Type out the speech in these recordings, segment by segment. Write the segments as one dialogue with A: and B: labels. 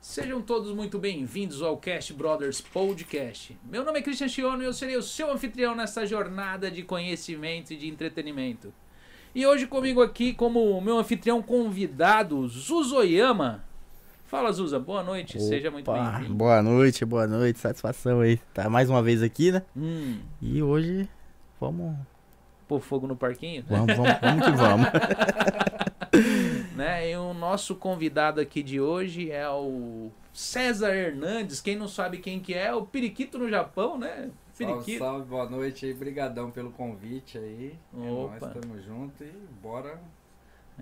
A: Sejam todos muito bem-vindos ao Cast Brothers Podcast. Meu nome é Christian Chiono e eu serei o seu anfitrião nessa jornada de conhecimento e de entretenimento. E hoje comigo aqui, como meu anfitrião convidado, Zuzoyama. Fala, Zuza, boa noite, seja muito
B: Opa,
A: bem-vindo.
B: Boa noite, boa noite, satisfação aí. Tá mais uma vez aqui, né?
A: Hum,
B: E hoje vamos,
A: pôr fogo no parquinho?
B: vamos, vamos, vamos que vamos.
A: né? E o nosso convidado aqui de hoje é o César Hernandes. Quem não sabe quem que é, é o Periquito no Japão, né?
C: Salve,
A: Periquito.
C: salve, boa noite aí, brigadão pelo convite aí. É
A: Opa.
C: nóis, tamo junto e bora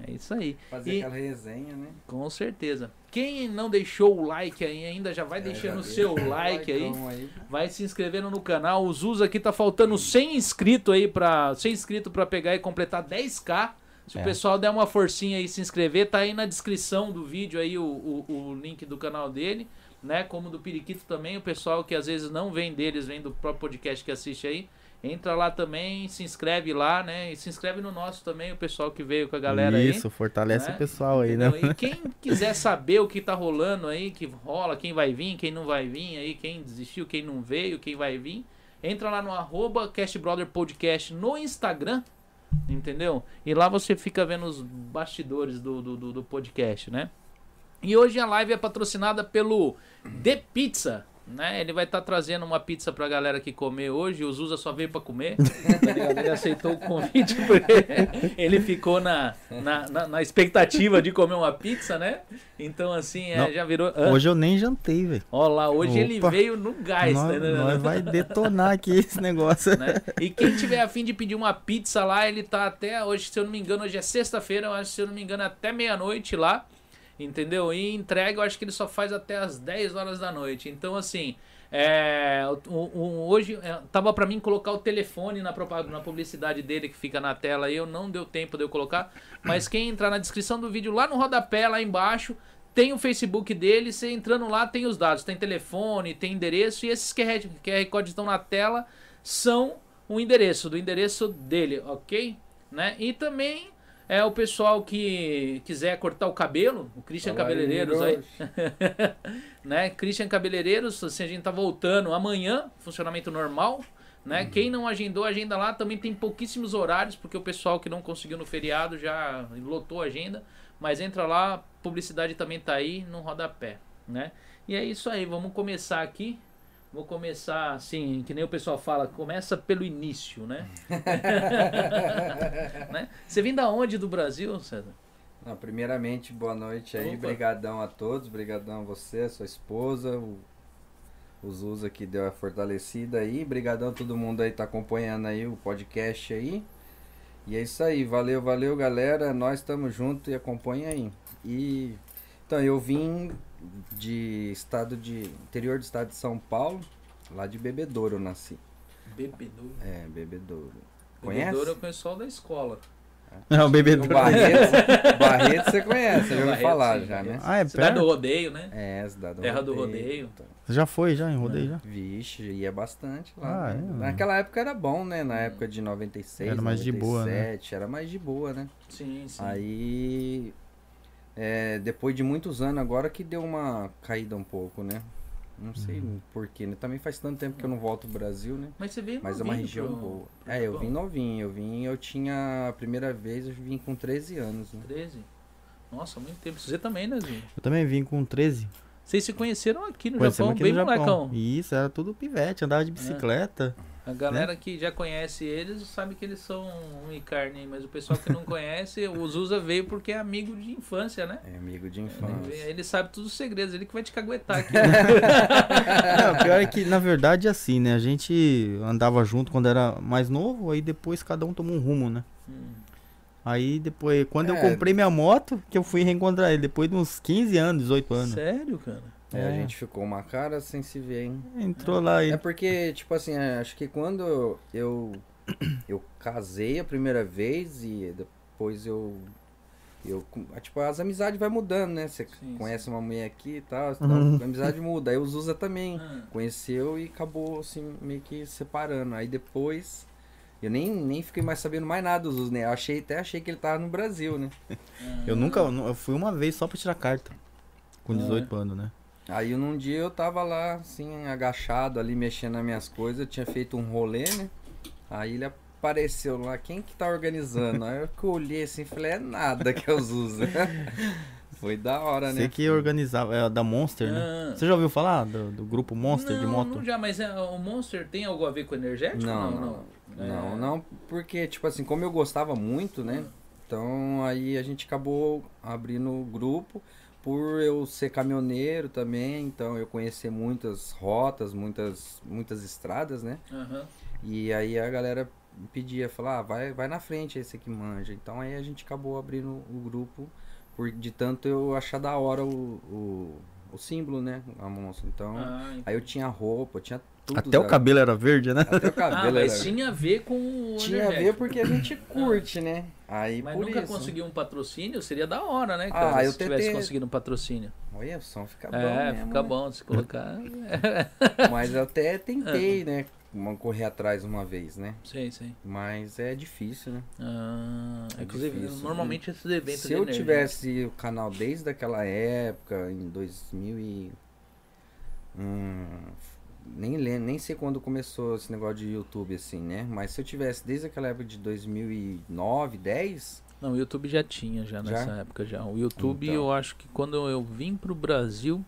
A: É isso aí.
C: fazer
A: E-
C: aquela resenha, né?
A: Com certeza. Quem não deixou o like aí ainda, já
B: É,
C: É
A: vai deixando o seu like aí. Vai se inscrevendo no canal. O Zuz aqui tá faltando 100 inscritos aí para 100 inscritos para pegar e completar 10k. Se o
B: É.
A: pessoal der uma forcinha aí e se inscrever, tá aí na descrição do vídeo aí o, o, o link do canal dele, né? Como do Periquito também, o pessoal que às vezes não vem deles, vem do próprio podcast que assiste aí. Entra lá também, se inscreve lá, né? E se inscreve no nosso também, o pessoal que veio com a galera aí.
B: Isso, fortalece
A: né?
B: o pessoal aí, né?
A: Entendeu? E quem quiser saber o que tá rolando aí, que rola, quem vai vir, quem não vai vir aí, quem desistiu, quem não veio, quem vai vir, entra lá no arroba Cast Brother Podcast no Instagram, entendeu? E lá você fica vendo os bastidores do, do, do- do podcast, né? E hoje a live é patrocinada pelo The Pizza. Né? Ele vai estar trazendo uma pizza pra galera que comer hoje. O Zuza só veio pra comer. tá ligado? Ele aceitou o convite porque ele ficou na, na, na- na expectativa de comer uma pizza, né? Então, assim, é,
B: Não,
A: já virou. Ah,
B: Hoje eu nem jantei, velho.
A: ó lá, hoje ele
B: Opa.
A: veio no gás.
B: Nós,
A: né?
B: nós vai detonar aqui esse negócio.
A: né? E quem tiver afim de pedir uma pizza lá, ele tá até hoje, se eu não me engano, hoje é sexta-feira, eu acho, se eu não me engano, é até meia-noite lá. Entendeu? E entrega, eu acho que ele só faz até as 10 horas da noite. Então, assim, é, o- o- hoje é, tava pra mim colocar o telefone na, propa- na publicidade dele que fica na tela aí, eu não deu tempo de eu colocar. Mas quem entrar na descrição do vídeo lá no rodapé, lá embaixo, tem o Facebook dele, você entrando lá tem os dados, tem telefone, tem endereço e esses QR, QR codes estão na tela são o endereço, do endereço dele, ok? Né? E também é o pessoal que quiser cortar o cabelo, o Christian Cabeleireiros aí, né? Christian Cabeleireiros, assim, a gente tá voltando amanhã, funcionamento normal, né?
C: Uhum.
A: Quem não agendou, agenda lá, também tem pouquíssimos horários, porque o pessoal que não conseguiu no feriado já lotou a agenda, mas entra lá, publicidade também tá aí no rodapé, né? E é isso aí, vamos começar aqui. Vou começar assim, que nem o pessoal fala, começa pelo início, né? né? Você vem da onde do Brasil, César?
C: Não, primeiramente, boa noite aí,
A: Opa.
C: brigadão a todos, brigadão a você, a sua esposa, o, o Zuza que deu a fortalecida aí, brigadão a todo mundo aí tá acompanhando aí o podcast aí. E é isso aí, valeu, valeu galera, nós estamos junto e acompanha aí. E então eu vim de estado de interior do estado de São Paulo, lá de Bebedouro eu nasci.
A: Bebedouro.
C: É, Bebedouro.
A: Bebedouro é o
C: Conhece?
A: pessoal da escola.
B: Não,
C: O
B: bebedouro.
C: Barreto, Barreto você conhece, já ouviu
A: Barreto,
C: falar
A: sim,
C: já, né?
A: Barreto.
B: Ah, é
A: Cidade do
B: perto?
A: rodeio, né?
C: É, cidade
A: Terra do rodeio.
C: então.
B: Já foi, já, enrodei já.
C: Vixe, ia bastante lá.
B: Ah,
C: né?
B: é, mano.
C: Naquela época era bom, né?
A: Hum.
C: Na época de 96,
B: Era mais de boa, né?
C: 97, era mais de boa, né?
A: Sim, sim.
C: Aí, é, depois de muitos anos, agora que deu uma caída um pouco, né? Não sei
B: Uhum.
C: por porquê, né? Também faz tanto tempo que eu não volto pro Brasil, né?
A: Mas você veio
C: Mas é uma
A: novinho Tá
C: região
A: pro-
C: boa.
A: pro
C: É, eu
A: Japão?
C: vim novinho, eu vim, eu tinha, a primeira vez eu vim com 13 anos, né?
A: 13? Nossa, muito tempo. Você também, né, Zinho?
B: Eu também vim com 13.
A: Vocês se conheceram aqui no
B: Conhecemos
A: Japão,
B: aqui
A: bem
B: no Japão.
A: molecão.
B: Isso, era tudo pivete, andava de bicicleta.
A: A galera
B: né?
A: que já conhece eles sabe que eles são um e carne, mas o pessoal que não conhece, o Zuza veio porque é amigo de infância, né?
C: É amigo de
A: Ele,
C: infância.
A: ele sabe todos os segredos, ele que vai te caguetar aqui.
B: Não, o pior é que, na verdade, é assim, né? A gente andava junto quando era mais novo, aí depois cada um tomou um rumo, né?
A: Hum.
B: Aí depois, quando eu
C: É.
B: comprei minha moto, que eu fui reencontrar ele, depois de uns 15 anos, 18 anos.
A: Sério, cara?
C: É,
B: É.
C: a gente ficou uma cara sem se ver, hein?
B: Entrou lá
C: É
B: ele.
C: porque, tipo assim, é, acho que quando eu eu casei a primeira vez e depois eu eu com- ah, tipo as amizades vai mudando, né? Você
A: Sim,
C: conhece uma mulher aqui e tal, então a amizade muda. Aí o Zuza também
A: Ah,
C: conheceu e acabou assim meio que separando. Aí depois eu nem, nem fiquei mais sabendo mais nada do Zuza, né? Eu achei até achei que ele tava no Brasil, né?
A: ah.
B: Eu nunca, eu nu- eu fui uma vez só pra tirar carta. Com
A: Ah,
B: 18 anos, né?
C: Aí num dia eu tava lá, assim, agachado ali, mexendo nas minhas coisas, eu tinha feito um rolê, né? Aí ele apareceu lá, quem que tá organizando? Aí eu que olhei assim falei, é nada que eu uso. Foi da hora,
B: Você
C: né?
B: que organizava, é a da Monster, né?
A: Ah.
B: Você já ouviu falar do, do grupo Monster de
A: não,
B: moto?
A: não já, mas é, o Monster tem algo a ver com energético?
C: Não,
A: não.
C: não.
A: É.
C: Não, não, porque, tipo assim, como eu gostava muito, né? Então aí a gente acabou abrindo o grupo por eu ser caminhoneiro também, então eu conhecer muitas rotas, muitas, muitas estradas, né?
A: Aham.
C: E aí a galera pedia, falava, ah, vai, vai na frente aí você que manja. Então aí a gente acabou abrindo o grupo por, de tanto eu achar da hora o, o, o símbolo, né? A monstro. Então,
A: Ah, entendi.
C: aí eu tinha roupa, eu tinha tudo.
B: Até o
C: da-
B: cabelo era verde, né?
C: Até o
A: Ah,
C: cabelo.
A: mas
C: era-
A: tinha a ver com o
C: Tinha a ver
A: energético.
C: porque a gente curte, né? Aí
A: Mas
C: por
A: nunca
C: isso. né?
A: conseguiu um patrocínio? Seria da hora, né,
C: Ah,
A: cara?
C: eu
A: se tivesse
C: tentei-
A: conseguido um patrocínio.
C: Olha, o som fica bom.
A: é,
C: mesmo,
A: fica
C: né?
A: bom de se colocar.
C: Mas eu até tentei, né? uma- Correr atrás uma vez, né?
A: Sim, sim.
C: Mas é difícil, né?
A: Ah,
C: É
A: inclusive,
C: difícil,
A: normalmente esses eventos
C: Se
A: de
C: eu
A: energia-
C: tivesse o canal desde aquela época, em 2000 e... Hum, nem, lem- nem sei quando começou esse negócio de YouTube, assim, né? Mas se eu tivesse desde aquela época de 2009, 10...
A: Não, o YouTube já tinha já
C: Já?
A: nessa época já. O YouTube
C: Então.
A: eu acho que quando eu vim pro Brasil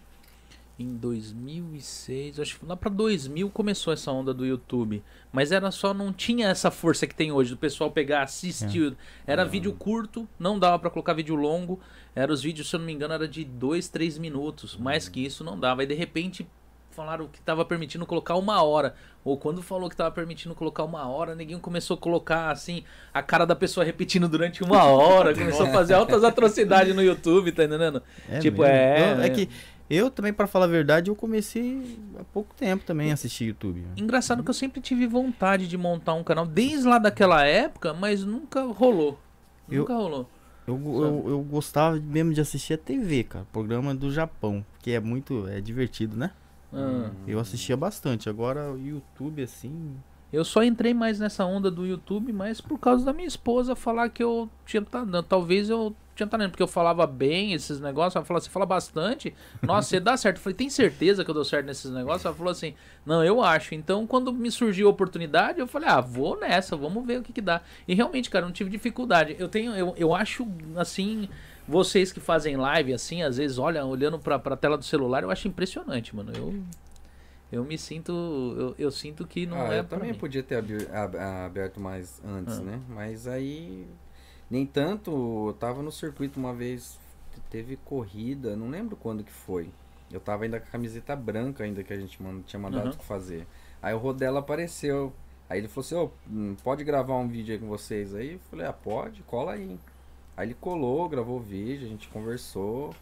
A: em 2006, acho que lá pra 2000 começou essa onda do YouTube, mas era só não tinha essa força que tem hoje do pessoal pegar, assistir. Era vídeo curto, não dava pra colocar vídeo longo. Era os vídeos, se eu não me engano, era de 2, 3 minutos, mais que isso não dava. E de repente falaram que tava permitindo colocar uma hora. Ou quando falou que tava permitindo colocar uma hora, ninguém começou a colocar assim a cara da pessoa repetindo durante uma hora, começou a fazer altas atrocidades no YouTube, tá entendendo? Tipo,
B: mesmo.
A: é,
B: Eu-
A: né?
B: é que eu também, pra falar a verdade, eu comecei há pouco tempo também a assistir YouTube. né?
A: Engraçado que eu sempre tive vontade de montar um canal desde lá daquela época, mas nunca rolou.
B: Eu-
A: Nunca rolou.
B: Eu, eu, eu gostava mesmo de assistir a TV, cara. Programa do Japão, porque é muito, é divertido, né?
A: Ah.
B: Eu assistia bastante. Agora o YouTube, assim,
A: Eu só entrei mais nessa onda do YouTube, mas por causa da minha esposa falar que eu tinha talento. Talvez eu tinha talento, porque eu falava bem esses negócios. Ela falou, você fala bastante? Nossa, você dá certo. Eu falei, tem certeza que eu dou certo nesses negócios? Ela falou assim, não, eu acho. Então, quando me surgiu a oportunidade, eu falei, ah, vou nessa, vamos ver o que que dá. E realmente, cara, eu não tive dificuldade. Eu tenho, eu, eu acho, assim... Vocês que fazem live assim, às vezes olha, olhando pra, pra tela do celular, eu acho impressionante, mano. Eu, eu me sinto. Eu, eu sinto que não
C: Ah,
A: é.
C: eu
A: pra
C: também
A: mim.
C: podia ter abi- ab- aberto mais antes,
A: Ah.
C: né? Mas aí. Nem tanto, eu tava no circuito uma vez, te- teve corrida, não lembro quando que foi. Eu tava ainda com a camiseta branca ainda que a gente man- tinha mandado
A: Aham.
C: fazer. Aí o Rodela apareceu. Aí ele falou assim, "Ô, hum, pode gravar um vídeo aí com vocês aí? Eu falei, ah, pode, cola aí. Aí ele colou, gravou o vídeo, a gente conversou.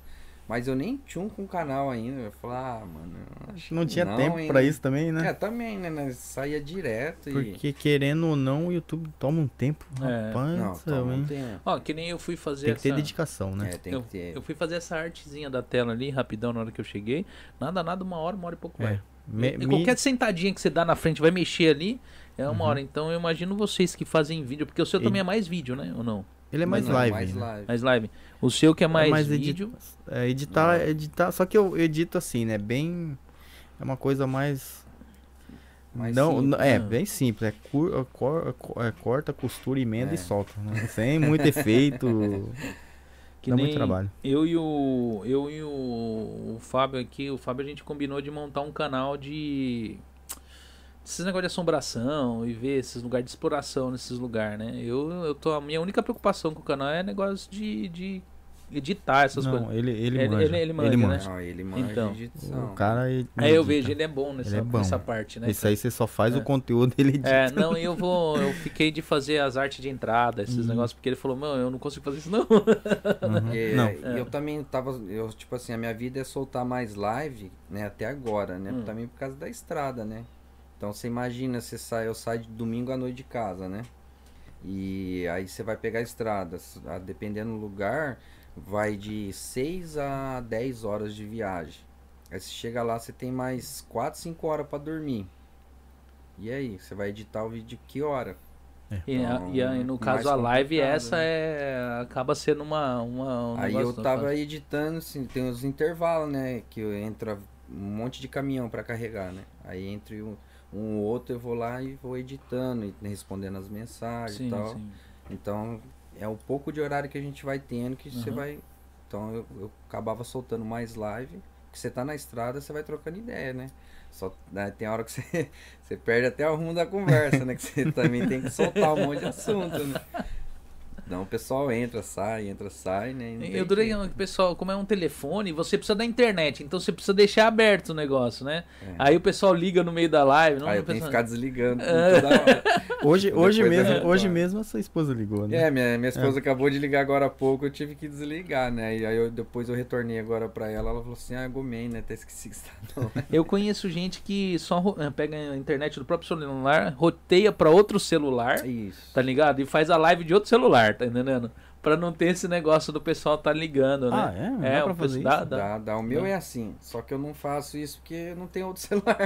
C: Mas eu nem tinha um com o canal ainda. Eu falei, ah, mano, acho
B: acho que não tinha
C: não,
B: tempo
C: hein?
B: pra isso também, né?
C: é, também, né? né? Saía direto e.
B: Porque querendo ou não, o YouTube toma um tempo.
A: É.
B: Rapaz,
C: Não,
B: do
C: toma
B: céu,
C: um
B: hein?
C: tempo.
A: Ó, que nem eu fui fazer
B: Tem que ter
A: essa...
B: dedicação, né?
C: É, tem
A: eu,
C: que ter.
A: eu fui fazer essa artezinha da tela ali, rapidão, na hora que eu cheguei. Nada, nada, uma hora, uma hora e pouco
B: É.
A: vai.
B: Me-
A: E
B: me-
A: Qualquer sentadinha que você dá na frente, vai mexer ali, é uma hora. Então eu imagino vocês que fazem vídeo, porque o seu
B: E-
A: também é mais vídeo, né? Ou não?
B: Ele é mais
C: Não,
B: live.
C: mais
B: né?
C: live.
A: Mais live. O seu que é mais,
B: edi-
A: vídeo.
B: é, editar, editar. Só que eu edito assim, né? Bem. É uma coisa mais.
C: Mais
B: não,
C: simples. né?
B: não- é,
A: Ah.
B: bem simples. É, cur- é cor- é co- é corta, costura, emenda
C: É.
B: e solta. né? Sem muito efeito.
A: Que
B: dá muito
A: nem
B: trabalho.
A: Eu e o. Eu e o, o Fábio aqui, o Fábio a gente combinou de montar um canal de. Esses negócios de assombração e ver esses lugares de exploração nesses lugares, né? Eu, eu tô. A minha única preocupação com o canal é negócio de, de editar essas
B: não,
A: coisas.
B: ele, ele,
A: Ele-
B: manja.
A: ele- ele manja, né?
C: Não, ele manja
A: Então,
C: de edição.
B: O cara. ele
A: Aí eu
B: edita.
A: vejo, ele é bom nessa,
B: Ele é bom.
A: nessa parte, né?
B: Isso aí você só faz
A: É.
B: o conteúdo, ele edita.
A: É, não, eu vou. Eu fiquei de fazer as artes de entrada, esses
C: Uhum.
B: Hum.
A: negócios, porque ele falou, mano, eu não consigo fazer isso, não.
B: Uhum.
D: né?
C: E-
A: É.
B: Não.
C: É, e Eu também tava. Eu, tipo assim, a minha vida é soltar mais live, né? Até agora, né?
A: Hum.
C: Também por causa da estrada, né? Então você imagina, você sai, eu saio de domingo à noite de casa, né? E aí você vai pegar a estrada. s- a- Dependendo do lugar, vai de 6 a 10 horas de viagem. Aí você chega lá, você tem mais 4, 5 horas pra dormir. E aí, você vai editar o vídeo que hora?
A: E, a-
C: Então,
A: e a- e no
C: mais
A: caso a live,
C: complicado,
A: essa
C: né?
A: é. acaba sendo uma. uma um
C: Aí eu
A: negócio-
C: tava editando, assim, tem os intervalos, né? Que entra um monte de caminhão pra carregar, né? Aí entre um, um outro eu vou lá e vou editando e respondendo as mensagens e
A: Sim,
C: tal.
A: sim.
C: Então é um pouco de horário que a gente vai tendo que você
A: Aham.
C: vai. Então eu, eu acabava soltando mais live. Porque você tá na estrada, você vai trocando ideia, né? Só né, tem hora que você, você perde até o rumo da conversa, né? Que você também tem que soltar um monte de assunto, né? Então o pessoal entra, sai, entra, sai, né? E não tem
A: Eu durei,
C: jeito.
A: pessoal, como é um telefone, você precisa da internet, então você precisa deixar aberto o negócio, né?
C: É.
A: Aí o pessoal liga no meio da live, não
C: Aí eu
A: o
C: tenho que
A: pessoal- É.
C: ficar desligando toda hora.
B: Hoje,
C: Depois
B: hoje,
C: da
B: mesmo,
C: retomada.
B: hoje mesmo a sua esposa ligou, né?
C: É, minha, minha esposa acabou de ligar agora há pouco, eu tive que desligar, né? E aí eu, depois eu retornei agora pra ela, ela falou assim, ah, gomei, né? Até esqueci que você tá no
A: Eu conheço gente que só ro- eh, pega a internet do próprio celular, roteia pra outro celular,
C: Isso.
A: tá ligado? E faz a live de outro celular, tá entendendo? Pra não ter esse negócio do pessoal tá ligando, né?
B: Ah, é? Não dá né? pra
A: o
B: fazer
A: pessoal- dá-
B: isso?
A: dá.
C: Dá, dá. O meu é assim, só que eu não faço isso porque eu não tenho outro celular.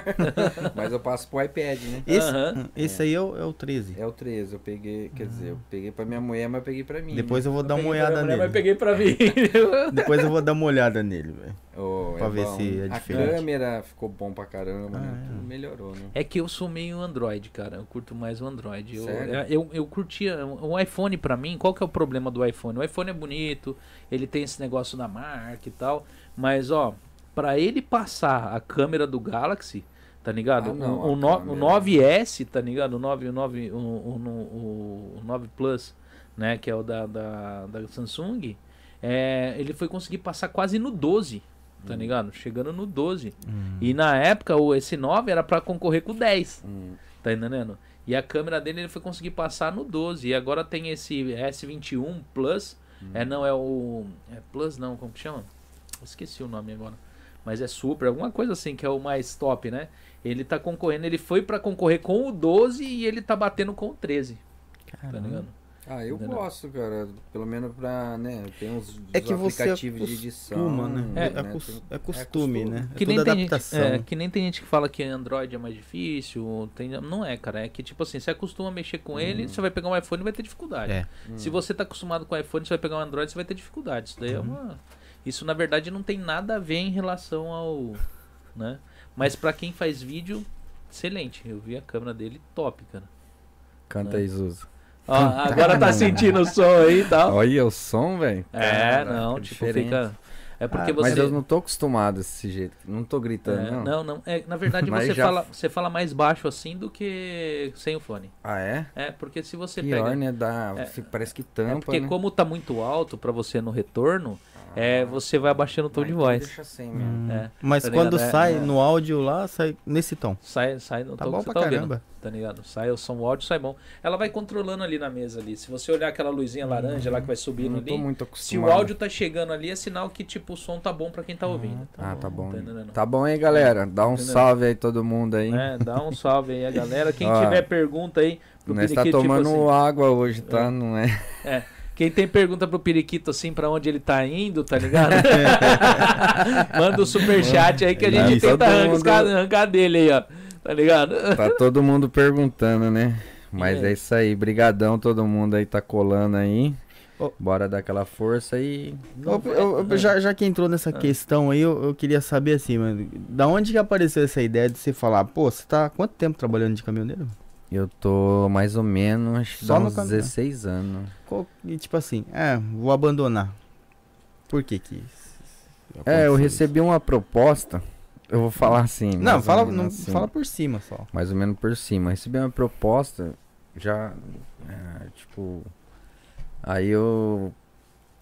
C: Mas eu passo pro iPad, né?
B: Esse,
A: Aham.
B: esse aí é o, é o 13.
C: É o 13, eu peguei, quer dizer, eu peguei pra minha mulher, mas eu peguei pra mim.
B: Ah.
C: né?
B: Depois eu vou dar uma
A: Peguei pra
B: olhada
A: mulher, Mas
B: nele.
A: peguei pra mim.
B: Depois eu vou dar uma olhada nele, velho.
C: né? Oh,
B: pra ver
C: bom.
B: se é
C: A
B: diferente.
C: câmera ficou bom pra caramba, né?
B: Ah, é.
C: Tudo melhorou, né?
A: É que eu sou meio Android, cara. Eu curto mais o Android. Eu, é,
C: Sério?
A: eu, eu curtia. O iPhone, pra mim, qual que é o problema do iPhone? O iPhone é bonito, ele tem esse negócio da marca e tal. Mas, ó, pra ele passar a câmera do Galaxy, tá ligado?
C: Ah, não,
A: o, o,
C: a
A: no- o
C: câmera.
A: 9S, tá ligado? O 9, o 9, o, o, o 9 um, Plus, né? Que é o da, da, da Samsung. é, ele foi conseguir passar quase no 12,
C: Uhum.
A: tá ligado? Chegando no 12. E na época, o esse 9 era pra concorrer com o 10,
C: Hum.
A: tá entendendo? E a câmera dele ele foi conseguir passar no 12. E agora tem esse S21 Plus. É, não, é o. É Plus, não, como que chama? Esqueci o nome agora. Mas é Super, alguma coisa assim, que é o mais top, né? Ele tá concorrendo, ele foi pra concorrer com o 12 e ele tá batendo com o 13, tá ligado?
C: Ah, eu
A: Entendeu?
C: gosto, cara. Pelo menos pra, né? Tem uns,
B: É
C: uns
B: que você
C: aplicativos de
B: acostuma,
C: edição.
B: né? É, é
C: Tem-
B: cos- é costume, né? É
A: Que nem,
B: tudo
A: tem gente,
B: adaptação.
D: né?
A: é, que nem tem gente que fala que Android é mais difícil. Tem, não é, cara. É que, tipo assim, você acostuma a mexer com ele, você vai pegar um iPhone e vai ter dificuldade.
B: É.
A: Se você tá acostumado com iPhone, você vai pegar um Android você vai ter dificuldade. Isso daí é uma. Isso, na verdade, não tem nada a ver em relação ao. né? Mas pra quem faz vídeo, excelente. Eu vi a câmera dele top, cara.
B: né?
C: Canta aí, Zuzu.
A: Ó, agora tá sentindo o som aí e
B: Ah.
A: tal.
C: Olha o som, velho. Ah,
A: É, não, tipo, fica. É porque você.
C: Mas eu não tô acostumado a esse jeito. Não tô gritando,
A: É,
C: não.
A: não, não. É, na verdade,
C: Mas
A: você,
C: já-
A: fala, você fala mais baixo assim do que sem o fone.
C: Ah, é?
A: É, porque se você
C: Pior,
A: pega.
C: né? Dá,
A: É.
C: fi- parece que
A: É
C: tampa,
A: porque
C: né?
A: como tá muito alto pra você no retorno, é, você vai abaixando o tom
C: Ah,
A: de
C: então
A: voz.
C: Deixa assim
B: Hum.
C: mesmo.
A: É,
B: Mas
A: tá
B: quando
A: ligado? É,
B: sai
C: é.
B: no áudio lá, sai nesse tom.
A: Sai, sai no
B: Tá
A: tom
B: bom
A: que você
B: pra
A: tá ouvindo.
B: caramba.
A: Tá ligado? Sai o som o áudio, sai bom. Ela vai controlando ali na mesa ali. Se você olhar aquela luzinha laranja lá que vai subindo
C: Hum, Não tô
A: ali,
C: muito
A: se o
C: acostumado.
A: áudio tá chegando ali, é sinal que tipo o som tá bom pra quem tá ouvindo.
C: Ah, tá bom.
A: Tá entendendo?
C: Tá bom, hein, galera? Dá um
A: Entendeu?
C: salve aí todo mundo aí.
A: É, dá um salve aí a galera. Quem
C: Ó,
A: tiver pergunta aí pro
C: Nós tá
A: Periquito, tipo
C: tomando
A: assim,
C: água hoje, tá? Não é?
A: É. Quem tem pergunta pro Periquito assim pra onde ele tá indo, tá ligado? Manda o superchat aí que a gente
C: Isso,
A: tenta
C: todo
A: arrancar,
C: mundo-
A: arrancar dele aí, ó. Tá ligado?
C: Tá todo mundo perguntando, né? Mas
A: E aí?
C: é isso aí. Brigadão todo mundo aí tá colando aí.
B: Ô.
C: Bora dar aquela força aí.
B: Ô, ô, ô, já, já que entrou nessa questão aí, eu, eu queria saber assim, mano, da onde que apareceu essa ideia de você falar, pô, você tá há quanto tempo trabalhando de caminhoneiro?
C: Eu tô mais ou menos, acho que
B: Só
C: dá
B: no né?
C: uns
B: caminhão.
C: 16 anos.
B: Qual- e tipo assim, é, vou abandonar. Por que que?
C: É, eu
B: aconteceu
C: recebi uma proposta. Eu vou falar assim.
B: isso?
C: mais
B: Não,
C: ou
B: fala,
C: menos
B: não
C: assim.
B: fala por cima só.
C: mais ou menos por cima. Recebi uma proposta, já, é, tipo, aí eu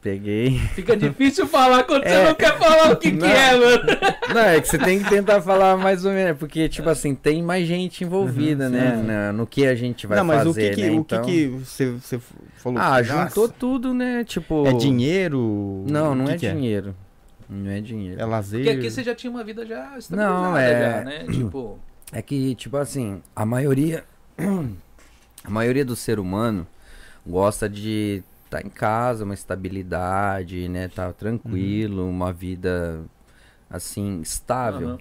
C: peguei.
A: Fica difícil falar quando você
C: É.
A: não quer falar o que, que
C: Não.
A: é, mano.
C: Não, é que você tem que tentar falar mais ou menos, porque, tipo assim, tem mais gente envolvida,
B: Uhum,
C: né,
B: sim.
C: na- no que a gente vai
B: não, mas
C: fazer,
B: o que que,
C: né,
B: o que
C: então...
B: que você, você falou?
C: Ah,
B: "Nossa,
C: juntou tudo, né, tipo...
B: É dinheiro?
C: Não,
B: O
C: não
B: que
C: é
B: que
C: dinheiro. Não é dinheiro.
B: É lazer?
A: Porque aqui você já tinha uma vida já estabilizada,
C: Não, é-
A: já, né? Tipo,
C: É que, tipo assim, a maioria. A maioria do ser humano gosta de estar em casa, uma estabilidade, né? Tá tranquilo, uma vida assim, estável.
A: Uhum. aham. É,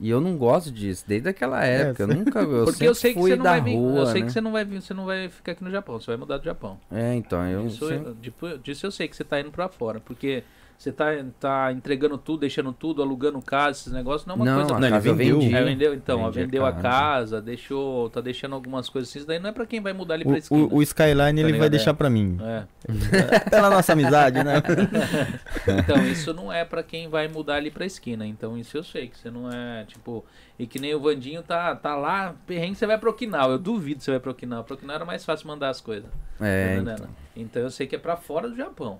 C: E eu não gosto disso, desde aquela época. eu nunca. Eu
A: Porque
C: sempre
A: eu sei que
C: fui
A: você não
C: da
A: vai vir.
C: rua,
A: eu sei
C: né?
A: que você não vai vir, você não vai ficar aqui no Japão, você vai mudar do Japão.
C: É, então, eu
A: Isso,
C: sempre-
A: tipo, disso eu sei que você tá indo pra fora, porque você tá, tá entregando tudo, deixando tudo, alugando casa, esses negócios, não é uma
C: não,
A: coisa.
C: a
B: Não, ele
C: casa eu
B: vendeu.
C: vendi.
A: É, vendeu então, ó,
C: Vendi a
A: vendeu a
C: casa.
A: casa, deixou, tá deixando algumas coisas assim, isso daí não é pra quem vai mudar ali pra
B: O,
A: esquina.
B: o- o Skyline ele
A: ligado?
B: vai deixar pra mim.
A: É.
B: Pela nossa amizade, né?
A: Então, isso não é pra quem vai mudar ali pra esquina. Então, isso eu sei que você não é, tipo. E que nem o Vandinho tá, tá lá, perrengue, você vai pro Okinawa. Eu duvido que você vai pro Okinawa. Pro Okinawa era mais fácil mandar as coisas. Tá
C: É,
A: entendendo? então. eu sei que é pra fora do Japão.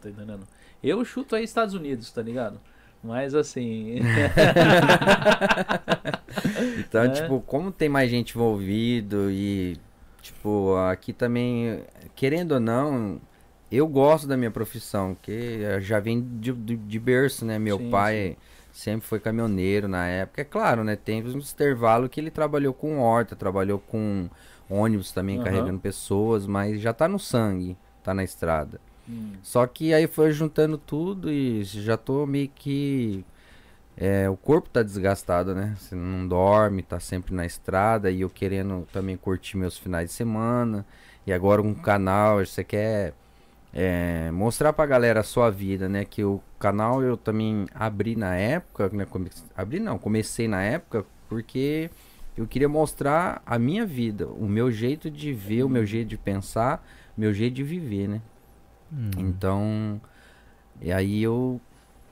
A: Tá entendendo? Eu chuto aí Estados Unidos, tá ligado? Mas assim.
C: Então,
A: né?
C: tipo, como tem mais gente envolvido e, tipo, aqui também, querendo ou não, eu gosto da minha profissão, que eu já vem de, de, de berço, né? Meu
A: Sim,
C: pai sempre foi caminhoneiro na época. É claro, né? Teve uns intervalos que ele trabalhou com horta, trabalhou com ônibus também,
A: Aham.
C: carregando pessoas, mas já tá no sangue, tá na estrada.
A: hum,
C: Só que aí foi juntando tudo e já tô meio que. é, o corpo tá desgastado, né? Você não dorme, tá sempre na estrada e eu querendo também curtir meus finais de semana. E agora um canal, você quer é, mostrar pra galera a sua vida, né? Que o canal eu também abri na época, né? Come- Abri não, comecei na época porque eu queria mostrar a minha vida, o meu jeito de ver, o meu jeito de pensar, meu jeito de viver, né?
A: Uhum.
C: Então, e aí eu,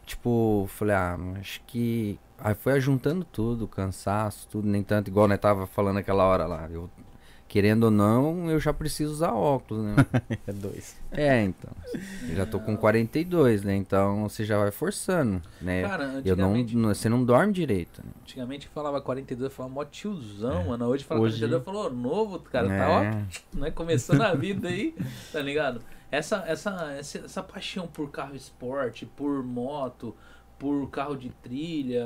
C: tipo, falei, ah, acho que. Aí foi ajuntando tudo, cansaço, tudo, nem tanto, igual né, tava falando aquela hora lá. Eu, querendo ou não, eu já preciso usar óculos, né?
B: É dois.
C: é, então. Eu já tô com 42, né? Então você já vai forçando, né?
A: Cara,
C: eu não,
A: antigamente,
C: não- você não dorme direito. né?
A: antigamente falava 42, eu falava mó tiozão, mano. Hoje fala
B: Hoje-
A: 42, eu falo, ô, novo, cara, tá ó,
C: É.
A: né? Começando a vida aí, tá ligado? Essa, essa, essa, essa paixão por carro esporte, por moto, por carro de trilha,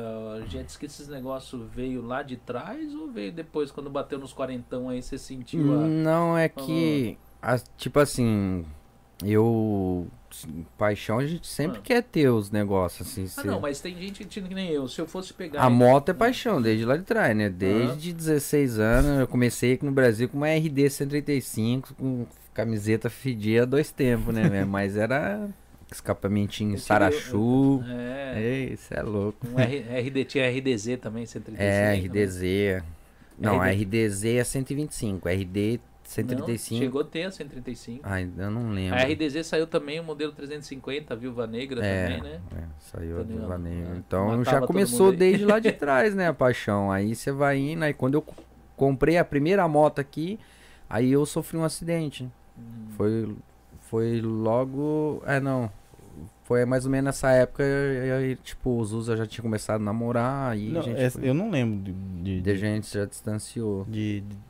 A: jet ski, esses negócios veio lá de trás ou veio depois, quando bateu nos quarentão aí, você sentiu a...
C: Não,
A: Tá
C: é que. as- tipo assim. Eu. Paixão, a gente sempre
A: Ah.
C: quer ter os negócios, assim.
A: Ah,
C: se-
A: não, mas tem gente que nem eu. Se eu fosse pegar.
C: A moto é paixão, desde lá de trás, né? Desde 16 anos, eu comecei aqui no Brasil com uma RD 135, com camiseta fedia dois tempos, né? velho? Mas era escapamentinho
A: Eu tive-
C: Sarachu.
A: É.
C: Ei, isso é louco.
A: Um R, RD, tinha RDZ também, 135.
C: É,
A: também.
C: RDZ. Não, a RDZ é 125, RD
A: Não,
C: 135.
A: chegou a ter a 135.
C: Ai, eu não lembro.
A: A RDZ saiu também, o modelo 350, a Viúva Negra
C: É,
A: também, né?
C: é, saiu a
A: Entendeu?
C: Viúva Negra.
A: É.
C: Então
A: Matava
C: já
A: todo
C: começou
A: mundo aí.
C: desde lá de trás, né, a paixão. Aí você vai indo, aí quando eu co- comprei a primeira moto aqui, aí eu sofri um acidente.
A: Hum.
C: Foi, foi logo. É, não. Foi mais ou menos nessa época, aí, aí, tipo, os Usa já tinha começado a namorar, aí a gente, foi-
B: eu não lembro de, de-
C: de gente já distanciou.
B: de- de-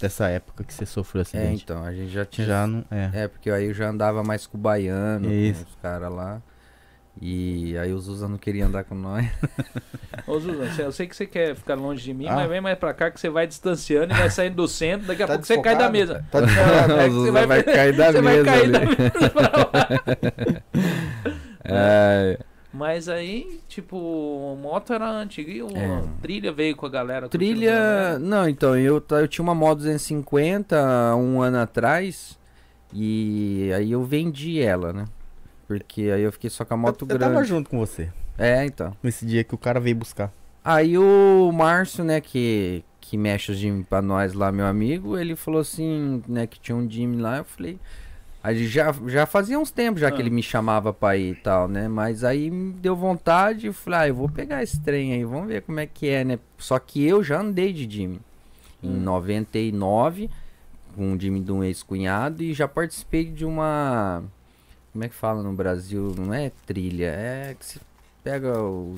B: dessa época que você sofreu
C: É,
B: acidente.
C: então, a gente já tinha
B: Já não. É.
C: É, porque aí eu já andava mais com o baiano,
B: Isso.
C: com os caras lá. E aí os Usa não queria andar com nós.
A: Ô, Zuzan, você- eu sei que você quer ficar longe de mim,
B: Ah.
A: mas vem mais pra cá que você vai distanciando e vai saindo do centro. Daqui a
B: Tá
A: pouco você cai da
B: desfocado,
A: mesa.
B: Tá
A: desfocado. É que
C: Os
A: você
C: Usa
A: vai-
C: vai, cair da
A: Você vai
C: mesa
A: cair
C: ali.
A: da mesa pra lá.
C: É,
A: Mas aí, tipo, moto era antiga e o
C: É.
A: trilha veio com a galera. curtindo com a
C: Trilha.
A: galera. né?
C: Não, então, eu, ta- eu tinha uma moto 250 um ano atrás. E aí eu vendi ela, né? Porque aí eu fiquei só com a moto
B: eu, eu
C: grande.
B: tava junto com você.
C: É, então.
B: Nesse dia que o cara veio buscar.
C: Aí o Márcio, né, que, que mexe os Jimmy pra nós lá, meu amigo, ele falou assim, né, que tinha um Jimmy lá, eu falei. Aí já, já fazia uns tempos já
A: Ah.
C: que ele me chamava pra ir e tal, né? Mas aí me deu vontade e falei, ah, eu vou pegar esse trem aí, vamos ver como é que é, né? Só que eu já andei de Jimmy. Em
A: Hum.
C: 99, com o Jimmy de um ex-cunhado, e já participei de uma. Como é que fala no Brasil? Não é trilha, é que se pega o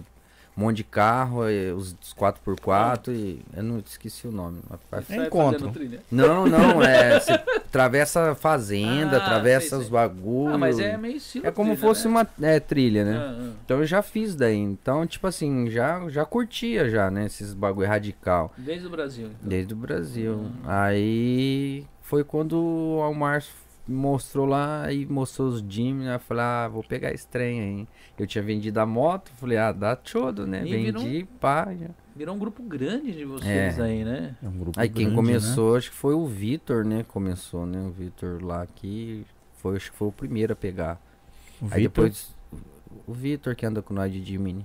C: um monte de carro, e os 4x4 e. Eu não esqueci o nome. mas faz-
A: Sai fazendo
B: encontro.
A: trilha.
C: Não, não, é. Você atravessa a fazenda,
A: Ah,
C: atravessa
A: sei,
C: os
A: sei.
C: bagulhos.
A: Ah, mas é meio estilo
C: É como
A: trilha,
C: fosse
A: né?
C: uma é, trilha, né?
A: Ah, ah.
C: Então eu já fiz daí. Então, tipo assim, já, já curtia já, né? Esses bagulho radical.
A: Desde o Brasil. então.
C: Desde o Brasil.
A: Hum.
C: Aí foi quando o Márcio mostrou lá e mostrou os Jimmy, né? Eu falei, ah, vou pegar esse trem aí. Eu tinha vendido a moto, falei, ah, dá chodo, né?
A: E
C: Vendi,
A: virou
C: pá. já.
A: Virou um grupo grande de vocês
C: É.
A: aí, né?
B: É um grupo
C: Aí quem
B: grande, né?
C: começou, acho que foi o Vitor, né? Começou, né? O Vitor lá que foi, acho que foi o primeiro a pegar.
B: Né? O
C: Aí
B: Vitor,
C: depois o Vitor que anda com nós de Jimmy.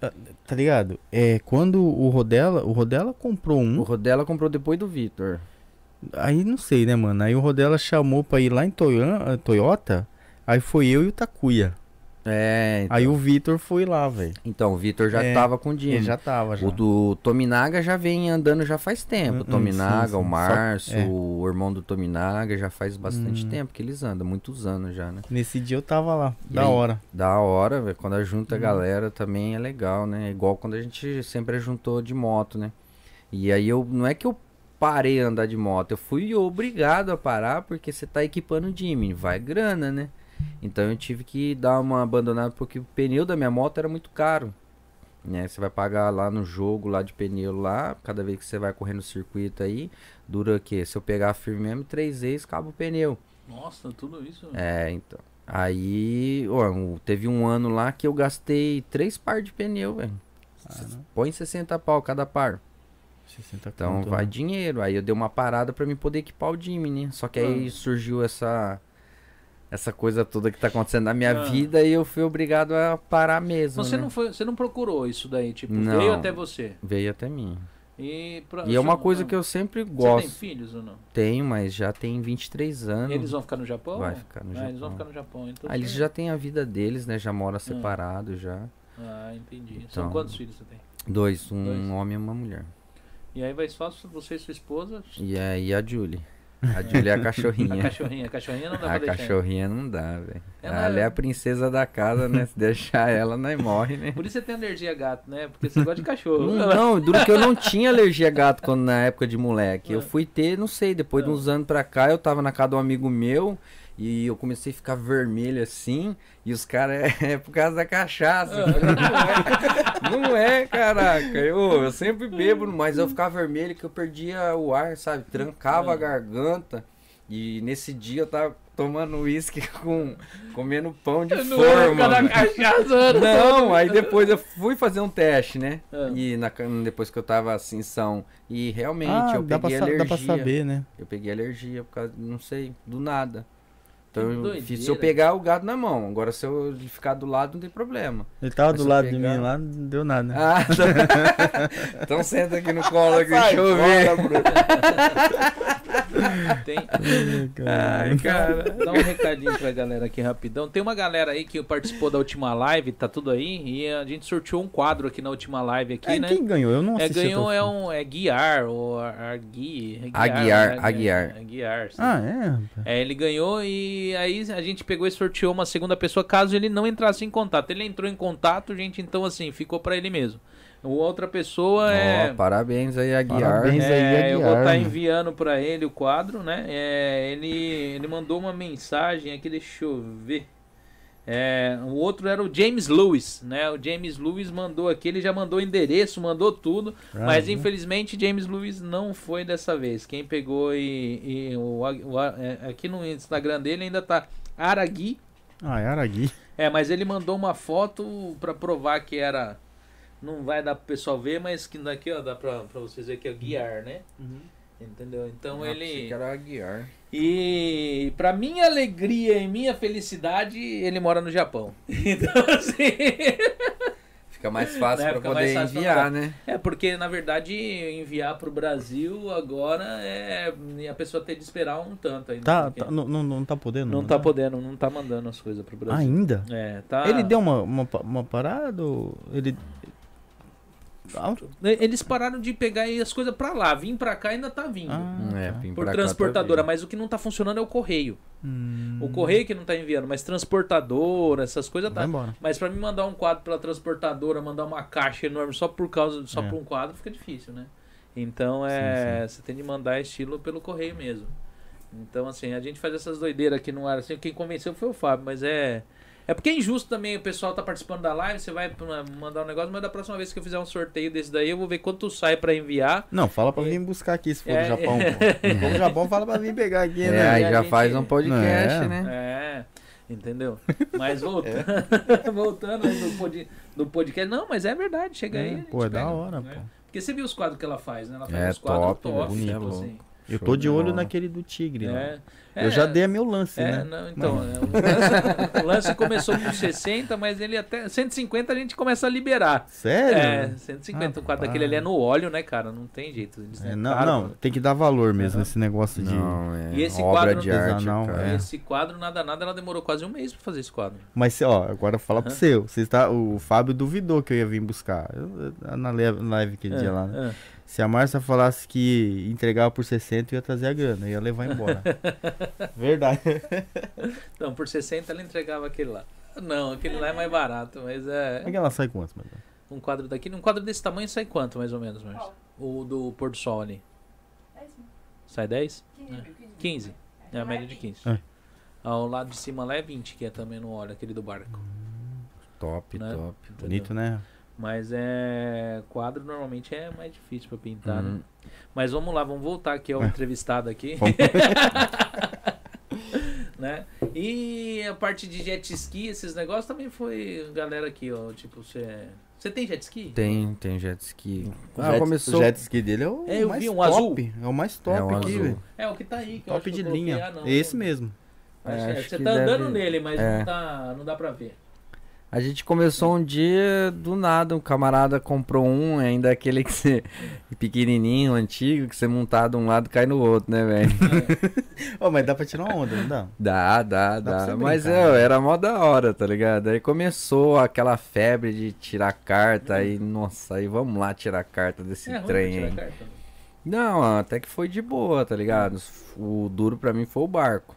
B: tá ligado? É, quando o Rodela, o Rodela comprou um,
C: O Rodela comprou depois do Vitor.
B: aí não sei, né, mano? Aí o Rodela chamou pra ir lá em Toyo- Toyota, aí foi eu e o Takuya.
C: É, então,
B: Aí o Vitor foi lá, velho.
C: então, o Vitor já
B: É,
C: tava com o Jimmy.
B: Ele já tava, já.
C: O do Tominaga já vem andando já faz tempo.
B: Hum,
C: o
B: hum,
C: Tominaga,
B: sim, sim.
C: o
B: Só-
C: Márcio,
B: é. Hum.
C: o irmão do Tominaga já faz bastante tempo que eles andam, muitos anos já, né?
B: Nesse dia eu tava lá,
C: E
B: da
C: aí?
B: hora.
C: Da hora, velho. Quando a junta a galera também é legal, né? É Igual quando a gente sempre juntou de moto, né? E aí eu não é que eu parei a andar de moto, eu fui obrigado a parar porque você tá equipando o Jimmy, vai grana, né? Então eu tive que dar uma abandonada porque o pneu da minha moto era muito caro. Né? Você vai pagar lá no jogo lá de pneu lá, cada vez que você vai correr no circuito aí, dura o quê? Se eu pegar firme mesmo, três vezes acaba o pneu.
A: Nossa, tudo isso.
C: É, então. Aí, ó, um- teve um ano lá que eu gastei três par de pneu, velho. S- Põe 60 pau cada par.
B: 60
C: Então
B: conto,
C: vai
B: né?
C: dinheiro. Aí eu dei uma parada pra mim poder equipar o Jimmy, né? Só que aí
A: Ah.
C: surgiu essa essa coisa toda que tá acontecendo na minha
A: Ah.
C: vida e eu fui obrigado a parar mesmo,
A: Você
C: né?
A: não foi, você não procurou isso daí, tipo,
C: Não.
A: veio até você.
C: Veio até mim.
A: E, pra-
C: E é uma
A: Ah, você- tá
C: coisa que eu sempre
A: Você tem
C: gosto.
A: filhos ou não?
C: Tenho, mas já tem 23 anos.
A: Eles vão ficar no Japão?
C: Vai ficar no
A: ah, Eles vão
C: Japão.
A: ficar no Japão, Ah. então.
C: Ah, eles
A: você-
C: já têm a vida deles, né? Já moram separados já.
A: Ah, entendi. São
C: Então.
A: quantos filhos você tem?
C: Dois, um
A: Dois.
C: homem e uma mulher.
A: E aí vai só você e sua esposa,
C: E aí a Julie. A Julie é a
A: a
C: cachorrinha.
A: cachorrinha. A cachorrinha não dá
C: A
A: pra deixar.
C: cachorrinha não dá, velho.
A: Ela-
C: Ela, é a princesa da casa, né? Se deixar ela, nós morre, né?
A: Por isso você tem alergia a gato, né? Porque você gosta de cachorro.
C: Não, não, duro que eu não tinha alergia a gato quando na época de moleque.
A: Ah.
C: Eu fui ter, não sei, depois de uns anos pra cá, eu tava na casa de um amigo meu e eu comecei a ficar vermelho assim. E os caras é, por causa da cachaça.
A: Ah.
C: Eu falei, não, é, não é, caraca. Eu, eu sempre bebo, mas eu ficava vermelho que eu perdia o ar, sabe? Trancava
A: Ah.
C: a garganta. E nesse dia eu tava tomando uísque com. comendo pão de
A: não é por
C: forma.
A: causa da cachaça.
C: Não, aí depois eu fui fazer um teste, né?
A: Ah.
C: E na ca- depois que eu tava assim, são. E realmente
B: Ah,
C: eu
B: dá pra,
C: peguei
B: sa-
C: alergia.
B: dá pra saber, né?
C: Eu peguei alergia por causa, não sei, do nada. Então
A: Que
C: eu fiz- se
A: doideira.
C: eu pegar o gado na mão, agora se eu ficar do lado não tem problema.
B: Ele tava
C: Mas
B: do
C: se
B: lado de
C: pegar-
B: mim lá, não deu nada. né?
C: Ah, tá. então senta aqui no colo aqui, deixa eu ver.
A: Tem,
B: É,
C: Ai, cara.
A: Dá um recadinho pra galera aqui rapidão. Tem uma galera aí que participou da última live, tá tudo aí. E a gente sorteou um quadro aqui na última live aqui,
B: É,
A: né?
B: Quem ganhou? Eu não
A: É,
B: assisti.
C: então?
A: ganhou
B: até o
A: é
B: fim.
A: um é Guiar ou Argui.
C: Aguiar,
A: né?
C: Aguiar.
A: Aguiar. sim.
B: Ah, é? rapaz.
A: É, ele ganhou e aí a gente pegou e sorteou uma segunda pessoa caso ele não entrasse em contato. Ele entrou em contato, gente, então assim, ficou pra ele mesmo. O outra pessoa é
C: Ó, parabéns aí, Aguiar.
B: Parabéns. Mas aí é
A: eu
B: Guiar,
A: vou estar
B: né?
A: enviando pra ele o quadro, né? É, ele, ele mandou uma mensagem aqui, deixa eu ver. É, o outro era o James Lewis, né? O James Lewis mandou aqui, ele já mandou o endereço, mandou tudo,
B: Ah,
A: mas
B: né?
A: infelizmente James Lewis não foi dessa vez. Quem pegou e, e o, o- é, aqui no Instagram dele ainda tá Aragui,
B: Ah, é Aragui.
A: é, mas ele mandou uma foto pra provar que era. Não vai dar pro pessoal ver, mas que daqui ó, dá pra, pra vocês verem que é guiar, né? Entendeu? Então
C: Ah, pensei
A: ele.
C: que era Aguiar.
A: E pra minha alegria e minha felicidade, ele mora no Japão. Então assim.
C: Fica mais fácil
A: Né,
C: pra
A: fica mais
C: poder
A: fácil pra
C: enviar,
A: mandar.
C: né?
A: É porque na verdade enviar pro Brasil agora é e a pessoa ter de esperar um tanto ainda.
B: Tá,
A: porque
B: tá- não, não, não tá podendo?
A: Não tá podendo, não tá mandando as coisas pro Brasil.
B: Ainda?
A: É, tá.
B: Ele deu uma, uma, pa- uma parada? ou Ele. Ah,
A: Eles pararam de pegar aí as coisas pra lá, vim pra cá ainda tá vindo.
B: ah,
C: É,
B: tá.
C: vim
A: Por
C: pra cá, tá
A: transportadora,
C: vindo.
A: mas o que não tá funcionando é o correio.
B: Hum,
C: é.
A: O correio que não tá enviando, mas transportadora, essas coisas tá.
B: Vai embora.
A: Mas pra mim mandar um quadro pela transportadora, mandar uma caixa enorme só por causa, só
B: É.
A: por um quadro, fica difícil, né? Então é, você tem de mandar estilo pelo correio mesmo. Então assim, a gente faz essas doideiras aqui no ar assim, quem convenceu foi o Fábio, mas é é porque é injusto também, o pessoal tá participando da live, você vai pra- mandar um negócio, mas da próxima vez que eu fizer um sorteio desse daí, eu vou ver quanto sai pra enviar.
B: Não, fala pra vir buscar aqui se for
A: É,
B: do Japão. pô. Se for do Japão, fala pra vir pegar aqui,
C: É,
B: né?
C: aí
A: E a
C: já
A: gente-
C: faz um podcast,
B: É.
C: né?
A: É. Entendeu? Mas voltando, voltando aí do, pod, do podcast. Não, mas é verdade, chega aí. a
D: É,
A: gente
D: pô, é da
A: pega,
D: hora,
A: né?
D: pô.
A: Porque você viu os quadros que ela faz, né? Ela faz
C: É,
A: os quadros
C: top,
A: top,
C: velho, bonito,
A: tipo
C: é louco.
A: assim.
D: Eu
C: Show
D: tô de olho
C: bola.
D: naquele do Tigre. né?
A: É.
D: Eu já
A: É,
D: dei meu lance,
A: é,
D: né?
A: não, então, é, o, lance, o lance começou com 60, mas ele até 150 a gente começa a liberar.
D: Sério?
A: É, 150, o
D: Ah,
A: quadro daquele
D: pá.
A: ali é no óleo, né, cara? Não tem jeito. eles né?
D: É, não,
A: tentaram,
D: não, tem que dar valor mesmo esse negócio de.
C: Não, é
A: E esse
C: obra
A: quadro
C: de arte,
D: artesanal,
C: cara.
A: E
D: é.
A: Esse quadro, nada, nada, ela demorou quase um mês pra fazer esse quadro.
D: Mas, ó, agora fala pro
A: Aham.
D: seu. Você está, o Fábio duvidou que eu ia vir buscar. Eu- eu- na live, na live aquele dia lá, né?
A: É, é.
D: Se a Márcia falasse que entregava por 60, eu ia trazer a grana, eu ia levar embora. Verdade.
A: É. Então, por 60 ela entregava aquele lá. Não, aquele lá é mais barato, mas
D: Como é
A: é.
D: que ela sai com quantos, mano?
A: Um quadro daqui. Um quadro desse tamanho sai quanto, mais ou menos, Márcio? O do Pôr do Sol ali. Sai 10? 15. É a média de 15.
D: É.
A: Ao lado de cima lá é 20, que é também no óleo, aquele do barco.
C: Top,
A: Né?
C: top.
A: entendeu?
D: Bonito, né?
A: Mas é. Quadro normalmente é mais difícil pra pintar, né?
C: Uhum.
A: Mas vamos lá, vamos voltar aqui ao entrevistado aqui.
D: Vamos.
A: né? E a parte de jet ski, esses negócios também foi galera aqui, ó, tipo, você você tem jet ski?
C: Tem, tem jet ski.
D: O
C: Ah,
D: jet-
C: começou.
D: O jet ski dele é o
A: É, eu
D: mais
A: vi um
D: top.
A: azul.
D: É o mais top
C: É um
D: aqui,
C: azul.
D: velho.
A: É, o que tá aí, que eu acho
D: Top
A: que
D: de
A: eu coloquei.
D: linha.
A: Ah, não,
D: Esse
A: não.
D: mesmo.
A: Acho
C: É,
A: que é,
C: acho
A: você
C: que
A: tá
C: deve-
A: andando nele, mas
C: é.
A: não, tá, não dá pra ver.
C: A gente começou um dia do nada, um camarada comprou um, ainda aquele que você pequenininho, um antigo, que você montar de um lado cai no outro, né, velho?
D: Ó, mas dá pra tirar uma onda, não dá?
C: Dá, dá,
D: Dá pra
C: dá.
D: você
C: Mas
D: brincar,
C: é,
D: né?
C: era mó da hora, tá ligado? Aí começou aquela febre de tirar carta, aí, nossa, aí vamos lá tirar carta desse
A: é ruim pra
C: trem.
A: tirar
C: aí.
A: carta.
C: Não, até que foi de boa, tá ligado? O duro pra mim foi o barco.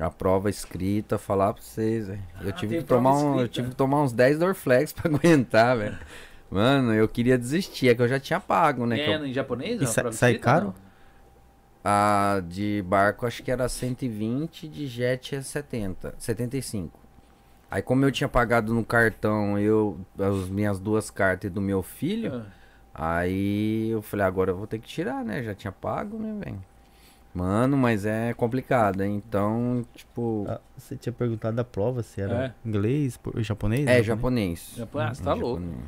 C: A prova escrita, falar pra vocês, velho. Eu
A: Ah,
C: tive
A: teve
C: que tomar
A: prova
C: um, eu
A: escrita.
C: tive que tomar uns 10 Dorflex pra aguentar, velho. Mano, eu queria desistir, é que eu já tinha pago, né? que
A: É,
C: eu-
A: em japonês?
D: E
A: ó,
D: sa-
A: pra
D: sai
A: visita,
D: caro?
A: não?
C: a de barco acho que era 120, de jet é 70, 75. Aí como eu tinha pagado no cartão, eu as minhas duas cartas e do meu filho,
A: Ah.
C: Aí eu falei, agora eu vou ter que tirar, né? Já tinha pago, né, velho? Mano, mas é complicado, hein? Então, tipo.
D: Ah, Você tinha perguntado da prova se era
A: É.
D: inglês, por- japonês?
C: é
D: né?
C: japonês.
A: Japo- Ah, você tá
C: É
A: louco.
C: japonês.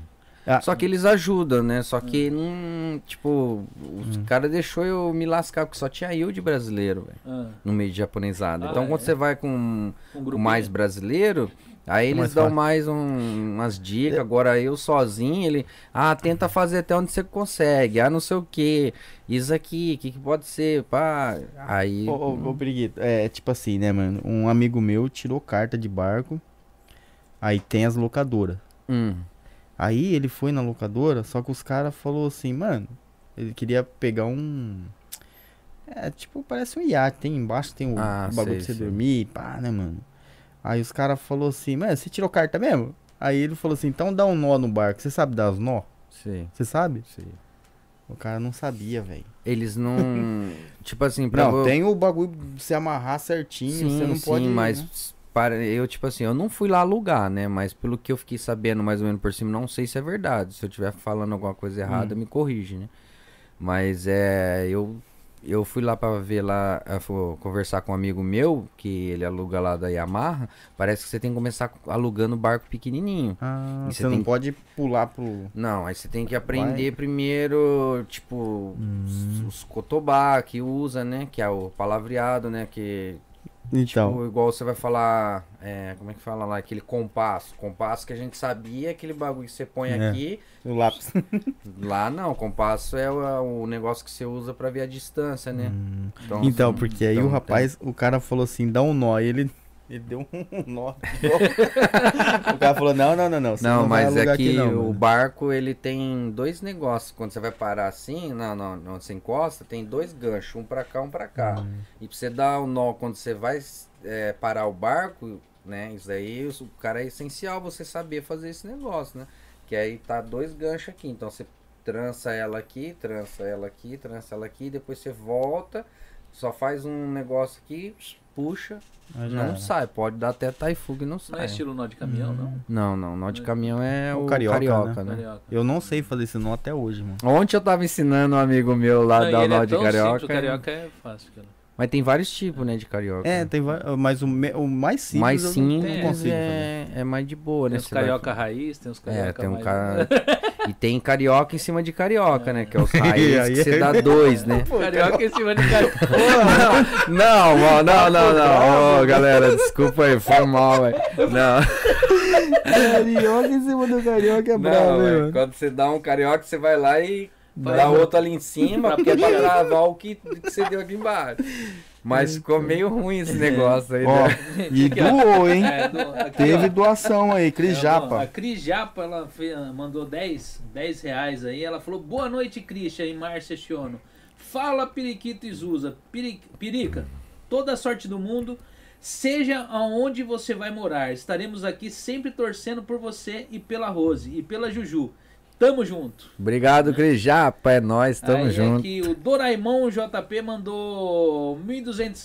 D: Ah.
C: Só que eles ajudam, né? Só que, hum, tipo,
D: Hum.
C: os cara deixou eu me lascar, porque só tinha eu de brasileiro, velho,
A: Ah,
C: no meio de japonesada.
A: Ah,
C: então,
A: é?
C: quando você vai com
A: um
C: o
A: grupo
C: mais brasileiro, aí eles
D: É mais
C: dão
D: fácil.
C: mais um- umas dicas. Agora eu sozinho, ele. Ah, tenta fazer até onde você consegue. Ah, não sei o que. Isso aqui, o que, que pode ser? Pá. Aí.
D: Ô, ô, ô, Briguito, é tipo assim, né, mano? Um amigo meu tirou carta de barco, aí tem as locadoras.
C: hum,
D: Aí ele foi na locadora, só que os caras falou assim, mano, ele queria pegar um. É, tipo, parece um iate, tem embaixo, tem o
C: Ah,
D: o bagulho
C: sei,
D: pra você
C: sei.
D: dormir, pá, né, mano? Aí os caras falou assim, mano, você tirou carta mesmo? Aí ele falou assim, então dá um nó no barco, você sabe dar os nó?
C: sei,
D: Você sabe?
C: sei.
D: O cara não sabia, velho.
C: Eles não. tipo assim, pra
D: Não,
C: vo-
D: tem o bagulho de você amarrar certinho,
C: Sim,
D: você não
C: sim,
D: pode.
C: mas
D: né?
C: para eu tipo assim, eu não fui lá alugar, né? Mas pelo que eu fiquei sabendo mais ou menos por cima, não sei se é verdade. Se eu estiver falando alguma coisa errada,
D: Hum.
C: me corrige, né? Mas é, eu eu fui lá pra ver lá, eu fui conversar com um amigo meu que ele aluga lá da Yamaha. Parece que você tem que começar alugando barco pequenininho.
D: Ah,
C: E
D: você
C: você
D: não
C: tem-
D: pode pular pro.
C: Não, aí você tem que aprender primeiro, tipo,
D: Hum.
C: os, os cotobá que usa, né? Que é o palavreado, né? Que
D: Então.
C: ou igual você vai falar, é, como é que fala lá, aquele compasso. Compasso que a gente sabia, aquele bagulho que você põe
D: É.
C: aqui.
D: o lápis.
C: Lá não, compasso é o, o negócio que você usa pra ver a distância, né?
D: Então, porque aí
C: então
D: o rapaz, o cara falou assim, dá um nó. E ele, ele deu um nó. o cara falou, não, não, não, não. você
C: Não,
D: vai
C: mas
D: alugar
C: é que
D: não,
C: o
D: mano."
C: barco, ele tem dois negócios. Quando você vai parar assim, não, não, onde você encosta, tem dois ganchos, um pra cá, um pra
D: Hum.
C: cá. E pra você dar o nó quando você vai é, parar o barco, né? Isso daí, o cara é essencial você saber fazer esse negócio, né? Que aí tá dois ganchos aqui. Então você trança ela aqui, trança ela aqui, trança ela aqui, depois você volta, só faz um negócio aqui, puxa,
D: Aí já
C: não
D: era.
C: sai. Pode dar até taifuga e não
A: Não é
C: sai.
A: estilo nó de caminhão, não?
C: Não, não. Nó de caminhão é
D: O
C: o
D: carioca,
C: carioca,
D: né?
C: Hum, né?
A: Carioca.
D: Eu não sei fazer esse nó até hoje, mano.
C: Ontem eu tava ensinando um amigo meu lá
A: Não, e
C: da
A: ele
C: nó
A: é
C: de
A: tão simples,
C: carioca.
A: o carioca é fácil, cara.
C: Mas tem vários tipos, né, de carioca.
B: É, tem va- mas o, me- o mais simples
C: mais
B: eu não-
C: simples
B: não consigo fazer.
C: é, é mais de boa,
A: Tem
C: né?
A: os
C: Você vai-
A: carioca raiz, tem os carioca
C: É, tem um
A: mais- né?
C: cara. e tem carioca em cima de carioca, né? Que é os raiz
B: Aí
C: que você
B: é-
C: dá dois, né?
A: Carioca em cima de carioca.
C: Não, mal, não, não, não. Ô, galera, desculpa aí, foi mal, velho. Não.
D: um
B: Carioca em cima do carioca é
C: Não,
B: brabo, hein,
C: velho.
B: mano.
C: Quando você dá um carioca, você vai lá e
A: Vai.
C: dá outro ali em cima,
A: um Pra
C: porque é pra
A: puxar.
C: gravar o que, que você deu aqui embaixo. Mas ficou meio ruim esse negócio aí,
B: Ó,
C: né?
B: e doou, hein?
A: É, do- aqui,
B: Teve
A: ó.
B: doação aí,
A: É,
B: Cris
A: bom, A
B: Japa.
A: Cris Japa, ela fe- mandou 10, 10 reais aí. Ela falou, boa noite, Christian e Márcia Chiono. Fala, Periquito Izusa. Peri- Pirica, toda a sorte do mundo, seja aonde você vai morar. Estaremos aqui sempre torcendo por você e pela Rose e pela Juju. Tamo junto.
C: Obrigado, Cris Japa, é nóis, tamo
A: aí
C: junto.
A: É que o Doraemon JP mandou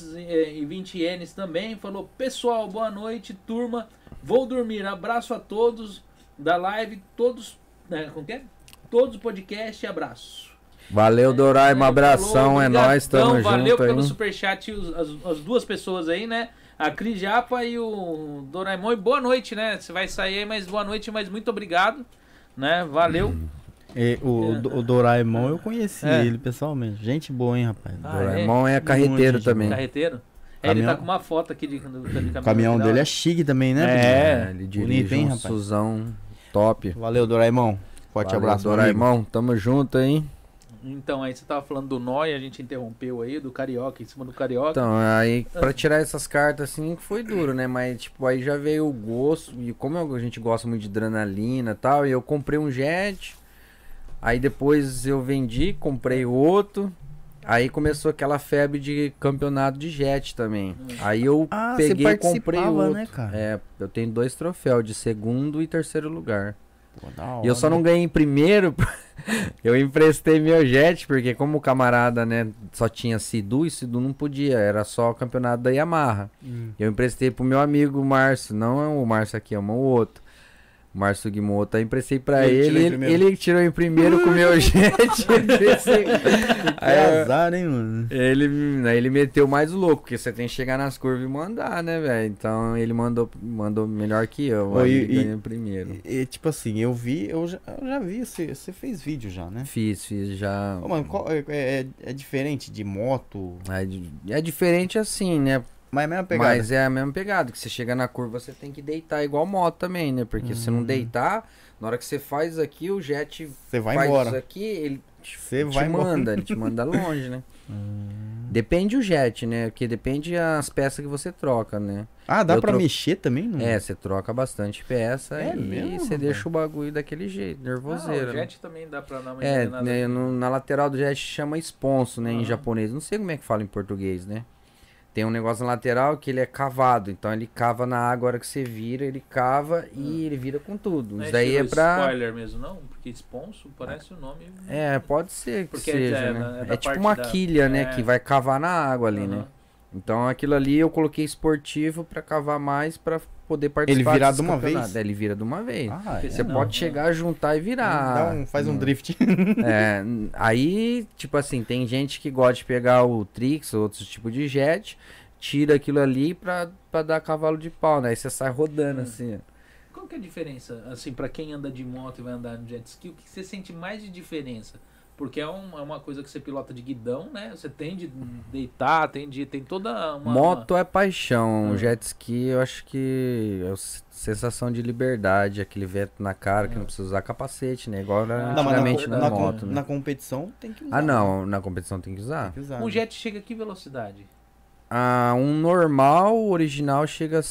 A: 1.220 ienes também. Falou, pessoal, boa noite, turma. Vou dormir. Abraço a todos da live, todos. Né, como que é? Todos do podcast, abraço.
C: Valeu, Doraima, um abração,
A: Falou,
C: é nóis, tamo
A: obrigadão, Valeu
C: junto aí.
A: pelo superchat, os- as, as duas pessoas aí, né? A Cris Japa e o Doraemon. E boa noite, né? Você vai sair aí, mas boa noite, mas muito obrigado. Né? Valeu.
B: E
C: É.
B: o, o, o Doraemon eu conheci
A: É.
B: ele pessoalmente. Gente boa, hein, rapaz.
A: Ah,
C: Doraemon é carreteiro
B: Muito,
C: também.
A: Carreteiro? É, ele
B: Caminhão-
A: tá com uma foto aqui de, do, do caminhão.
B: O caminhão
A: que da
B: dele é
A: hora.
B: chique também, né?
A: É.
B: Pedrinho?
C: ele
B: bonito,
C: dirige
B: hein,
C: um
B: rapaz?
C: Suzão top.
B: Valeu, Doraemon. Forte
C: Valeu,
B: abraço, meu amigo.
C: Doraemon, tamo junto, hein?
A: Então, aí você tava falando do Noi, a gente interrompeu aí, do Carioca, em cima do Carioca. Ah,
C: Então, aí pra tirar essas cartas assim foi duro, né? Mas tipo, aí já veio o gosto e como a gente gosta muito de adrenalina e tal, e eu comprei um jet. Aí depois eu vendi, comprei outro. Aí começou aquela febre de campeonato de jet também. Aí eu
B: Ah, você
C: peguei e comprei
B: participava,
C: outro.
B: né, cara?
C: É, eu tenho dois troféus de segundo e terceiro lugar.
B: Pô, da
C: E eu
B: hora.
C: só não ganhei em primeiro. eu emprestei meu jet, porque como o camarada, né, só tinha Sidu e Sidu não podia, era só o campeonato da Yamaha.
B: Hum.
C: Eu emprestei pro meu amigo Márcio, não é o Márcio aqui, é o outro. Márcio Guimota, eu emprestei pra
B: Ele
C: ele,
B: tirou em
C: ele,
B: primeiro.
C: ele tirou em primeiro com o meu jet. eu emprestei.
B: Que
C: Aí eu-
B: azar, hein, mano?
C: ele, aí ele meteu mais louco, porque você tem que chegar nas curvas e mandar, né, velho? Então ele mandou, mandou melhor que eu.
B: Ô,
C: aí
B: e-
C: ele
B: e-
C: ganhou em primeiro.
B: E, tipo assim, eu vi, eu já, eu já vi, você, você fez vídeo já, né?
C: Fiz, fiz já.
B: Ô, mano, qual- é, é- é diferente de moto,
C: É, di- é diferente assim, né?
B: mas é a mesma pegada.
C: Mas é a mesma pegada, que você chega na curva, você tem que deitar igual moto também, né? Porque se
B: Hum.
C: não deitar, na hora que você faz aqui, o jet
B: Você vai
C: faz
B: embora.
C: isso aqui, ele te,
B: Você
C: te
B: vai embora. Hum.
C: manda, ele te manda longe, né? Depende o jet, né? Porque depende as peças que você troca, né?
B: Ah, dá
C: Eu
B: pra
C: tro-
B: mexer também? Não?
A: Hum.
C: É, você troca bastante peça
B: É
C: e
B: mesmo,
C: você
B: rapaz?
C: deixa o bagulho daquele jeito,
A: ah, o
C: nervoseira. né?
A: Jet também dá pra dar uma
C: É,
A: enganada.
C: né, no- na lateral do jet chama esponso, né,
A: Aham.
C: em japonês. Não sei como é que fala em português, né? Tem um negócio na lateral que ele é cavado, então ele cava na água, a hora que você vira, ele cava
A: Ah.
C: e ele vira com tudo.
A: Não
C: Isso daí é
A: estilo
C: pra...
A: spoiler mesmo, não? Porque sponsor parece o nome.
C: É, pode ser que
A: Porque é-
C: seja,
A: é, né,
C: né?
A: é
C: É,
A: da
C: tipo
A: parte
C: uma
A: da-
C: quilha, né,
A: é.
C: que vai cavar na água ali, né?
A: Aham.
C: Então aquilo ali eu coloquei esportivo pra cavar mais, pra poder participar
B: virar
C: desses
B: de uma
C: campeonatos.
B: vez?
C: É, ele vira de uma vez.
B: Ah, é.
C: Você
A: Não,
C: pode
A: não.
C: chegar, juntar e virar.
B: Dá um- faz um
C: Não.
B: drift.
C: É, n- aí, tipo assim, tem gente que gosta de pegar o Trix, outros tipo de jet, tira aquilo ali pra, pra dar cavalo de pau, né? Aí você sai
A: Hum.
C: rodando assim. ó.
A: Qual que é a diferença, assim, pra quem anda de moto e vai andar no jet ski, o que você sente mais de diferença? Porque é, um- é uma coisa que você pilota de guidão, né? Você tem de deitar, tem de. Tem toda uma.
C: Moto é paixão,
A: Ah.
C: jet ski eu acho que é a s- sensação de liberdade, aquele vento na cara
A: É.
C: que não precisa usar capacete, né? Igual
A: Não,
C: era
B: Não, mas
C: antigamente
B: na,
C: na,
B: na-
C: moto,
B: na
C: né?
B: competição tem que usar.
C: Ah, não, na competição tem que usar.
B: Tem que usar. né?
A: Uma... Um jet chega a que velocidade?
C: Ah, um normal, o original chega a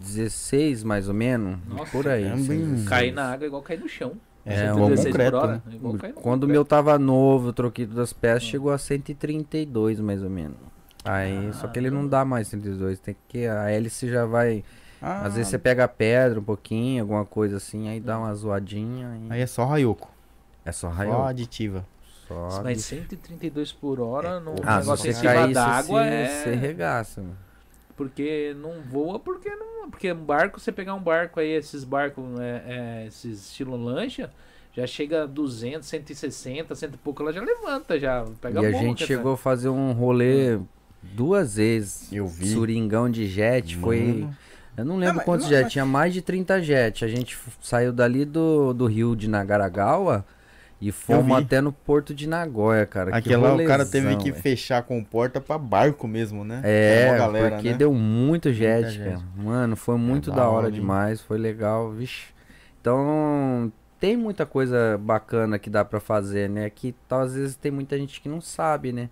C: 116 mais ou menos,
A: Nossa,
C: por aí.
B: caramba, hein?
C: 116.
A: Cair na água é igual cair no chão.
B: É,
C: É,
B: igual
A: 116
B: concreto,
A: por hora,
B: né?
A: é igual cair no
C: Hum, Quando o
A: concreto.
C: meu tava novo, eu troquei todas as peças, chegou a 132 mais ou menos. Aí, só que ele não dá mais 102, tem que a hélice já vai,
B: Ah,
C: às vezes você pega a pedra um pouquinho, alguma coisa assim, aí dá uma zoadinha e
B: Aí é só raioco.
C: é só
B: Só
C: raio.
B: aditiva.
C: Só
A: Mas 132 por hora num
B: Ah,
C: ah, se
A: negócio
C: você
A: em
B: você
A: cima
C: cair,
A: d'água
C: você,
A: é.
C: você regaça. né? mano.
A: Porque não voa, porque não. Porque um barco, você pegar um barco aí, esses barcos, é, é, esses estilo lancha, já chega a 200, 160, cento e pouco, ela já levanta, já pega
C: e a
A: bom,
C: gente
A: cara.
C: chegou a fazer um rolê duas vezes.
E: Eu vi.
C: Suringão de jet, É, foi.
E: Mano.
C: Eu não
E: Ah,
C: lembro
E: mas-
C: quantos
E: não,
C: jets,
E: mas-
C: tinha mais de 30 jets. A gente f- saiu dali do, do rio de Nagaragawa e fomos
B: vi.
C: até no porto de Nagoya, cara. Que
B: Aquela o cara teve
C: rolezão,
B: que
C: velho.
B: fechar a comporta pra barco mesmo, né?
C: É,
B: Uma galera,
C: porque
B: né?
C: deu muito jet,
B: Muita
C: cara.
B: gente.
C: Mano, foi muito
B: da
C: da hora
B: hora, hein?
C: demais, foi legal, vixe. Então, tem muita coisa bacana que dá pra fazer, né? Que tal, às vezes tem muita gente que não sabe, né?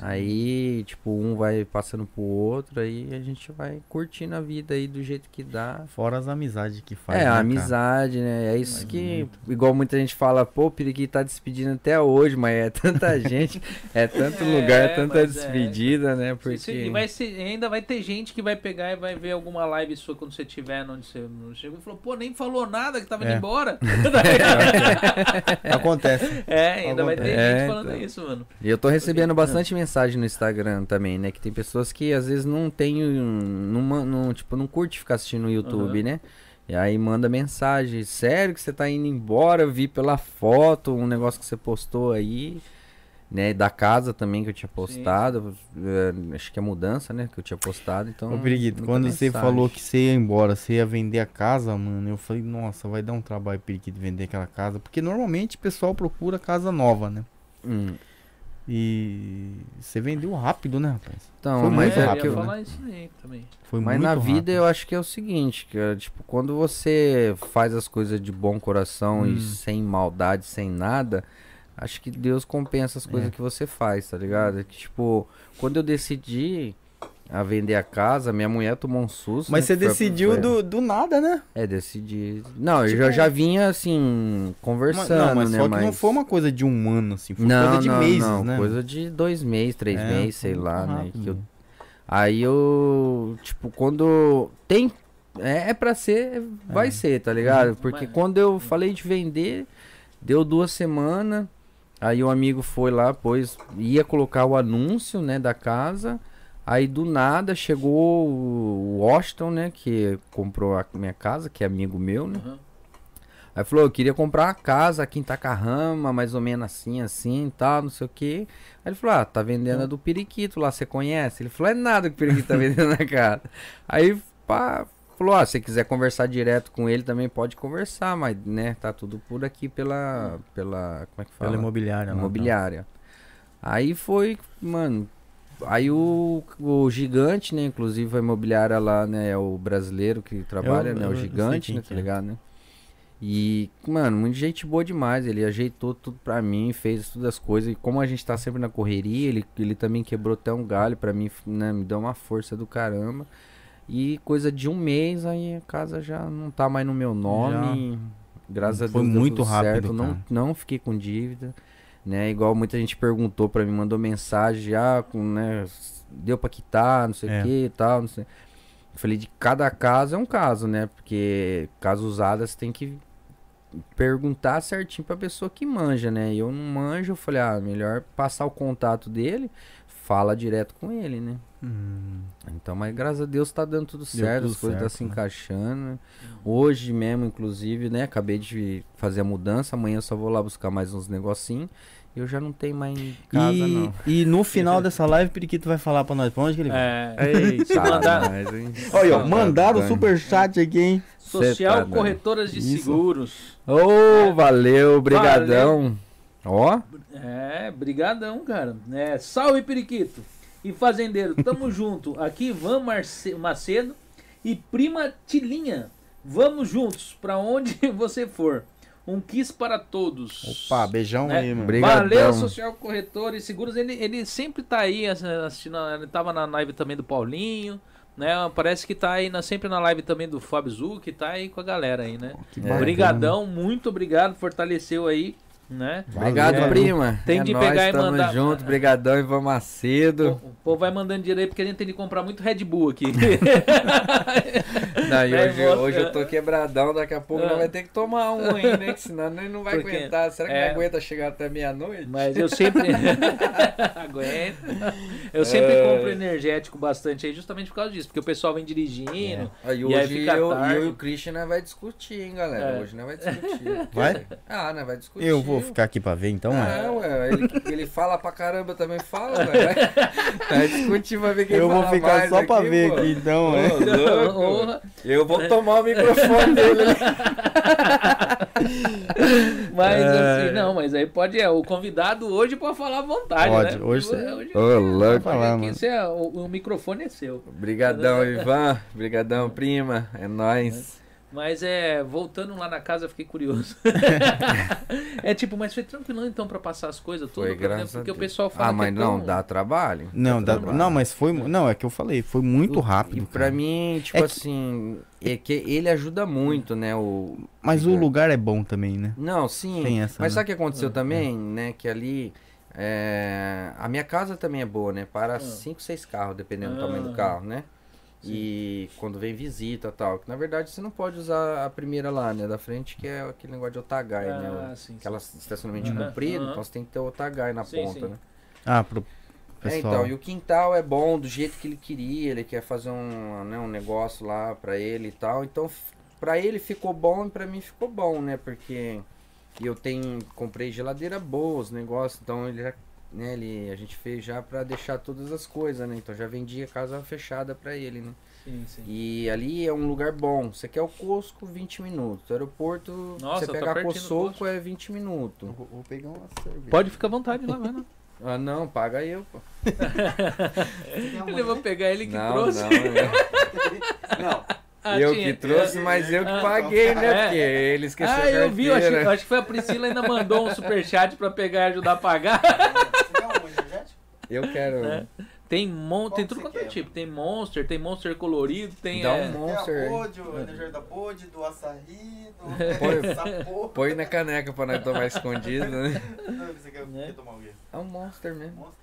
C: Aí, tipo, um vai passando pro outro, aí a gente vai curtindo a vida aí do jeito que dá.
B: Fora as amizades que faz.
C: é,
B: né,
C: a
B: cara?
C: amizade, né? É isso que, igual muita gente fala, pô, o Piriqui tá despedindo até hoje, mas é tanta gente, é tanto
A: É,
C: lugar, tanta
A: mas é.
C: despedida, né? Porque...
A: Isso- E vai ser- ainda vai ter gente que vai pegar e vai ver alguma live sua quando você tiver onde você não chegou e falou, pô, nem falou nada que tava indo
B: É.
A: embora.
B: Acontece.
A: é, ainda vai ter
C: É,
A: gente falando
C: então.
A: isso, mano.
C: E eu tô recebendo bastante mensagem no Instagram também, né? Que tem pessoas que às vezes não tem. um- Não, man- não, tipo, não curte ficar assistindo no YouTube,
A: Aham.
C: né? E aí manda mensagem, sério que você tá indo embora, eu vi pela foto, um negócio que você postou aí, né? Da casa também que eu tinha postado. eh, Acho que é mudança, né? Que eu tinha postado, então.
B: Ô, Periquito,
C: muita
B: quando você
C: mensagem.
B: falou que você ia embora, você ia vender a casa, mano, eu falei, nossa, vai dar um trabalho, Periquito, vender aquela casa. Porque normalmente o pessoal procura casa nova, né?
C: Hum,
B: E você vendeu rápido, né, rapaz?
C: Então,
B: Foi
C: mas
A: é,
C: é
B: muito
A: eu ia
C: que
B: rápido, né?
C: eu-
A: falar isso aí também.
B: Foi
C: Mas
B: muito
C: na
B: rápido.
C: vida eu acho que é o seguinte, cara, tipo, quando você faz as coisas de bom coração
B: Hum.
C: e sem maldade, sem nada, acho que Deus compensa as
B: É.
C: coisas que você faz, tá ligado? É que, tipo, quando eu decidi a vender a casa, minha mulher tomou um susto.
B: Mas
C: né,
B: você
C: que foi-
B: decidiu
C: foi-
B: do, do nada, né?
C: É, decidi. Não, eu
B: Tipo-
C: já, já vinha assim,
B: Mas-
C: conversando,
B: não, mas
C: né?
B: só que
C: mas...
B: não foi uma coisa de um ano, assim, foi
C: Não,
B: coisa de
C: não,
B: meses,
C: não,
B: né?
C: Coisa de dois meses, três
B: É,
C: meses, sei
B: foi
C: lá,
B: muito
C: né?
B: rápido.
C: que eu- Aí eu, tipo, quando tem. É, é pra ser, é- vai ser, tá ligado? Porque
A: Mas-
C: quando eu falei de vender, deu duas semanas. Aí um amigo foi lá, pois ia colocar o anúncio, né, da casa. Aí do nada chegou o Washington, né, que comprou a minha casa, que é amigo meu, né?
A: Aham.
C: Aí falou, eu queria comprar uma casa aqui em Tacarrama, mais ou menos assim, assim, tal, não sei o que. Aí ele falou, ah, tá vendendo a do Periquito lá, você conhece? Ele falou, é nada que o Periquito tá vendendo na casa. Aí, pá, falou, ah, se você quiser conversar direto com ele também pode conversar, mas, né, tá tudo por aqui pela, pela, como é que fala?
B: Pela imobiliária. lá, tá?
C: imobiliária. Aí foi, mano. Aí o, o gigante, né? Inclusive a imobiliária lá, né? É o brasileiro que trabalha,
B: Eu-
C: né?
B: eu-
C: O
B: eu sei
C: gigante,
B: quem
C: né?
B: que
C: Tá
B: é.
C: ligado, né? E, mano, muita gente boa demais. Ele ajeitou tudo pra mim, fez todas as coisas. E como a gente tá sempre na correria, ele, ele também quebrou até um galho pra mim, né? Me deu uma força do caramba. E coisa de um mês, aí a casa já não tá mais no meu nome. Graças a Deus.
B: Foi
C: deu
B: muito
C: tudo
B: rápido,
C: certo. Não,
B: cara.
C: não fiquei com dívida. Né? Igual muita gente perguntou pra mim, mandou mensagem já, com, né? Deu pra quitar, não sei o
B: É.
C: que e tal, não sei. Eu falei de cada caso é um caso, né? Porque caso usado você tem que perguntar certinho pra pessoa que manja, né? E eu não manjo, eu falei, ah, melhor passar o contato dele, fala direto com ele, né?
B: Hum,
C: Então, mas graças a Deus tá dando tudo certo,
B: tudo
C: as coisas
B: certo,
C: tá se
B: né?
C: encaixando. né? Hoje mesmo, inclusive, né? Acabei de fazer a mudança, amanhã eu só vou lá buscar mais uns negocinhos. Eu já não tenho mais em casa,
B: e,
C: não.
B: e no final dessa live, o Periquito vai falar pra nós pra onde que ele vai.
A: É,
C: Tá,
A: mandar-
C: mas, hein?
B: Olha, ó,
C: Tá
B: mandaram o
C: dando.
B: superchat aqui, hein?
A: Social
C: Cê tá dando.
A: Corretoras de
B: Isso.
A: Seguros.
C: Ô, valeu, brigadão. Ó,
A: É, brigadão, cara. É, salve, Periquito. E fazendeiro, tamo junto. Aqui, Van Marce- Macedo e prima Tilinha. Vamos juntos, pra onde você for. Um kiss para todos.
B: Opa, beijão
C: É.
A: Né?
B: aí, mano.
C: Obrigado. Brigadão.
A: Valeu, Social Corretor e Seguros. Ele, ele sempre tá aí ass- assistindo. Ele tava na live também do Paulinho. Né? Parece que tá aí na- sempre na live também do Fábio Zuc, tá aí com a galera aí, né?
D: É,
B: Que
A: Obrigadão, muito obrigado, fortaleceu aí né?
C: Obrigado,
A: Valeu.
C: prima.
A: Tem
C: é
A: de
C: nóis,
A: pegar e
C: tamo
A: mandar-
C: junto, brigadão, Ivan Macedo.
A: O povo vai mandando direito porque a gente tem de comprar muito Red Bull aqui.
C: Não, e
A: Vai
C: hoje, hoje
A: mostrar.
C: eu tô quebradão, daqui a pouco
A: Ah.
C: nós vai ter que tomar um aí, né? Que senão nós não vai
A: Porque-
C: aguentar. Será que
A: é.
C: não aguenta chegar até meia-noite?
A: Mas eu sempre. Aguento. Eu sempre compro energético bastante aí justamente por causa disso. Porque o pessoal vem dirigindo.
C: Aí
A: E
C: hoje
A: aí fica
C: eu,
A: tarde.
C: eu e o Christian nós vai discutir, hein, galera.
A: É.
C: Hoje nós vai discutir.
B: Vai?
C: Ah, nós vai discutir.
B: Eu vou ficar aqui pra ver então, mano.
C: Ah, ué, ele, ele fala pra caramba também, fala, velho. Vai discutir pra ver quem
B: Eu vou
C: fala
B: ficar
C: mais
B: só pra
C: aqui,
B: ver
C: pô.
B: aqui então, é.
C: Ô, louco.
A: Porra.
C: Eu vou tomar o microfone dele.
A: Mas
B: É.
A: assim, não, mas aí pode. É, o convidado hoje pode falar à vontade,
B: Pode,
A: né?
B: hoje
A: Porque
B: você-
A: hoje,
C: Ô, louco.
A: Porque
B: Falar,
A: aqui
B: mano.
A: você é- o, o microfone é seu.
C: Obrigadão, Ivan. Obrigadão, prima. É nóis.
A: Mas é, voltando lá na casa, eu fiquei curioso. é tipo, mas foi tranquilo então pra passar as coisas tudo,
C: Foi
A: por exemplo,
C: graças a
A: porque o
C: Deus.
A: pessoal fala.
C: Ah,
A: que
C: mas
A: é
C: não,
A: tão-
C: dá trabalho.
B: Não, dá-
C: trabalho.
B: não, mas foi. mu- Não, é que eu falei, foi muito
C: E
B: rápido.
C: pra
B: cara.
C: mim, tipo
B: É que-
C: assim, é que ele ajuda muito, né? O...
B: Mas o lugar é bom também, né?
C: Não, sim.
B: Tem essa,
C: mas
B: né?
C: sabe o que aconteceu também, né? Que ali. é, A minha casa também é boa, né? Para cinco seis carros, dependendo do tamanho do
A: Ah.
C: carro, né? E quando vem visita e tal. Que na verdade você não pode usar a primeira lá, né? Da frente, que é aquele negócio de otagai, né?
A: Ah,
C: o-
A: sim, sim.
C: Aquelas estacionamento
A: Aham,
C: comprido,
A: aham.
C: então você tem que ter o otagai na
A: Sim,
C: ponta,
A: sim.
C: né?
B: Ah, pro
C: É,
B: pessoal.
C: então, e o quintal é bom do jeito que ele queria, ele quer fazer um, né, um negócio lá pra ele e tal. Então, f- pra ele ficou bom e pra mim ficou bom, né? Porque eu tenho comprei geladeira boa, os negócios, então ele já, né, ele a gente fez já pra deixar todas as coisas, né? Então já vendi a casa fechada pra ele, né?
A: Sim, sim.
C: E ali é um lugar bom. Você quer o Cosco 20 minutos. O aeroporto,
A: Nossa,
C: você
A: tá
C: pegar
A: pertinho do
C: Cossoco
A: Cosco.
C: é 20 minutos.
B: vou, pegar uma cerveja.
A: Pode ficar à vontade lá, vai lá.
C: Ah, não, paga eu, pô.
A: Ele vai pegar ele que
C: não,
A: trouxe.
C: não, é.
B: Não.
A: Ah,
C: eu
A: tinha.
C: que trouxe, mas eu que
A: Ah,
C: paguei, né?
A: é.
C: Porque ele esqueceu
A: Ah, eu
C: a
A: vi, eu acho,
C: carteira.
A: eu acho que foi a Priscila ainda mandou um superchat pra pegar e ajudar a pagar.
C: Eu quero.
A: É. Tem, mon...
E: Qual
A: tem
E: que
A: tudo
E: você
A: quanto é
E: quer?
A: tipo, tem Monster, tem Monster colorido, tem.
C: Dá
A: é,
C: um
E: Monster.
C: monster.
E: Tem a
C: aí.
E: Bode, o energia da Bode, do açaí, do
C: Põe-
E: sapô.
C: Põe na caneca pra nós tomar escondido, né?
E: Não, Você quer,
A: Né?
E: quer tomar o quê?
C: É um monster mesmo.
E: Monster?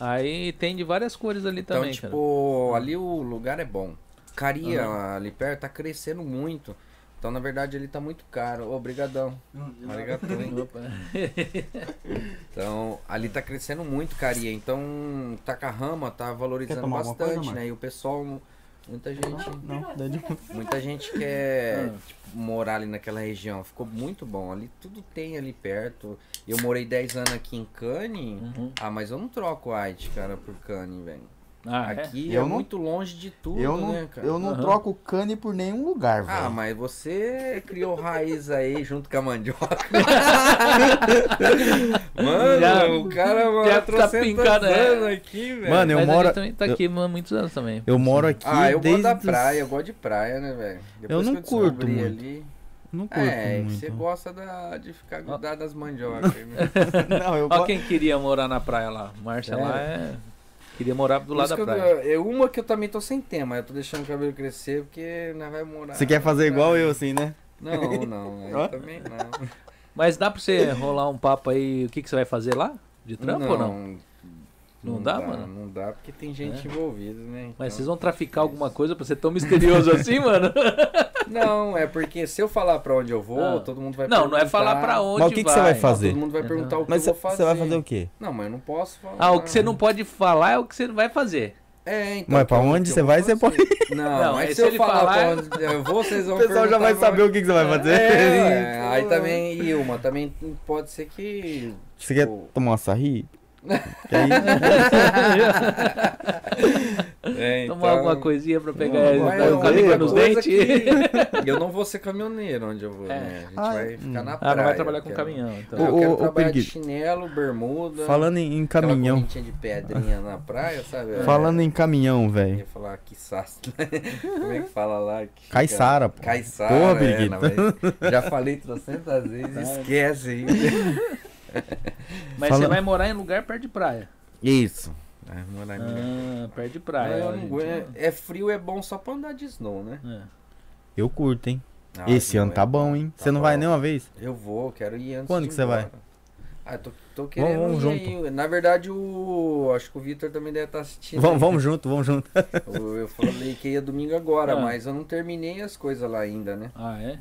A: Aí tem de várias cores ali
C: Então,
A: também, cara.
C: tipo, ali o lugar é bom. Caria, ali perto, tá crescendo muito. Então, na verdade, ele tá muito caro. Obrigadão. Obrigado.
A: Hum, Opa.
C: Então, ali tá crescendo muito, Caria. Então, Takahama tá valorizando
B: tomar alguma
C: bastante,
B: coisa, Marcos?
C: né? E o pessoal, muita gente.
B: Não, dá de
C: Muita gente quer
A: Ah.
C: tipo, morar ali naquela região. Ficou muito bom. Ali tudo tem ali perto. Eu morei 10 anos aqui em Cane.
A: Uhum.
C: Ah, mas eu não troco White, cara, por Cane, velho.
A: Ah, é?
C: Aqui é
B: Eu não-
C: muito longe de tudo,
B: Eu não,
C: né, cara?
B: eu não
A: Aham.
B: troco cane por nenhum lugar, velho.
C: Ah, mas você criou raiz aí junto com a mandioca. mano,
A: Já-
C: o cara mano,
A: já tá
C: trouxe
A: pincado, é.
C: anos aqui, velho.
B: Mano, eu
A: Mas
B: moro,
A: a gente também tá aqui há muitos anos também.
B: eu moro aqui
C: Ah, eu
B: desde
C: gosto da
B: os-
C: praia, eu gosto de praia, né, velho? Depois
B: não
C: que
B: curto
C: descobri
B: muito.
C: ali.
B: Não curto
C: É,
B: muito. né?
C: você gosta da- de
A: Ah.
C: ficar grudado das mandiocas. né?
B: não, eu
A: Ó
B: gosto.
A: quem queria morar na praia lá. Márcia lá é. Queria morar do
C: Por
A: lado
C: isso
A: da
C: que eu-
A: praia.
C: é uma que eu também tô sem tema, eu tô deixando o cabelo crescer porque nós vai morar.
B: Você quer fazer igual eu assim, né?
C: Não, não, aí
B: Ó.
C: também não.
A: Mas dá pra você rolar um papo aí, o que, que você vai fazer lá? De trampo ou não? Não dá, mano? É.
C: Não dá porque tem gente envolvida, né?
A: Mas
C: então-
A: vocês vão traficar alguma coisa pra ser tão misterioso assim, mano?
C: Não, é porque se eu falar pra onde eu vou,
A: Ah.
C: todo mundo vai
A: Não, não é falar
C: perguntar-
A: pra onde
B: Mas o que que você vai fazer?
C: Todo mundo vai
A: Uhum.
C: perguntar o que
B: Mas
C: eu
B: você
C: vou fazer. Então
B: vai fazer o quê?
C: Não, mas eu não posso falar.
A: Ah, o que você não pode falar é o que você não vai fazer.
C: É, então.
B: Mas pra
C: que eu-
B: onde
C: que eu
B: você
C: vou
B: vai, você
C: fazer. Então Não,
A: Não, aí
C: mas se
A: se
C: eu
A: ele
C: falar, pra
A: falar-
C: onde eu vou, vocês vão
B: O pessoal já vai
C: perguntar,
B: saber o que, que você vai fazer.
C: É, é, aí também, e uma, também pode ser que.
B: Você quer
C: tipo,
B: tomar um açaí? Que aí-
C: é,
A: Tomar
C: então,
A: alguma coisinha pra pegar
B: Não,
A: e
B: mas
A: dar
B: é
A: um
B: uma
A: calibre nos
C: coisa
A: dentes.
C: que Eu não vou ser caminhoneiro onde eu vou, né? A gente
B: Ah,
C: vai ficar na praia.
A: É. Ah, não vai trabalhar
C: eu
A: com
C: quero-
A: caminhão,
C: Não,
A: então.
C: eu
B: Ô,
C: quero
B: ô, ô,
C: trabalhar de
B: Perdido.
C: chinelo, bermuda.
B: Falando em, em
C: Né? aquela
B: caminhão.
C: correntinha de pedrinha na praia, sabe? É,
B: Falando em caminhão,
C: Eu
B: velho.
C: ia falar quiçás. Como é que fala lá? Que fica-
B: Caissara, pô.
C: Caissara.
B: Porra,
C: é,
B: Birguita.
C: não, mas Já falei 300 vezes, esquece aí.
A: Mas
B: Fala-
A: você vai morar em lugar perto de praia.
C: Isso. É, morar em lugar.
A: Ah, perto de
C: Ah,
A: praia.
C: eu não
A: gente.
C: aguento. É frio, é bom só pra andar de snow, né?
A: É.
B: Eu curto, hein?
C: Ah,
B: Esse
C: não
B: ano
C: é
B: tá bom, hein?
C: Tá
B: Você não vai
C: bom.
B: nenhuma vez?
C: Eu vou, quero ir antes
B: Quando
C: de
B: que
C: ir
B: você vai?
C: embora. Ah, tô, tô querendo.
D: vamos
C: ir aí. Na verdade, o. Acho que o Vitor também deve estar assistindo. né?
D: Vamos, vamos junto, vamos junto.
C: Eu, eu falei que ia domingo agora,
A: Ah.
C: mas eu não terminei as coisas lá ainda, né?
A: Ah, é?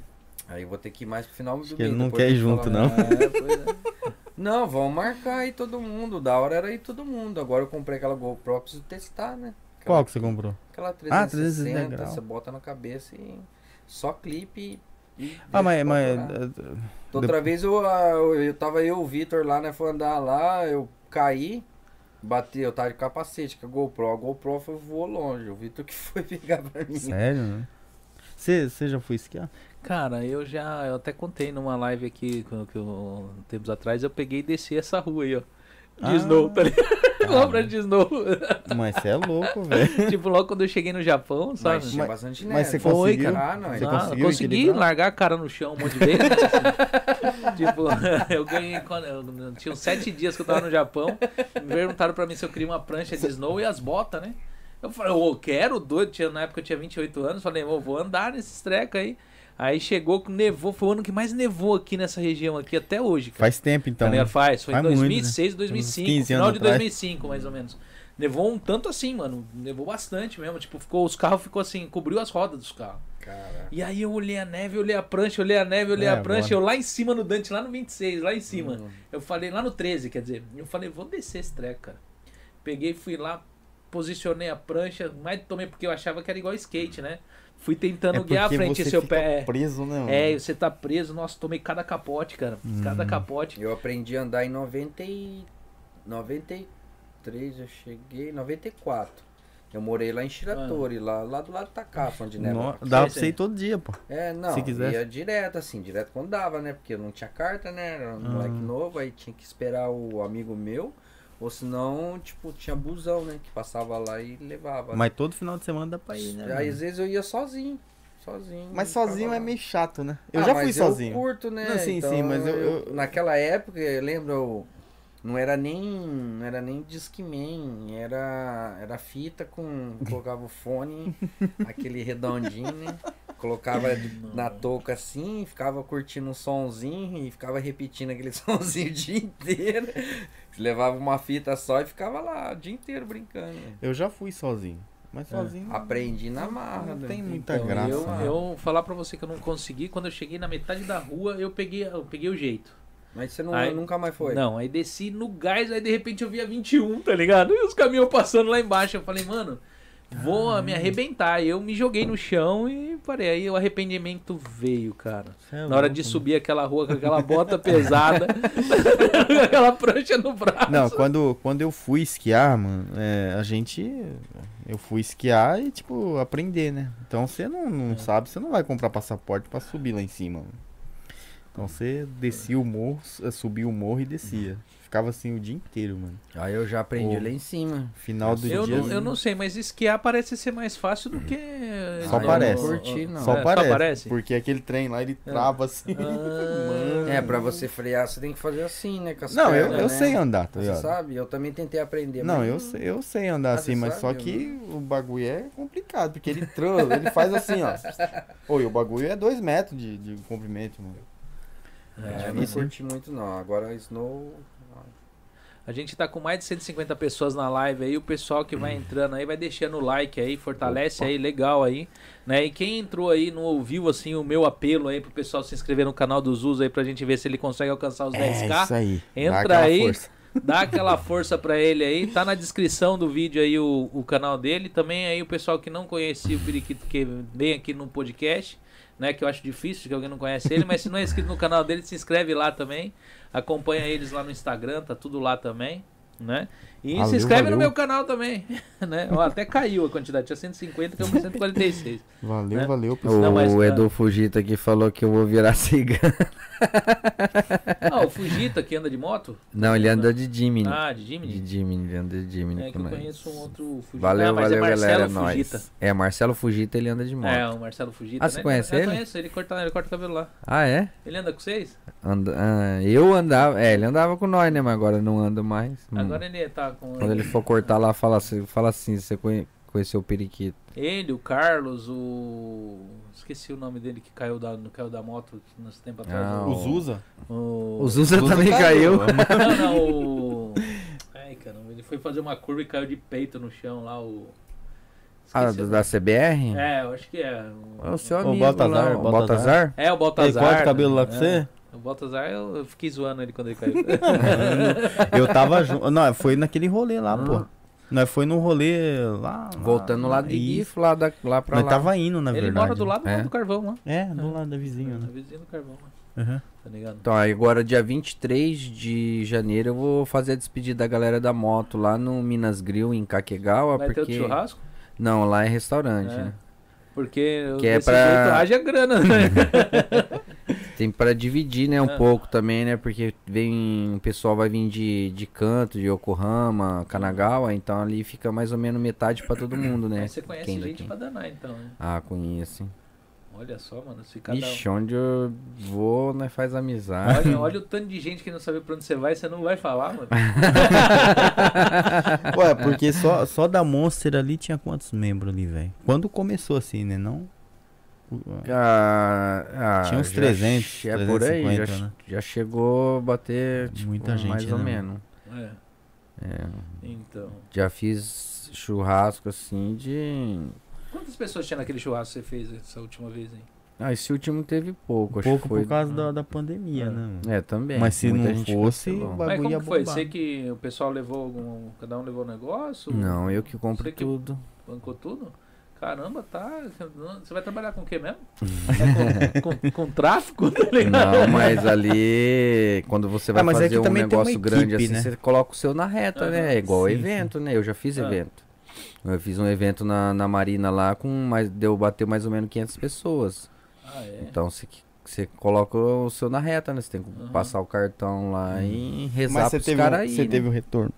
C: Aí eu vou ter que ir mais pro final do domingo.
D: que ele não
C: depois
D: quer ir
C: eu vou
D: junto,
C: falar, "É, pois é." Não, vamos marcar aí todo mundo. Da hora era ir todo mundo. Agora eu comprei aquela GoPro, eu preciso testar, né? Aquela,
D: Qual que você comprou?
C: Aquela
D: Ah,
C: 360,
D: 360 grau.
C: você bota na cabeça e só clipe e. e
D: Ah,
C: deixa
D: mas, mas
C: pra lá.
D: eh,
C: Outra vez eu, ah, eu, eu tava eu, o Vitor lá, né? Foi andar lá, eu caí, bati, eu tava de capacete com a GoPro. A GoPro foi, voou longe, o Vitor que foi pegar pra mim.
D: sério, né? Você você já foi esquiar?
A: Cara, eu já. Eu até contei numa live aqui que eu- que eu- tempos atrás, eu peguei e desci essa rua aí, ó. De
D: Ah.
A: snow, tá ligado? Obra de snow.
D: Mas você é louco, velho.
A: tipo, logo quando eu cheguei no Japão, sabe?
C: Mas tinha
D: Mas-
C: bastante neve.
D: Mas você
A: Foi,
D: conseguiu?
C: cara. Ah, não,
D: Você
A: Ah,
D: conseguiu
A: consegui
D: equilibrar?
A: largar a cara no chão um monte de vezes. tipo, eu ganhei. Quando, eu, tinha uns sete dias que eu tava no Japão. Me perguntaram pra mim se eu queria uma prancha de snow e as botas, né? Eu falei, eu quero doido. Tinha, na época eu tinha 28 anos. Falei, "Ô, vou andar nesses trecos aí. Aí chegou, que nevou. Foi o ano que mais nevou aqui nessa região aqui até hoje, cara.
D: Faz tempo
A: Tá
D: então.
C: é
A: ligado?
D: né?
A: Faz, foi em
D: faz muito,
A: 2006,
D: né?
A: 2005,
D: Uns 15
A: final
D: anos
A: de
D: atrás.
A: 2005 mais ou menos. Nevou um tanto assim, mano, nevou bastante mesmo, tipo, ficou, os carros ficou assim, cobriu as rodas dos carros.
C: Cara,
A: E aí eu olhei a neve, olhei a prancha, olhei a neve, olhei
D: É,
A: a prancha,
D: agora.
A: eu lá em cima no Dante, lá no 26, lá em cima.
C: Hum.
A: Eu falei, lá no 13, quer dizer, eu falei, vou descer esse treco, cara. Peguei, fui lá, posicionei a prancha, mas tomei porque eu achava que era igual skate, né? Fui tentando
D: É
A: guiar a
D: porque
A: frente e
D: você
A: seu
D: fica
A: pé.
D: preso, né? Uhum. mano?
A: É, e você tá preso, nossa, tomei cada capote, cara. Cada capote.
C: eu aprendi a andar em 90 e... 93, eu cheguei, 94. Eu morei lá em Shiratori, lá, lá do lado da Cafa, onde neva.
D: Nó- dá pra
A: Sim,
D: você
A: sim.
D: ir todo dia, pô.
C: É, não,
D: Se quiser.
C: ia direto, assim, direto quando dava, né? Porque eu não tinha carta, né? Era um moleque
D: Ah.
C: novo, aí tinha que esperar o amigo meu. Ou senão, tipo, tinha busão, né? Que passava lá e levava.
D: Mas todo final de semana dá pra ir, né?
C: aí
D: mano?
C: às vezes eu ia sozinho. Sozinho.
D: Mas
C: ficava
D: sozinho
C: lá.
D: é meio chato, né? Eu
C: né, Ah,
D: já
C: mas
D: fui sozinho.
C: Eu curto, né?
D: Não, sim,
C: Então,
D: sim, mas eu- eu-
C: Naquela época, eu lembro, eu- não era nem. Não era nem Discman, era. Era fita com. Colocava o fone, aquele redondinho, né? Colocava na touca assim, ficava curtindo um sonzinho e ficava repetindo aquele sonzinho o dia inteiro. Levava uma fita só e ficava lá o dia inteiro brincando.
D: Eu já fui sozinho.
C: É.
D: Mas sozinho.
C: Aprendi na marra.
D: Não
C: né?
D: tem muita
A: Então,
D: graça.
A: Eu,
D: né?
A: eu falar pra você que eu não consegui, quando eu cheguei na metade da rua, eu peguei, eu peguei o jeito.
C: Mas você não,
A: Aí-
C: nunca mais foi.
A: Não, aí desci no gás, aí de repente eu via 21, tá ligado? E os caminhões passando lá embaixo. Eu falei, mano, vou
D: Ah.
A: me arrebentar. Eu me joguei no chão e parei. Aí o arrependimento veio, cara.
D: Cê é
A: na hora
D: louco,
A: de
D: mano.
A: subir aquela rua com aquela bota pesada, com aquela prancha no braço.
D: Não, quando, quando eu fui esquiar, mano, é, a gente. Eu fui esquiar e, tipo, aprender, né? Então você não, não
A: É.
D: sabe, você não vai comprar passaporte pra subir lá em cima. Mano. Então você descia o morro, eh, subia o morro e descia. Ficava assim o dia inteiro, mano.
C: Aí eu já aprendi
D: Pô.
C: lá em cima.
D: Final do
A: Eu
D: dia. assim,
A: não, eu não sei, mas esquiar parece ser mais fácil do que.
D: Só
A: Ah, eu
D: parece.
A: não-
C: Curti, não.
D: Só,
A: É, só
D: parece,
A: parece? É.
D: Porque aquele trem lá ele trava
A: Ah,
D: assim. Mano.
C: É, pra você frear, você tem que fazer assim, né? Com as
D: Não, eu,
C: pernas,
A: É.
D: eu
C: né?
D: sei andar, tá
C: Você
D: ligado?
C: sabe? Eu também tentei aprender.
D: Não,
C: mas
D: eu sei, eu sei andar
C: Ah,
D: assim,
C: você
D: mas só
C: sabe,
D: que o bagulho é complicado, porque ele transa, ele faz assim, ó. Oi, o bagulho é dois metros de, de comprimento, mano. É
C: eu é não curti muito, não. Agora Snow.
A: A gente tá com mais de 150 pessoas na live aí. O pessoal que vai entrando aí vai deixando o like aí, fortalece aí, legal aí. Né? E quem entrou aí não ouviu assim o meu apelo aí pro pessoal se inscrever no canal do Zuzo aí pra gente ver se ele consegue alcançar
D: É,
A: os
B: É,
A: 10k.
D: aí.
A: Entra aí. Dá aquela força pra ele aí. Tá na descrição do vídeo aí o, o canal dele. Também aí o pessoal que não conhecia o Periquito que vem aqui no podcast, né? Que eu acho difícil que alguém não conhece ele, mas se não é inscrito no canal dele, se inscreve lá também. Acompanha eles lá no Instagram, tá tudo lá também, né? E se
D: Valeu,
A: inscreve no
D: valeu.
A: meu canal também, né? Ó, até caiu a quantidade, tinha 150, caiu pra 146.
D: Valeu,
A: Né?
D: valeu,
A: O Não, mas, ah, cara- Edu
C: Fugita aqui falou que eu vou virar cigano.
A: Ah, o Fujita que anda de moto?
C: Não, ele anda de Jimmy.
A: Ah, de Jimmy?
C: Jimmy, ele anda de Jimmy.
A: É que eu conheço um outro Fujita.
C: Valeu,
A: ah, mas
C: valeu,
A: é Marcelo
C: galera. É
A: Fujita.
C: nóis. É, Marcelo Fugita, ele anda de moto.
A: É, o Marcelo Fugita.
C: Ah, você
A: né?
C: conhece
A: Eu
C: ele?
A: conheço, ele corta, ele corta o cabelo lá.
C: Ah, é?
A: Ele anda com vocês?
C: Anda- ah, eu andava. É, ele andava com nós, né? Mas agora não anda mais. Hum.
A: Agora ele tá com.
C: Quando ele for cortar lá, fala assim, fala assim você conhe- Conheceu o periquito.
A: Ele, o Carlos, o. Esqueci o nome dele que caiu da, não caiu da moto nesse tempo atrás.
C: Ah,
A: o...
B: O Zusa?
A: O...
C: O Zusa
B: Zusa
C: também
B: caiu.
C: caiu.
A: Não, não, o. Ai, caramba, ele foi fazer uma curva e caiu de peito no chão lá, o.
C: Ah,
A: Esqueci o
C: da- da CBR?
A: É, eu acho que é. O-
C: É o seu
B: O
C: amigo.
B: Baltazar,
C: lá, o
B: Baltazar.
C: Baltazar?
A: É, o
B: Ele
A: Baltazar.
B: corta o cabelo lá
A: né?
B: com você? É
A: O Baltazar, eu eu fiquei zoando ele quando ele caiu.
B: Eu tava junto. Não, foi naquele rolê lá,
C: Ah.
B: pô. Nós foi no rolê lá. lá-
C: Voltando lá de
B: Ah, Isso.
C: GIF, lá, da, lá pra
B: Nós
C: lá.
B: tava indo, na
A: ele
B: verdade.
A: mora do lado
C: É.
A: do carvão lá.
B: É, do lado da vizinha,
A: Na
B: né?
A: vizinha do carvão lá,
B: Uhum.
A: tá ligado?
C: Então, aí agora dia 23 de janeiro eu vou fazer a despedida da galera da moto lá no Minas Grill, em Caquegal. é
A: Vai
C: porque...
A: ter o churrasco?
C: Não, lá é restaurante,
A: É.
C: né?
A: Porque
C: Que é
A: desse
C: pra-
A: jeito haja grana, né?
C: Tem pra dividir, né, um
A: É.
C: pouco também, né? Porque vem. O pessoal vai vir de, de canto, de Yokohama, Kanagawa, então ali fica mais ou menos metade pra todo mundo, né?
A: Mas você conhece
C: Quem
A: gente
C: daqui?
A: pra danar, então. né?
C: Ah, conheço. hein?
A: Olha só, mano, se cada um-
C: Ixi, onde eu vou, né, faz amizade.
A: Olha, olha o tanto de gente que não sabe pra onde você vai, você não vai falar, mano.
C: É.
B: Ué, porque só, só da Monster ali tinha quantos membros ali, velho? Quando começou assim, né? Não.
C: Ah, ah,
B: Tinha uns
C: já
B: 300,
C: che- É por aí,
B: 350,
C: já,
B: né?
C: já chegou a bater tipo,
B: Muita gente,
C: mais
B: né,
C: ou
B: mano?
C: menos.
A: É,
C: É,
A: então.
C: já fiz churrasco assim de.
A: Quantas pessoas tinha naquele churrasco que você fez essa última vez, hein?
C: Ah, esse último teve pouco, acho
B: Um pouco
C: que foi.
B: por causa da, da pandemia,
A: É.
B: né? mano?
C: É, também.
B: Mas se
C: Muita
B: não
C: gente
B: fosse,
C: cancelou.
B: o
A: Mas
B: bagulho
A: como
B: ia
A: que foi?
B: bombar.
A: Você que o pessoal levou algum. Cada um levou um negócio?
C: Não, eu que compro
A: Você que-
C: tudo.
A: Bancou tudo? Caramba, tá. Você vai trabalhar com o que mesmo? É com, com- com tráfico? Tá ligado?
C: Não, mas ali, quando você vai
B: Ah, mas é
C: fazer
B: que
C: um
B: também tem uma
C: negócio grande
B: equipe,
C: assim,
B: né?
C: você coloca o seu na reta, né? É igual
B: Sim,
C: evento, né? Eu já fiz
A: Ah.
C: evento. Eu fiz um evento na, na Marina lá com mais deu bateu mais ou menos 500 pessoas.
A: Ah, é.
C: Então você que- você coloca o seu na reta, né? Você tem que
A: Aham.
C: passar o cartão lá e rezar
B: Uhum. Mas você
C: pros
B: teve, um,
C: caras aí.
B: você
C: né?
B: teve o retorno.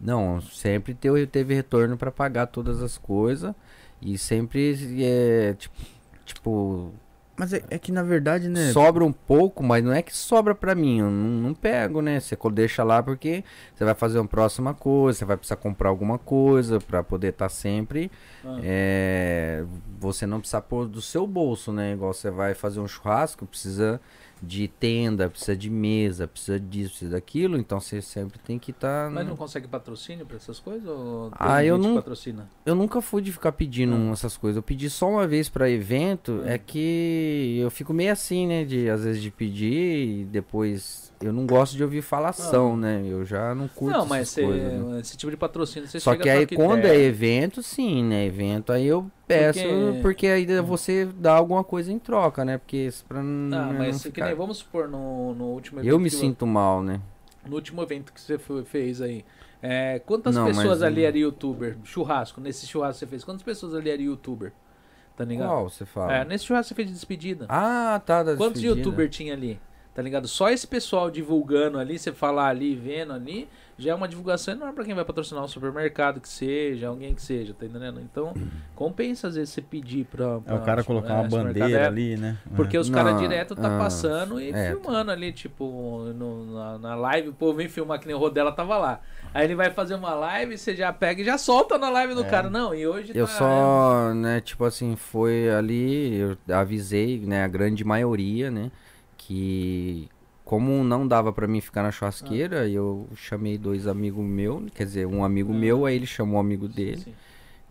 C: Não, sempre teve, teve retorno pra pagar todas as coisas e sempre é tipo, tipo
B: Mas é, é que na verdade, né?
C: sobra um pouco, mas não é que sobra pra mim, eu não, não pego, né? Você co- deixa lá porque você vai fazer uma próxima coisa, você vai precisar comprar alguma coisa pra poder estar sempre.
A: Ah.
C: é, você não precisa pôr do seu bolso, né? Igual você vai fazer um churrasco, precisa de tenda, precisa de mesa, precisa disso, precisa daquilo, então você sempre tem que tá estar.
A: Mas não consegue patrocínio pra essas coisas? Ou tem
C: Ah, eu
A: gente que
C: não-
A: Patrocina?
C: Eu nunca fui de ficar pedindo
A: Ah.
C: essas coisas. Eu pedi só uma vez pra evento.
A: Hum.
C: É que eu fico meio assim, né? De às vezes de pedir e depois eu não gosto de ouvir falação, né? Eu já não curto
A: Ah. Não, mas
C: essas
A: cê-
C: coisas. né?
A: esse tipo de patrocínio você
C: Só
A: chega
C: que
A: pro
C: aí quando é
A: arquiteto,
C: evento, sim, né? Evento aí eu peço
A: Porque- Hum.
C: porque, aí você dá alguma coisa em troca, né? Porque isso pra não,
A: Ah, mas
C: não
A: que
C: ficar-
A: nem, vamos supor, no, no último evento.
C: eu me
A: que vo- Tá
C: sinto mal, né?
A: No último evento que você foi- fez aí. é, quantas
C: Não, mas
A: pessoas
C: eu-
A: ali eram youtuber? Churrasco, nesse churrasco que você fez. Quantas pessoas ali eram youtuber? Tá ligado?
C: Qual você fala?
A: É, nesse churrasco que você fez de despedida.
C: Ah, tá. da
A: Quantos
C: despedida.
A: youtuber tinha ali? Tá ligado? Só esse pessoal divulgando ali, você falar ali, vendo ali, já é uma divulgação enorme pra quem vai patrocinar um supermercado que seja, alguém que seja, tá entendendo? Então, compensa às vezes você pedir pra.
B: É
A: pra-
B: o cara colocar
A: é,
B: uma
A: supermercado,
B: bandeira
A: é,
B: ali, né?
A: Porque
B: é.
A: os caras
C: Não,
A: direto tá
C: ah,
A: passando e
C: é.
A: filmando ali, tipo, no- na, na live, o povo vem filmar que nem o Rodela tava lá. Aí ele vai fazer uma live, você já pega e já solta na live do
B: É.
A: cara. Não, e hoje
C: Eu
A: tá.
C: só, né, tipo assim, foi ali, eu avisei, né, a grande maioria, né, que como não dava pra mim ficar na churrasqueira, eu chamei dois amigos meus, quer dizer, um amigo
A: Ah.
C: meu, aí ele chamou um amigo dele,
A: é, Sim.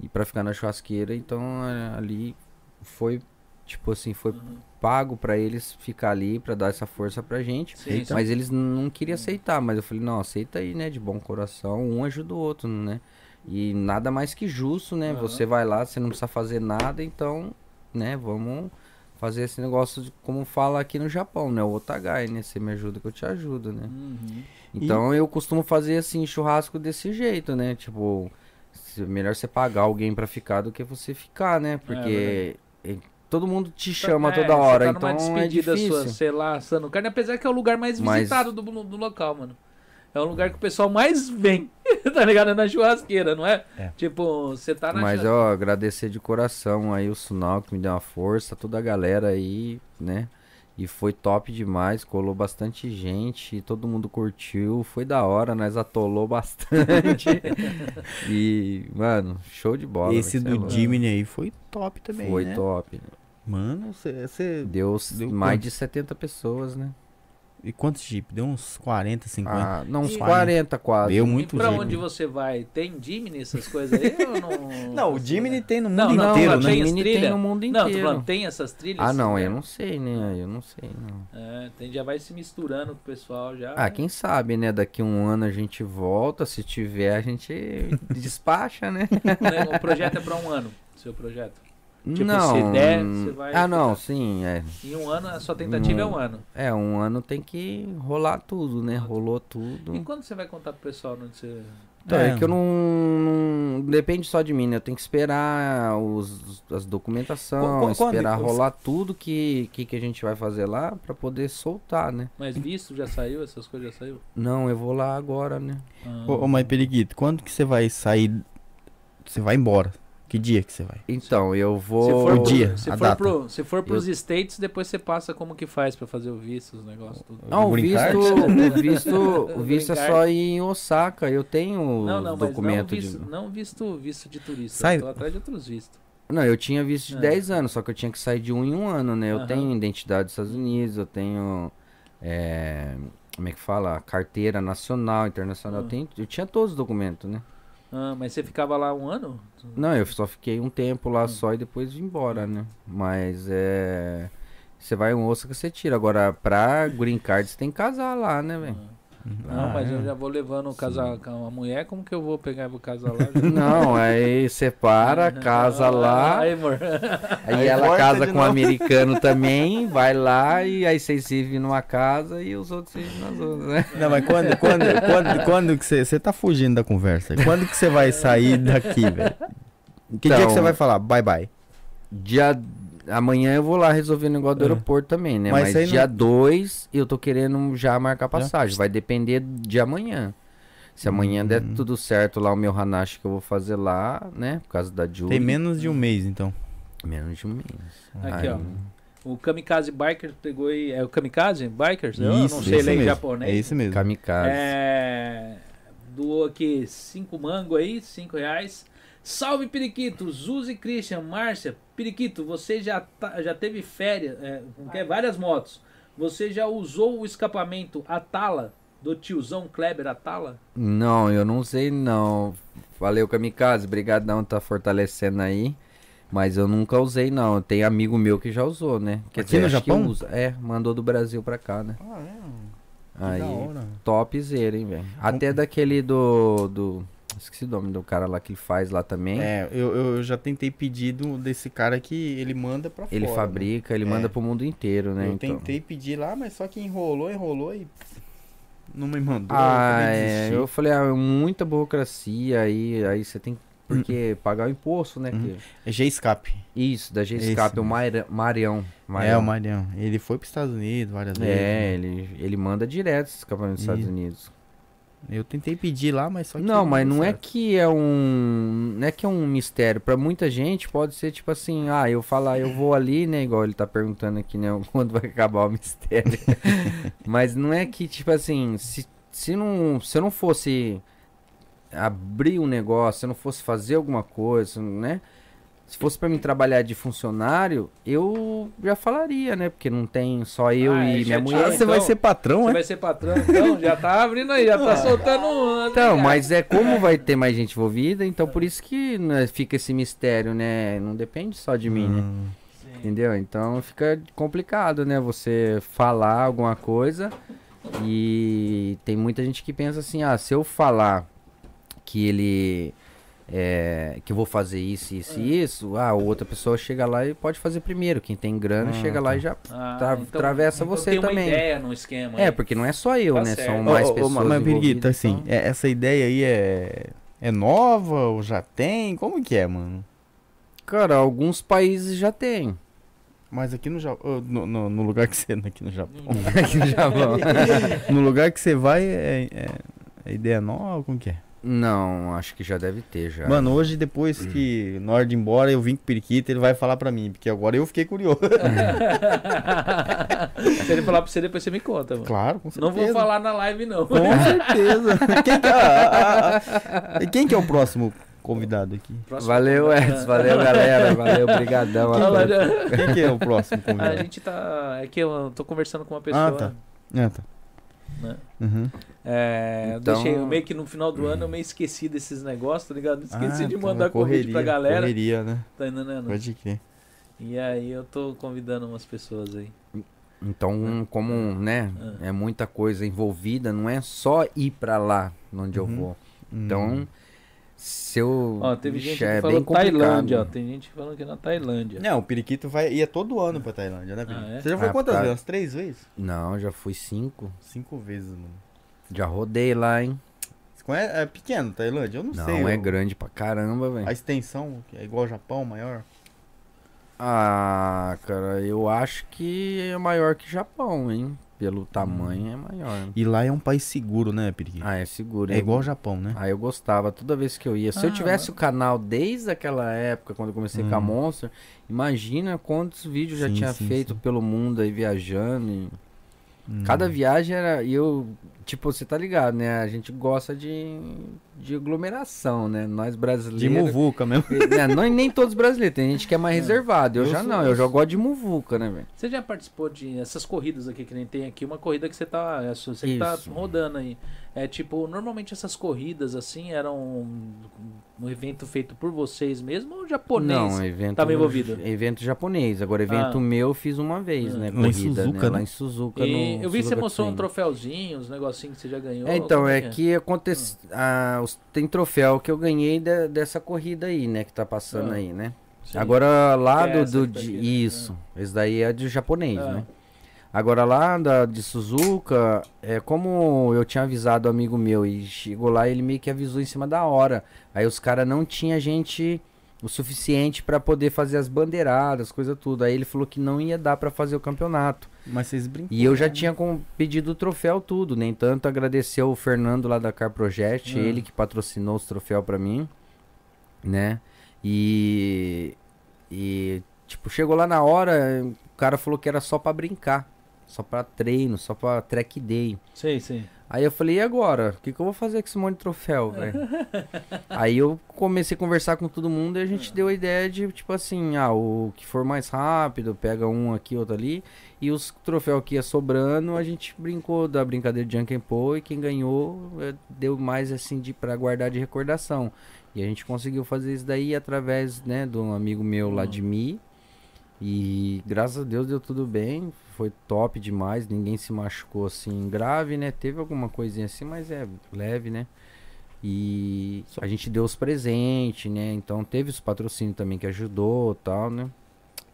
C: e pra ficar na churrasqueira, então é, ali foi, tipo assim, foi
A: Uhum.
C: pago pra eles ficar ali, pra dar essa força pra gente.
A: Sim, sim.
C: Mas eles n- não queriam aceitar, mas eu falei, não, aceita aí, né? De bom coração, um ajuda o outro, né? E nada mais que justo, né?
A: Aham.
C: Você vai lá, você não precisa fazer nada, então, né, vamos fazer esse negócio de- como fala aqui no Japão, né? O Otagai, né? Você me ajuda que eu te ajudo, né?
A: Uhum.
C: Então eu costumo fazer assim, churrasco desse jeito, né? Tipo, se- melhor você pagar alguém pra ficar do que você ficar, né? Porque eh, todo mundo te chama
A: É,
C: toda
A: você tá
C: hora,
A: numa
C: então é
A: despedida
C: difícil.
A: sua, sei lá, assando carne, apesar que é o lugar mais
C: Mas-
A: visitado do, do local, mano. É o lugar que o pessoal mais vem, tá ligado? É na churrasqueira, não é?
B: É.
A: Tipo, você tá na
C: Mas,
A: churrasqueira.
C: ó, agradecer de coração aí o Sunal que me deu uma força, toda a galera aí, né? E foi top demais, colou bastante gente, todo mundo curtiu, foi da hora, nós atolou bastante. e, mano, show de bola.
B: Esse
C: velho, cê é
B: do
C: louco.
B: Jimmy aí foi top também,
C: Foi
B: né?
C: top.
B: Mano, você...
C: Deu,
B: Deu
C: mais
B: quanto?
C: de 70 pessoas, né?
B: E quantos Jeep? Deu uns 40, 50?
C: Ah, não, uns
A: E-
C: 40 quase.
B: Deu um
A: E
B: muito
A: pra onde
B: Jeep.
A: você vai? Tem Jimny, essas coisas aí? ou não,
B: Não, o Jimny tem no
A: Não,
B: mundo
A: não,
B: inteiro,
A: mas
B: né?
A: tem-
C: Mini tem
A: trilha?
C: no mundo
A: Não, tô
C: inteiro.
A: falando, tem essas trilhas?
C: ah, não, eu não sei, né? Eu não sei, não.
A: É, tem, já vai se misturando com o pessoal já.
C: Ah, quem sabe, né? Daqui um ano a gente volta, se tiver a gente despacha, né?
A: Né, O projeto é pra um ano, seu projeto. Tipo,
C: não.
A: se der, você vai
C: Ah, não, sim, é.
A: Em um ano, a sua tentativa é um ano.
C: É, um ano tem que rolar tudo, né? Rolou
A: E
C: tudo.
A: quando você vai contar pro pessoal onde você.
C: Então, é,
B: É.
C: que eu não, não- Depende só de mim, né? Eu tenho que esperar os, as documentação,
B: Qu- qu- quando-
C: esperar
B: os-
C: rolar tudo que, que, que a gente vai fazer lá pra poder soltar, né?
A: Mas visto já saiu, essas coisas já saiu?
C: Não, eu vou lá agora, né?
A: Ah,
B: Ô, ô, mas Periguito, quando que você vai sair? Você vai embora? Que dia que você vai?
C: Então, eu vou.
A: se
B: o
A: for, pro-
B: dia,
A: se
B: a
A: for,
B: data.
A: pro, se for pros States, depois você passa como que faz pra fazer o visto, os negócios tudo.
C: Não, o
B: Green
C: visto,
B: card?
C: o visto, o
A: Green
C: visto é
A: card.
C: só ir em Osaka. Eu tenho
A: Não, não, mas não
C: documento
A: visto,
C: de.
A: não visto, visto de turista.
B: Sai-
A: Eu tô atrás de outros vistos.
C: Não, eu tinha visto de
A: É.
C: 10 anos, só que eu tinha que sair de um em um ano, né? Eu
A: Aham.
C: tenho identidade dos Estados Unidos, eu tenho. é, como é que fala? Carteira nacional, internacional.
A: Hum.
C: Eu, tenho- eu tinha todos os documentos, né?
A: Ah, mas você ficava lá um ano?
C: Não, eu só fiquei um tempo
A: Hum.
C: lá só e depois vim embora, né? Mas é. Você vai em Osaka, você tira. Agora, pra green card, você tem que casar lá, né, velho?
A: Não,
B: Ah,
A: mas
B: é.
A: eu já vou levando o casal com a mulher, como que eu vou pegar e vou casar lá? tá-
C: Não, aí separa, casa lá.
A: Aí, amor.
C: Aí,
E: Aí
C: ela
E: corta
C: casa
E: de
C: com um
E: novo.
C: americano também, vai lá e aí vocês vivem numa casa e os outros vivem nas outras, né?
B: Não, mas quando, quando, quando, quando que você. Você tá fugindo da conversa. Quando que você vai sair daqui, velho? Que dia
C: Então-
B: que você vai falar? Bye bye.
C: Dia... Amanhã eu vou lá resolver o negócio do
B: É.
C: aeroporto também, né?
B: Mas
C: Mas,
B: isso aí não-
C: dia 2 eu tô querendo já marcar passagem. Vai depender de amanhã. Se amanhã der
B: Hum.
C: tudo certo lá, o meu Hanashi que eu vou fazer lá, né? Por causa da Julie.
B: Tem menos de um mês, então.
C: Menos de um mês.
A: Aqui,
C: Aí,
A: ó. O Kamikaze Biker pegou e. É o Kamikaze Bikers? eu não sei
B: isso
A: ler em
B: mesmo.
A: japonês.
B: É isso mesmo.
C: Kamikaze.
A: É, doou aqui 5 mango aí, 5 reais. Salve Periquito, Zuzi Christian, Márcia. Periquito, você já, tá- já teve férias, é, como que é? várias motos. Você já usou o escapamento Atala do tiozão Kleber Atala?
C: Não, eu não sei não. Valeu, Kamikaze. Obrigadão, tá fortalecendo aí. Mas eu nunca usei, não. Tem amigo meu que já usou, né? Quer
B: Aqui
C: dizer,
B: no
C: acho que
B: Japão?
C: usa. É, mandou do Brasil pra cá, né?
B: Ah, é.
C: Aí, topzera, hein, velho? Até daquele do, do... Esqueci o nome do cara lá que ele faz lá também.
B: É, eu, eu já tentei pedido desse cara que ele manda pra fora.
C: ele
B: né?
C: fabrica, ele
B: É.
C: manda pro mundo inteiro, né?
B: Eu
C: então.
B: tentei pedir lá, mas só que enrolou, enrolou e. Não me mandou.
C: Ah,
B: eu também
C: é,
B: desisti.
C: eu falei, ah, muita burocracia aí, aí você tem porque pagar o imposto, né?
B: Hum. Uhum.
C: que-
B: É G-Escape.
C: Isso, da
B: Esse
C: G-Escape, o
B: mesmo.
C: Maira- Marião.
B: É, o Marião. Ele foi pros Estados Unidos várias
C: É,
B: vezes.
C: ele, ele manda direto esses campeonatos dos Estados
B: Ih,
C: Unidos.
B: né? Eu tentei pedir lá, mas só que.
C: Não, mas
B: deu
C: não é
B: certo.
C: que é um. Não é que é um mistério. Pra muita gente pode ser tipo assim, ah, eu falar, eu vou ali, né? Igual ele tá perguntando aqui, né? Quando vai acabar o mistério. mas não é que, tipo assim, se, se, não, se eu não fosse abrir um negócio, se eu não fosse fazer alguma coisa, né? Se fosse pra mim trabalhar de funcionário, eu já falaria, né? Porque não tem só eu
A: Ah, é
C: e minha
A: chateado,
C: mulher.
B: Ah, você vai
A: Então,
B: ser patrão,
A: Você
B: é?
A: vai ser patrão, então já tá abrindo aí, já
B: Ah.
A: tá soltando um.
C: Então, mas é como vai ter mais gente envolvida, então por isso que né, fica esse mistério, né? Não depende só de mim, né?
B: Hum.
E: Sim.
C: Entendeu? Então fica complicado, né? Você falar alguma coisa e tem muita gente que pensa assim, ah, se eu falar que ele. é, que eu vou fazer isso, isso
A: É.
C: e isso, ah, outra pessoa chega lá e pode fazer primeiro. Quem tem grana
B: Ah,
C: chega lá e já.
A: Ah,
C: tra- atravessa você
A: tem
C: também.
A: Uma ideia no esquema.
C: É,
A: aí.
C: porque não é só eu,
A: Tá
C: né? São
A: certo.
C: mais
B: Ô, ô, ô,
C: pessoas.
B: Mas, Birguita,
C: envolvidas,
B: assim,
C: então-
B: é- essa ideia aí é. É nova ou já tem? Como que é, mano?
C: Cara, alguns países já tem.
B: Mas aqui no Japão. No, no- no lugar que você. Aqui no Japão.
C: Aqui no Japão.
B: no lugar que você vai é, é- é ideia nova? Como que é?
C: Não, acho que já deve ter já.
B: Mano, hoje depois que Nord ir embora, eu vim com o Periquito, ele vai falar pra mim, porque agora eu fiquei curioso.
A: Se ele falar pra você, depois você me conta, mano.
B: claro, com
A: não
B: certeza.
A: vou falar na live, não.
B: Com certeza. Quem que, é- ah, ah, ah. Quem que é o próximo convidado aqui?
A: Próximo
C: Valeu,
A: convidado.
C: Edson. Valeu, galera. Valeu, brigadão.
A: Olha lá,
C: Arthur.
B: Quem que é o próximo
A: A
B: convidado?
A: gente tá. É que eu tô conversando com uma pessoa.
B: Ah, tá. Ah, tá.
A: Né?
B: Uhum.
A: É, eu
C: Então-
A: deixei eu meio que no final do ano eu meio esqueci desses negócios, tá ligado? Esqueci
B: é. Ah,
A: de
B: então,
A: mandar convite pra galera.
B: Correria, né?
A: Tá entendendo?
B: Pode crer.
A: E aí eu tô convidando umas pessoas aí.
C: Então, como, né,
A: Ah.
C: é muita coisa envolvida, não é só ir pra lá onde eu
B: Uhum.
C: vou.
B: Hum.
C: Então, se eu...
A: Ó, teve
C: Ixi,
A: gente que
C: é
A: falou
C: bem complicado.
A: Tailândia, ó. Tem gente falando que é na Tailândia.
B: Não, o Periquito vai, ia todo ano pra Tailândia, né, Periquito?
A: Ah, é?
B: Você já foi
C: Ah,
B: quantas
C: tá.
B: vezes? Umas três vezes?
C: Não, já fui cinco.
B: Ah, Cinco vezes, mano.
C: Já rodei lá, hein?
B: Você conhece? É pequeno, Tailândia? Eu não,
C: Não,
B: sei.
C: é
B: eu-
C: grande pra caramba, velho.
B: A extensão que é igual ao Japão, maior.
C: Ah, cara, eu acho que é maior que Japão, hein? Pelo tamanho é maior.
B: Hum. E lá é um país seguro, né, Periquito?
C: Ah, é seguro.
B: é
C: hein?
B: igual ao Japão, né?
C: Ah, eu gostava toda vez que eu ia. Se
A: Ah,
C: eu tivesse o canal desde aquela época, quando eu comecei com a
B: Hum.
C: Monster, imagina quantos vídeos já
B: Sim,
C: tinha
B: sim,
C: feito
B: sim.
C: pelo mundo aí viajando. e-
B: Hum.
C: Cada viagem era. E eu. Tipo, você tá ligado, né? A gente gosta de, de aglomeração, né? Nós
B: De
C: brasileiros.
B: muvuca mesmo.
C: né? Não, nem todos brasileiros, tem gente que é mais reservado. Eu,
B: Eu
C: já
B: sou-
C: não, eu já gosto de muvuca, né, velho?
A: Você já participou de essas corridas aqui, que nem tem aqui, uma corrida que você tá. é sua- Você que tá
C: Isso.
A: rodando aí. É tipo, normalmente essas corridas assim eram um, um evento feito por vocês mesmo ou japonês?
C: Não, evento.
A: tava envolvido.
C: Evento japonês. Agora, evento
A: Ah.
C: meu eu fiz uma vez,
A: Ah.
C: né?
B: Lá em
C: Corrida,
B: Suzuka,
C: né?
B: né?
C: Lá em Suzuka.
A: E
C: no
A: eu vi que você
C: Suzuka
A: mostrou um
C: Tsusen.
A: troféuzinho, uns negocinhos que você já ganhou.
C: É, então,
A: como
C: é que acontece. ah, os- tem troféu que eu ganhei da- dessa corrida aí, né? Que tá passando
A: Ah.
C: aí, né?
A: Sim.
C: Agora lá
A: Que é
C: do.
A: essa
C: do
A: que tá
C: de-
A: aqui, né?
C: isso. Esse daí é de japonês,
A: Ah.
C: né? Agora lá da, de Suzuka, é como eu tinha avisado o amigo meu e chegou lá ele meio que avisou em cima da hora. Aí os caras não tinha gente o suficiente pra poder fazer as bandeiradas, coisa tudo. Aí ele falou que não ia dar pra fazer o campeonato.
B: Mas vocês brincam. né?
C: E eu já tinha com- pedido o troféu tudo, nem tanto agradecer o Fernando lá da Car Project,
A: Hum.
C: ele que patrocinou os troféus pra mim, né? E e tipo, chegou lá na hora, o cara falou que era só pra brincar, só pra treino, só pra track day.
A: Sim, sim.
C: Aí eu falei, e agora? O que, que eu vou fazer com esse monte de troféu, velho? Aí eu comecei a conversar com todo mundo e a gente deu a ideia de, tipo assim, ah, o que for mais rápido, pega um aqui, outro ali. E os troféus que ia sobrando, a gente brincou da brincadeira de Junkin Po e quem ganhou eh, deu mais, assim, de pra guardar de recordação. E a gente conseguiu fazer isso daí através, né, de um amigo meu lá
A: Hum.
C: de Mi. E graças a Deus deu tudo bem, foi top demais, ninguém se machucou assim grave, né? Teve alguma coisinha assim, mas é leve, né? E a gente deu os presentes, né? Então teve os patrocínios também que ajudou tal, né?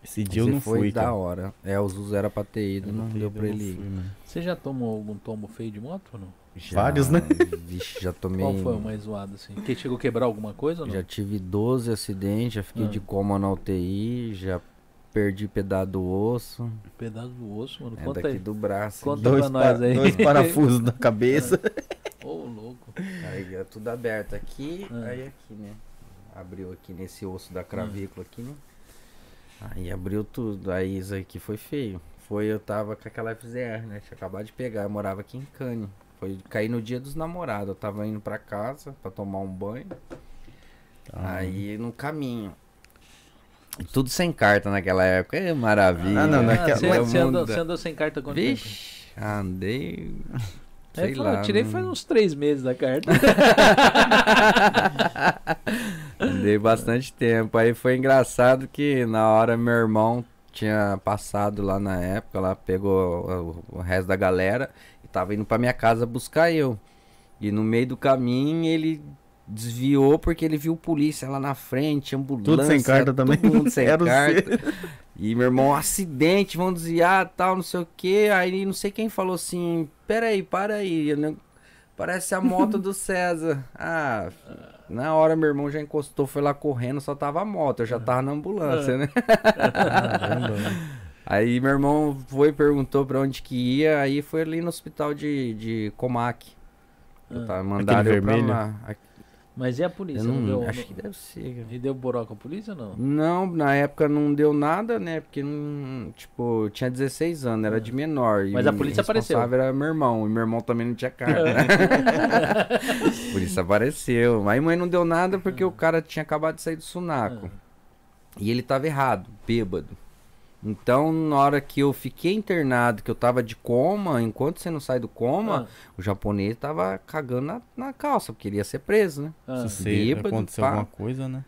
B: Esse dia eu
C: Você
B: não
C: foi
B: fui,
C: da
B: cara.
C: hora. É, os Zuzu era pra ter ido,
B: Eu
C: não,
B: fui,
C: deu
B: eu
C: pra ele ir.
B: fui, mano.
A: Você já tomou algum tombo feio de moto ou não?
C: Já-
B: Vários, né?
C: Vixe, já tomei. um.
A: Qual foi o mais zoado assim? Que chegou a quebrar alguma coisa ou não?
C: Já tive 12 acidentes, já fiquei
A: Ah.
C: de coma na UTI, já perdi pedaço do osso.
A: Um pedaço do osso, mano.
C: É,
A: Conta
C: daqui
A: aí.
C: do braço.
A: Conta
B: Dois,
A: pra nós
B: pa-
A: aí.
B: dois parafusos na cabeça.
A: Ô, louco.
C: Aí é tudo aberto aqui,
B: É.
A: Ah.
C: aí aqui, né? Abriu aqui nesse osso da cravícula aqui, né? Aí abriu tudo. Aí isso aqui foi feio. Foi, eu tava com aquela FZR, né? Tinha acabado de pegar. Eu morava aqui em Cane. Foi cair no dia dos namorados. Eu tava indo pra casa pra tomar um banho.
B: Ah.
C: Aí no caminho. E Tudo sem carta naquela época. É maravilha.
B: Ah, não,
A: Ah,
B: naquela-
A: Você,
C: Era
A: você andou,
C: mundo-
A: você andou sem carta quanto tempo?
C: Vixe, andei.
A: Aí
C: Sei
A: eu falo,
C: lá,
A: eu tirei
C: não-
A: faz uns três meses da carta.
C: Dei bastante tempo. Aí foi engraçado que na hora meu irmão tinha passado lá na época, lá pegou o- o resto da galera e tava indo pra minha casa buscar eu. E no meio do caminho ele desviou porque ele viu polícia lá na frente, ambulância.
B: Tudo sem carta também.
C: Todo mundo sem
B: Era o
C: carta. E meu irmão, acidente, vão desviar, tal, não sei o que. Aí não sei quem falou assim, peraí, para aí, eu não- parece a moto do César. Ah, na hora meu irmão já encostou, foi lá correndo, só tava a moto, eu
A: É.
C: já tava na ambulância, né?
A: tá
B: Caramba, mano.
C: Aí meu irmão foi perguntou pra onde que ia, aí foi ali no hospital de, de Comac. Eu tava mandaram eu
B: Aquele
C: pra
B: vermelho?
C: lá. Aqui-
A: Mas e a polícia?
C: Eu
A: Ah. Não,
C: não,
A: deu,
C: acho que
A: não-
C: deve ser, cara.
A: E deu boroca a polícia ou não?
C: Não, na época não deu nada, né? Porque não. Tipo, eu tinha 16 anos, era de menor. e
A: É. Mas a
C: o
A: polícia apareceu.
C: responsável era meu irmão, e meu irmão também não tinha carta. né? a polícia apareceu. Mas mãe não deu nada porque
B: É.
C: o cara tinha acabado de sair do sunaco.
A: Ah,
C: E ele tava errado, bêbado. Então, na hora que eu fiquei internado, que eu tava de coma, enquanto você não sai do
A: ah.
C: coma,
B: É.
C: o japonês tava cagando na, na calça, porque ele ia ser preso, né?
A: Ah, ah.
B: Se você-
C: Bêbado,
B: aconteceu
C: pá.
B: alguma coisa, né?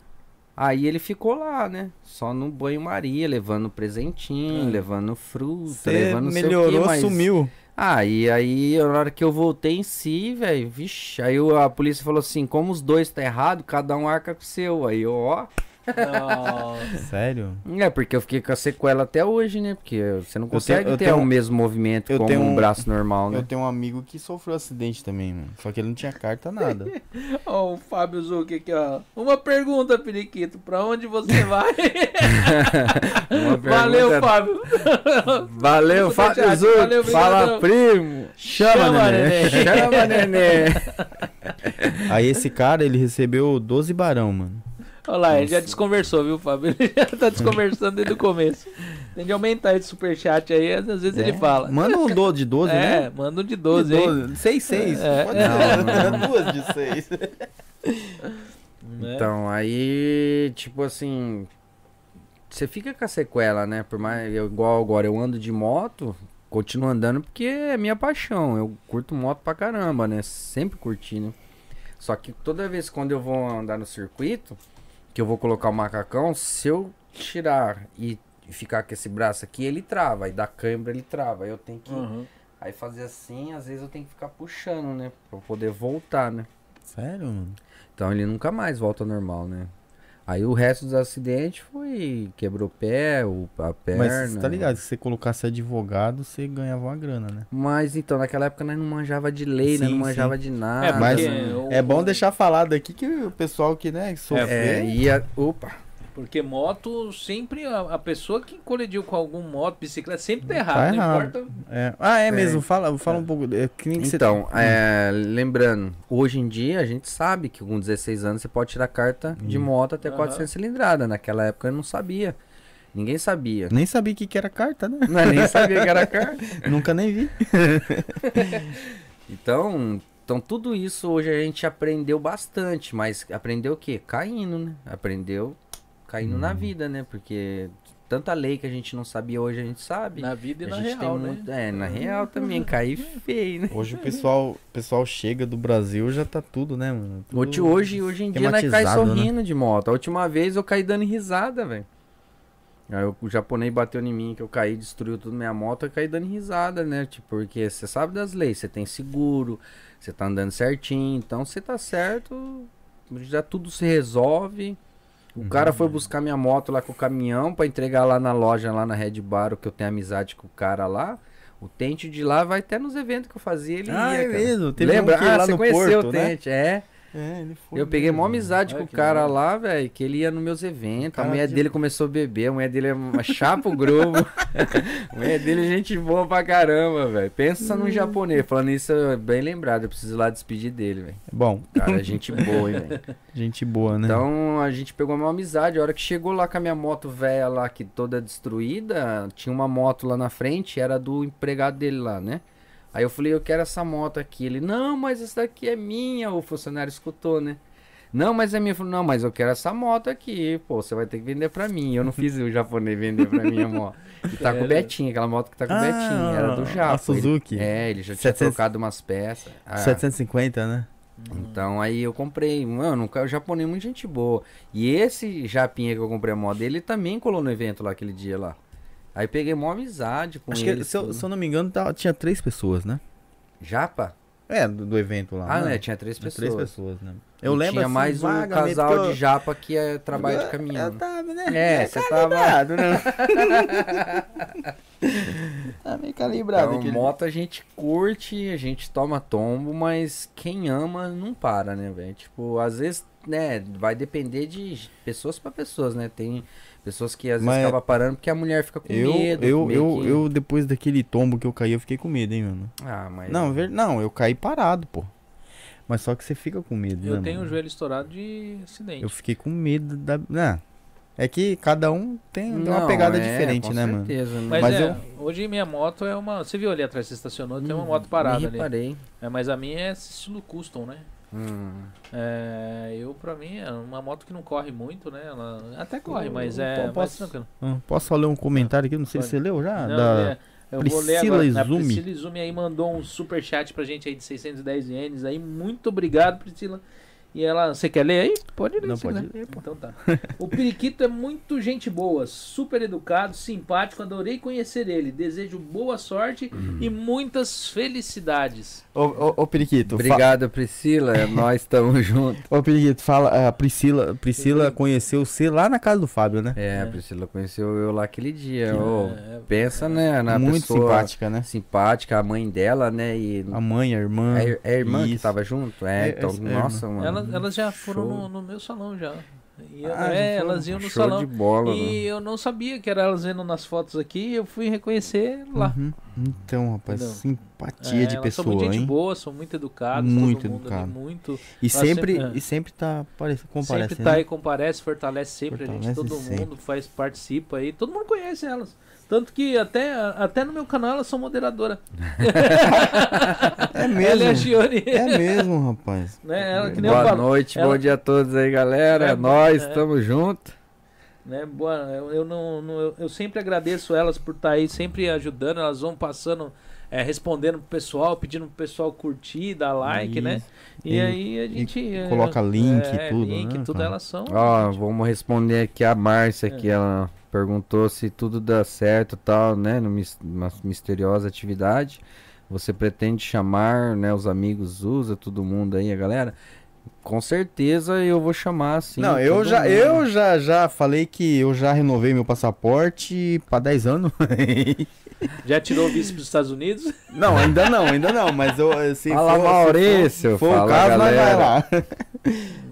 C: Aí ele ficou lá, né? Só no banho-maria, levando presentinho,
A: Ah.
C: levando fruta,
B: Você
C: levando não sei o quê,
B: É. melhorou,
C: mas-
B: sumiu.
C: Ah, e aí na hora que eu voltei em si, velho, vixe, aí o- a polícia falou assim, como os dois tá errado, cada um arca com o seu. Aí eu, ó,
A: Nossa.
B: Sério?
C: é porque eu fiquei com a sequela até hoje, né? Porque você não
B: tenho-
C: consegue
B: eu
C: ter
B: tenho- um-
C: o mesmo movimento
B: eu
C: como
B: tenho
C: um
B: um-
C: braço normal,
B: Eu
C: né?
B: tenho um amigo que sofreu acidente também, mano. Só que ele não tinha carta, nada.
A: Ó, o Fábio Zucchi aqui, ó. Uma pergunta, Periquito. Pra onde você vai?
C: Uma
A: Valeu,
C: pergunta-
A: Fábio.
C: Valeu,
A: Isso,
C: Fábio
A: Tati,
C: Zuc,
A: valeu, brigadão.
C: fala primo, chama,
A: Chama,
C: neném,
A: neném.
C: chama neném.
B: Aí esse cara, ele recebeu 12 barão, mano.
A: Olha lá, ele já desconversou, viu, Fábio? Ele já tá desconversando desde o começo. Tem de aumentar esse superchat aí, às vezes ele
B: É.
A: fala.
B: Manda um do de 12,
A: é,
B: né?
A: manda um de 12, hein?
B: 6, 6.
A: É.
B: Pode
C: Não,
B: não. Duas de 6.
A: É.
C: Então, aí, tipo assim, você fica com a sequela, né? Por mais eu, igual agora, eu ando de moto, continuo andando porque é minha paixão. Eu curto moto pra caramba, né? Sempre curti, né? Só que toda vez quando eu vou andar no circuito, que eu vou colocar o macacão, se eu tirar e ficar com esse braço aqui, ele trava, aí da câimbra ele trava. Aí eu tenho que
A: Uhum.
C: aí fazer assim, às vezes eu tenho que ficar puxando, né, Pra eu poder voltar, né?
B: Sério, mano?
C: Então ele nunca mais volta ao normal, né? Aí o resto dos acidentes foi. Quebrou o pé, o, a perna.
B: Mas você tá ligado, se você colocasse advogado, você ganhava uma grana, né?
C: Mas então, naquela época nós não manjava de lei, nós
B: Sim,
C: não
B: sim.
C: manjava de nada.
A: É,
B: Ah, mas
A: porque o-
B: É bom deixar falado aqui que o pessoal que, né, sofreu...
C: É, ia. Opa!
A: Porque moto, sempre a, a pessoa que colidiu com algum moto, bicicleta, sempre tá errado. não
B: errado.
A: importa.
B: É. Ah, é, mesmo, fala, fala um pouco. é, que nem que você-
C: Então, é, lembrando, hoje em dia a gente sabe que com 16 anos você pode tirar carta de
B: Hum.
C: moto até
A: Aham.
C: 400 cilindrada. Naquela época eu não sabia. Ninguém sabia.
B: Nem sabia o que, que era carta, né?
C: Nós nem sabia que era carta.
B: Nunca nem vi.
C: Então, então tudo isso hoje a gente aprendeu bastante, mas aprendeu o quê? Caindo, né? Aprendeu caindo
A: Uhum.
C: na vida, né? Porque tanta lei que a gente não sabia hoje a gente sabe.
A: Na vida e
C: a
A: na
C: gente
A: real,
C: tem
A: né?
C: muito, é, na real também cair feio, né?
B: Hoje o pessoal, o pessoal chega do Brasil, já tá tudo, né, mano? Tudo
C: Hoje, hoje, hoje em dia nós cai
B: tematizado, né?
C: sorrindo de moto. A última vez eu caí dando risada, velho. Aí o o japonês bateu em mim, que eu caí, destruiu tudo minha moto, eu caí dando risada, né? Tipo, porque você sabe das leis, você tem seguro, você tá andando certinho, então você tá certo, já tudo se resolve. O
B: Uhum.
C: cara foi buscar minha moto lá com o caminhão pra entregar lá na loja, lá na Red Bar, que eu tenho amizade com o cara lá. O Tente de lá vai até nos eventos que eu fazia, ele
B: Ah,
C: ia,
B: é
C: cara.
B: mesmo? Teve
C: Lembra?
B: um que
C: ah,
B: lá
C: você
B: no
C: conheceu o
B: Porto, né?
C: Tente, é.
B: É, ele foi.
C: Eu peguei mó
B: mesmo.
C: amizade
A: Olha
C: com o
A: que
C: cara
A: legal.
C: lá, velho, que ele ia nos meus eventos. A
B: Cara
C: mulher
B: de-
C: dele começou a beber, a mulher dele é uma chapa o grupo. a mulher dele é gente boa pra caramba, velho. Pensa
A: Hum.
C: num japonês. Falando isso, é bem lembrado. Eu preciso ir lá despedir dele, velho.
B: Bom,
C: Cara, é gente boa, hein, velho.
B: gente boa, né?
C: Então a gente pegou uma amizade. A hora que chegou lá com a minha moto velha lá, que toda destruída, tinha uma moto lá na frente, era do empregado dele lá, né? Aí eu falei, eu quero essa moto aqui. Ele, não, mas essa daqui é minha. O funcionário escutou, né? Não, mas é minha. Eu falei, não, mas eu quero essa moto aqui. Pô, você vai ter que vender pra mim. Eu não fiz o japonês vender pra mim a moto. E tá com
A: Sério?
C: o Betinho, aquela moto que tá com o
B: Ah,
C: Betinho. Era do Japa.
B: a Suzuki.
C: Ele- é, ele já tinha
B: 700
C: trocado umas peças. Ah.
B: 750, né?
C: Então aí eu comprei, mano, um ca- japonês muito gente boa. E esse japinha que eu comprei a moto dele, ele também colou no evento lá aquele dia lá. Aí peguei mó amizade com
B: Acho
C: ele.
B: que, se eu,
C: assim.
B: se eu não me engano, tava- tinha três pessoas, né?
C: Japa?
B: É, do, do evento lá.
C: Ah,
B: né?
C: né? Tinha três
B: Tinha
C: pessoas.
B: três pessoas, né? Eu
C: E
B: lembro
C: Tinha
B: assim,
C: mais um
B: vagamente que
C: casal
B: eu-
C: de japa que é trabalho de caminhão.
B: Eu tava, né?
C: É, você tava.
B: Calibrado, né? tá meio calibrado
C: Então,
B: aquele-
C: moto a gente curte, a gente toma tombo, mas quem ama não para, né, velho? Tipo, às vezes, né, vai depender de pessoas pra pessoas, né? Tem pessoas que às
B: Mas-
C: vezes acaba parando porque a mulher fica com
B: Eu,
C: medo.
B: eu,
C: meio
B: eu,
C: que-
B: eu, depois
A: É.
B: daquele tombo que eu caí, eu fiquei com medo, hein, mano?
C: Ah, mas.
B: Não, ver- não, eu caí parado, pô. Mas só que você fica com medo,
A: Eu
B: né,
A: tenho o
B: mano?
A: joelho estourado de acidente.
B: Eu fiquei com medo da. Ah, é que cada um tem, tem uma
C: Não,
B: pegada
C: é,
B: diferente,
C: com
B: né, mano?
C: certeza, mano?
A: Mas,
B: Mas
A: é,
B: eu- Hum,
A: hoje minha moto é uma. Você viu ali atrás, você estacionou, tem uma moto parada
C: Nem
A: ali.
C: reparei.
A: É, mas a minha é esse estilo custom, né?
C: Hum.
A: É, eu, pra mim, é uma moto que não corre muito, né? Ela até corre, mas
B: eu
A: é.
B: po-
A: mais
B: posso-
A: tranquilo.
B: Ah, Posso só ler um comentário aqui? Não sei se você leu já.
A: Não,
B: da-
A: é, eu vou ler
B: Priscila
A: agora. né? A
B: Izumi.
A: Priscila Izumi aí mandou um super chat pra gente aí de 610 ienes aí. Muito obrigado, Priscila. E ela, você quer ler aí? Pode ler,
B: Não,
A: se
B: pode
A: quiser.
B: ler, pô.
A: Então tá. O Periquito é muito gente boa, super educado, simpático. Adorei conhecer ele. Desejo boa sorte
B: Uhum.
A: e muitas felicidades.
B: Ô, ô, ô, Periquito. fa-
C: Obrigado, Priscila. é Nós estamos juntos.
B: Ô, Periquito, fala. A Priscila, Priscila conheceu você lá na casa do Fábio, né?
C: É, a Priscila conheceu eu lá aquele dia. ô.
A: É,
C: pensa, né? Na
B: Muito
C: pessoa
B: simpática, né?
C: simpática, a mãe dela, né? E
B: A mãe, a irmã.
C: é, é a irmã que
B: Isso.
C: tava junto? É,
B: É,
C: então,
B: é- é a
C: nossa, mano.
A: ela- elas já foram
C: Show.
A: no, no meu salão já. E eu-
B: Ah, já
A: é,
B: foram?
A: elas iam no
C: Show
A: salão.
C: de bola,
B: né?
A: E eu não sabia que era elas vendo nas fotos aqui, e eu fui reconhecer lá.
B: Uhum. Então, rapaz,
A: Entendeu?
B: simpatia
A: É,
B: Uhum. de
A: elas São muito
B: pessoa,
A: gente
B: hein?
A: boa, são muito educados,
B: Muito
A: todo mundo ali,
B: educado.
A: muito.
B: E
A: Ela
B: sempre,
A: sempre- é.
B: e sempre tá parece, comparecendo.
A: Sempre tá aí, comparece, fortalece sempre a gente,
B: né? Fortalece
A: todo
B: sempre.
A: mundo faz, participa aí, todo mundo conhece elas. Tanto que até, até no meu canal elas são moderadora.
B: É
A: Ela é a
B: mesmo.
A: Gione.
B: É mesmo, rapaz.
A: Né? Ela que nem eu
C: Boa
A: falo.
C: noite,
A: ela-
C: bom dia a todos aí, galera.
A: É,
C: nós
A: é.
C: estamos juntos.
A: né? Boa, eu, eu não, não- eu, eu sempre agradeço elas por estar aí, sempre ajudando, elas vão passando, é, respondendo pro pessoal, pedindo pro pessoal curtir, dar like, né? E,
B: E-
A: aí a gente é,
B: coloca link e
A: é,
B: tudo,
A: link,
B: né,
A: tudo
B: cara?
A: elas são.
C: Ó, vamos responder aqui a Márcia,
A: É.
C: que ela perguntou se tudo dá certo e tal, né? no mis- Numa misteriosa atividade. Você pretende chamar, né? Os amigos usa, todo mundo aí, a galera. Com certeza eu vou chamar, assim.
B: Não, eu
C: todo
B: já,
C: mundo.
B: eu já, já falei que eu já renovei meu passaporte pra 10 anos.
A: Já tirou o vice pros Estados Unidos?
B: não, ainda não, ainda não, mas eu se
C: Fala,
B: for- se for-
C: Maurício,
B: se for
C: fala,
B: o caso, nós vai
C: galera.
B: lá.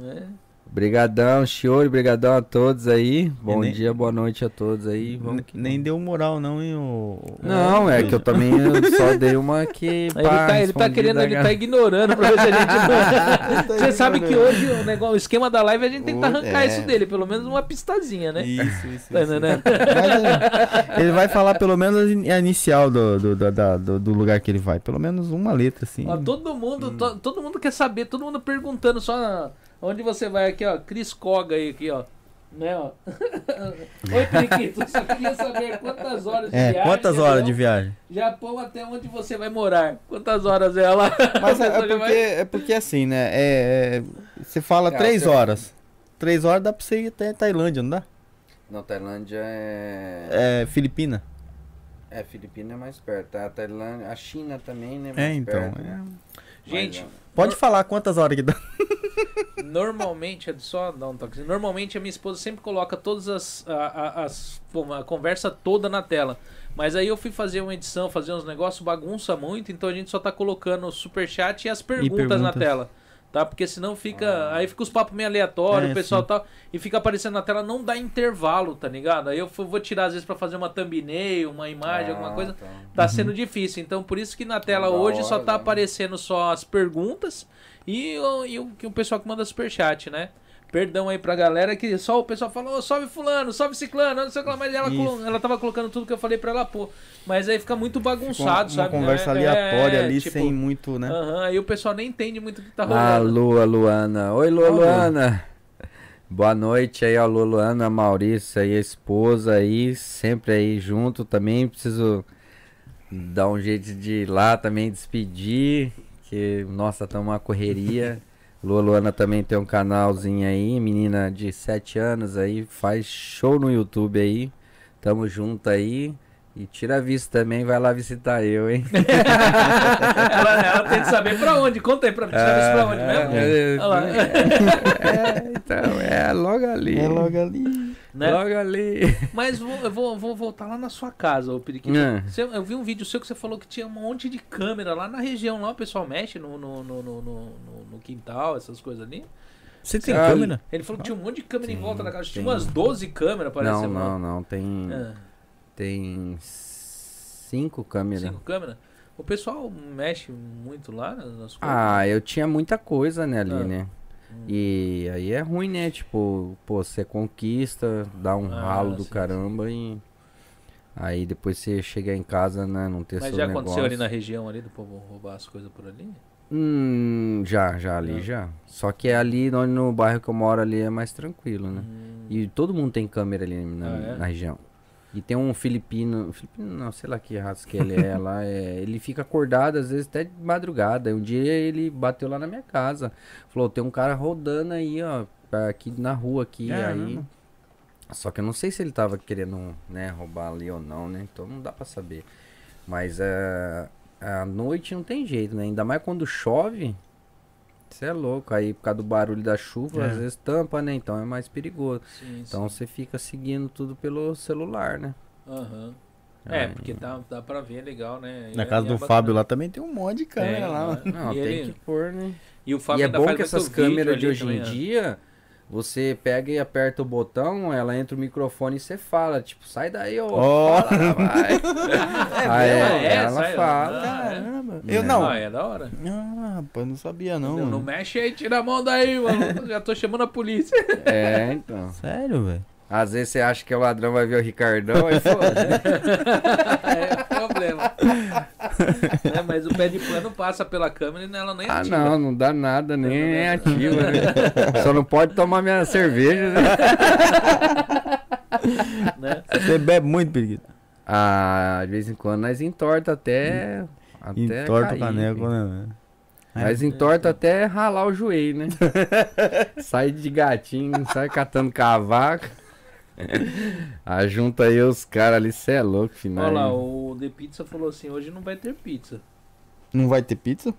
A: né?
C: Brigadão, Shiori, brigadão a todos aí. Bom
B: nem-
C: dia, boa noite a todos aí. Vamos que
B: Nem deu moral não, hein, o...
C: Não, é que eu também só dei uma que.
A: Aí Ele tá, ele tá querendo, ele tá ignorando pra ver se a
B: Ah,
A: gente.
B: tá
A: Você sabe que hoje o, negócio, o esquema da live é a gente tenta
B: Hoje,
A: arrancar
B: é.
A: isso dele, pelo menos uma pistazinha, né?
B: Isso, isso,
A: Tá
B: isso.
A: entendendo?
B: Mas, é, ele vai falar pelo menos in- a inicial do, do, da- da- do, do lugar que ele vai. Pelo menos uma letra, assim.
A: Ó, todo mundo, to- todo mundo quer saber, todo mundo perguntando só ah, onde você vai aqui, ó. Cris Coga aí aqui, ó. Né, ó. Oi, Periquito, eu só queria saber quantas horas de
B: é,
A: viagem.
B: quantas horas de
A: Japão-
B: viagem?
A: Japão até onde você vai morar. Quantas horas é lá?
B: Mas é, é
A: Você vai-
B: porque, é porque assim, né? É, é, você fala
C: É,
B: três
C: você-
B: horas. Três horas dá pra você ir até Tailândia, não dá?
C: Não, Tailândia é.
B: É, Filipina.
C: É, Filipina é mais perto. A Tailândia, a China também, né?
B: É,
C: mais
B: então.
C: perto, um
B: é.
C: né?
A: Gente,
C: Mas, ó,
B: Pode falar quantas horas que dá.
A: Normalmente, é só dar um toque. Normalmente a minha esposa sempre coloca todas as. A, a- as- a conversa toda na tela. Mas aí eu fui fazer uma edição, fazer uns negócios, bagunça muito, então a gente só tá colocando o superchat e as perguntas, na
B: perguntas. Ah.
A: tela. Tá? Porque senão fica. Aí fica os papos meio aleatórios,
B: É,
A: o pessoal
B: sim.
A: tal. E fica aparecendo na tela, não dá intervalo, tá ligado? Aí eu fu- vou tirar, às vezes, pra fazer uma thumbnail, uma imagem, alguma
C: ah,
A: coisa.
C: tá.
A: Tá
B: Uhum.
A: sendo difícil, então por isso que na tela
C: Da
A: hoje só
C: hora,
A: tá
C: né?
A: aparecendo só as perguntas e o, e o, que o pessoal que manda superchat, né? Perdão aí pra galera que só o pessoal falou, sobe fulano, sobe ciclano, não sei o que lá, mas ela, colo-
B: Isso.
A: ela tava colocando tudo que eu falei pra ela pôr. Mas aí fica muito bagunçado,
B: uma
A: sabe? É,
B: conversa aleatória
A: é,
B: ali,
A: tipo,
B: sem muito, né?
A: aham, aí o pessoal nem entende muito o que tá
C: Ah,
A: rolando.
C: Lua, Luana. Oi, Lua,
B: Alô.
C: Luana. Boa noite aí, ó, Lua, Luana, Maurício aí, a esposa aí, sempre aí junto também. Preciso dar um jeito de ir lá também despedir, que, nossa, tá uma correria. Lua, Luana também tem um canalzinho aí, menina de 7 anos aí, faz show no YouTube aí. Tamo junto aí. E tira a vista também, vai lá visitar eu, hein?
A: ela, ela tem que saber pra onde, conta aí pra mim, sabe isso pra onde mesmo?
C: É,
A: Olha lá.
C: é, então, é logo ali.
B: É logo ali.
A: Né?
C: Logo ali.
A: Mas vou- eu vou, vou voltar lá na sua casa, ô Periquito.
C: É.
A: Você- eu vi um vídeo seu que você falou que tinha um monte de câmera lá na região, lá o pessoal mexe no, no, no, no, no- no- no quintal, essas coisas ali.
B: Você tem
C: Ah,
B: câmera?
A: Ele falou que tinha um monte de câmera em
C: Tem,
A: volta da casa, tinha
C: tem.
A: umas 12 câmeras, parece.
C: Não,
A: mano.
C: não, não. Tem,
A: É,
C: tem cinco câmeras.
A: cinco câmeras? O pessoal mexe muito lá nas nas coisas.
C: Ah, eu tinha muita coisa, né, ali,
A: Ah.
C: né? E aí é ruim, né? Tipo, pô, você conquista, dá um
A: Ah,
C: ralo do
A: sim,
C: caramba e. Aí depois você chega em casa, né? Não ter
A: Mas
C: seu
A: já
C: negócio.
A: aconteceu ali né? na região ali do povo roubar as coisas por ali?
C: Hum, já, já ali,
A: Não.
C: já. Só que é ali onde no bairro que eu moro ali é mais tranquilo, né?
A: Hum,
C: E todo mundo tem câmera ali na,
A: Ah, é?
C: na região. E tem um filipino, filipino não, sei lá que raça que ele é lá, é, ele fica acordado às vezes até de madrugada. Um dia ele bateu lá na minha casa, falou, tem um cara rodando aí, ó, pra- aqui na rua aqui, aí...
B: Caramba.
C: Só que eu não sei se ele tava querendo, né, roubar ali ou não, né, então não dá pra saber. Mas é, à noite não tem jeito, né, ainda mais quando chove, você é louco, aí por causa do barulho da chuva,
B: É.
C: às vezes tampa, né, então é mais perigoso.
A: Sim,
C: Então você fica seguindo tudo pelo celular, né?
A: Aham. É,
C: Aí-
A: porque dá, dá pra ver legal, né?
B: Na
A: E
B: casa
A: é
B: do
A: bacana.
B: Fábio lá também tem um monte de câmera
A: Tem,
B: lá.
A: né?
B: mano.
C: Não,
A: E
C: tem
A: ele-
C: que pôr, né?
A: E o Fábio
C: e é
A: ainda
C: bom
A: faz
C: que
A: muito
C: essas
A: vídeo
C: câmeras
A: ali
C: de hoje em
A: também, né?
C: dia, você pega e aperta o botão, ela entra o microfone e você fala, tipo, sai daí, ô.
B: Ó.
C: fala, vai. Aí
A: mesmo? É,
C: ela
A: sai-
C: fala.
A: Ah, é.
B: Caramba.
C: É.
B: Eu não.
A: Ah, é da hora.
B: Ah, rapaz, não sabia
A: Não,
B: não.
A: não
B: mano.
A: mexe aí, tira a mão daí, mano. Já tô chamando a polícia.
C: É, então.
B: Sério, velho?
C: Às vezes você acha que é o ladrão vai ver o Ricardão e foda.
A: é
C: um
A: problema. É, mas o pé de pano passa pela câmera e ela nem né?
C: Ah,
A: ativa.
C: não, não dá nada, nem é ativa, né? Só não pode tomar minha cerveja,
A: É.
C: né?
A: Né?
B: Você bebe muito, periquito.
C: Ah, de vez em quando nós entorta até. até
B: Entorta
C: cair,
B: o caneco,
C: filho.
B: né, velho?
C: Nós entorta até ralar o joelho, né? sai de gatinho, sai catando cavaco. Aí junta aí os caras ali, cê é louco, final.
A: Olha lá, o The Pizza falou assim, hoje não vai ter pizza.
B: Não vai ter pizza?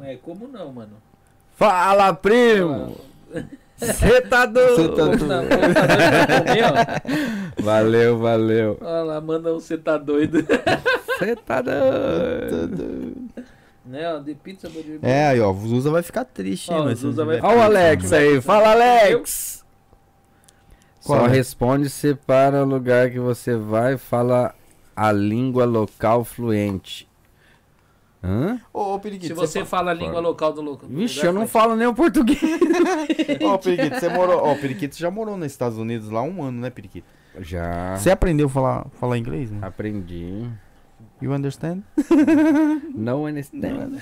A: Ué, como não, mano?
C: Fala, primo! Cê tá
B: Cê tá
C: doido!
A: Hoje não, hoje tá doido pra comer, ó.
C: Valeu, valeu.
A: Olha lá, manda um você tá doido.
C: Cê tá doido.
A: Né, ó, The Pizza... Body-
B: É, aí, ó, o Zuza vai ficar triste,
A: Ó,
B: hein,
A: o
B: mas se
A: Zuza
B: não
A: vai
B: tiver
C: Olha o
B: pizza,
C: Alex
B: né?
C: aí, fala Alex! Só
B: Qual é?
C: responde se para o lugar que você vai, fala a língua local fluente. Hã?
B: Ô, ô, periquito,
A: Se você fala a língua local do louco.
C: tá Vixe, eu não falo nem o português.
B: fa- Ô, periquito, você morou. Ó, periquito, você já morou nos Estados Unidos lá um ano, né, periquito?
C: Já
B: Você aprendeu a falar, falar inglês, né?
C: aprendi.
B: You understand?
C: Não understand.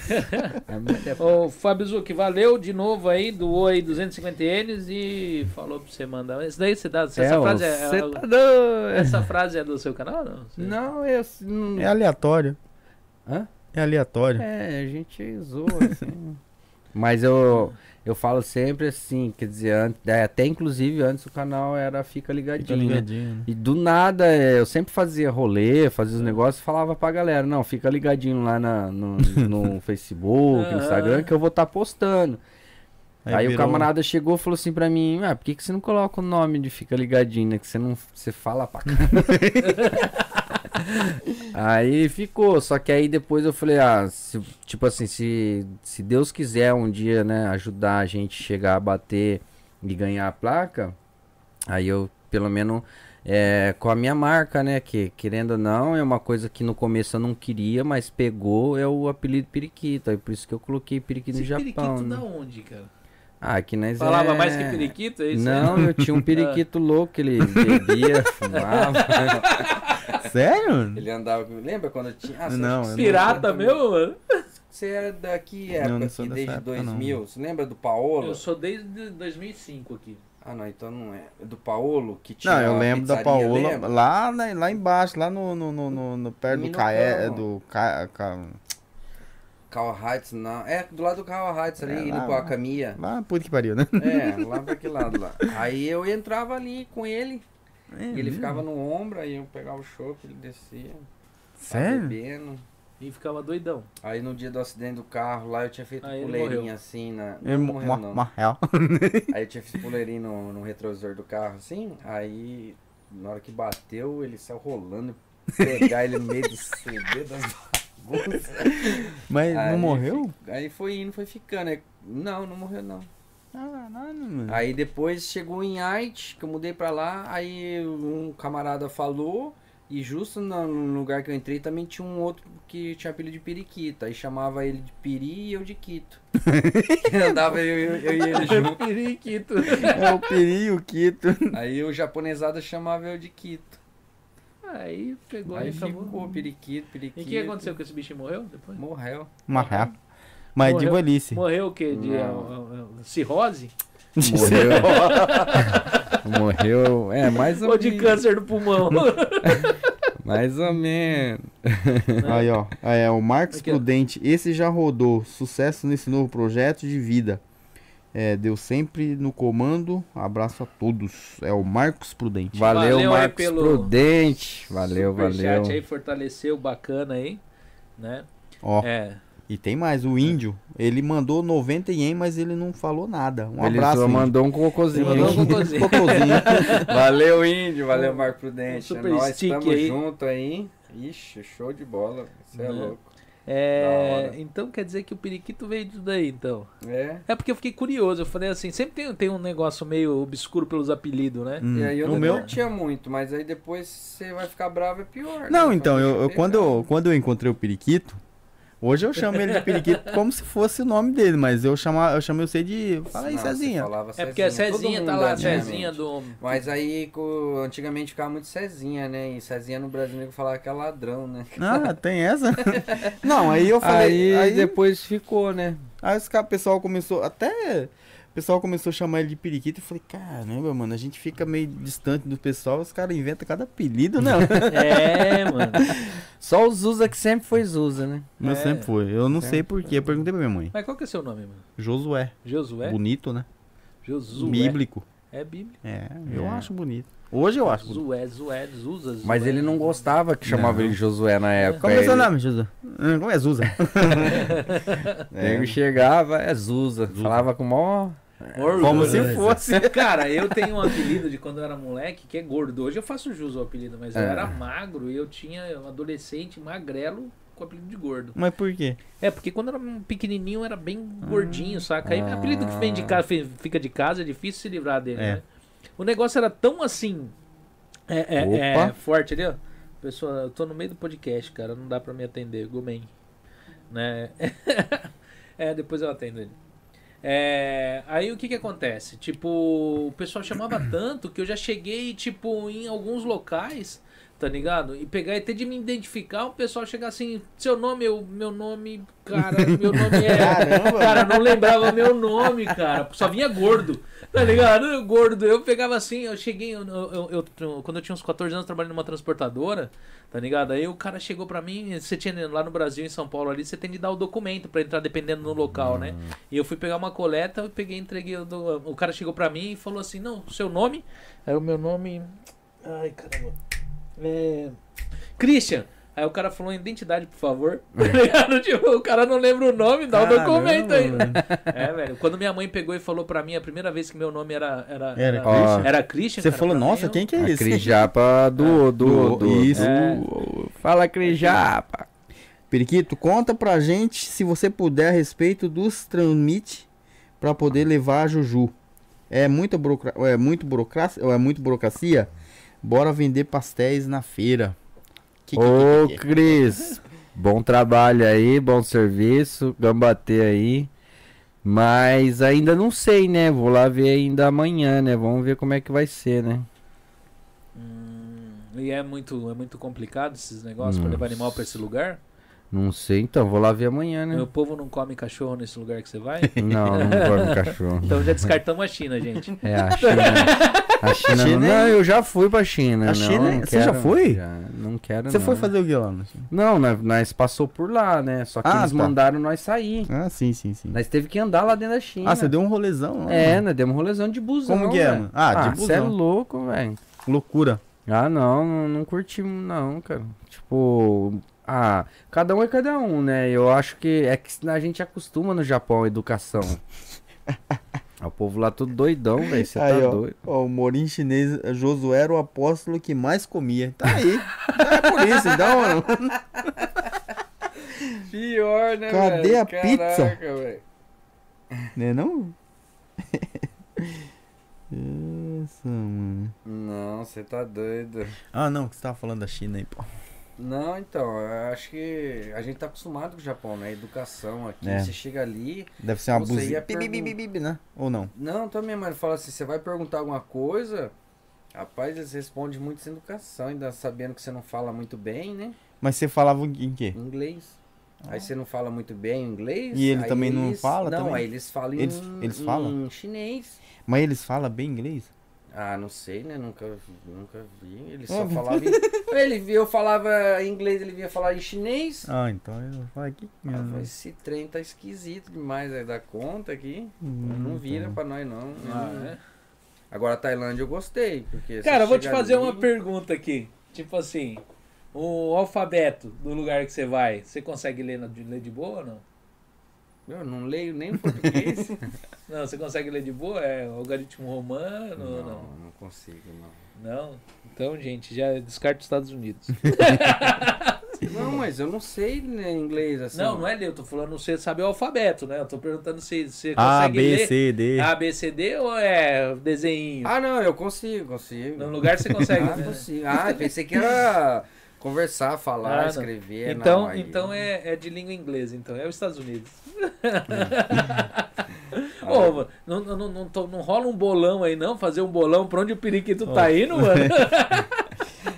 A: Ô, Fábio Zuc, valeu de novo aí, doou aí 250Ns e falou pra você mandar. Isso daí você dá. Essa,
C: É,
A: frase, é,
C: você
A: é-
C: tá doido.
A: essa frase é do seu canal? Não. Você-
C: Não, eu... não-
B: É aleatório.
C: Hã?
B: É aleatório.
C: É, a gente zoa, assim. Mas eu, eu falo sempre assim, quer dizer, antes, é, até inclusive antes o canal era Fica
B: Fica
C: Ligadinho, né?
B: ligadinho, né?
C: E do nada, é, eu sempre fazia rolê, fazia os negócios e falava pra galera, não, fica ligadinho lá na- no, no Facebook, no Instagram, que eu vou estar postando. Aí, o
B: virou- um
C: camarada chegou e falou assim pra mim, ah, por que, que você não coloca o nome de Fica Ligadinho, né? Que você não. Você fala pra caramba. aí ficou, só que aí depois eu falei, ah, se- tipo assim, se, se Deus quiser um dia, né, ajudar a gente chegar a bater e ganhar a placa, aí eu, pelo menos. é, com a minha marca, né? Que querendo ou não, é uma coisa que no começo eu não queria, mas pegou, é o apelido Periquito. Aí por isso que eu coloquei Periquito
A: Esse
C: no Japão.
A: periquito
C: né?
A: da onde, cara?
C: Ah, que nós
A: Falava
C: é-
A: mais que periquito, é isso?
C: Não, eu tinha um periquito louco, que ele bebia, fumava.
B: Sério? mano?
C: Ele andava com. Lembra quando eu tinha. Ah, você-
B: Não,
C: você-
B: eu
A: Pirata meu, mano?
C: Você era daqui,
B: Não,
C: época,
B: não sou
C: aqui,
B: dessa
C: desde
B: época,
C: 2000.
B: não.
C: Você lembra do Paolo?
A: Eu sou desde 2005 aqui.
C: Ah, não, então não é. Do Paolo que tinha.
B: Não, eu
C: a
B: lembro da
C: pizzaria,
B: Paola
C: lembra?
B: lá, na- lá embaixo, lá no, no, no, no- no perto do
C: Minotão.
B: Caé, é do Ca, Ca-
C: Carl Heights, não. É, do lado do Carl Heights ali,
B: É,
C: indo
B: lá,
C: pra
B: lá.
C: Camia.
B: lá puta que pariu, né?
C: É, lá pra aquele lado lá. Aí eu entrava ali com ele.
B: É
C: e ele ficava no ombro, aí eu pegava o chopp, ele descia. tava Bebendo.
A: E ficava doidão.
C: Aí no dia do acidente do carro lá eu tinha feito
A: Aí ele morreu.
C: puleirinho assim na.
B: É,
C: Não, morreu,
B: uma,
C: não.
B: uma real.
C: Aí eu tinha feito puleirinho no, no retrovisor do carro assim. Aí na hora que bateu, ele saiu rolando. Pegar ele no meio do CD das bagunças.
B: Mas
C: Aí
B: não morreu?
C: fi- Aí foi indo, foi ficando. aí- Não, não morreu não.
B: Caralho, mano.
C: Aí depois chegou em Haiti, que eu mudei pra lá, aí um camarada falou, E justo na- no lugar que eu entrei também tinha um outro que tinha apelido de periquita. Aí chamava ele de piri e eu de quito. Andava eu, eu, eu e ele junto.
A: Periquito.
B: É o Peri, o Quito.
C: Aí o japonesada chamava eu de quito.
A: Aí pegou
C: Aí
A: e acabou.
C: ficou periquito, periquito.
A: E o que aconteceu com esse bicho? Morreu depois?
C: Morreu.
B: Marra. Mas é de
A: Morreu.
B: velhice.
A: Morreu o quê? De
C: Não.
A: ah, ah, cirrose?
C: Morreu. É, mais
A: Ou de câncer do pulmão?
C: Mais ou menos.
B: Aí, ó. Aí, é o Marcos
A: Aqui, ó.
B: Prudente. Esse já rodou. Sucesso nesse novo projeto de vida. É, deu sempre no comando. Abraço a todos. É o Marcos Prudente.
C: Valeu,
A: Valeu aí
C: Marcos
A: pelo
C: Prudente. Valeu,
A: Superchat
C: valeu.
A: aí fortaleceu, bacana aí. Né?
B: Ó,
A: É.
B: e tem mais. O Índio. Ele mandou 90 ien, mas ele não falou nada. Um
C: ele
B: abraço.
C: só
B: Índio.
C: mandou um
A: Ele
C: cocôzinho.
A: mandou um
C: hein?
A: cocôzinho.
C: valeu, Índio. Valeu, Marcos Prudente.
A: Um
C: É
A: super
C: nóis,
A: stick
C: tamo
A: aí.
C: junto aí. Ixi, show de bola. Você é,
A: Né?
C: louco.
A: É,
C: Da hora.
A: então quer dizer que o periquito veio disso daí, então.
C: É.
A: É porque eu fiquei curioso. Eu falei assim, sempre tem, tem um negócio meio obscuro pelos apelidos, né?
B: Hum,
C: E aí eu
B: o
C: não
B: meu...
C: curtia muito, mas aí depois você vai ficar bravo é pior. né?
B: Não, então, eu, eu-
C: deixa
B: quando,
C: pegar.
B: eu, quando eu encontrei o Periquito, hoje eu chamo ele de Periquito como se fosse o nome dele, mas eu, chama, eu chamei você de. Fala aí,
C: Não, você
B: Cezinha.
C: falava
A: É porque a
C: Cezinha, todo
A: Cezinha tá
C: mundo
A: lá, a
C: antigamente.
A: Cezinha do.
C: Mas aí, co- antigamente ficava muito Cezinha, né? E Cezinha no Brasil nego falava que é ladrão, né?
B: Ah, tem essa? Não, aí eu falei. Aí,
C: depois ficou, né?
B: aí os caras, o pessoal começou. Até. O pessoal começou a chamar ele de periquito. Eu falei, caramba, mano, a gente fica meio distante do pessoal, os caras inventam cada apelido, né?" não.
A: É, mano.
C: Só o Zusa que sempre foi Zusa, né?
B: Mas
A: É.
B: sempre foi. Eu não sei porquê. Eu perguntei pra minha mãe.
A: Mas qual que é seu nome, mano?
B: Josué.
A: Josué?
B: Bonito, né?
A: Josué.
B: Bíblico.
A: É bíblico.
B: É, eu
C: É.
B: acho bonito. Hoje eu acho bonito.
A: Zué, Zué, Zuza, Zué.
C: Mas ele não gostava que chamava
B: Não.
C: ele de Josué na época.
B: Como é seu
C: ele,
B: nome, Josué? Hum, Como é Zusa? É.
C: ele chegava, é Zusa. Falava com o maior...
A: Orgulho.
B: Como se fosse.
A: Cara, eu tenho um apelido de quando eu era moleque que é gordo. Hoje eu faço jus ao apelido, mas
B: É.
A: eu era magro e eu tinha um adolescente magrelo com apelido de gordo.
B: Mas por quê?
A: É, porque quando eu era pequenininho eu era bem
B: Hum.
A: gordinho, saca? Aí
C: Ah.
A: apelido que vem de casa, fi- fica de casa é difícil se livrar dele,
B: É.
A: né? O negócio era tão assim. É, é-
B: Opa.
A: é forte ali, ó. Pessoal, eu tô no meio do podcast, cara. Não dá pra me atender. Gomen. Né? é, depois eu atendo ele. É, aí o que que acontece? Tipo, o pessoal chamava tanto que eu já cheguei, tipo, em alguns locais, tá ligado? E pegar e ter de me identificar, o pessoal chegar assim, seu nome, eu, meu nome, cara, meu nome é.
B: Caramba.
A: Cara, não lembrava meu nome, cara. Só vinha gordo, tá ligado? Eu, Gordo. Eu pegava assim, eu cheguei, eu, eu- eu- eu- quando eu tinha uns 14 anos trabalhando numa transportadora, tá ligado? Aí o cara chegou pra mim, você tinha lá no Brasil, em São Paulo ali, você tem de dar o documento pra entrar dependendo do local, né? E eu fui pegar uma coleta, eu peguei, entreguei. o do- o cara chegou pra mim e falou assim: Não, seu nome? Aí o meu nome. Ai, caramba. É. Christian. Aí o cara falou: Identidade, por favor. Tá ligado? Tipo, o cara não lembra o nome, dá o documento aí. É, velho. Quando minha mãe pegou e falou pra mim, a primeira vez que meu nome era. Era,
B: Era
A: era,
B: Christian?
A: era Christian.
B: Você
A: cara,
B: falou,
A: pra
B: nossa,
A: mim,
B: quem que é
C: A
B: esse?
C: Crijapa do... do, do-
B: Isso.
A: É.
C: do- Fala, Crijapa.
B: Periquito, conta pra gente, se você puder, a respeito dos transmite pra poder levar a Juju. É muita burocra... é muito burocracia, é muito burocracia. Bora vender pastéis na feira. Que que-
C: Ô,
B: que- que-
C: Cris, bom trabalho aí, bom serviço, gambatê aí. Mas ainda não sei, né? Vou lá ver ainda amanhã, né? Vamos ver como é que vai ser, né?
A: Hum, e é muito, é muito complicado esses negócios pra levar animal pra esse lugar.
C: Não sei, então, vou lá ver amanhã, né?
B: Hum.
A: Meu povo não come cachorro nesse lugar que você vai.
C: Não, não dorme cachorro.
A: Então já descartamos a China, gente.
C: É, a China. A China.
B: China
C: não,
B: é-
C: não, eu já fui pra China.
B: A
C: não,
B: China é-
C: não
B: você já
C: quero,
B: foi?
C: já, não quero,
B: Você
C: não.
B: foi fazer o que lá? no-
C: Não, nós, nós passou por lá, né? Só que
B: Ah,
C: eles
B: tá.
C: mandaram nós sair.
B: Ah, sim, sim, sim.
C: Nós teve que andar lá dentro da China.
B: Ah, você deu um rolezão. lá,
C: né? É,
B: mano.
C: nós demos um rolezão de busão,
B: Como que é,
C: velho.
B: mano? Ah, de
C: Você é
B: busão.
C: louco, velho.
B: Loucura.
C: Ah, não, não, não curtimos não, cara. Tipo, ah, cada um é cada um, né? Eu acho que é que a gente acostuma no Japão a educação. Ah, o povo lá todo doidão, velho. Você tá
B: Aí, ó,
C: doido.
B: ó, o Morim chinês, Josué era o apóstolo que mais comia. Tá aí. É por isso, então.
C: Pior, né,
B: Cadê velho? a pizza?
C: velho.
B: Né não? Hum, essa, mano?
C: Não, você tá doido.
B: Ah, não, que você tava falando da China aí, pô.
C: Não, então, eu acho que a gente tá acostumado com o Japão, né? Educação aqui,
B: É.
C: você chega ali.
B: Deve ser uma
C: Você
B: buzina.
C: ia
B: Bi, bi, bi, bi, bi, bi, né? Ou não?
C: Não, também, mas fala assim, você vai perguntar alguma coisa, rapaz, eles respondem muito sem educação, ainda sabendo que você não fala muito bem, né?
B: Mas você falava em quê?
C: Inglês. Aí você não fala muito bem o inglês.
B: Ah. E ele
C: aí
B: também não
C: eles-
B: fala
C: Não,
B: também?
C: aí eles falam em-
B: Eles- eles
C: em
B: falam?
C: chinês.
B: Mas eles falam bem inglês?
C: Ah, não sei, né? Nunca, nunca vi. Ele
B: Ah,
C: só falava. Em... ele via, eu falava inglês, ele via falar em chinês.
B: Ah, então eu falo aqui.
C: Ah, mas esse trem tá esquisito demais aí da conta aqui.
B: Hum,
C: não vira pra nós, não. né?
A: Ah, é?
C: Agora a Tailândia eu gostei. Porque
A: Cara,
C: você
A: eu vou te
C: chega
A: fazer
C: ali-
A: uma pergunta aqui. Tipo assim, o alfabeto do lugar que você vai, você consegue ler, na- de- ler de boa ou não?
C: Eu não leio nem o português.
A: Não, você consegue ler de boa? É algoritmo romano ou não?
C: não, não consigo, não.
A: Não? Então, gente, já descarta os Estados Unidos.
C: Não, mas eu não sei né, inglês assim.
A: Não, não é ler, eu tô falando você sabe o alfabeto, né? Eu tô perguntando se você
B: A,
A: consegue
B: Ah, B,
A: ler Ah,
B: C, D.
A: A, B, C, D ou é desenho?
C: Ah, não, eu consigo, consigo.
A: No lugar você consegue,
C: ah,
A: né?
C: consigo. Ah, pensei que era conversar,
A: Ah,
C: falar,
A: não.
C: escrever.
A: Então,
C: não, aí-
A: então é, é de língua inglesa, então é os Estados Unidos.
C: Ah,
A: Ô, mano, não, não, não, não tô- não rola um bolão aí, não? Fazer um bolão pra onde o periquito tá indo, mano?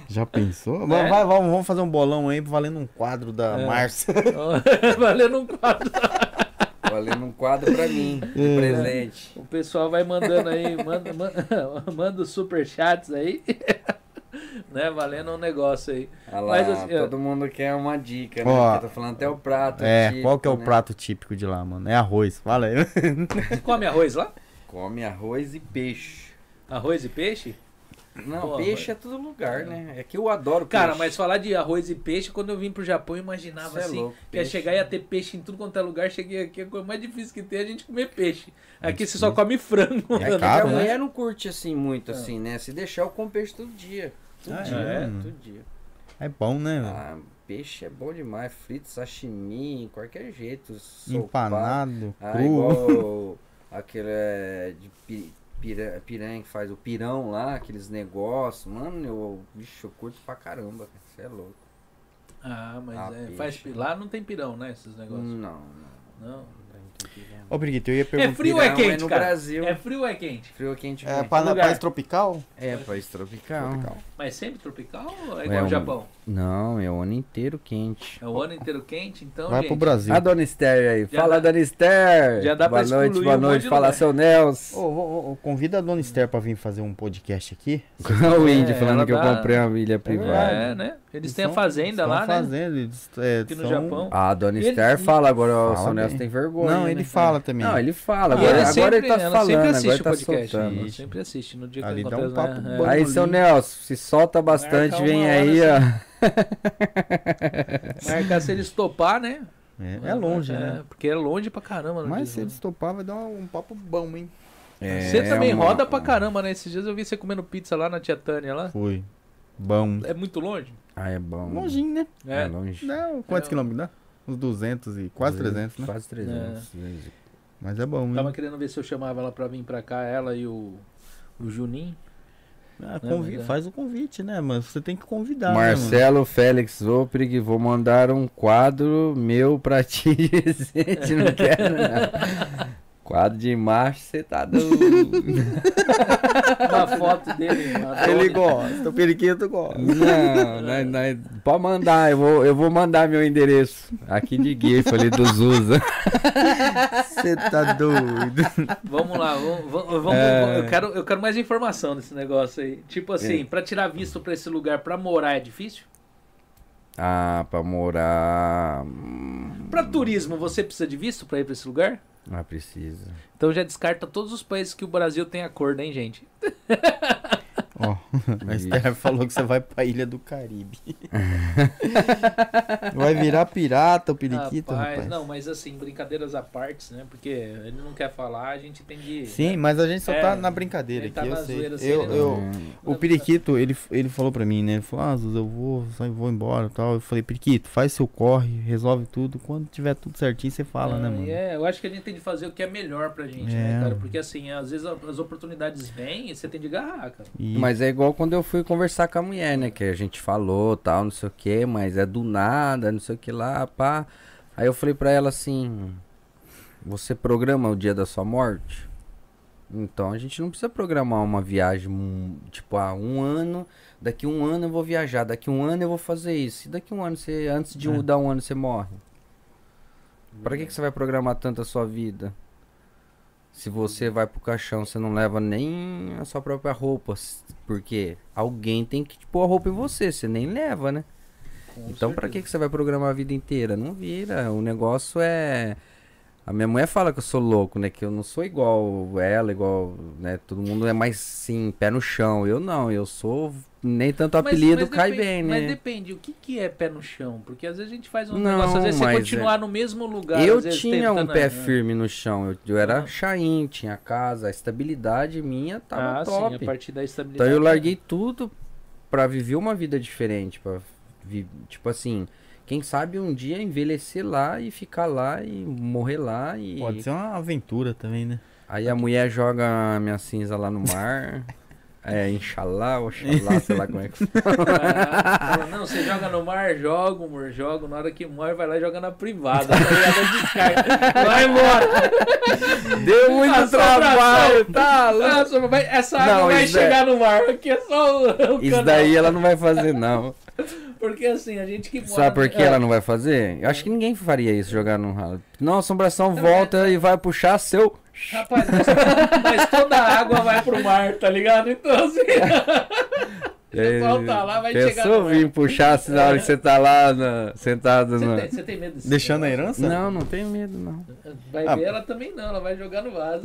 B: Já pensou?
A: Né?
B: Vai, vai, vamos vamos fazer um bolão aí valendo um quadro da
A: É.
B: Márcia.
A: Valendo um quadro.
C: Valendo um quadro pra mim,
B: É.
C: de presente.
A: O pessoal vai mandando aí, manda, manda, manda os superchats aí. né? Valendo um negócio aí.
C: Ah lá,
A: Mas, assim, ó.
C: todo mundo quer uma dica, né?
B: Ó.
C: Porque eu tô falando até o prato.
B: É,
A: Tipo,
C: típico,
B: qual que é o
C: né?
B: prato típico de lá, mano? É arroz. Fala aí.
A: Você come arroz lá?
C: Come arroz e peixe.
A: Arroz e peixe?
C: Não,
A: Pô,
C: peixe é todo lugar, né? É que eu adoro peixe.
A: Cara, mas falar de arroz e peixe, quando eu vim pro Japão, eu imaginava
C: Cê é
A: assim.
C: louco,
A: que ia
C: peixe.
A: chegar e ia ter peixe em tudo quanto é lugar. Cheguei aqui, a coisa mais difícil que tem é a gente comer peixe. Aqui você só come frango.
B: É
A: mano.
C: Porque
B: caro,
C: a
B: né?
C: mulher não curte assim muito, assim, né? Se deixar, eu como peixe todo dia. Todo
B: Ah,
C: dia,
A: Ah. é?
C: mano, todo dia.
B: É bom, né, velho?
C: Ah, peixe é bom demais. Frito, sashimi, qualquer jeito. Sopado.
B: Empanado,
C: Ah,
B: cru.
C: igual aquele é, de pi- pira- piranha que faz o pirão lá, aqueles negócios. Mano, eu, bicho, eu curto pra caramba, cara. Você é louco.
A: Ah, mas
C: Ah,
A: é,
C: peixe. Hum.
A: faz pi- lá não tem pirão, né? Esses negócios.
C: Não, não.
A: Não.
B: Ô, Briguito, eu ia
A: É
B: perguntar.
A: frio ou é
C: pirão
A: quente,
C: é no
A: cara?
C: Brasil.
A: É frio ou é quente?
C: Frio ou quente?
B: É,
C: quente?
B: pa-
A: lugar.
B: país tropical?
C: é país tropical.
A: Mas sempre tropical ou é
C: É
A: igual ao
C: um-
A: Japão?
C: Não, é o ano inteiro quente.
A: É o ano inteiro quente, então,
B: Vai
A: gente.
B: pro Brasil.
C: A Dona Esther aí.
A: Já
C: Fala,
A: dá-
C: Dona Esther.
A: já dá pra
C: Boa noite,
A: excluir
C: boa
A: um monte
C: noite.
A: de
C: Fala,
A: lugar.
C: seu Nelson.
B: Ô, ô, ô, convida a Dona Esther pra vir fazer um podcast aqui.
C: o Indy
A: É,
C: falando
A: ela
C: que eu
A: dá-
C: comprei uma ilha privada.
A: É, né? Eles têm a
B: São-
A: fazenda
B: são
A: lá, né?
B: fazenda, eles, é,
A: Aqui no
B: são-
A: Japão.
C: Ah, a Dona
A: Ele-
C: Esther fala agora, o
B: Fala
C: seu
B: bem.
C: Nelson tem vergonha.
B: Não, ele
C: né,
B: fala
C: cara?
B: também.
C: Não, ele fala.
A: E
C: Agora,
A: ela
C: agora
A: Ah, sempre,
C: ele tá
A: ela
C: falando,
A: sempre assiste
C: agora
A: o
C: tá
A: podcast. né?
C: soltando.
A: Ela sempre assiste no dia
B: Ah, ele
A: que
B: dá um
A: acontece,
B: papo
A: né?
B: bom.
C: Aí, seu Nelson, se solta bastante,
A: Marca
C: vem
A: uma assim.
C: aí, ó.
A: É, marcar se eles topar, né?
B: É, é longe,
A: É,
B: né?
A: Porque é longe pra caramba. no
B: Mas se
A: Brasil,
B: eles topar, vai dar um papo bom, hein?
A: né?
C: É,
A: Você
B: um
A: também
C: uma-
A: roda pra caramba, né? Esses dias eu vi você comendo pizza lá na Tia Tânia lá.
B: Foi. Bom.
A: É muito longe?
C: Ah, é bom.
B: Longinho, né?
C: É,
A: É.
C: longe.
B: Não,
A: É.
B: quantos quilômetros dá? Uns 200 e quase 300, né?
C: Quase
A: É.
C: 300.
B: Mas é bom,
A: Tava
B: hein?
A: querendo ver se eu chamava ela pra vir pra cá, ela e o, o Juninho.
B: Ah,
A: Não,
B: convi-
A: mas é.
B: Faz o convite, né? Mas você tem que convidar, né, mano?
C: Marcelo Félix Zoprig, vou mandar um quadro meu pra ti, gente, não quero não. Quadro de macho, você tá doido.
A: Uma foto dele. uma
B: Ele
A: dona.
B: gosta, o periquito gosta.
C: Não, nós- nós- pode mandar, eu vou, eu vou mandar meu endereço. Aqui de GIF ali do Zuza.
B: Você tá doido.
A: Vamos lá, vamos, vamos- vamos-
C: É.
A: eu, quero, eu quero mais informação desse negócio aí. Tipo
B: É.
A: assim, pra tirar visto pra esse lugar, pra morar é difícil?
C: Ah, pra morar. hum,
A: Pra turismo, você precisa de visto pra ir pra esse lugar?
C: Ah, precisa.
A: Então já descarta todos os países que o Brasil tem acordo, hein, gente?
B: Ó, a
C: Ixi.
B: Esther falou que você vai pra Ilha do Caribe. vai virar pirata o periquito, rapaz.
A: não, mas assim, brincadeiras à parte, né? Porque ele não quer falar, a gente tem de.
B: Sim, mas a gente só
A: É,
B: tá na brincadeira
A: ele tá
B: aqui, eu
A: na
B: sei. É.
A: zoeira, assim,
B: eu,
A: ele
B: eu-
A: não-
B: o
A: é,
B: periquito, ele, ele falou pra mim, né? Ele falou, ah, Zuz, eu vou, só vou embora e tal. Eu falei, periquito, faz seu corre, resolve tudo. Quando tiver tudo certinho, você fala, né,
A: Não, e
B: mano?
A: É, eu acho que a gente tem de fazer o que é melhor pra gente, né,
B: É.
A: cara? Porque assim, às vezes a- as oportunidades vêm e você tem de agarrar, cara.
B: E-
C: Mas é igual quando eu fui conversar com a mulher, né? Que a gente falou, tal, não sei o que, mas é do nada, não sei o que lá, pá. Aí eu falei pra ela assim: Você programa o dia da sua morte? Então a gente não precisa programar uma viagem, hum, tipo, ah, um ano, daqui um ano eu vou viajar, daqui um ano eu vou fazer isso, e daqui um ano você, antes de
B: É.
C: dar um ano você morre. Pra que, que você vai programar tanto a sua vida? Se você vai pro caixão, você não leva nem a sua própria roupa. s- Porque alguém tem que pôr a roupa em você, você nem leva, né?
A: Com
C: então pra
A: certeza.
C: que, que você vai programar a vida inteira? Não vira. O negócio é. A minha mulher fala que eu sou louco, né? Que eu não sou igual ela, igual, né? Todo mundo é mais sim, pé no chão. Eu não, eu sou. Nem tanto
A: Mas-
C: apelido
A: mas
C: cai
A: depende-
C: bem, né?
A: Mas depende, o que, que é pé no chão? Porque às vezes a gente faz um
C: Não,
A: negócio, às vezes você
C: mas é.
A: continuar no mesmo lugar.
C: Eu
A: às vezes
C: tinha um
A: tentando-
C: pé
A: é.
C: firme no chão, eu, eu
A: Ah.
C: era chain, tinha casa, a estabilidade minha tava
A: Ah,
C: top.
A: sim, a partir da
C: então
A: estabilidade.
C: eu larguei tudo pra viver uma vida diferente, para tipo assim, quem sabe um dia envelhecer lá e ficar lá e morrer lá e
B: Pode ser uma aventura também, né?
C: aí a mulher joga a minha cinza lá no mar. É, inxalá, oxalá, sei lá como é que
A: Ah, fala, não, você joga no mar, jogo, amor, jogo. Na hora que morre, vai lá e joga na privada. tá ligado? Descarga. Vai embora.
C: Deu
A: Ah,
C: muito
A: só pra
C: trabalho, tá louco?
A: Ah, só vai- Essa água
C: Não,
A: vai
C: isso é-
A: chegar no mar. Aqui é só o, o
C: Isso
A: canal.
C: daí ela não vai fazer não.
A: Porque assim, a gente que mora.
C: Sabe por que
A: É,
C: ela não vai fazer? Eu acho que ninguém faria isso, jogar no ralo. Não, a assombração volta e vai puxar seu.
A: Rapaz, mas, mas toda a água vai pro mar, tá ligado? Então assim.
C: É,
A: volta tá lá, vai chegar no
C: Pensou
A: mar.
C: vir puxar se na hora que você tá lá na- sentado
A: Você
C: na.
A: tem, você tem medo disso?
B: Deixando a herança?
C: Não, não tenho medo, não.
A: Vai
B: Ah,
A: ver, ela também não, ela vai jogar no vaso.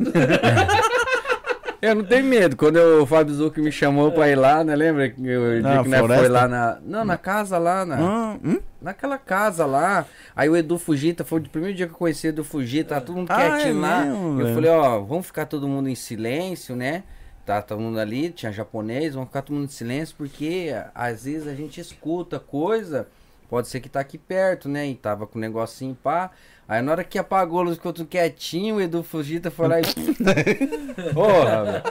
C: Eu não tenho medo. Quando eu- o Fábio Zucchi me chamou pra ir lá, né? Lembra que eu, o
B: Na
C: dia que nós foi
B: floresta?
C: lá na. Não, na casa lá, na.
B: Ah, hum?
C: Naquela casa lá. Aí o Edu Fugita, foi o primeiro dia que eu conheci o Edu Fugita, tá todo mundo
B: Ah, é
C: quietinho lá.
B: mesmo,
C: eu
B: velho?
C: falei, ó, vamos ficar todo mundo em silêncio, né? Tá todo mundo ali, tinha japonês, vamos ficar todo mundo em silêncio, porque às vezes a gente escuta coisa, pode ser que tá aqui perto, né? E tava com o negocinho pá. Aí na hora que apagou a luz, ficou tudo quietinho, o Edu Fugita foi lá e. Porra, velho.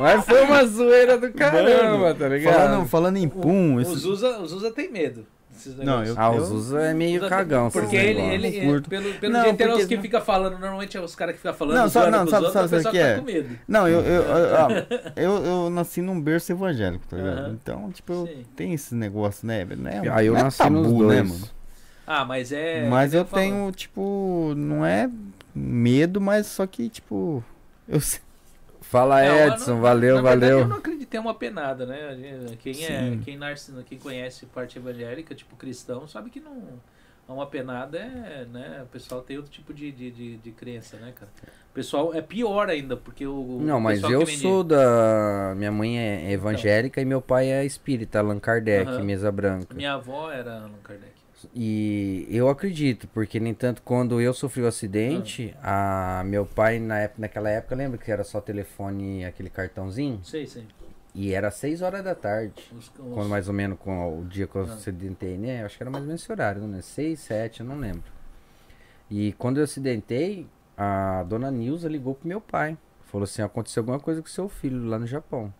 C: Mas foi uma zoeira do caramba, tá ligado?
B: Falando, falando em pum,
A: O
B: esse-
A: Zuza, o Zuza tem medo desses
B: Não,
A: negócios.
B: eu- assim,
C: Ah, o Zuza é meio
A: Zuza tem-
C: cagão, esses
A: Porque ele,
C: negócios.
A: ele,
B: Não curto.
A: pelo, pelo
B: Não,
A: jeito, é os
B: porque-
A: que fica falando, normalmente é os caras que ficam falando,
B: Não, sabe-
A: zoando
B: não,
A: com os
B: sabe-
A: outros,
B: sabe
A: o pessoal
B: o que
A: fica
B: é?
A: com medo.
B: Não, eu, eu, ah, ah, eu, eu nasci num berço evangélico, tá ligado?
A: Aham.
B: Então, tipo, eu
A: Sim.
B: tenho esse negócio, né? Não é,
C: Aí eu
B: não é
C: nasci nos dois.
A: Ah, mas é...
B: mas
A: que nem
B: eu
A: falo.
B: tenho, tipo, não é medo, mas só que, tipo, eu sei.
C: Fala,
A: Não, eu
C: Ah, Edson.
A: não-
C: valeu,
A: na verdade,
C: valeu.
A: eu não acreditei uma penada, né? A gente- Quem, é,
B: Sim.
A: quem, nasce, quem conhece parte evangélica, tipo cristão, sabe que não... Uma penada é, né? O pessoal tem outro tipo de, de, de, de crença, né, cara? O pessoal é pior ainda, porque o. o
C: Não, mas
A: pessoal
C: eu
A: que vem de-
C: sou da. Minha mãe é evangélica e meu pai é espírita, Allan Kardec,
A: Aham.
C: mesa branca.
A: Minha avó era Allan Kardec.
C: E eu acredito, porque, no entanto, quando eu sofri o acidente,
A: Ah.
C: a... meu pai, na época, naquela época, lembra que era só telefone, aquele cartãozinho?
A: Sei, é sei.
C: E era 6 horas da tarde.
A: Os, os-
C: Quando mais ou menos com o dia que eu
A: Ah.
C: acidentei, né? Acho que era mais ou menos esse horário, né? 6, 7, eu não lembro. E quando eu acidentei, a dona Nilza ligou pro meu pai. Falou assim: aconteceu alguma coisa com seu filho lá no Japão.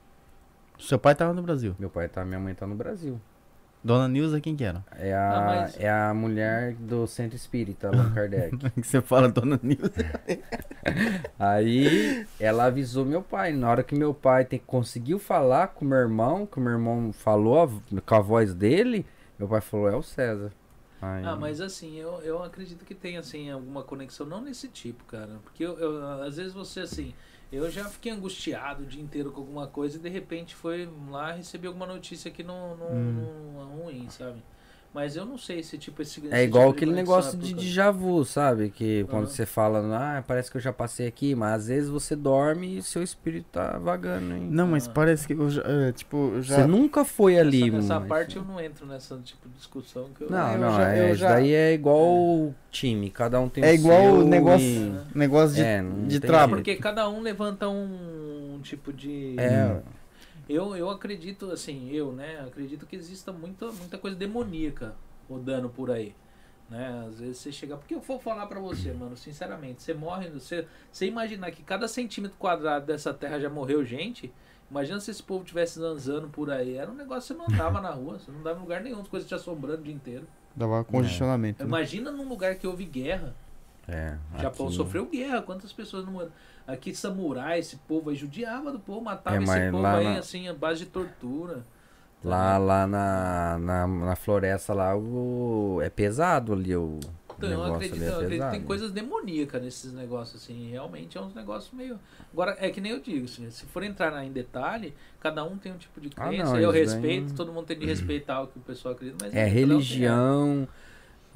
B: Seu pai tava no Brasil.
C: Meu pai tá, minha mãe tá no Brasil.
B: Dona Nilza, quem que era?
C: É a,
A: Ah, mas-
C: é a mulher do centro espírita, Allan Kardec.
B: Que você fala Dona Nilza?
C: Aí ela avisou meu pai. Na hora que meu pai tem- conseguiu falar com meu irmão, que o meu irmão falou a- com a voz dele, meu pai falou: é o César. Aí-
A: Ah, mas assim, eu, eu acredito que tem, assim, alguma conexão, não nesse tipo, cara. Porque eu, eu- às vezes você, assim, eu já fiquei angustiado o dia inteiro com alguma coisa e de repente foi lá receber alguma notícia que não, não, não é ruim, sabe? Mas eu não sei se tipo esse.
C: Hum. É igual aquele negócio de déjà vu, sabe? Que quando
A: Aham.
C: você fala, ah, parece que eu já passei aqui, mas às vezes você dorme e seu espírito tá vagando, hein?
B: Não, mas
A: Ah.
B: parece que eu já, é, tipo, eu já...
C: Você nunca foi ali,
A: Essa,
C: mano.
A: essa parte eu não entro nessa tipo de discussão que eu.
C: né, assim. Não,
B: Eu
C: não,
B: já-
C: é,
B: eu
C: isso
B: já-
C: daí é igual o time, cada um tem
B: É
C: o
B: igual
C: seu
B: o negócio,
C: e-
B: negócio de,
C: É, não
B: de
C: tem
A: É
B: trapo.
C: jeito.
A: né? porque cada um levanta um, tipo de.
C: É,
A: Eu, eu acredito, assim, eu, né? Acredito que exista muita, muita coisa demoníaca rodando por aí. Né? Às vezes você chega. Porque eu vou falar pra você, mano, sinceramente, você morre. Você, você imaginar que cada centímetro quadrado dessa terra já morreu gente. Imagina se esse povo tivesse zanzando por aí. Era um negócio que você não andava na rua, você não dava em lugar nenhum, as coisas te assombrando o dia inteiro.
B: Dava congestionamento. né?
A: Imagina num lugar que houve guerra.
C: é,
A: O Japão
C: aqui-
A: sofreu guerra, quantas pessoas não moram? Aqui, samurai, esse povo aí judiava do povo, matava
C: É,
A: esse
C: mas
A: povo
C: lá
A: aí,
C: na-
A: assim, à base de tortura. Tá né?
C: Lá, lá na, na, na floresta lá o, é pesado ali o
A: Então, eu
C: negócio
A: acredito,
C: ali é
A: eu acredito que
C: pesado.
A: tem coisas demoníacas nesses negócios, assim. Realmente é uns negócios meio. Agora, é que nem eu digo, assim, se for entrar na- em detalhe, cada um tem um tipo de
C: Ah,
A: crença.
C: não,
A: eu
C: isso daí
A: respeito,
C: não-
A: todo mundo tem de respeitar o que o pessoal acredita, mas.
C: É
A: cada um tem-
C: religião,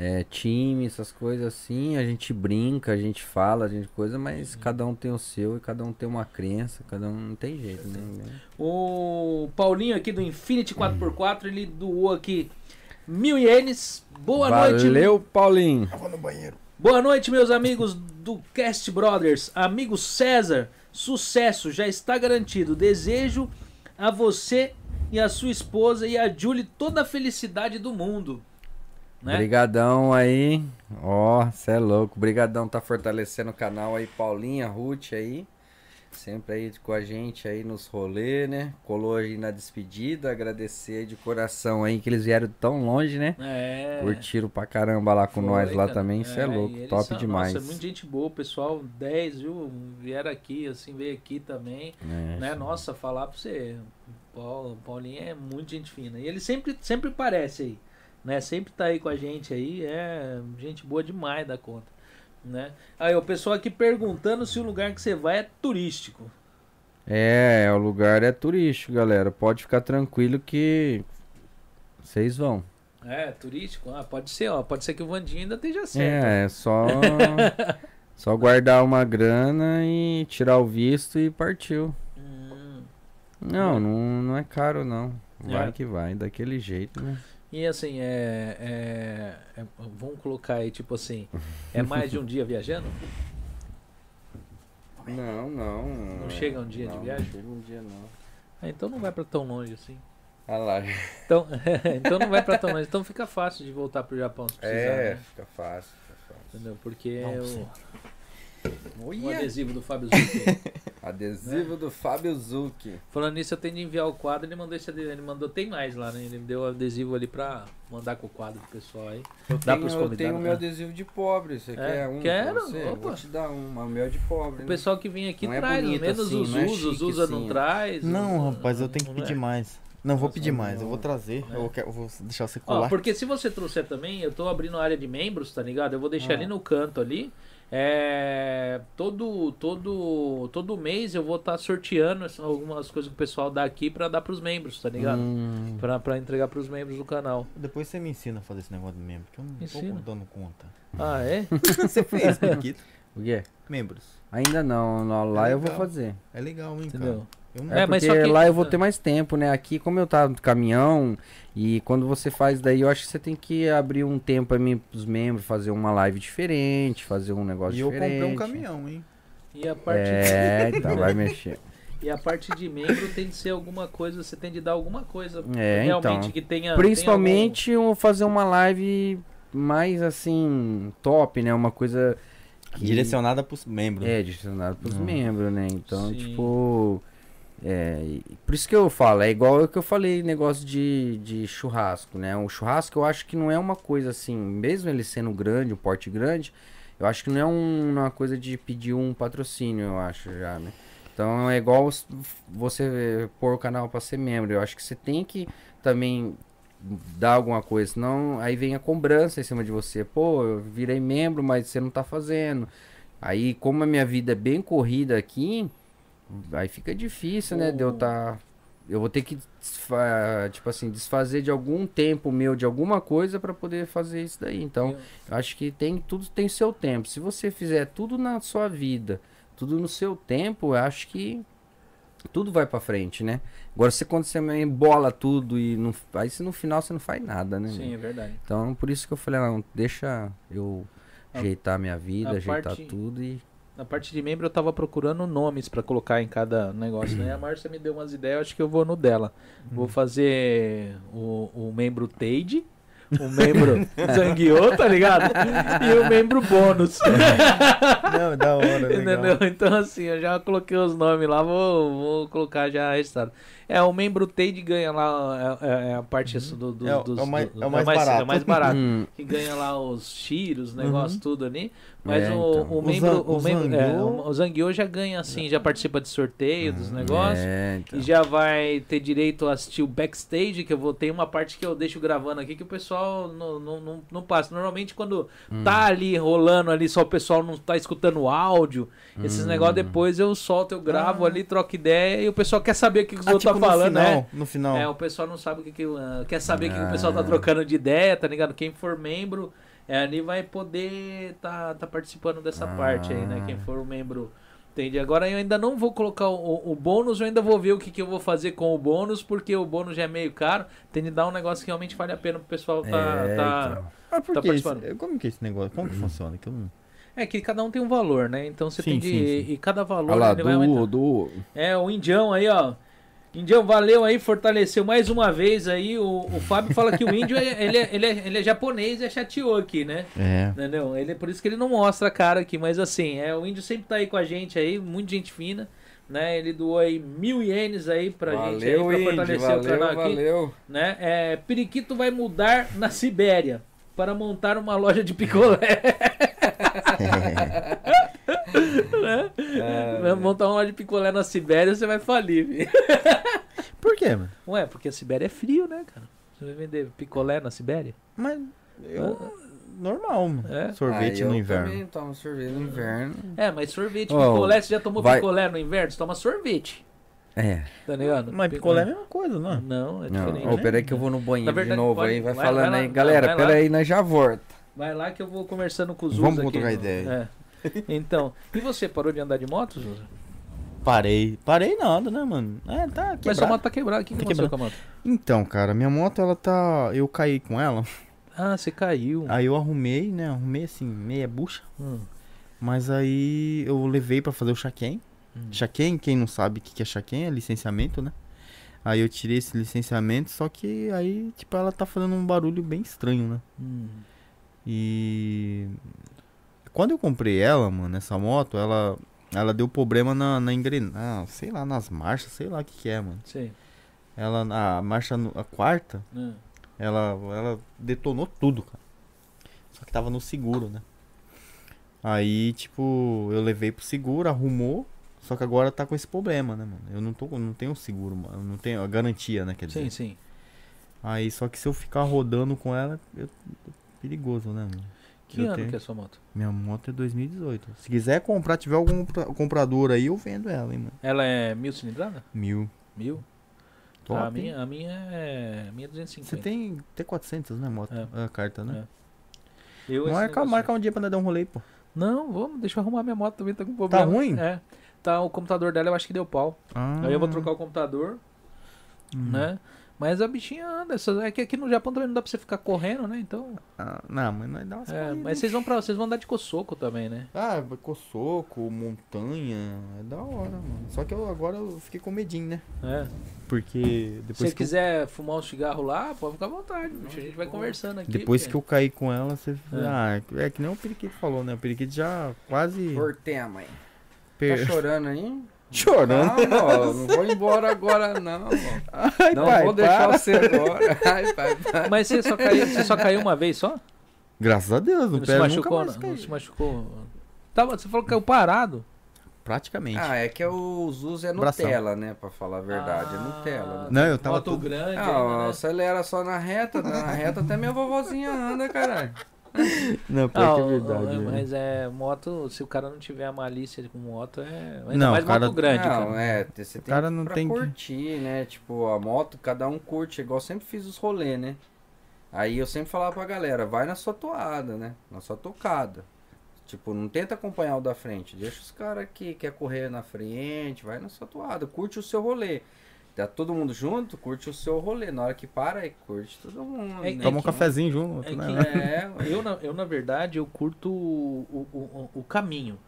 C: é time, essas coisas assim, a gente brinca, a gente fala, a gente coisa, mas
A: Uhum.
C: cada um tem o seu e cada um tem uma crença, cada um não tem jeito, né?
A: O Paulinho aqui do Infinity 4x4, ele doou aqui mil ienes. Boa noite,
C: Valeu, Paulinho.
A: Boa noite, meus amigos do Cast Brothers. Amigo César, sucesso já está garantido. Desejo a você e a sua esposa e a Julie toda a felicidade do mundo. Né?
C: Brigadão aí. Ó, cê é louco. Brigadão tá fortalecendo o canal aí, Paulinha, Ruth aí. Sempre aí com a gente aí nos rolê, né? Colou aí na despedida, agradecer de coração aí que eles vieram tão longe, né?
A: É.
C: Curtiram pra caramba lá com
A: Foi,
C: nós lá
A: cara.
C: também, cê é,
A: É, e
C: louco,
A: eles
C: top
A: são-
C: demais.
A: Nossa, é muita gente boa, o pessoal 10, viu? Vieram aqui, assim, veio aqui também.
C: É,
A: né? Nossa, falar pra você, Paulo, Paulinho é muito gente fina. E ele sempre, sempre parece aí, né? Sempre tá aí com a gente aí, é gente boa demais da conta, né? Aí o pessoal aqui perguntando se o lugar que você vai é turístico.
C: É, o lugar é turístico, galera. Pode ficar tranquilo que vocês vão.
A: É, turístico? Ah, pode ser, ó. Pode ser que o Vandinho ainda esteja certo.
C: É, é só só guardar uma grana e tirar o visto e partiu.
A: Hum.
C: Não, não, não é caro não. Vai
A: É.
C: que vai, daquele jeito, né?
A: E assim, é, é, é- Vamos colocar aí, tipo assim, é mais de um dia viajando?
C: Não, não. é.
A: Não chega um dia de
C: não,
A: viagem?
C: Não chega um dia não.
A: Ah, então não vai pra tão longe assim.
C: Ah lá.
A: Então, então não vai pra tão longe. Então fica fácil de voltar pro Japão se precisar.
C: É,
A: né?
C: fica fácil, fica fácil.
A: Entendeu? Porque
B: Não,
A: o-
B: sim.
A: o, adesivo do Fábio Zucchi. Né?
C: Adesivo do Fábio Zucchi.
A: Falando nisso, eu tenho de enviar o quadro. Ele mandou esse adesivo. Ele mandou, tem mais lá, né? Ele me deu o adesivo ali pra mandar com o quadro pro pessoal aí. Dá
C: Tenho-
A: pros
C: eu tenho
A: convidados.
C: o meu
A: né?
C: adesivo de pobre, você quer um? pra
A: Quero,
C: você? Eu Vou
A: opa.
C: te dar um, mas o meu é de pobre.
A: O
C: né?
A: pessoal que vem aqui
C: Não é
A: traz,
C: bonito
A: menos
C: assim,
A: os
C: não é
A: usos, os
C: chique
A: usa não
C: assim.
A: traz.
B: Não,
A: os-
B: rapaz, eu tenho que
A: não é.
B: pedir mais. Não, vou
A: Nossa,
B: pedir mais, eu vou
C: não.
B: trazer.
A: É.
B: Eu, quero- eu vou deixar você
A: Ó,
B: colar.
A: porque se você trouxer também, eu tô abrindo a área de membros, tá ligado? Eu vou deixar
C: Ah.
A: ali no canto ali. É, todo todo todo mês eu vou estar sorteando essa- algumas coisas que o pessoal dá aqui pra dar pros membros, tá ligado?
C: Hum,
A: Pra, pra entregar pros membros do canal.
B: Depois você me ensina a fazer esse negócio de membro, que eu não
A: Ensina.
B: tô dando conta.
A: Ah, é?
B: você fez, Paquito?
C: o quê?
B: Membros.
C: Ainda não, não, lá
B: É
C: eu vou
B: legal.
C: fazer.
B: É legal, hein,
A: Entendeu?
B: cara? Eu não...
A: É,
C: É,
A: mas
C: porque
A: só que-
C: lá eu vou ter mais tempo, né? Aqui, como eu tava no caminhão, e quando você faz daí, eu acho que você tem que abrir um tempo pra mim, pros membros, fazer uma live diferente, fazer um negócio
B: E eu
C: diferente.
B: comprei um caminhão, hein?
A: E a parte
C: É, então vai mexer.
A: e a parte de membro tem de ser alguma coisa, você tem de dar alguma coisa
C: É,
A: realmente
C: então.
A: que tenha
C: Principalmente eu fazer uma live mais assim, top, né? Uma coisa. que-
B: Direcionada pros membros.
C: É, direcionado pros
B: Hum.
C: membros, né? Então,
A: Sim.
C: tipo. É, e- por isso que eu falo, é igual o que eu falei, negócio de, de churrasco, né? O churrasco eu acho que não é uma coisa assim, mesmo ele sendo grande, um porte grande, eu acho que não é um- uma coisa de pedir um patrocínio, eu acho já, né? Então é igual os- você pôr o canal pra ser membro, eu acho que você tem que também dar alguma coisa, senão aí vem a cobrança em cima de você, pô, eu virei membro, mas você não tá fazendo. Aí, como a minha vida é bem corrida aqui, aí fica difícil, né? De eu
A: O-
C: estar eu vou ter que, desfa- tipo assim, desfazer de algum tempo meu, de alguma coisa pra poder fazer isso daí. Então, eu acho que tem tudo tem seu tempo. Se você fizer tudo na sua vida, tudo no seu tempo, eu acho que tudo vai pra frente, né? Agora, você, quando você embola tudo e não, aí você, no final você não faz nada, né?
A: Sim,
C: meu?
A: é verdade.
C: Então, por isso que eu falei, não, deixa eu
A: A-
C: ajeitar minha vida,
A: a
C: ajeitar
A: parte-
C: tudo e
A: Na parte de membro eu tava procurando nomes pra colocar em cada negócio, né? A Márcia me deu umas ideias, eu acho que eu vou no dela. Vou
B: Uhum.
A: fazer o, o membro Teide, o membro Zanguiô, tá ligado? E o membro bônus.
B: Não, é da hora, legal.
A: Entendeu? Então assim, eu já coloquei os nomes lá, vou, vou colocar já registrado. É, o membro Teide ganha lá é, é- é a parte isso do, do,
B: É o-
A: dos-
B: é o mais-
A: do-
B: é o mais barato. Uhum.
A: É o mais barato.
C: Hum,
A: que ganha lá os tiros, negócio, tudo ali. Mas
C: É,
A: o,
C: então.
A: o
B: O
A: membro.
B: Zan-
A: o,
B: o
A: membro
B: Zangyo-
A: é, o- o Zangyo já ganha assim, já participa de sorteio dos negócios.
C: é, então.
A: E já vai ter direito a assistir o backstage, que eu vou ter uma parte que eu deixo gravando aqui que o pessoal não, não, não, não passa. Normalmente quando
C: Hum.
A: tá ali rolando ali, só o pessoal não tá escutando o áudio,
C: Hum,
A: esses negócios depois eu solto, eu gravo ali, troco ideia e o pessoal quer saber o que, que os
B: Ah,
A: outros tá
B: tipo,
A: falando,
B: no final,
A: né?
B: no final.
A: É, o pessoal não sabe o que, que ah, quer saber o que, que o
C: Ah.
A: pessoal tá trocando de ideia, tá ligado? Quem for membro, é, ali vai poder tá, tá participando dessa
C: Ah.
A: parte aí, né? Quem for o membro. Entende? Agora eu ainda não vou colocar o, o- o bônus, eu ainda vou ver o que, que eu vou fazer com o bônus, porque o bônus já é meio caro. Tem de dar um negócio que realmente vale a pena pro pessoal tá.
C: É,
A: tá-
C: então.
B: Ah, por
A: tá
B: que esse-
A: participando.
B: como que é esse negócio? Como que
A: Uhum.
B: funciona? Então, Que eu não-
A: É que cada um tem um valor, né? Então você
B: Sim,
A: tem de.
B: sim, sim.
A: E cada valor né,
C: Olha lá,
A: ele vai aumentar.
C: do, do.
A: É, o Indião aí, ó. Indião, valeu aí, fortaleceu mais uma vez aí. O, o Fábio fala que o índio é, ele, é, ele, é, ele é japonês e é chateou aqui, né?
B: É.
A: Entendeu? Ele, por isso que ele não mostra a cara aqui, mas assim, é, o índio sempre tá aí com a gente aí, muita gente fina, né? Ele doou aí mil ienes aí pra gente aí, pra fortalecer o canal aqui.
C: valeu.
A: Né? É, Periquito vai mudar na Sibéria para montar uma loja de picolé. né?
B: É.
A: Vai montar uma loja de picolé na Sibéria, você vai falir. filho.
B: Por quê, mano?
A: Ué, porque a Sibéria é frio, né, cara? Você vai vender picolé na Sibéria?
B: Mas eu. Normal, mano.
A: É?
B: Sorvete
C: Ah,
B: no
C: eu
B: inverno.
C: Também tomo sorvete no inverno.
A: É, mas sorvete,
C: Ó,
A: picolé, você já tomou
C: vai-
A: picolé no inverno? Você toma sorvete,
C: É.
A: tá ligado?
B: Mas picolé é a mesma coisa, não é?
A: Não, é diferente.
C: Não, ô, peraí que eu vou no banheiro
A: Na verdade,
C: de novo
A: pode-
C: aí, vai,
A: vai-
C: falando
A: vai lá,
C: aí.
A: vai-
C: Galera,
A: vai lá.
C: peraí, nós já volta.
A: Vai lá que eu vou conversando com os
B: Vamos
A: Zuza aqui.
B: trocar
A: no-
B: ideia.
A: É. Então, e você parou de andar de moto, Zuza?
B: Parei. Parei nada, né, mano? É, tá
A: Mas sua
B: quebrado.
A: moto tá quebrada. O que, que
B: Tá
A: aconteceu com a moto?
B: Então, cara, minha moto, ela tá... Eu caí com ela.
A: Ah, você caiu.
B: Aí eu arrumei, né? Arrumei, assim, meia bucha.
A: Hum.
B: Mas aí eu levei pra fazer o chaquém.
A: Hum.
B: Chaquém, quem não sabe o que que é chaquém, é licenciamento, né? Aí eu tirei esse licenciamento, só que aí, tipo, ela tá fazendo um barulho bem estranho, né?
A: Hum.
B: E quando eu comprei ela, mano, essa moto, ela ela deu problema na, na engrenagem, sei lá, nas marchas, sei lá o que que é, mano.
A: Sei.
B: Ela a marcha no- a quarta,
A: Ah.
B: ela ela detonou tudo, cara. Só que tava no seguro, né? Aí, tipo, eu levei pro seguro, arrumou, só que agora tá com esse problema, né, mano? Eu não tô não tenho seguro, mano, eu não tenho a garantia, né, quer dizer.
A: Sim, sim.
B: Aí só que se eu ficar rodando com ela, eu, perigoso, né, mano?
A: Que
B: Eu
A: ano
B: tenho.
A: que é a sua moto?
B: Minha moto é 2018. Se quiser comprar, tiver algum compra- comprador aí, eu vendo ela, hein, mano.
A: Ela é mil cilindrada?
B: Mil.
A: Mil?
B: Top,
A: a,
B: hein?
A: Ah, minha, a minha é. A minha é 250.
B: Você tem T400, né, moto?
A: É.
B: A carta, né?
A: Eu, esse
B: Marca,
A: negócio-
B: marca um dia pra nós dar um rolê, pô.
A: Não, vamos, deixa eu arrumar minha moto também, tá com problema.
B: ruim?
A: É. Tá, o computador dela eu acho que deu pau.
B: Ah,
A: Aí eu vou trocar o computador,
B: Hum.
A: né? Mas a bichinha anda. essas- É que aqui no Japão também não dá pra você ficar correndo, né? Então.
B: Ah, não, mas nós dá umas
A: é,
B: corridas,
A: mas
B: hein?
A: vocês vão, pra, vocês vão andar de coçoco também, né?
B: Ah, coçoco, montanha, é da hora, mano. Só que eu, agora eu fiquei com medinho, né?
A: É.
B: Porque
A: Se
B: depois
A: você
B: que, eu-
A: quiser fumar um cigarro lá, pode ficar à vontade, bicho. A gente vai conversando aqui.
B: depois que
A: porque-
B: eu caí com ela, você... Ah, é que nem o Periquito falou, né? O Periquito já quase...
C: Cortei a mãe. Tá
B: per-
C: chorando aí?
B: Chorando.
C: Não, ó, não vou embora agora, não. ó.
B: Ai,
C: Não
B: pai,
C: vou deixar
B: para.
C: você agora. Ai, pai, pai.
A: Mas você só caiu, você só caiu uma vez só?
B: Graças a Deus,
A: Não
B: no
A: se
B: pé
A: machucou, né?
B: nunca mais
A: não,
B: caí.
A: não se machucou. Tava, você falou que caiu parado.
B: Praticamente.
C: Ah, é que o Zuz é
B: Bração.
C: Nutella, né? Pra falar a verdade, é Nutella. né?
B: Não, eu tava
A: Moto
B: todo-
A: grande.
C: Ah,
A: ainda, é né?
C: acelera só na reta, na reta até minha vovozinha anda, caralho.
B: Não,
A: Ah,
B: pior que é
A: o-
B: verdade.
A: o-
B: né?
A: mas é moto, se o cara não tiver a malícia com moto, é. Ainda
B: Não,
A: mais
B: o cara-
A: moto grande,
C: não,
A: cara.
C: é, te- você tem
B: cara
C: que-
B: não
C: pra
B: tem que-
C: curtir, né? Tipo, a moto, cada um curte, é igual eu sempre fiz os rolê, né? Aí eu sempre falava pra galera, vai na sua toada, né? Na sua tocada. Tipo, não tenta acompanhar o da frente, deixa os caras que quer correr na frente, vai na sua toada, curte o seu rolê. Tá todo mundo junto, curte o seu rolê. Na hora que para, aí curte todo mundo.
A: É-
C: né?
B: Toma um
A: que-
B: cafezinho junto,
A: É
B: né?
A: que-
C: É,
A: Eu, na, eu, na verdade, eu curto o, o, o, o caminho.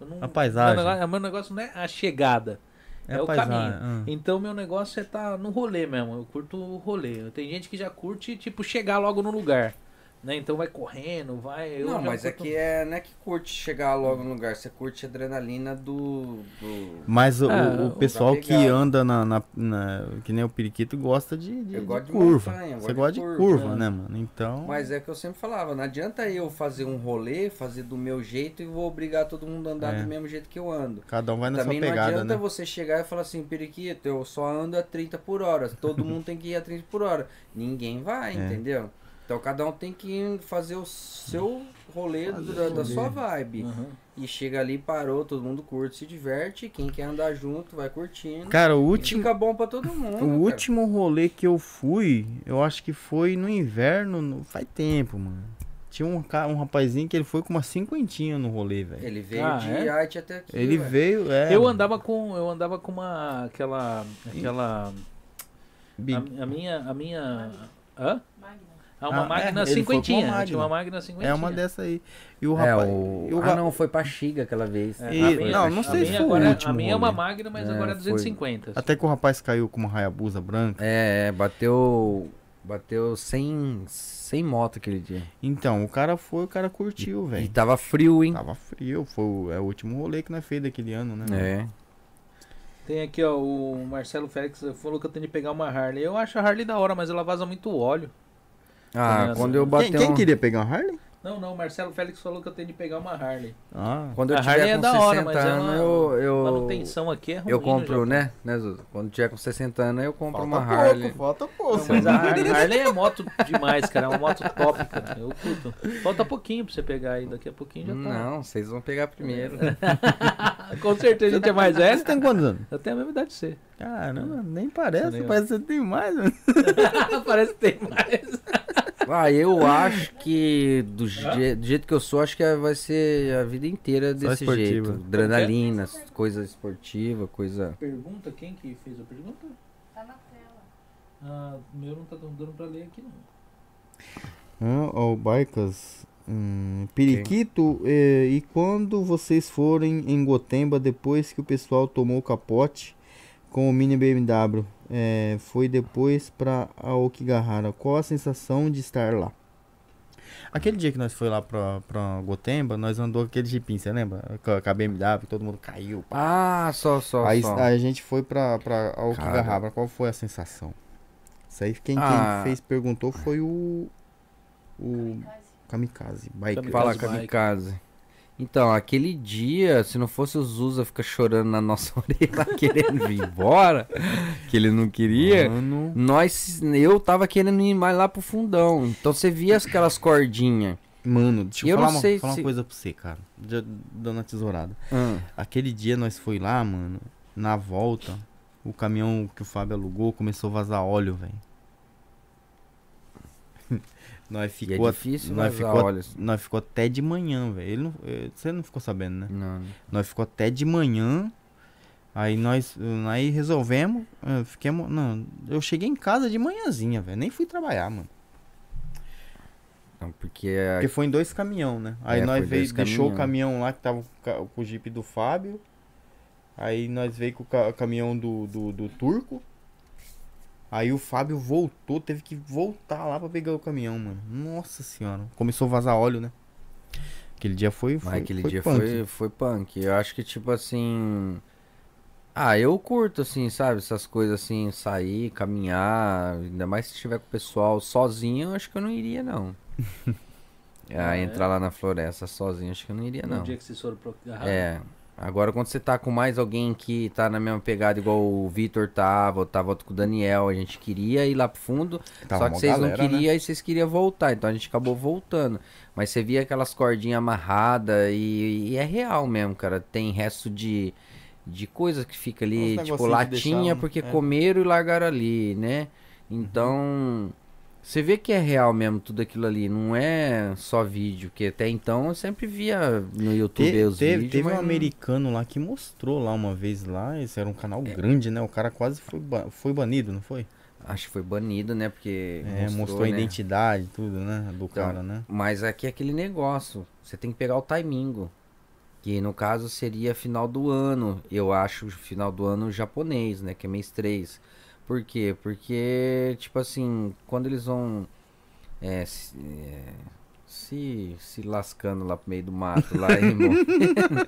A: Eu não-
B: A paisagem.
A: Meu negócio, meu negócio não é a chegada. É, o
B: ah,
A: caminho. Então, meu negócio é tá no rolê mesmo. Eu curto o rolê. Tem gente que já curte, tipo, chegar logo no lugar. Né? Então vai correndo, vai. eu
C: não,
A: já
C: mas é
A: curto-
C: que é, não é que curte chegar logo no lugar, você curte a adrenalina do- do
B: Mas o,
A: Ah,
B: o- o
A: o-
B: pessoal
C: da
B: que
C: pegada.
B: anda na, na- na- Que nem o periquito gosta de, de-
C: Eu
B: de
C: gosto de
B: curva.
C: montanha, eu
B: Você
C: gosto
B: gosta
C: de
B: de
C: curva,
B: curva,
A: é.
B: né, mano? Então.
C: Mas é que eu sempre falava, não adianta eu fazer um rolê, fazer do meu jeito e vou obrigar todo mundo a andar
B: É.
C: do mesmo jeito que eu ando.
B: Cada um vai na
C: Também
B: sua
C: não
B: pegada,
C: adianta
B: né?
C: você chegar e falar assim, periquito, eu só ando a 30 por hora, todo mundo tem que ir a 30 por hora. Ninguém vai,
B: É.
C: entendeu? Então cada um tem que fazer o seu rolê do- da, da sua vibe.
A: Uhum.
C: E chega ali, parou, todo mundo curte, se diverte, quem quer andar junto vai curtindo.
B: Cara, o
C: E
B: último,
C: Fica bom pra todo mundo.
B: o
C: cara.
B: último rolê que eu fui, eu acho que foi no inverno, no- faz tempo, mano. Tinha um, ca- um rapazinho que ele foi com uma cinquentinha no rolê, velho.
C: Ele veio
A: Ah,
C: de
A: é?
C: arte até aqui.
B: Ele
C: ué.
B: veio, é.
A: Eu
B: mano,
A: andava com. Eu andava com uma. aquela. aquela.
B: big-
A: A, a minha. A minha. Hã? Ah, uma
B: Ah, é,
A: máquina
B: ele foi com uma
A: cinquentinha. Tinha uma
B: Magna.
A: máquina cinquentinha.
B: É uma dessa aí. E o
C: É,
B: rapaz.
C: o...
B: e o
C: Ah,
B: ra-
C: não, foi pra Xiga aquela vez. Ah,
B: É, E-
C: foi
B: não,
C: pra
B: não
C: Xiga.
B: sei
A: a
B: se
A: minha
B: foi o
A: agora,
B: último
A: A minha é uma
B: rolê.
A: Magna, mas
C: É,
A: agora é
C: foi.
A: 250.
B: Até que o rapaz caiu com uma raiabusa branca.
C: É, é, bateu. Bateu sem, sem moto aquele dia.
B: Então, o cara foi, o cara curtiu, velho.
C: E tava frio, hein?
B: Tava frio, foi o, é o último rolê que nós fez daquele ano, né? mano?
C: É.
A: Tem aqui, ó, o Marcelo Félix falou que eu tenho de pegar uma Harley. Eu acho a Harley da hora, mas ela vaza muito óleo.
C: Ah,
A: Nossa.
C: quando eu
B: Quem,
C: bater
B: quem
C: um-
B: queria pegar uma Harley?
A: Não, não, o Marcelo Félix falou que eu tenho de pegar uma Harley.
B: Ah,
C: Quando eu
A: A
C: tiver
A: Harley é
C: com
A: da
C: 60
A: hora, mas é
C: anos,
A: uma-
C: eu. Eu,
A: Manutenção aqui é ruim.
C: eu
A: no
C: compro,
A: Japão.
C: né? né Zuzu? Quando tiver com 60 anos, eu compro uma
B: pouco,
C: Harley.
B: falta
A: Não,
B: pouco.
A: mas a Harley, Harley é moto demais, cara. É uma moto top, cara. Eu curto. Falta pouquinho pra você pegar aí. Daqui a pouquinho já tá.
C: Não, vocês vão pegar primeiro.
A: Com certeza a gente é mais velho.
B: Você tem quantos anos?
A: Eu tenho a mesma idade de você.
B: Caramba, nem
A: Tá
B: parece,
A: ligado?
B: parece que você tem mais, mano.
A: Parece que tem mais.
C: Ah, eu acho que do, je- do jeito que eu sou, acho que é, vai ser a vida inteira desse
B: esportiva.
C: jeito. Adrenalina, coisa esportiva, coisa.
A: Pergunta, quem que fez a pergunta?
F: Tá na tela.
A: Ah, meu não tá dando pra ler aqui, não.
B: Ah, ó, Barcas. Hum, periquito, eh, e quando vocês forem em Gotemba depois que o pessoal tomou o capote com o mini BMW? eh, foi depois pra Aokigahara. Qual a sensação de estar lá? Aquele dia que nós foi lá pra, pra Gotemba, nós andou aquele jipim, você lembra? Com a com a BMW, que todo mundo caiu. pá.
C: Ah, só, só,
B: aí,
C: só.
B: aí a gente foi pra, pra
C: Cara.
B: Aokigahara. Qual foi a sensação? Isso aí quem, quem
C: Ah.
B: fez perguntou foi o. O Kamikaze, biker.
A: Kamikaze.
C: Fala,
A: Kamikaze Mike.
C: Kamikaze. Então, aquele dia, se não fosse o Zuza ficar chorando na nossa orelha, querendo vir embora, que ele não queria,
B: Mano,
C: nós, eu tava querendo ir mais lá pro fundão. Então você via aquelas cordinhas.
B: mano, deixa eu,
C: Eu não
B: falar, uma,
C: sei
B: falar uma
C: se-
B: coisa pra você, cara. Já dando a tesourada. Aquele dia nós foi lá, mano, na volta, o caminhão que o Fábio alugou começou a vazar óleo, velho. nós
C: E é
B: ficou,
C: difícil
B: nós
C: vazar
B: ficou-
C: olhos.
B: nós ficou até de manhã, velho. Ele não- eh, Você não ficou sabendo, né?
C: Não.
B: Nós ficou até de manhã. Aí nós eh, aí resolvemos, eh, fiquemos, não, eu cheguei em casa de manhãzinha, velho. Nem fui trabalhar, mano.
C: Não, porque a-
B: Porque foi em dois caminhão, né?
C: É,
B: Aí
C: foi
B: nós
C: dois
B: veio, deixou o
C: caminhão.
B: caminhão lá que tava com ca- com o Jeep do Fábio. Aí nós veio com o ca- caminhão do, do, do Turco. Aí o Fábio voltou, teve que voltar lá pra pegar o caminhão, mano. Nossa senhora. Começou a vazar óleo, né? Aquele dia foi. foi
C: Mas aquele
B: foi
C: dia
B: punk.
C: foi, foi punk. Eu acho que, tipo assim. Ah, eu curto, assim, sabe? Essas coisas assim, sair, caminhar. Ainda mais se estiver com o pessoal sozinho, eu acho que eu não iria, não. Ah,
A: Ah, é?
B: É.
C: entrar lá na floresta sozinho, acho que eu não iria,
A: No
C: É, não.
B: tá
A: dia que vocês foram pro. Ah,
C: É. Agora, quando você tá com mais alguém que tá na mesma pegada, igual o Vitor tava, eu tava com o Daniel, a gente queria ir lá pro fundo, só
B: Tava
C: que
B: mó
C: vocês
B: galera,
C: não
B: né?
C: queriam e vocês queriam voltar, então a gente acabou voltando. Mas você via aquelas cordinhas amarradas e, e é real mesmo, cara. Tem resto de, de coisa que fica
B: Uns
C: ali, tipo
B: negocinho que
C: latinha,
B: deixaram,
C: porque
B: é.
C: comeram e largaram ali, né? Então. Você vê que é real mesmo tudo aquilo ali, não é só vídeo, que até então eu sempre via no YouTube
B: Te-
C: os
B: teve
C: vídeos.
B: teve
C: mas
B: um
C: não-
B: americano lá que mostrou lá uma vez lá, esse era um canal grande, né? O cara quase foi, ba- foi banido, não foi?
C: Acho que foi banido, né? Porque.
B: É, mostrou, a
C: né? Então,
B: identidade, tudo, né? Do cara, né?
C: Mas aqui é aquele negócio. Você tem que pegar o timingo. Que no caso seria final do ano. Eu acho final do ano japonês, né? Que é mês 3. Por quê? Porque, tipo assim, quando eles vão é, se, é, se, se lascando lá pro meio do mato, lá, hein, irmão.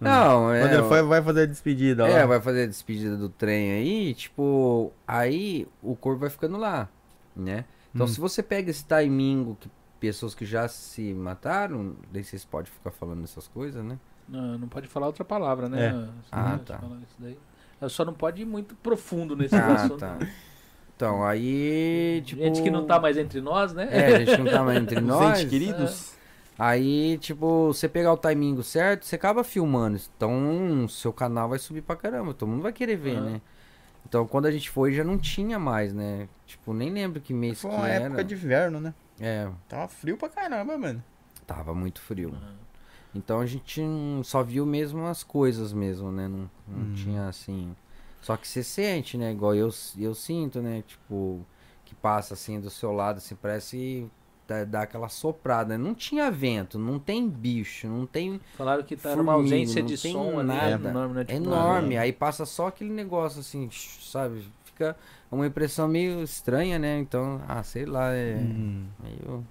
C: Não, é.
B: Quando ele
C: ó-
B: foi, vai fazer a despedida
C: é,
B: lá.
C: vai fazer a despedida do trem aí, tipo, aí o corpo vai ficando lá, né? Então
B: Hum.
C: se você pega esse timingo que pessoas que já se mataram, daí vocês podem ficar falando essas coisas, né?
A: Não, não pode falar outra palavra, né?
B: É.
A: Você
C: Ah,
A: não pode
C: tá.
A: falar isso daí. Eu só não pode ir muito profundo nesse
C: Ah,
A: é assunto.
C: tá. Então, aí, tipo...
A: Gente que não tá mais entre nós, né?
C: É, a gente não tá mais entre
B: Os
C: nós.
B: entes queridos.
C: Aí, tipo, você pegar o timingo certo, você acaba filmando. Então, seu canal vai subir pra caramba. Todo mundo vai querer ver,
A: Aham.
C: né? Então, quando a gente foi, já não tinha mais, né? Tipo, nem lembro que mês
B: Foi
C: que
B: uma
C: era.
B: época de inverno, né?
C: É,
B: Tava frio pra caramba, mano.
C: tava muito frio. Então a gente não- só viu mesmo as coisas mesmo, né? Não, não
B: Hum.
C: tinha assim. Só que você sente, né? Igual eu, eu sinto, né? Tipo, que passa assim do seu lado, assim, parece dá, dá aquela soprada. né? Não tinha vento, não tem bicho, não tem.
A: Falaram que tá
C: Formiga,
A: numa ausência
C: não
A: de
C: tem
A: som ali,
C: nada.
A: né? enorme, né?
C: É
A: Tipo,
C: enorme.
A: ah,
C: Aí passa só aquele negócio assim, sabe? Fica uma impressão meio estranha, né? Então, ah, sei lá, é.
B: Hum.
C: Meio.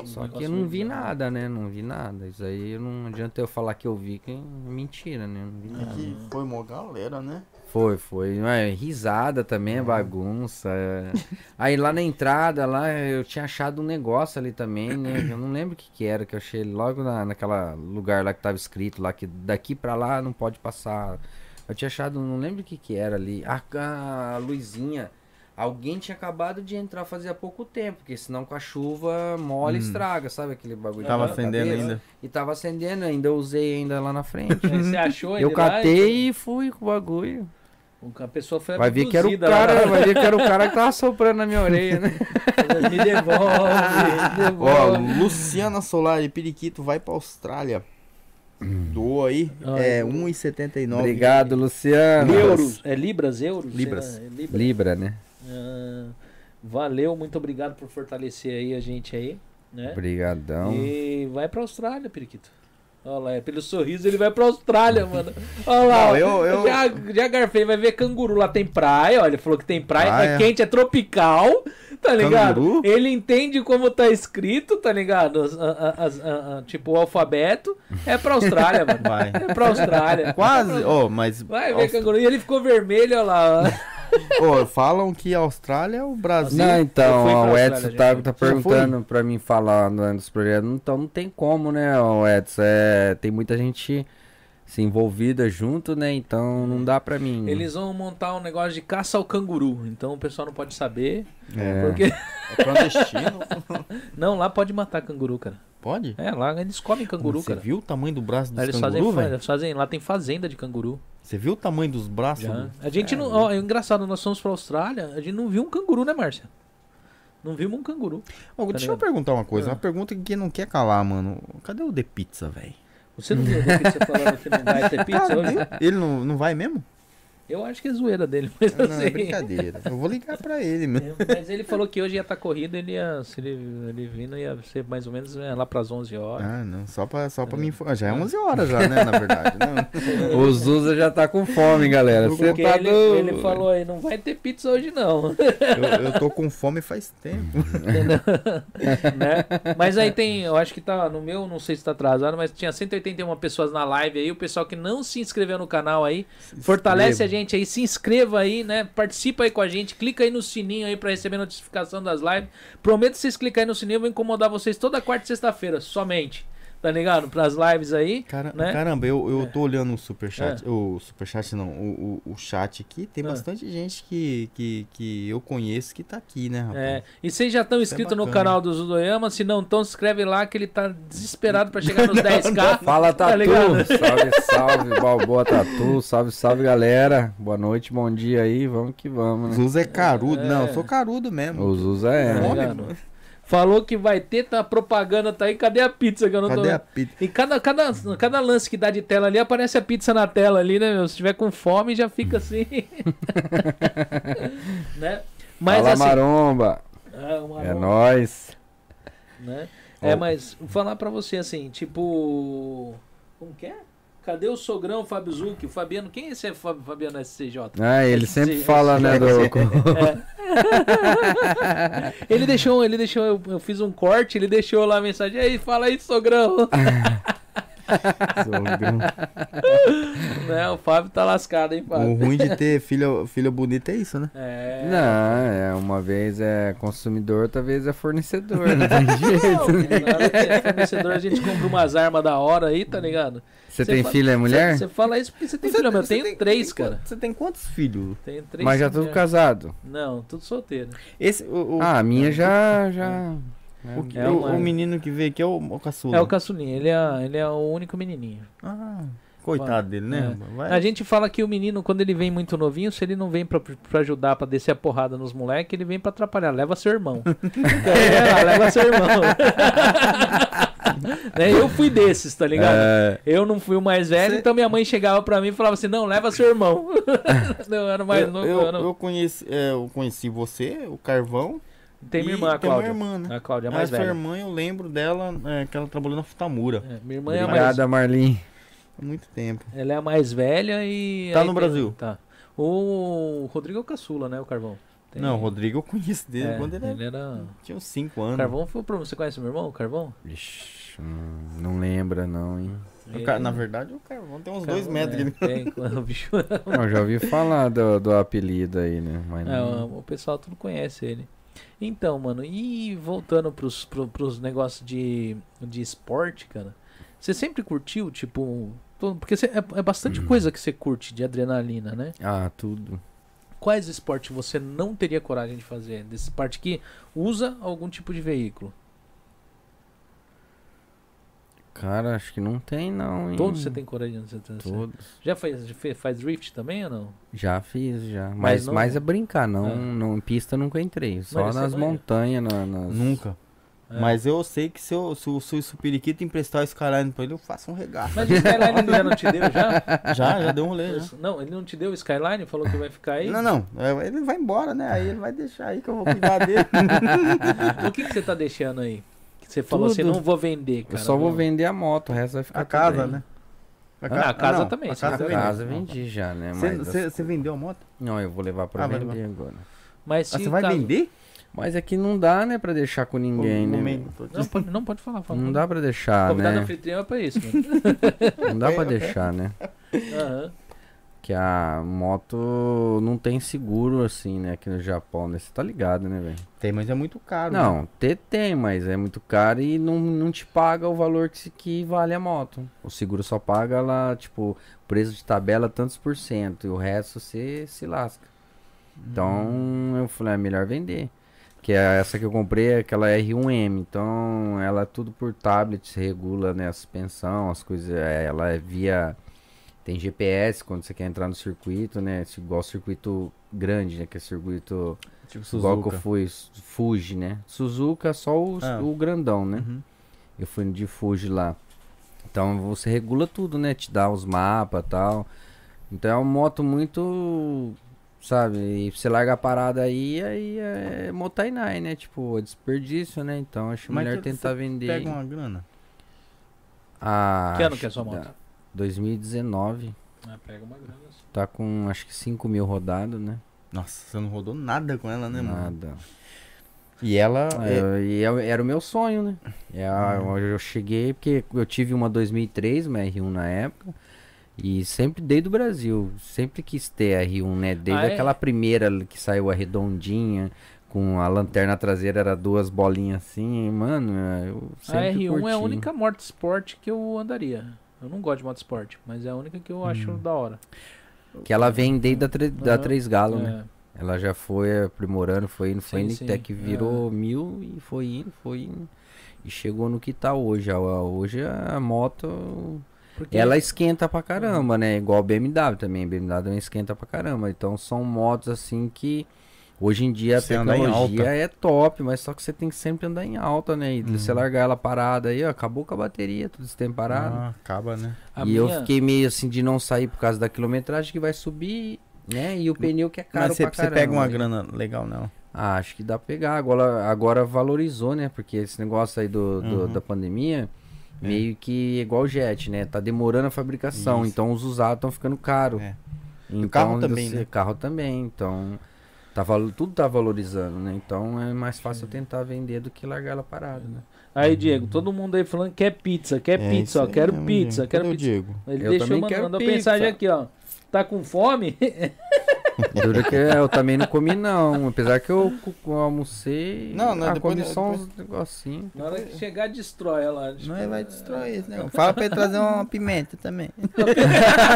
A: um
C: Só que eu
A: negócio
C: não vi
A: meio
C: nada, né? Não vi nada. Isso aí não adianta eu falar que eu vi, que é mentira, né? Não vi
A: É
C: nada.
B: que É, foi mó galera, né?
C: Foi, foi. Ué, risada também, é bagunça. é. Aí lá na entrada, lá eu tinha achado um negócio ali também, né? Eu não lembro o que, que era, que eu achei logo na, naquela lugar lá que tava escrito lá, que daqui pra lá não pode passar. Eu tinha achado, não lembro o que, que era ali. A, a luzinha. Alguém tinha acabado de entrar fazia pouco tempo, porque senão com a chuva molha e
B: Hum.
C: estraga, sabe aquele bagulho?
B: Tava
C: na
B: acendendo
C: cabeça?
B: ainda.
C: E tava acendendo ainda, eu usei ainda lá na frente.
A: Aí É, Você achou ele
C: Eu
A: lá
C: catei e fui com o bagulho.
A: e A pessoa foi
C: Vai ver que era o
A: abduzida lá
C: cara, vai ver que era o cara que tava soprando na minha orelha, né?
A: na- Me devolve, me
B: Ó,
A: devolve.
B: Luciana Solar de Periquito vai pra Austrália. Doa aí.
A: Ai,
B: É
A: eu-
B: 1,79.
C: Obrigado, Luciano.
A: Euros, é libras, euros?
B: Libras.
A: Sei lá, é libras.
C: Libra, né?
A: Ah, valeu, muito obrigado por fortalecer aí a gente aí, né?
C: Obrigadão.
A: E vai pra Austrália, periquito. Olha lá, é pelo sorriso ele vai pra Austrália, mano. Olha lá,
B: Não,
A: ó.
B: eu- eu-
A: Já, já garfei, vai ver canguru. Lá tem praia, olha, ele falou que tem praia,
B: Praia.
A: é quente, é tropical, tá ligado?
B: Canguru?
A: Ele entende como tá escrito, tá ligado? As- a- a- as- a- a- tipo, o alfabeto. É pra Austrália, mano.
B: Vai.
A: É pra Austrália.
B: Quase, ó, mas
A: Vai ver
B: Aust-
A: canguru. E ele ficou vermelho, olha lá.
B: ó, falam que a Austrália é o Brasil.
C: Não,
A: Eu fui pra
C: então, ó, o
A: Austrália,
C: Edson
A: já
C: tá,
A: fui.
C: tá
B: Já
C: perguntando pra mim falar né, dos projetos. Então não tem como, né, ó, Edson? É, tem muita gente se envolvida junto, né? Então não dá pra mim.
A: Eles vão montar um negócio de caça ao canguru. Então o pessoal não pode saber.
B: É.
A: Porque.
B: É clandestino.
A: Não, lá pode matar canguru, cara.
B: Pode?
A: É, lá eles comem canguru,
B: Você
A: cara.
B: viu o tamanho do braço
A: Lá
B: dos
A: eles
B: canguru,
A: fazem, fa-
B: velho?
A: eles fazem- lá tem fazenda de canguru.
B: Você viu o tamanho dos braços?
A: Já.
B: do-
A: A gente não, ó, é engraçado, nós fomos pra Austrália, a gente não viu um canguru, né, Márcia? Não vimos um canguru.
B: Ô, deixa eu
A: ligado?
B: perguntar uma coisa.
A: Ah.
B: Uma pergunta que não quer calar, mano. Cadê o The Pizza, velho?
A: Você não viu o que você falando que não vai ter pizza
B: Tá
A: hoje?
B: Ele não, não vai mesmo?
A: Eu acho que é zoeira dele, mas
B: Não, é
A: assim.
B: brincadeira. Eu vou ligar pra ele, meu.
A: Mas ele falou que hoje ia estar corrida, ele ia. Se ele, ele vindo, ia ser mais ou menos é, lá pras 11 horas.
B: Ah, não, só pra, só
A: Uhum.
B: pra me informar. Já é 11 horas já, né, na verdade. Não.
C: O Zuza já tá com fome, galera. Você
A: Porque
C: tá
A: ele,
C: do-
A: ele falou aí, não vai ter pizza hoje não,
B: Eu, eu tô com fome faz tempo.
A: né? Mas aí tem, eu acho que tá no meu, não sei se tá atrasado, mas tinha 181 pessoas na live aí, o pessoal que não se inscreveu no canal aí, fortalece a gente aí, se inscreva aí, né? Participa aí com a gente, clica aí no sininho aí pra receber notificação das lives. Prometo que vocês clicarem no sininho, eu vou incomodar vocês toda quarta e sexta-feira, somente. tá ligado? Pras lives aí.
B: Cara-
A: né?
B: Caramba, eu, eu
A: É.
B: tô olhando o superchat. O superchat não, o, o, o chat aqui. Tem
A: Ah.
B: bastante gente que, que, que eu conheço que tá aqui, né, rapaz?
A: É, e vocês já estão
B: Isso é
A: inscritos no
B: bacana.
A: canal do Zudoyama? Se não estão, se inscreve lá que ele tá desesperado pra chegar nos 10k.
C: Fala, Tatu!
A: Tá ligado?
C: salve, salve, Balboa Tatu. Salve, salve, galera. Boa noite, bom dia aí. Vamos que vamos, né?
B: Zuz é carudo. Não,
A: É.
B: eu sou carudo mesmo.
C: O Zuza é,
A: Tá
B: Homem,
C: né?
A: ligado? Falou que vai ter, tá, a propaganda tá aí. Cadê a pizza que eu não tô
B: Cadê a
A: vendo?
B: pizza?
A: E cada, cada, cada lance que dá de tela ali, aparece a pizza na tela ali, né, meu? Se tiver com fome, já fica assim. né? Mas
C: Fala,
A: assim.
C: Maromba.
A: É, uma
C: É
A: bom-
C: nóis.
A: né? É,
C: Ó.
A: mas vou falar pra você assim, tipo. Como que é? Cadê o sogrão Fábio Zucchi? O Fabiano, quem é esse é Fábio- Fabiano SCJ?
C: Ah, ele
A: Esse-
C: sempre
A: esse-
C: fala, né, do...
A: Ele deixou, ele deixou, eu, eu fiz um corte, ele deixou lá a mensagem, aí fala aí, sogrão. né? O Fábio tá lascado, hein,
B: O
A: Fábio?
B: ruim de ter filha, filha bonita é isso, né?
A: É.
C: Não, é, uma vez é consumidor, outra vez é fornecedor. né? Não tem
A: Não,
C: jeito.
A: na hora que é fornecedor, a gente compra umas armas da hora aí, tá ligado?
C: Você
A: Você
C: tem
A: fa-
C: filha é mulher?
A: Você fala isso porque você tem filho, meu. Eu tenho três, cara.
B: Você tem quantos filhos?
A: Tenho três.
C: Mas já
A: filhos,
C: tudo casado.
A: Não, tudo solteiro.
B: Esse, o, o,
C: Ah, a minha já. já...
B: o, que-
A: é
B: o-
A: uma-
B: o menino que veio aqui é o, o caçula.
A: É o caçulinha, ele é, ele é o único menininho.
B: Ah, coitado dele, né?
A: É.
B: Vai.
A: A gente fala que o menino, quando ele vem muito novinho, se ele não vem pra, pra ajudar, pra descer a porrada nos moleques, ele vem pra atrapalhar. Leva seu irmão. é, lá, leva seu irmão. Né, Eu fui desses, tá ligado?
C: É,
A: Eu não fui o mais velho,
B: Cê-
A: então minha mãe chegava pra mim e falava assim: não, leva seu irmão. não, eu era o mais
B: eu,
A: novo.
B: eu,
A: Eu, não.
B: eu conheci, é, eu conheci você, o Carvão.
A: Tem minha
B: e
A: irmã, a
B: tem uma
A: Cláudia.
B: irmã, né?
A: A Cláudia é a
B: A
A: mais
B: sua
A: velha.
B: irmã, eu lembro dela, é, que ela trabalhou na Futamura
A: É, minha irmã é a mais
C: obrigada, Marlin.
B: há muito tempo.
A: Ela é a mais velha e.
B: Tá
A: aí
B: no
A: tem-
B: Brasil.
A: Tá. O Rodrigo é o caçula, né? O Carvão. Tem-
B: Não, o Rodrigo eu conheço dele
A: é,
B: quando ele,
A: ele era.
B: tinha uns 5 anos.
A: O Carvão foi o problema. Você conhece meu irmão, o Carvão?
C: Ixi, hum, não lembra, não, hein?
B: O ca- Na verdade, o Carvão tem uns 2 metros.
A: É,
B: ele-
A: tem, o bicho.
C: Não, já ouvi falar do, do apelido aí, né? Mas
A: É,
B: Hum.
C: não.
A: o, o pessoal tudo conhece ele. Então, mano, e voltando pros, pro- pros negócios de, de esporte, cara. Você sempre curtiu, tipo. todo- Porque cê- é, é bastante
B: Hum.
A: coisa que você curte de adrenalina, né?
C: Ah, tudo.
A: Quais esportes você não teria coragem de fazer? Desse parte que usa algum tipo de veículo.
C: Cara, acho que não tem, não, hein?
A: Todos você tem coragem de fazer.
C: Todos.
A: Já fez, já fe- faz drift também ou não?
C: Já fiz, já. Mas,
A: Mas
C: mas
A: não-
C: é brincar, não,
A: É.
C: não. Em pista nunca entrei. Só
A: Mas você
C: nas
A: manja?
C: montanhas, na- nas.
B: Nunca.
A: É.
B: Mas eu sei que se, eu, se, o- se, o- se o periquito emprestar o Skyline pra ele, eu faço um regaço.
A: Mas o Skyline ele já não te deu já?
B: já, já deu um rolê. já.
A: Né? Não, ele não te deu o Skyline? Falou que vai ficar aí?
B: Não, não. é, Ele vai embora, né? Aí ele vai deixar aí que eu vou cuidar dele.
A: O que, que você tá deixando aí? Que você falou
C: Tudo.
A: assim, não vou vender, cara.
C: Eu só vou
A: Não.
C: vender a moto, o resto vai ficar.
B: A
C: tudo
B: casa,
C: aí.
B: né?
A: Ah, a casa
B: não,
A: também,
B: A
A: se
B: casa
A: você
C: A
B: vendeu.
C: casa eu vendi já, né?
B: Você-
C: Mas as-
B: Você você vendeu a moto?
C: Não, eu vou levar pra
B: Ah, vai
C: vender agora.
A: Mas
B: Ah,
A: se
B: Você vai
A: caso-
B: vender?
C: Mas é que não dá, né, pra deixar com ninguém,
B: No
C: né?
B: meio-
C: velho?
A: Não pode, não pode falar, fala. um
C: Não dá pra deixar,
A: Convidado
C: né?
A: anfitrião é pra isso, mano.
C: Não dá pra deixar, né?
A: Aham.
C: Que a moto não tem seguro, assim, né, aqui no Japão, né? Você tá ligado, né, velho?
B: Tem, mas é muito caro. né?
C: Não, ter tem, mas é muito caro e não, não te paga o valor que, se- que vale a moto. O seguro só paga lá, tipo, preço de tabela tantos por cento e o resto você se lasca. Então
B: Hum.
C: eu falei, é melhor vender. Que é essa que eu comprei, é aquela R1M. Então ela é tudo por tablet, se regula né, a suspensão, as coisas. é, Ela é via. Tem GPS quando você quer entrar no circuito, né? esse- Igual circuito grande, né? Que é circuito.
B: Tipo
C: Igual que eu fui, Su- Fuji, né? Suzuka, só o,
B: Ah.
C: o grandão, né?
B: Uhum.
C: Eu fui de Fuji lá. Então você regula tudo, né? Te dá os mapas e tal. Então é uma moto muito. Sabe? E você larga a parada aí, aí é Motainai, né? Tipo, é desperdício, né? Então acho
B: Mas
C: melhor
B: que-
C: tentar vender.
B: Pega uma grana.
C: Ah,
A: Que ano
C: acho
A: que é sua moto?
C: dá- 2019.
A: Ah, pega uma grana. assim.
C: Tá com acho que 5 mil rodado, né?
B: Nossa, você não rodou nada com ela, né, mano?
C: Nada.
B: E ela.
C: É,
B: é-
C: eu- e eu- era o meu sonho, né? É, a- eu, eu cheguei, porque eu tive uma 2003, uma R1 na época, e sempre desde o Brasil, sempre quis ter a R1, né? Desde
A: Ah, é?
C: aquela primeira que saiu a redondinha, com a lanterna traseira era duas bolinhas assim, mano, eu
A: A
C: sempre
A: R1 é a
C: curti.
A: única motorsport que eu andaria. Eu não gosto de motorsport, mas é a única que eu acho da hora.
C: Hum. Que ela vem desde a tre- da
A: Aham.
C: 3 Galo,
A: é.
C: né? Ela já foi aprimorando, foi indo, foi
A: Sim,
C: indo,
A: sim. É.
C: até que virou mil e foi indo, foi indo. E chegou no que tá hoje. A- a- Hoje a moto.
A: É,
B: É.
A: Porque
C: Ela esquenta pra caramba, né? Igual a BMW também. A BMW também esquenta pra caramba. Então são motos assim que. Hoje em dia a
B: Você anda em
C: tecnologia
B: alta.
C: é top, mas só que você tem que sempre andar em alta, né? E
B: Uhum.
C: você largar ela parada aí, ó, acabou com a bateria, tudo isso tem parado.
B: Ah, acaba, né?
A: a
C: e
A: minha-
C: eu fiquei meio assim de não sair por causa da quilometragem que vai subir, né? E o pneu que é caro pra
B: Mas você, você
C: caramba.
B: pega uma
C: né?
B: grana legal, não.
C: Ah, acho que dá pra pegar. Agora, agora valorizou, né? Porque esse negócio aí do, do-
B: Uhum.
C: da pandemia, meio que é igual o jet, né? Tá demorando a fabricação,
B: Isso.
C: então os usados estão ficando caros.
B: É.
C: Então,
B: o carro também,
C: você-
B: né?
C: carro também, então... Tá, valo- tudo tá valorizando, né? Então é mais fácil eu tentar vender do que largar ela parada, né?
A: Aí, Diego, todo mundo aí falando que é pizza, quer
B: É, isso
A: pizza, ó,
B: aí
A: quero
B: mesmo,
A: pizza,
B: Diego.
A: quero
B: Cadê o
A: pizza.
B: Diego.
A: Ele
C: Eu
A: deixou,
C: também
A: mandou,
C: quero
A: mandou
C: pizza.
A: mensagem aqui, ó. Tá com fome?
C: Duro que é, eu também não comi, não. Apesar que eu, co- co- almocei.
B: Não, não,
C: ah,
B: depois-
C: comi só
B: depois-
C: uns negocinhos.
A: Na hora que chegar, destrói ela.
B: Nós vai destruir isso, não. Fala pra ele trazer uma pimenta também. que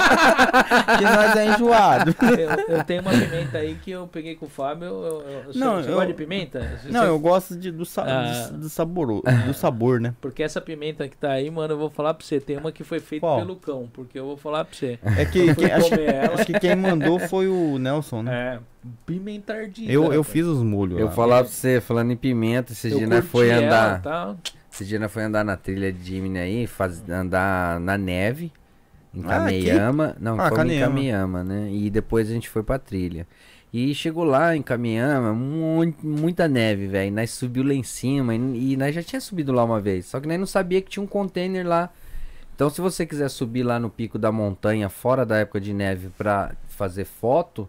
B: nós é enjoado.
A: Ah, Eu, eu tenho uma pimenta aí que eu peguei com o Fábio. Eu, eu, eu-
B: Não,
A: você
B: eu-
A: gosta de pimenta? Você-
B: Não, eu gosto de, do, sa
A: Ah.
B: do, do sabor, do sabor, né?
A: Porque essa pimenta que tá aí, mano, eu vou falar pra você. Tem uma que foi feita
B: Qual?
A: pelo cão, porque eu vou falar pra você.
B: É que, que-
A: Fui
B: acho,
A: comer ela.
B: acho que quem mandou foi o Nelson, né?
A: É, pimenta ardida.
B: Eu, eu
A: rapaz.
B: fiz os molhos
C: Uhum. Eu
B: lá.
C: falava pra você, falando em pimenta, esse
A: Eu
C: dia nós
A: curti
C: foi
A: ela,
C: andar.
A: tá?
C: Esse dia nós foi andar na trilha de Jimmy aí, faz, andar na neve, em
B: Ah, aqui?
C: Kameyama. Não,
B: Ah,
C: foi em
B: Kameyama.
C: Kameyama, né? E depois a gente foi pra trilha. E chegou lá em Kameyama, mu- muita neve, velho. Nós subiu lá em cima e, e nós já tinha subido lá uma vez. Só que nós não sabia que tinha um container lá. Então se você quiser subir lá no pico da montanha, fora da época de neve, pra fazer foto,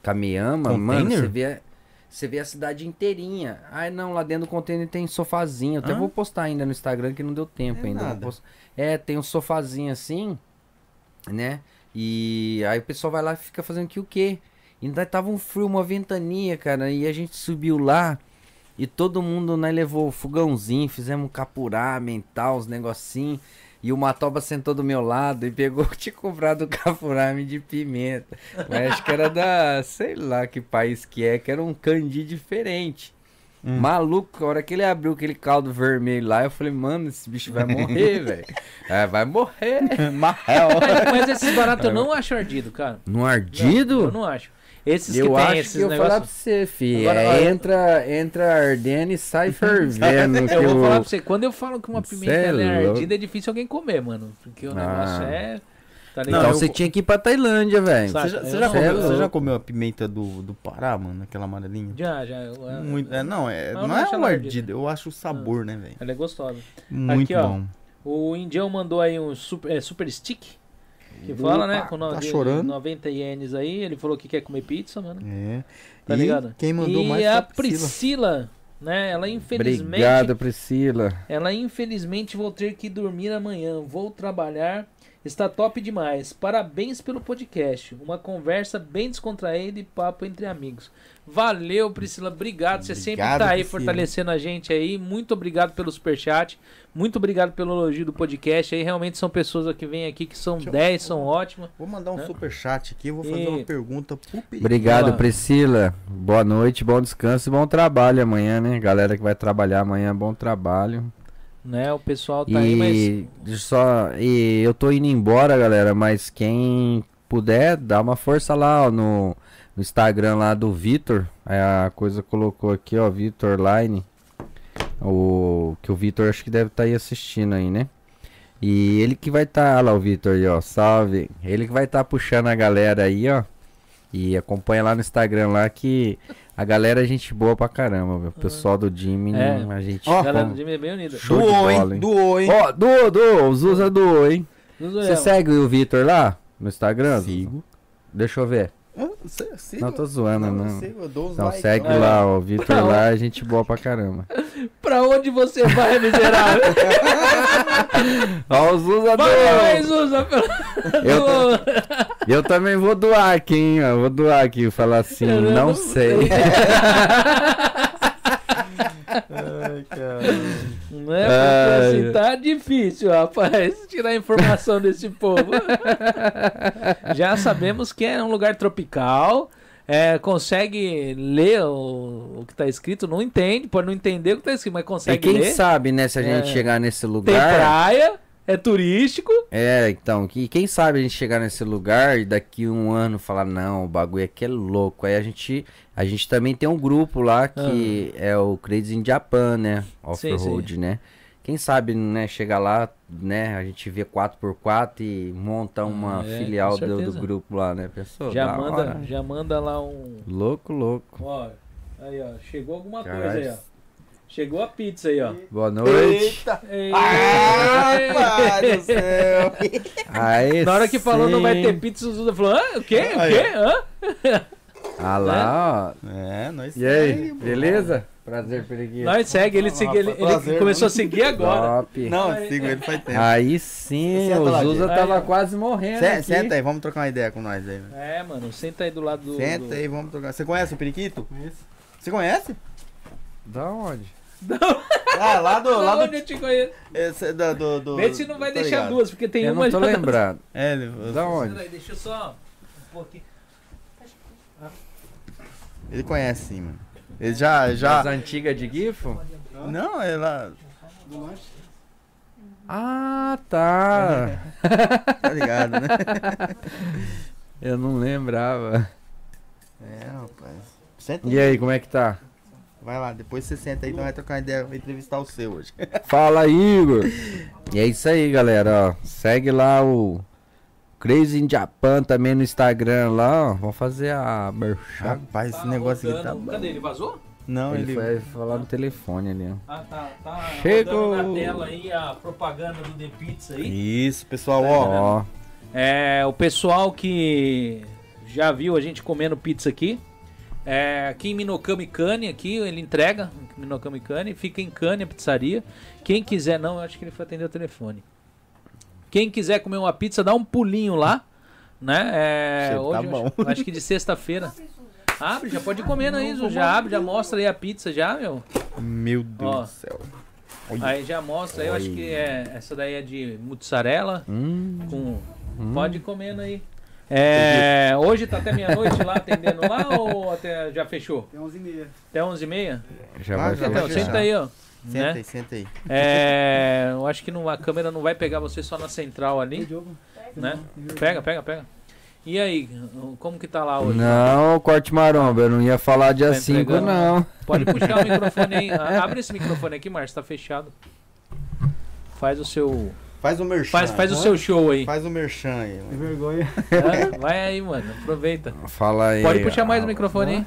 C: Kameyama, mano,
B: Container?
C: você vê... Você vê a cidade inteirinha. Ai, não, lá dentro do container tem sofazinho. Eu até
B: Hã?
C: vou postar ainda no Instagram que não deu tempo
B: É
C: ainda. Vou
B: nada.
C: post- É, tem um sofazinho assim, né? E aí o pessoal vai lá e fica fazendo que o quê? E Ainda tava um frio, uma ventania, cara. E a gente subiu lá e todo mundo, né, levou o fogãozinho, fizemos um capurá mental, os negocinhos. E o Matoba sentou do meu lado e pegou, tinha comprado capurame de pimenta. Mas acho que era da, sei lá que país que é, que era um candi diferente.
B: Hum.
C: Maluco, a hora que ele abriu aquele caldo vermelho lá, eu falei, mano, esse bicho vai morrer, velho. É, vai morrer.
B: Marrel.
A: Mas, mas esses baratos eu não acho ardido, cara.
C: No
A: Não,
C: ardido?
A: eu não acho. Esses
C: eu
A: que
C: acho
A: tem, esses
C: que eu vou falar pra
A: negócios.
C: você, fi.
A: Agora,
C: é,
A: olha-
C: entra, entra ardendo e sai fervendo. que
A: Eu vou
C: o-
A: falar pra você, quando eu falo que uma
C: Cê
A: pimenta
C: é
A: ela é
C: louco.
A: ardida, é difícil alguém comer, mano. Porque o negócio
C: Ah.
A: é. Tá
B: Não,
A: ligado?
C: então
B: eu-
C: você tinha que ir pra Tailândia, velho.
A: Sabe?
B: Você já,
A: Eu
B: você já
A: não-
B: comeu,
C: Cê é
B: você já
C: louco.
B: comeu a pimenta do, do Pará, mano? Aquela amarelinha?
A: Já, já. eu- é-
B: Muito, é, não, é,
A: Mas
B: não,
A: eu não
B: é
A: acho
B: o
A: ela
B: ardido, eu acho o sabor, né, velho?
A: Ela é gostosa.
B: Muito
A: ó,
B: bom.
A: O Indião mandou aí um super, é, super stick. Que fala, né?
B: Opa,
A: Com
B: tá
A: 90
B: chorando.
A: 90 ienes aí. Ele falou que quer comer pizza, mano.
B: É.
A: Tá
B: e
A: ligado?
B: quem mandou
A: e
B: mais foi
A: a
B: a Priscila.
A: Priscila, né? Ela infelizmente.
C: Obrigado, Priscila.
A: Ela infelizmente vou ter que dormir amanhã. Vou trabalhar. Está top demais. Parabéns pelo podcast. Uma conversa bem descontraída e papo entre amigos. Valeu, Priscila. Obrigado. Você sempre
B: Obrigado,
A: tá aí
B: Priscila.
A: fortalecendo a gente aí. Muito obrigado pelo superchat. Muito obrigado pelo elogio do podcast. Aí realmente são pessoas que vêm aqui que são
B: Deixa eu-
A: 10, são ótimas.
B: Vou mandar um
A: Né?
B: superchat aqui, eu vou fazer
A: E-
B: uma pergunta pro Pri-
C: Obrigado,
A: Ela-
C: Priscila. Boa noite, bom descanso e bom trabalho amanhã, né? Galera que vai trabalhar amanhã, bom trabalho.
A: Né? O pessoal tá aí, mas
C: E deixa eu só, e eu tô indo embora, galera, mas quem puder, dá uma força lá ó, no, no Instagram lá do Vitor. Aí A coisa colocou aqui, ó, Vitor Line. O que o Vitor acho que deve estar aí assistindo aí, né? E ele que vai estar lá, o Vitor aí, ó, salve. Ele que vai estar puxando a galera aí, ó. E acompanha lá no Instagram lá que a galera é gente boa pra caramba, meu. O pessoal do Jimmy,
A: Uhum. É.
C: a gente
B: Ó,
A: a galera
C: como-
A: do time é bem unida.
C: Show de
B: Doou,
C: bola,
B: hein?
C: hein?
B: Doou, hein?
C: Ó, doou, doou, os usa doou, hein?
A: Nos
C: Você
A: olhamos.
C: segue o Vitor lá no Instagram?
B: Sigo.
C: Deixa eu ver.
B: Ah, cê- cê-
C: Não, tô zoando,
B: não,
C: não.
B: cê- eu dou uns
C: Não,
B: like,
C: segue
B: ó.
C: lá, ó, o Vitor
A: Não.
C: lá é gente boa pra caramba.
A: Pra onde você vai, miserável?
C: Ó, os usa
A: Vai,
C: doou.
A: Jesus!
C: Eu, eu também vou doar aqui, hein? ó, vou doar aqui, falar assim,
A: Eu
C: não,
A: não
D: Ai,
C: sei.
D: cara.
A: Não é porque
B: Ai.
A: assim tá difícil, rapaz, tirar a informação desse povo. Já sabemos que é um lugar tropical. é, consegue ler o, o que tá escrito, não entende, pode não entender o que tá escrito, mas
C: E
A: consegue
C: quem
A: ler.
C: sabe, né, se a gente
A: É.
C: chegar nesse
A: Tem
C: lugar.
A: praia, é turístico.
C: É, então, que, quem sabe a gente chegar nesse lugar e daqui um ano falar, não, o bagulho aqui é louco. Aí a gente. A gente também tem um grupo lá que é o Crazy in Japan, né?
A: Ah. Sim, sim.
C: Off-road, né? Quem sabe, né, chegar lá, né? A gente vê 4x4 e monta
A: é,
C: uma
A: com
C: filial do, do
A: certeza.
C: grupo lá, né? Pessoal,
A: Já manda, já manda lá um.
C: Louco, louco.
A: Ó, aí, ó. Chegou alguma
C: Caralho.
A: coisa aí, ó. Chegou a pizza aí, ó.
C: Boa noite.
A: Ei,
G: Ah, do céu.
C: Aí
A: Na hora que falou não vai
C: sim.
A: ter pizza, o Zuda falou, hã? O quê? O quê? Hã?
C: Ah lá, ó.
A: Né?
B: É, nós
C: E aí,
B: segue, pô.
C: beleza? Prazer, Pereguinha.
A: Nós segue, ele, segue, ele, ele
B: prazer,
A: começou a seguir agora.
C: Top.
B: Não, sigo ele faz tempo.
C: Aí sim,
B: Senta lá,
C: o Zuza
A: Diego.
C: tava
A: Aí, ó.
C: quase morrendo.
B: Se-
C: Ah, é aqui.
B: senta aí, vamos trocar uma ideia com nós aí. velho.
A: É, mano, senta aí do lado do. do-
B: Senta aí, vamos trocar. Você conhece o Periquito? Você conhece?
C: Da onde?
B: Ah, lá do.
A: Lá
B: Lá do,
A: onde eu te conheço.
B: esse, do, do, do
A: Vê se não vai
B: tá
A: deixar
B: ligado.
A: duas, porque tem
C: eu
A: uma
C: não tô
A: ali.
C: lembrado.
B: É, ele,
C: Da onde?
A: Peraí, deixa eu só um pouquinho.
B: ele conhece sim, mano. Ele já. já...
C: As antigas de Gifo?
B: Não, ela.
C: Ah, tá.
B: Tá ligado, né?
C: Eu não lembrava.
B: É, rapaz. Senta
C: E
B: aí.
C: aí, como é que tá?
B: Vai lá, depois você senta aí, então vai trocar uma ideia, vai entrevistar o seu hoje.
C: Fala, Igor. E é isso aí, galera, ó. Segue lá o Crazy in Japan também no Instagram lá, ó. Vamos fazer a merchan.
B: Rapaz,
A: Tá
B: esse negócio aqui tá
A: rodando.
B: bom.
A: Cadê? Ele vazou?
B: Não,
C: ele
B: ele.
C: foi falar no telefone ali, ó.
A: Ah, tá. Tá
C: Chegou.
A: rodando na tela aí a propaganda do The Pizza aí.
B: Isso, pessoal, ó.
C: Ó,
A: É, o pessoal que já viu a gente comendo pizza aqui, é, aqui em Minokami Cane, aqui ele entrega em Minokami Cane, fica em Cane a pizzaria. Quem quiser, não, eu acho que ele foi atender o telefone. Quem quiser comer uma pizza, dá um pulinho lá, né? É,
B: Cheiro tá
A: hoje,
B: bom.
A: acho- acho que de sexta-feira. Abre, já pode ir comendo aí, Zu, já abre, já mostra aí a pizza já, meu.
B: Meu Deus
A: Tá Ó.
B: do céu.
A: Aí já mostra, aí eu acho que é, essa daí é de mussarela
C: hum,
A: com- Pode ir comendo aí. Hum. É, hoje tá até meia-noite lá atendendo lá ou até já fechou?
H: Tem 11 e meia.
A: Até 11h30?
C: já
B: Ah,
C: vai fechar.
B: já vai
A: Então,
B: fechar.
A: senta aí, ó.
B: Senta
A: Né?
B: aí, senta aí.
A: É, eu acho que não, a câmera não vai pegar você só na central ali,
H: jogo?
A: né? Pega, pega, pega. E aí, como que tá lá hoje?
C: Não, corte maromba, eu não ia falar dia
A: Tá
C: 5,
A: entregando.
C: não.
A: Pode puxar o microfone aí. A- Abre esse microfone aqui, Márcio, tá fechado. Faz o seu.
B: Faz o merchan. né?
A: Faz, faz o seu show aí.
B: Tá Faz o merchan aí. mano.
H: vergonha.
A: né? Vai aí, mano. Aproveita.
C: Fala aí.
A: Pode puxar mais
C: ó.
A: o microfone aí.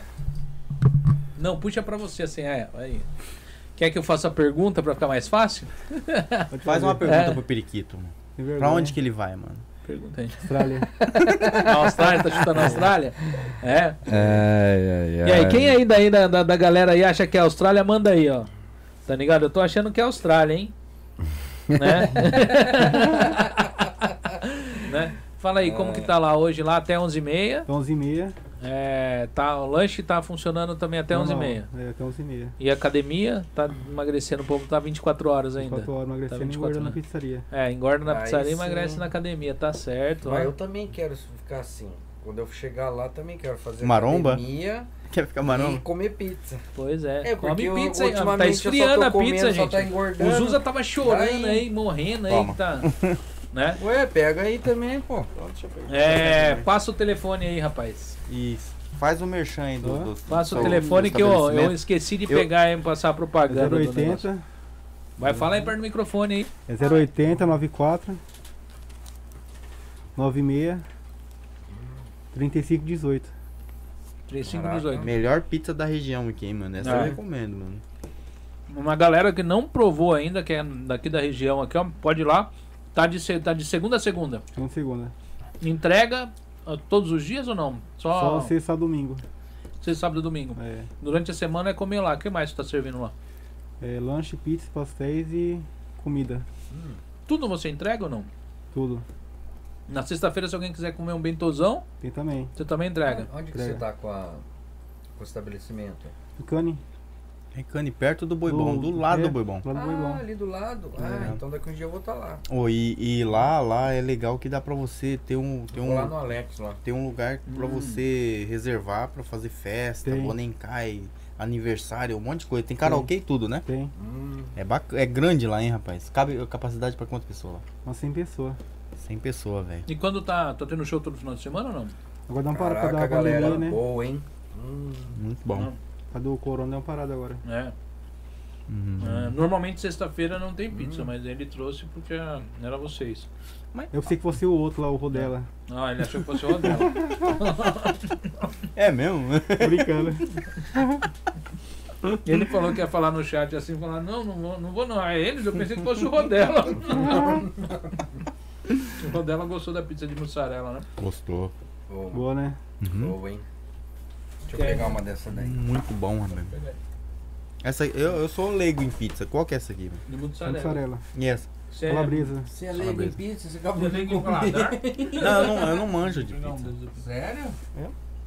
A: Não, puxa pra você assim, é, aí. Quer que eu faça a pergunta pra ficar mais fácil?
B: Faz uma pergunta
A: É.
B: pro Periquito, mano.
H: Tem vergonha.
B: Pra onde que ele vai, mano?
A: Pergunta aí.
H: Austrália.
A: A Austrália, tá chutando a Austrália? É.
C: Ai, ai,
A: E aí,
C: ai.
A: quem é ainda aí da, da, da galera aí acha que é Austrália, manda aí, ó. Tá ligado? Eu tô achando que é Austrália, hein? né? Né? Fala aí, como que tá lá hoje, lá até 11h30.
D: Então,
H: Tem 11 e meia.
A: É, tá, o lanche tá funcionando também até
H: Não,
A: 11h30.
H: não. É, até 11 e meia.
A: E a academia tá emagrecendo um pouco, tá 24 horas ainda.
H: 4 horas
A: Tá
H: emagrecendo e
A: 24,
H: engordando na
A: né?
H: pizzaria.
A: É, engorda na
C: Aí
A: pizzaria e
C: sim.
A: emagrece na academia, tá certo.
C: Mas
A: ó.
C: Ah, eu também quero ficar assim. Quando eu chegar lá, também quero fazer
B: Maromba?
C: academia
B: Quer ficar
C: e
B: maromba?
C: comer pizza.
A: Pois é.
C: É, porque
A: Come
C: eu,
A: pizza aí, ó,
C: ultimamente
A: tá
C: eu só
A: esfriando
C: tô
A: a
C: comendo,
A: pizza,
C: só
A: gente.
C: tá engordando.
A: O Zuza tava chorando
C: Tá aí.
A: aí, morrendo aí,
B: Toma.
A: que tá. né?
C: Ué, pega aí também, pô.
A: É, passa o telefone aí, rapaz.
B: Isso. Faz o merchan aí do.
H: Hã?
B: do- do-
A: Passa o
B: do-
A: telefone
B: do
A: que eu, eu
B: estabelecimento.
A: esqueci de
B: Eu-
A: pegar e passar a propaganda.
H: É
A: do negócio.
H: 080.
A: Vai falar aí perto do microfone aí.
H: É 080, 94. 96. 35, 18.
A: 3518.
B: Melhor pizza da região aqui, hein, mano. Essa
A: Ah,
B: eu
A: é?
B: recomendo, mano.
A: Uma galera que não provou ainda, que é daqui da região aqui, ó, pode ir lá. Tá de, se- tá de segunda a segunda.
H: Segunda, segunda.
A: Entrega ah, todos os dias ou não? Só,
H: Só sexta a domingo.
A: sexta, sábado e domingo.
H: É.
A: Durante a semana é comer lá. O que mais tu tá servindo lá?
H: É, lanche, pizza, pastéis e comida.
A: Tudo você entrega ou não?
H: Tudo.
A: Na sexta-feira, se alguém quiser comer um bentozão,
H: Tem também.
A: você também entrega.
C: Onde que
H: Entrega.
C: você tá com, a, com o estabelecimento?
H: O cane.
B: É Cane, perto do Boi
D: Do-
B: Bom, do lado
D: é,
B: do Boi Bom.
H: Tá
D: Lá do Boi
C: Ah,
D: Bom.
C: ali do lado. Ah,
B: É.
C: então daqui um dia eu vou estar lá.
B: Ô, e, e lá, lá é legal que dá pra você ter um, ter
C: Vou lá no
B: um,
C: Alex lá.
B: ter um lugar pra você reservar pra fazer festa,
D: Tem.
B: Bonencai, aniversário, um monte de coisa. Tem karaokê e tudo, né?
D: Tem.
C: Hum,
B: É, bac... é grande lá, hein, rapaz? Cabe capacidade pra quantas pessoas lá?
D: Uma 100 pessoas.
B: 100 pessoas, velho.
A: E quando tá, tá tendo show todo final de semana ou não?
D: Agora dá uma parada
C: caraca,
D: pra
C: a
D: dar uma
C: galera
D: pandemia, né?
C: boa, hein? Hum,
B: Muito bom.
D: Pra do corona dá uma parada agora.
A: É.
B: Uhum.
A: É, normalmente sexta-feira não tem pizza, mas ele trouxe porque ah, era vocês.
D: Eu pensei que fosse o outro lá, o Rodela.
A: Ah, ele achou que fosse o Adela.
B: É mesmo?
D: Tô Brincando.
A: Ele falou que ia falar no chat assim, falar, não, não vou, não vou não. É eles, eu pensei que fosse o Rodela. o Rodela gostou da pizza de mussarela, né?
B: Gostou.
C: boa,
D: Boa, né?
C: boa, hein? Deixa eu
A: Quer-
C: pegar uma dessa daí.
B: Né? Muito bom, rapaz. Essa, eu, eu sou leigo em pizza. Qual que é essa aqui? velho?
A: De
D: Com
A: mussarela.
D: mussarela.
B: E essa?
A: Você é-
D: Calabresa.
C: Você é
B: leigo
C: leigo
B: em
C: em pizza?
A: você
C: Você acabou
A: é
C: de
A: leigo em paladar?
B: Não, eu não, eu não manjo de
A: Não,
B: pizza.
C: Sério?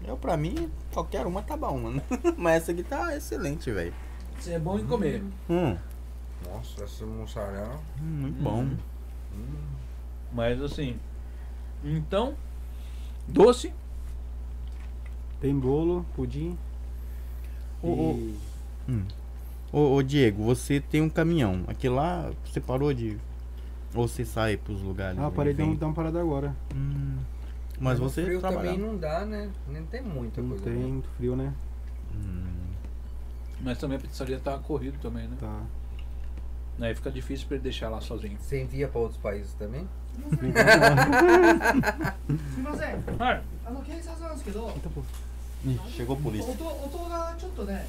B: Eu, pra mim, qualquer uma tá bom, mano. Mas essa aqui tá excelente, velho.
A: você é bom em comer.
B: Hum,
C: Nossa, essa mussarela. hum.
B: muito bom.
A: Mas assim. Então, doce.
D: Tem bolo, pudim.
B: Ô, ô.
D: e
B: Ô, ô, Diego, você tem um caminhão. Aqui lá, você parou de... Ou você sai pros lugares?
D: Ah,
B: né?
D: parei de
B: Enfim.
D: dar uma parada agora.
B: Hum, Mas
C: no
B: você
C: frio
B: trabalha.
C: também não dá, né? Nem tem muita
D: Não
C: coisa.
D: tem,
C: né?
D: muito frio, né?
B: Hum,
A: Mas também a pizzaria tá corrido também, né?
D: Tá.
A: Aí fica difícil pra ele deixar lá sozinho.
C: Você envia pra outros países também?
H: ません。
A: Ah,
H: あの警察なんですけど、音
B: Ih, chegou a polícia.
H: 音がちょっとね、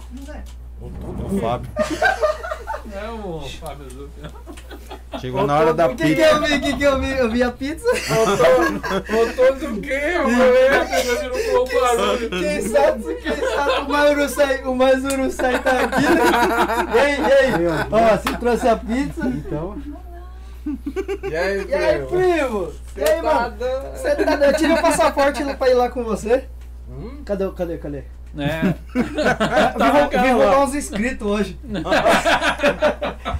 H: すみません。
B: O Fábio.
A: é o Fábio Zucca.
B: Chegou na hora da
H: O que que
B: pizza.
H: eu vi? O que que eu vi? Eu vi a pizza?
A: Botou do quê, mano? Ele não colocou barulho.
H: Quem sabe, quem sabe o mais uruçai, o mais uruçai tá aqui. Né? Ei, ei.
D: Meu
H: Ó, se trouxe a pizza.
D: Então,
C: E aí,
H: E aí,
C: primo?
H: primo? E aí, mano?
C: dando-
H: Você tá dando- Eu tirei o passaporte pra ir lá com você.
C: Hum?
H: Cadê, cadê, cadê?
A: É,
H: Eu vim roubar- eu vim roubar uns inscritos hoje.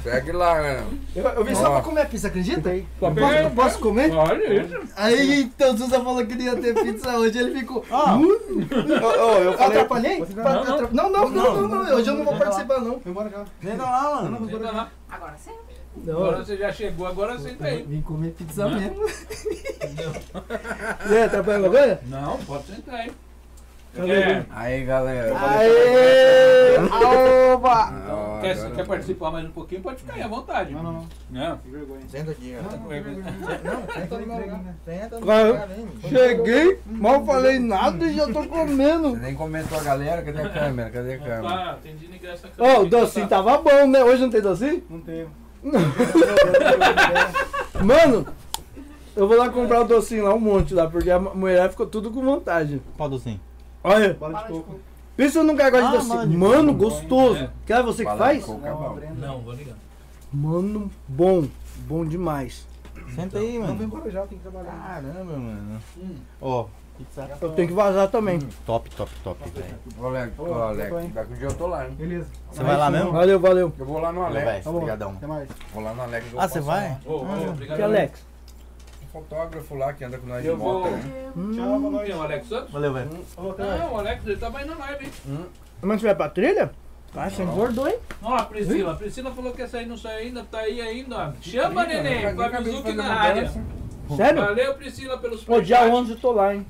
C: Segue lá, né?
H: Eu, eu vim só
C: Ó.
H: pra comer a pizza, acredita? aí?
A: Tá
H: posso,
A: bem.
H: eu posso comer?
A: olha isso.
H: Aí então, Zuza falou que não ia ter pizza hoje, ele ficou.
B: Ah,
H: "Hum,
B: Ô, ô, eu falei...
H: atrapalhei?
A: não, tá não.
H: Atra- Não, não, não, não, não, hoje eu não vou participar, não.
D: embora cá.
B: Senta lá, mano.
A: Senta lá.
E: Agora sim.
A: Agora
H: Não,
A: você já chegou, agora senta aí.
H: vim comer pizza
A: Não.
H: mesmo. E aí, atrapalhou agora?
A: Não, pode sentar aí. É.
H: Cadê
A: Quer,
C: Aí, galera.
H: Aê! Oba!
C: Ah,
A: quer,
C: agora-
A: quer participar mais um pouquinho? Pode ficar aí à vontade.
D: Não, não, não.
A: Não.
D: Que vergonha.
C: Senta aqui, ó.
H: Senta no meu
B: né?
H: lugar. Senta no
D: Qual-
H: meu lugar, vem. Cheguei, mal falei nada e já tô
C: Você
H: comendo.
C: nem comentou a galera. Cadê a câmera? Cadê a câmera?
A: Tá, tem de ligar essa
H: Ó,
A: câmera. tá
H: o docinho
C: tá
H: tava bom, né? Hoje não tem docinho?
D: Não teve.
H: Mano, eu vou lá comprar o docinho lá, um monte lá, porque a mulher ficou tudo com vontade.
B: Qual docinho?
H: Olha,
D: Bala de coco.
H: pensa eu nunca gosto
B: Ah,
H: de docinho.
B: mano,
H: Mano,
D: bom,
H: gostoso.
A: hein?
H: Quer é você que
C: Fala aí,
H: faz?
C: Coca, bom.
A: né? Não, vou ligar.
H: Mano, bom. Bom demais.
B: Senta aí, mano.
D: embora já, tem que trabalhar.
B: Caramba, mano. Ó, Hum.
H: Eu tenho que vazar também.
B: top, top, top, velho.
C: Ô, Alex, ô,
D: Ô,
C: Alex.
D: tô aí.
C: Daqui um dia eu tô lá, hein?
D: Beleza.
B: Você vai lá mesmo?
H: Valeu, valeu.
C: Eu vou lá no
B: Vai,
C: Alex.
D: Tá bom.
B: brigadão.
D: Até mais.
C: Vou lá no Alex. eu
B: Ah, você
C: posso
B: vai?
C: falar.
A: Ô, ô, obrigado.
H: Que Alex?
C: Um fotógrafo lá que anda com nós de
A: Eu vou.
C: moto, né?
H: Hum.
D: Tchau, boa
A: Quem é
D: noite.
A: o Alex Santos?
B: Valeu, velho.
H: É.
D: Falou, até mais.
A: Não, o Alex, ele tava aí na live, hein?
H: Ah. Mas tiver pra trilha? Ah, você engordou, hein?
A: Ó, a Priscila. A Priscila falou que essa aí não saiu ainda, tá aí ainda.
H: Ah,
A: ó. Chama, neném.
C: Eu
A: Fábio
C: acabei de
A: Zucchi
C: fazer
A: na
C: uma
A: área.
C: dança.
H: Sério?
A: Valeu, Priscila, pelos
H: Pô, dia
A: superchat.
H: 11 eu tô lá, hein?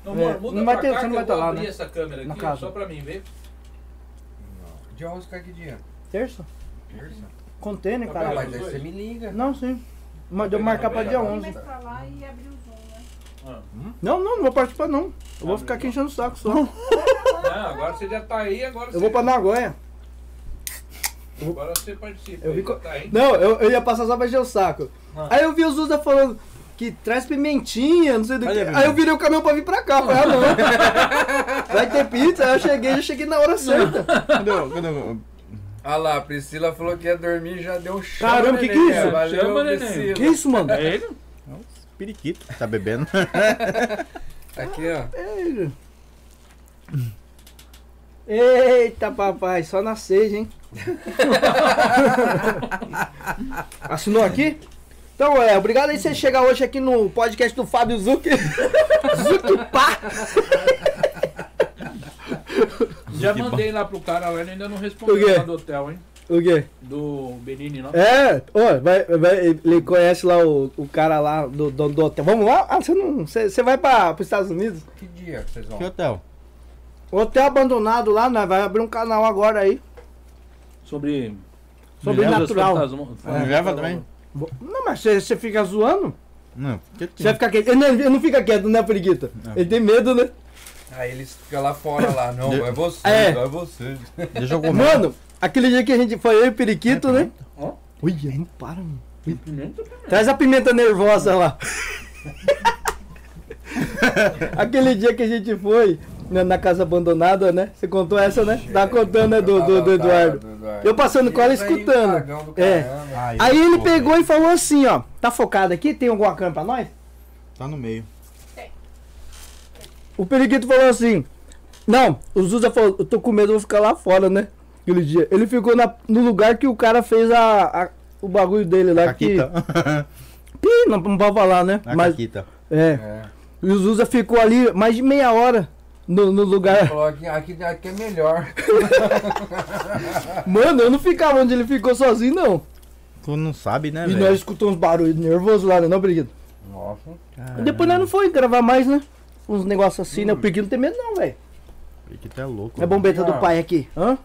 A: Então,
H: É,
A: amor, muda
H: não vai
A: pra cá
H: ter- você não
A: que
H: vai
A: eu
H: tá
A: vou
H: lá,
A: abrir
H: né?
A: essa câmera
H: Na
A: aqui,
H: casa.
A: só pra mim ver.
C: Dia 11 cai que dia?
H: Terça?
C: Terça?
H: Contei, né,
C: Ah,
H: cara?
C: mas aí você me liga.
H: Não, sim. Mas deu marcar pra dia 11.
E: Mas pra lá e abrir o Zoom, né?
H: Não, não, não vou participar, não. Eu vou ficar aqui enchendo o saco só.
A: Não, agora você já tá aí, agora
H: Eu
A: você,
H: vou pra Nagoya.
A: agora você participa.
H: Eu vi
A: aí, já
H: co-
A: tá aí.
H: Não, eu, eu ia passar só pra encher o saco. Aí eu vi o Zuza falando que traz pimentinha, não sei do que.
B: Olha,
H: Aí eu virei o caminhão pra vir pra cá. Falei, ah, não. Vai ter pizza. Aí eu cheguei, já cheguei na hora certa.
B: Quando eu- quando eu-
C: Ah lá, a Priscila falou que ia dormir e já deu um chama,
H: Caramba, que
C: neném.
H: que é isso?
C: Valeu,
A: Chama, neném.
C: Priscila.
H: Que isso, mano?
A: É ele?
F: tá.
B: Periquito. Tá bebendo?
C: Aqui, ó.
H: É,
I: Eita, papai, só na seja, hein? Assinou aqui? Então, é, obrigado aí você chegar hoje aqui no podcast do Fábio Zuc. Zucpá!
F: Já mandei lá pro cara lá, ele ainda não respondeu lá do hotel, hein?
I: O quê?
F: Do Benini lá.
I: É, ó, vai, vai, ele conhece lá o, o cara lá do dono do hotel. Vamos lá? Ah, você não. Você você vai para os Estados Unidos?
C: Que dia que vocês vão?
B: Que hotel?
I: Hotel abandonado lá, nós vai abrir um canal agora aí.
F: Sobre.
I: Sobrenatural.
H: É,
B: Ah,
H: tá
B: Reserva também?
I: Não, mas você você fica zoando?
B: Não. por que que-
I: Você vai ficar quieto. Ele não, ele não fica quieto, né, Periquita? Ele tem medo, né?
C: Aí eles ficam lá fora lá, não,
B: Eu-
C: é você,
I: É.
C: é você.
B: Deixa eu comer.
I: Mano, aquele dia que a gente foi eu e o Periquito, né?
F: Ó.
I: Ui, não para, mano. Traz a pimenta nervosa lá. aquele dia que a gente foi né, na, na casa abandonada, né? Você contou essa, né? Tá contando, né, do, do, do Eduardo. Eu passando com ela escutando. É.
C: É.
I: Aí ele pegou e falou assim, ó. Tá focado aqui? Tem alguma câmera pra nós?
B: Tá no meio.
I: O periquito falou assim: Não, o Zuza falou, eu tô com medo, eu vou ficar lá fora, né? Aquele dia. Ele ficou na- no lugar que o cara fez a, a- o bagulho dele
H: é
I: lá. Que,
B: Caquita.
I: Pi, não, não pode falar, né?
B: Na
I: Mas,
B: Caquita.
I: é. E o Zuza ficou ali mais de meia hora no, no lugar.
C: Falou aqui, aqui, aqui é melhor.
I: Mano, eu não ficava onde ele ficou sozinho, não.
B: Tu não sabe, né,
I: e
B: velho?
I: nós escutamos uns barulhos nervosos lá, né, não, periquito?
C: Nossa.
B: Caralho,
I: Depois nós não foi gravar mais, né? Uns negócios assim, né? O periquito não tem medo, não, velho.
B: Caquita é louco.
I: É bombeta do
C: Ah.
I: pai aqui. Hã?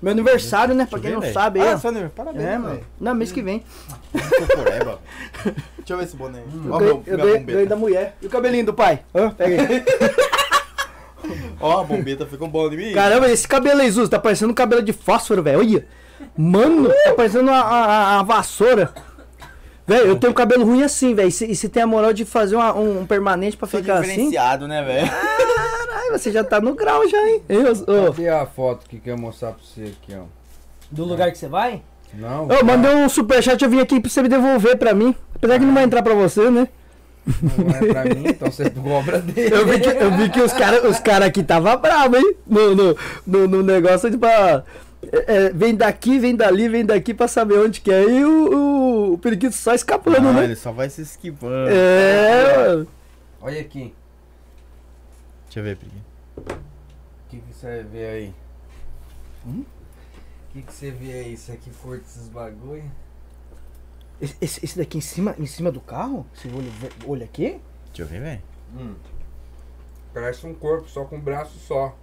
I: Meu aniversário, né? Pra
B: Deixa
I: quem
B: eu
I: não
B: ver,
I: sabe aí. ó.
B: Ah, Sander, parabéns.
I: É,
B: velho.
I: mano. Não, mês que vem.
B: Cocoreba. Deixa eu ver esse boné aí.
I: Eu
B: Ó,
I: ganhei,
B: meu,
I: eu
B: minha
I: ganhei-
B: bombeta.
I: ganhei da mulher. E o cabelinho do pai? Hã? Pega aí.
B: Ó, a bombeta ficou boa de mim.
I: Caramba, esse cabelo aí, Zuz, tá parecendo um cabelo de fósforo, velho. Olha. Mano, tá parecendo a, a, a- a vassoura. Velho, eu tenho cabelo ruim assim, velho. E se- E se tem a moral de fazer uma- um, um permanente pra
B: Sou
I: ficar assim?
B: diferenciado, né, velho?
I: Caralho, você já tá no grau já, hein? Eu, ô,
C: Cadê a foto que quer mostrar pra você aqui, ó?
I: Do lugar que você vai?
C: Não.
I: Ô, mandei um superchat, eu vim aqui pra você me devolver pra mim. Apesar que não vai entrar pra você, né?
C: Não é pra mim, então você cobra dele.
I: Eu vi que, eu vi que os caras os cara aqui tava bravo, hein? No, no, no, no negócio, tipo, ah, é, é, vem daqui, vem dali, vem daqui pra saber onde que é. E o, o, o periquito só escapando,
B: Ah,
I: né?
B: ele só vai se esquivando.
I: É, mano.
C: Olha aqui.
B: Deixa eu ver, Pri.
C: O que, que você vê aí?
I: Hum?
C: O que, que você vê aí? Isso aqui curte esses bagulho?
I: Esse- Esse, esse daqui em cima, em cima do carro? Esse olho, ver- olho aqui?
B: Deixa eu ver, velho.
C: Hum. Parece um corpo só com um braço só.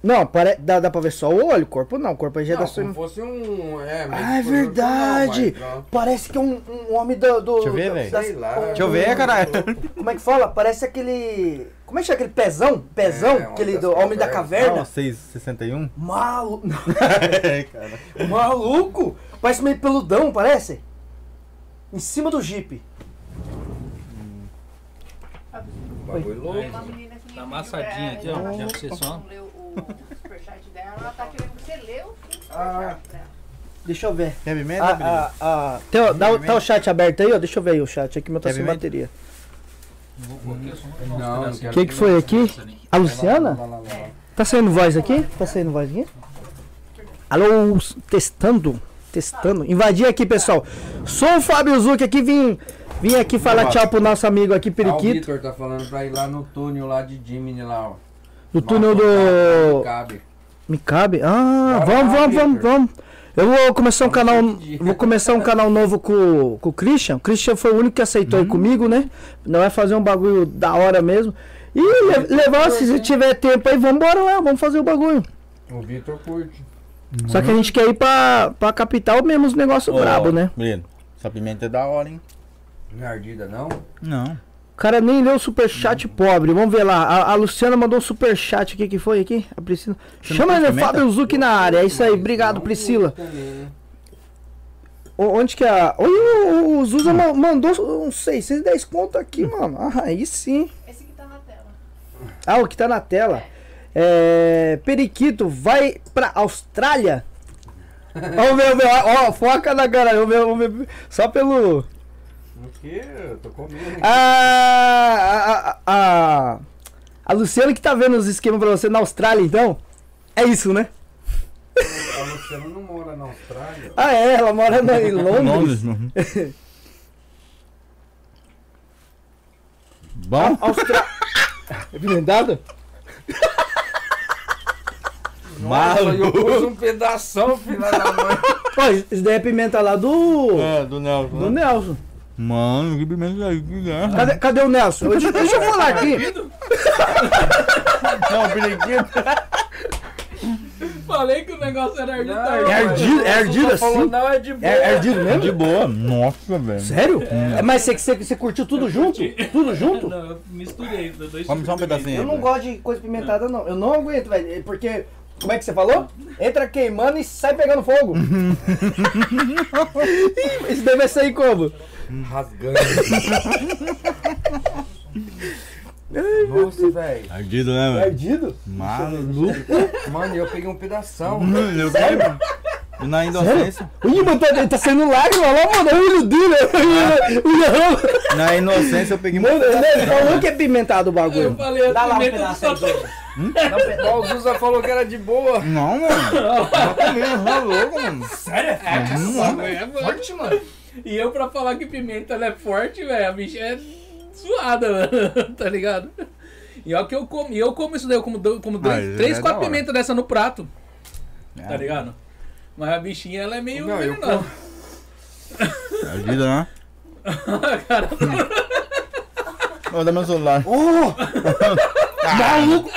I: Não, pare, dá, dá pra ver só o olho, o corpo não, o corpo aí já
C: não,
I: dá só.
C: como fosse um. É, mas
I: Ah, é
C: foi-
I: verdade!
C: Não, mas,
I: Parece que é um, um homem do. do
B: Deixa eu ver,
I: da-
B: velho.
C: ó, sei lá. um
B: Deixa eu ver, caralho.
I: Como é que fala? Parece aquele. Como é que chama aquele pezão? Pezão?
C: É,
B: um
C: homem
I: aquele
C: das
I: do homem da
B: Ah,
I: caverna?
B: ó, 661?
I: Malu...
B: É, cara.
I: Maluco! Parece meio peludão, parece? Em cima do jipe.
C: Um bagulho louco.
J: Uma menina que me
F: Tá
J: pediu
F: amassadinha
J: pra-
F: aqui, ó.
E: É,
J: ela
F: Já
J: não
F: pra você só.
J: leu o superchat dela, ela tá querendo que você lê o superchat
I: Ah.
J: pra ela.
I: Deixa eu ver.
B: Quer pimenta, Pri?
I: Ah, ah, ah. Tem o- dá, o- tá o chat aberto aí, ó. Deixa eu ver aí o chat aqui, meu tá
B: Quer
I: sem
B: ver?
I: bateria.
C: Não,
A: assim,
C: não quero.
I: Quem que foi aqui? A Luciana?
C: Lá, lá, lá, lá.
I: Tá saindo voz aqui? Tá saindo voz aqui? Alô, s- testando. Testando. Invadi aqui, pessoal. Sou o Fábio Zuc aqui, vim, vim aqui falar tchau pro nosso amigo aqui,
C: Ah, o
I: Periquito.
C: Vitor tá falando pra ir lá no túnel lá de Jimmy lá, ó.
I: Do túnel
C: Não
I: do.
C: Cabe.
I: Me cabe? Ah,
C: Bora
I: vamos,
C: lá,
I: vamos, vamos,
C: Victor.
I: vamos. Eu vou começar um canal.
C: pedir.
I: Vou começar um canal novo com, com o Christian. O Christian foi o único que aceitou ir comigo, né? Não vai fazer um bagulho da hora mesmo. E le- levar, se você tiver tempo aí, vambora lá, vamos fazer o bagulho.
C: O Vitor curte.
I: Só que a gente quer ir pra, pra capital mesmo, os negócios
B: Ô,
I: brabo, né?
B: Breno, essa pimenta é da hora, hein?
C: Não é ardida, não?
B: Não.
I: O cara nem leu o superchat pobre. Vamos ver lá. A, a Luciana mandou um superchat. O que que foi aqui? A Priscila.
B: Você não
I: Chama
B: tem
I: né?
B: pimenta?
I: Fábio Zuc na área. É isso aí. Obrigado, Priscila. O- Onde que é a. Oi, o, o Zuza ma- mandou uns 610 conto aqui, mano. Ah, aí sim.
J: Esse que tá na tela.
I: Ah, o que tá na tela. É. Periquito, vai pra Austrália? Ó, o meu, meu, ó, foca na cara. O meu, o meu, só pelo.
C: O quê? Eu tô comendo. aqui.
I: Ah, a, a, a, a Luciana que tá vendo os esquemas pra você na Austrália, então? É isso, né?
C: A Luciana não mora na Austrália.
I: Ah, é, ela mora na, em Londres.
B: mano.
I: A-
B: Bom,
I: Austra- É blindado?
C: Eu
B: maluco.
C: pus um pedação, filha da mãe.
I: Ó, isso daí é pimenta lá ah, do.
B: É, do Nelson.
I: Do Nelson.
B: Mano, que pimenta é aí, que garra.
I: Cadê, cadê o Nelson? Eu- deixa eu falar aqui.
B: Não, periquito.
A: Falei que o negócio era
C: Não,
I: É ardido, é
C: mas
I: ardido
C: você falou,
I: assim?
C: Não, é de boa.
I: É, é de mesmo?
B: Tá De boa. Nossa, velho.
I: Sério? É, mas você, você, você curtiu tudo junto? Tudo junto?
A: Não, eu misturei. deu Dois
B: Come só um pedacinho.
I: Eu não gosto de coisa pimentada, não. Eu não aguento, velho. Porque. Como é que você falou? Entra queimando e sai pegando fogo. Ih, Isso daí vai sair como?
C: Rasgando. Nossa, velho.
B: Ardido, né, velho?
I: Perdido?
B: Maluco.
C: Mano, eu peguei um pedação.
B: Mano, eu lembro. Na inocência.
I: Ih, mano, tá, tá saindo lágrima lá, mano. É o olho dele. é o olho-
B: Na inocência eu peguei um
I: Mano, ele falou que é pimentado o bagulho.
A: falei, a
I: Dá lá um
A: pimenta
I: pedaço
A: só
I: aí,
A: tá-
C: Ó, O Zuza falou que era de boa.
B: Não, mano. Eu comi, eu louco, mano.
A: É,
C: Forte, mano.
A: E eu pra falar que pimenta ela é forte, velho, a bicha é zoada, mano, tá ligado? E olha que eu como, e eu como isso daí, eu como, do- como dois,
B: Mas
A: três,
B: é
A: quatro
B: da hora. É.
A: pimentas dessa no prato, tá ligado? Mas a bichinha ela é meio
C: Não, eu
A: venenosa.
B: Ardido, né? Vou dar meu celular. Maluco!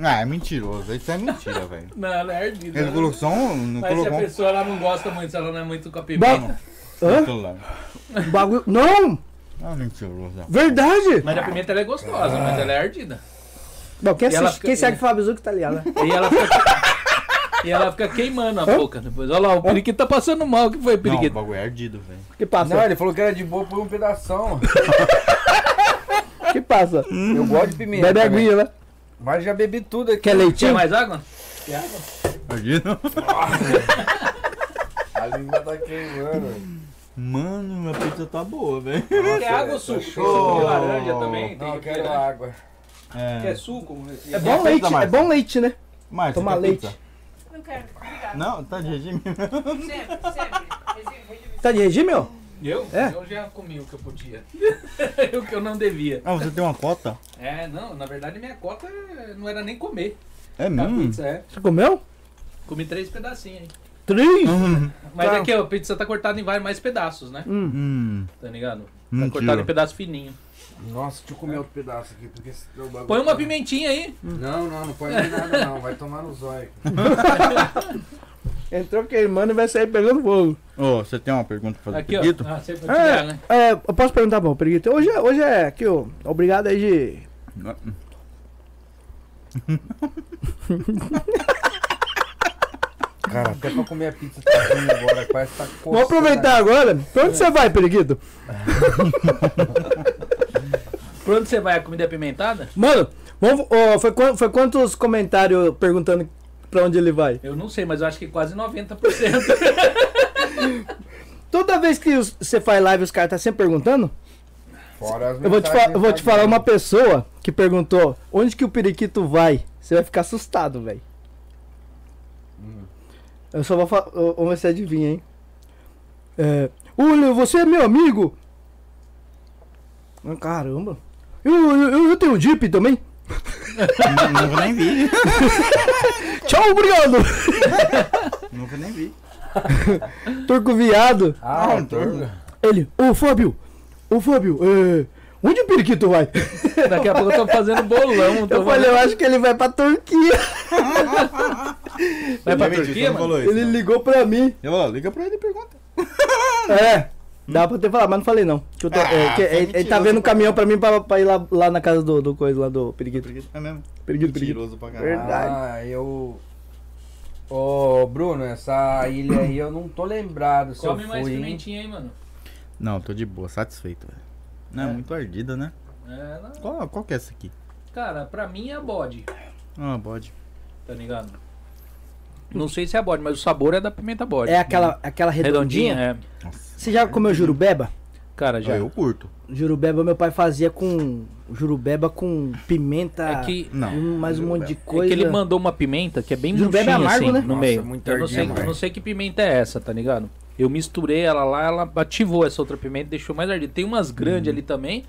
B: Ah, é mentiroso. Isso é mentira, velho.
A: Não, ela é ardida.
B: Ele colocou só um.
A: Mas
B: Não
A: se a
B: colocou um
A: pessoa ela não gosta muito, se ela não é muito com a pimenta.
I: Ba
B: no
I: Hã?
B: celular.
I: Bagulho. Não!
B: Ah, mentiroso.
I: Verdade!
A: Mas a pimenta ela é gostosa, mas ela é ardida.
I: Bom, quem,
A: E ela
I: assiste,
A: fica-
I: quem segue o Fábio Zucco tá ligado, né?
A: E ela fica, e ela fica queimando a boca depois. Olha lá, o periquito tá passando mal. O que foi,
B: Não, o
A: periquito?
B: bagulho é ardido, velho.
I: Que passa?
C: Não, ele falou que era de boa por um pedação.
I: Que passa?
C: Eu gosto de pimenta.
I: Bebe
C: também.
I: aguinha, né?
C: Mas já bebi tudo aqui.
I: Quer
A: Quer
I: leitinho?
A: mais água?
B: Ardido?
C: A língua tá queimando.
B: Mano, a pizza tá boa, velho.
A: Quer água ou suco? Suco de laranja também.
C: tá Não, eu
A: tem
C: quero
A: né?
C: água.
A: Quer
B: É.
A: suco?
I: É bom leite, é bom leite, né?
B: Márcio,
I: Tomar
B: quer
I: leite.
B: pizza?
E: Não quero. Obrigado.
B: Não, tá de regime.
E: Sempre, sempre.
I: Tá de regime, ó?
A: Eu?
I: É.
A: Eu já comi o que eu podia. o que eu não devia.
B: Ah, você tem uma cota?
A: É, não, na verdade minha cota é- não era nem comer.
B: É
A: A
B: mesmo?
A: pizza é.
I: Você comeu?
A: Comi três pedacinhos. hein?
I: Três?
B: Hum,
A: Mas
I: Tá.
A: é que a pizza tá cortada em vários mais pedaços, né?
B: hum.
A: Tá ligado? Tá cortada em
B: Mentira.
A: pedaço fininho.
C: Nossa, deixa eu comer outro pedaço aqui, porque senão o bagulho
A: Põe uma
C: tá-
A: pimentinha aí.
C: Não, não, não põe mais nada não. Vai tomar no zóio.
I: Entrou queimando e vai sair pegando fogo.
B: Ô, você tem uma pergunta pra fazer
A: Aqui, ó.
B: Pedrito?
A: Ah, você pode
I: É,
A: tirar, né?
I: é, eu posso perguntar pra Periguito? Hoje, é- hoje é aqui, ó. Obrigado aí de.
C: Cara, até pra comer a pizza tá ruim agora. Parece que tá coçando.
I: Vamos aproveitar agora. Pra onde você vai, Periguito?
A: Por onde você vai? A comida é apimentada?
I: Mano, vamos, ó, foi, quan- foi quantos comentários perguntando pra onde ele vai?
A: Eu não sei, mas eu acho que quase 90%.
I: Toda vez que os- você faz live, os caras tá sempre perguntando?
C: Fora as
I: Eu vou, te fa-
C: mensagens
I: eu vou te
D: tá
C: pra
I: falar
C: mim.
I: uma pessoa que perguntou onde que o periquito vai. Você vai ficar assustado, velho. Eu só vou falar. Vamos ver se adivinha, hein? É. Ulio, você é meu amigo? Ah, Caramba. Eu, eu, eu- eu tenho um Jeep também.
B: Nunca nem vi.
I: Tchau, obrigado.
B: Nunca nem vi.
I: Turco viado.
C: Ah,
B: Ah,
C: torna.
I: Ele. Ô, Fábio. Ô, Fábio. é, Onde o periquito vai?
A: Daqui a pouco eu tô fazendo bolão. Tô
I: Eu falei, eu acho que ele vai pra Turquia.
A: Vai pra
B: Mentira,
A: Turquia,
B: você não
A: mano?
B: falou isso,
I: Ele
B: não.
I: ligou pra mim.
B: Eu vou lá, liga pra ele e pergunta.
I: É. Dá pra ter falado, mas não falei não. Deixa eu tá-
A: Ah,
I: é, que- ele- ele tá vendo o caminhão pra mim pra, pra ir lá, lá na casa do, do coisa lá do periquito.
B: É mesmo.
I: Periquito, periquito.
B: Mentiroso pra caralho.
I: Verdade.
C: Ah, eu... Ô, Bruno, essa ilha aí eu não tô lembrado se
A: Come
C: eu
A: mais
C: fui, hein?
A: pimentinha aí, mano.
B: Não, tô de boa, satisfeito, velho. Não, é muito ardida, né?
A: É, não.
B: Qual, qual que é essa aqui?
A: Cara, pra mim é bode,
B: Ah, bode.
A: tá ligado? Não sei se é bode, mas o sabor é da pimenta bode.
I: É aquela, aquela redondinha.
A: redondinha? É.
B: Nossa.
I: Você já comeu jurubeba?
A: Cara, já.
B: Eu curto.
I: Jurubeba meu pai fazia com jurubeba com pimenta
A: É que-
I: e um- mais um monte de
A: É
I: coisa.
A: que ele mandou uma pimenta que é bem
I: Jurubeba
A: murchinha,
I: é amargo,
A: assim,
I: né?
A: no
H: Nossa,
A: meio.
H: muito
A: eu não sei,
H: ardinha,
A: eu não
H: mano.
C: né?
A: sei que pimenta é essa, tá ligado? Eu misturei ela lá, ela ativou essa outra pimenta, deixou mais ardida. Tem umas
I: Uhum.
A: grandes ali também,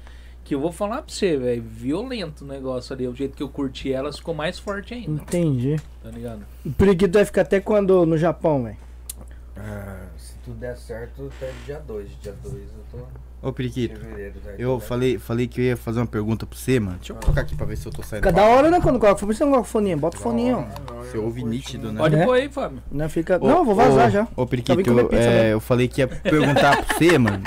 A: que eu vou falar pra você, velho, violento o negócio ali. O jeito que eu curti elas ficou mais forte
I: Hum.
A: ainda,
I: Entendi.
A: tá ligado?
I: O periquito vai ficar até quando no Japão, velho?
C: Ah, se tudo der certo, até dia 2. Dia 2 eu tô em
B: Ô, Periquito,
C: fevereiro. tá?
B: eu falei, falei que eu ia fazer uma pergunta pra você, mano. Deixa eu colocar aqui pra ver se eu tô saindo.
I: Fica da hora, né? Quando coloca o fone, você não coloca o foninho. Bota o foninho, ó.
B: Você ouve nítido, né?
A: Pode
I: É.
A: pôr aí, Fábio.
I: Não fica.
B: Ô,
I: não, vou vazar
B: ô,
I: já.
B: Ô,
I: Só vim
B: Periquito,
I: comer pizza né?
B: é,
I: mesmo.
B: eu falei que ia perguntar pra você, mano.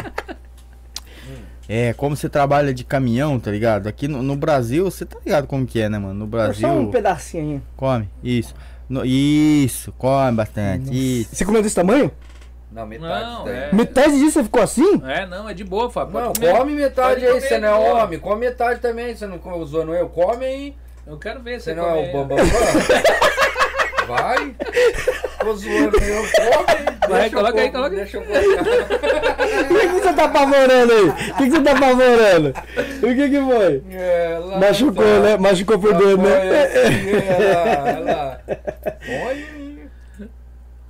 B: É, como você trabalha de caminhão, tá ligado? Aqui no, no Brasil, você tá ligado como que é, né, mano? No
I: É
B: Brasil,
I: Só um pedacinho aí.
B: come, isso. No- isso, come bastante, isso.
I: Você comeu desse tamanho?
C: Não, metade.
A: Não,
C: Não, daí.
A: é.
I: Metade disso você ficou assim?
A: É, não, é de boa, Fábio. Pode
C: Não,
A: comer.
C: come metade
A: Pode
C: aí,
A: comer,
C: você não é
A: pode comer.
C: homem. Come metade também, você não co- zoou não é? eu. Come aí,
A: Eu quero ver se
C: você
A: você
C: não é
A: come
C: o
A: aí.
C: bambambam. Vai. Tô zoando eu, come.
A: Vai,
C: deixa eu
A: coloca aí,
C: comer,
A: coloca aí.
C: Deixa eu colocar.
I: O que, que você tá apavorando aí? O que, que você tá apavorando? O que que foi?
C: É, lá
I: Machucou,
C: tá.
I: né? Machucou por dentro, né?
C: Olha.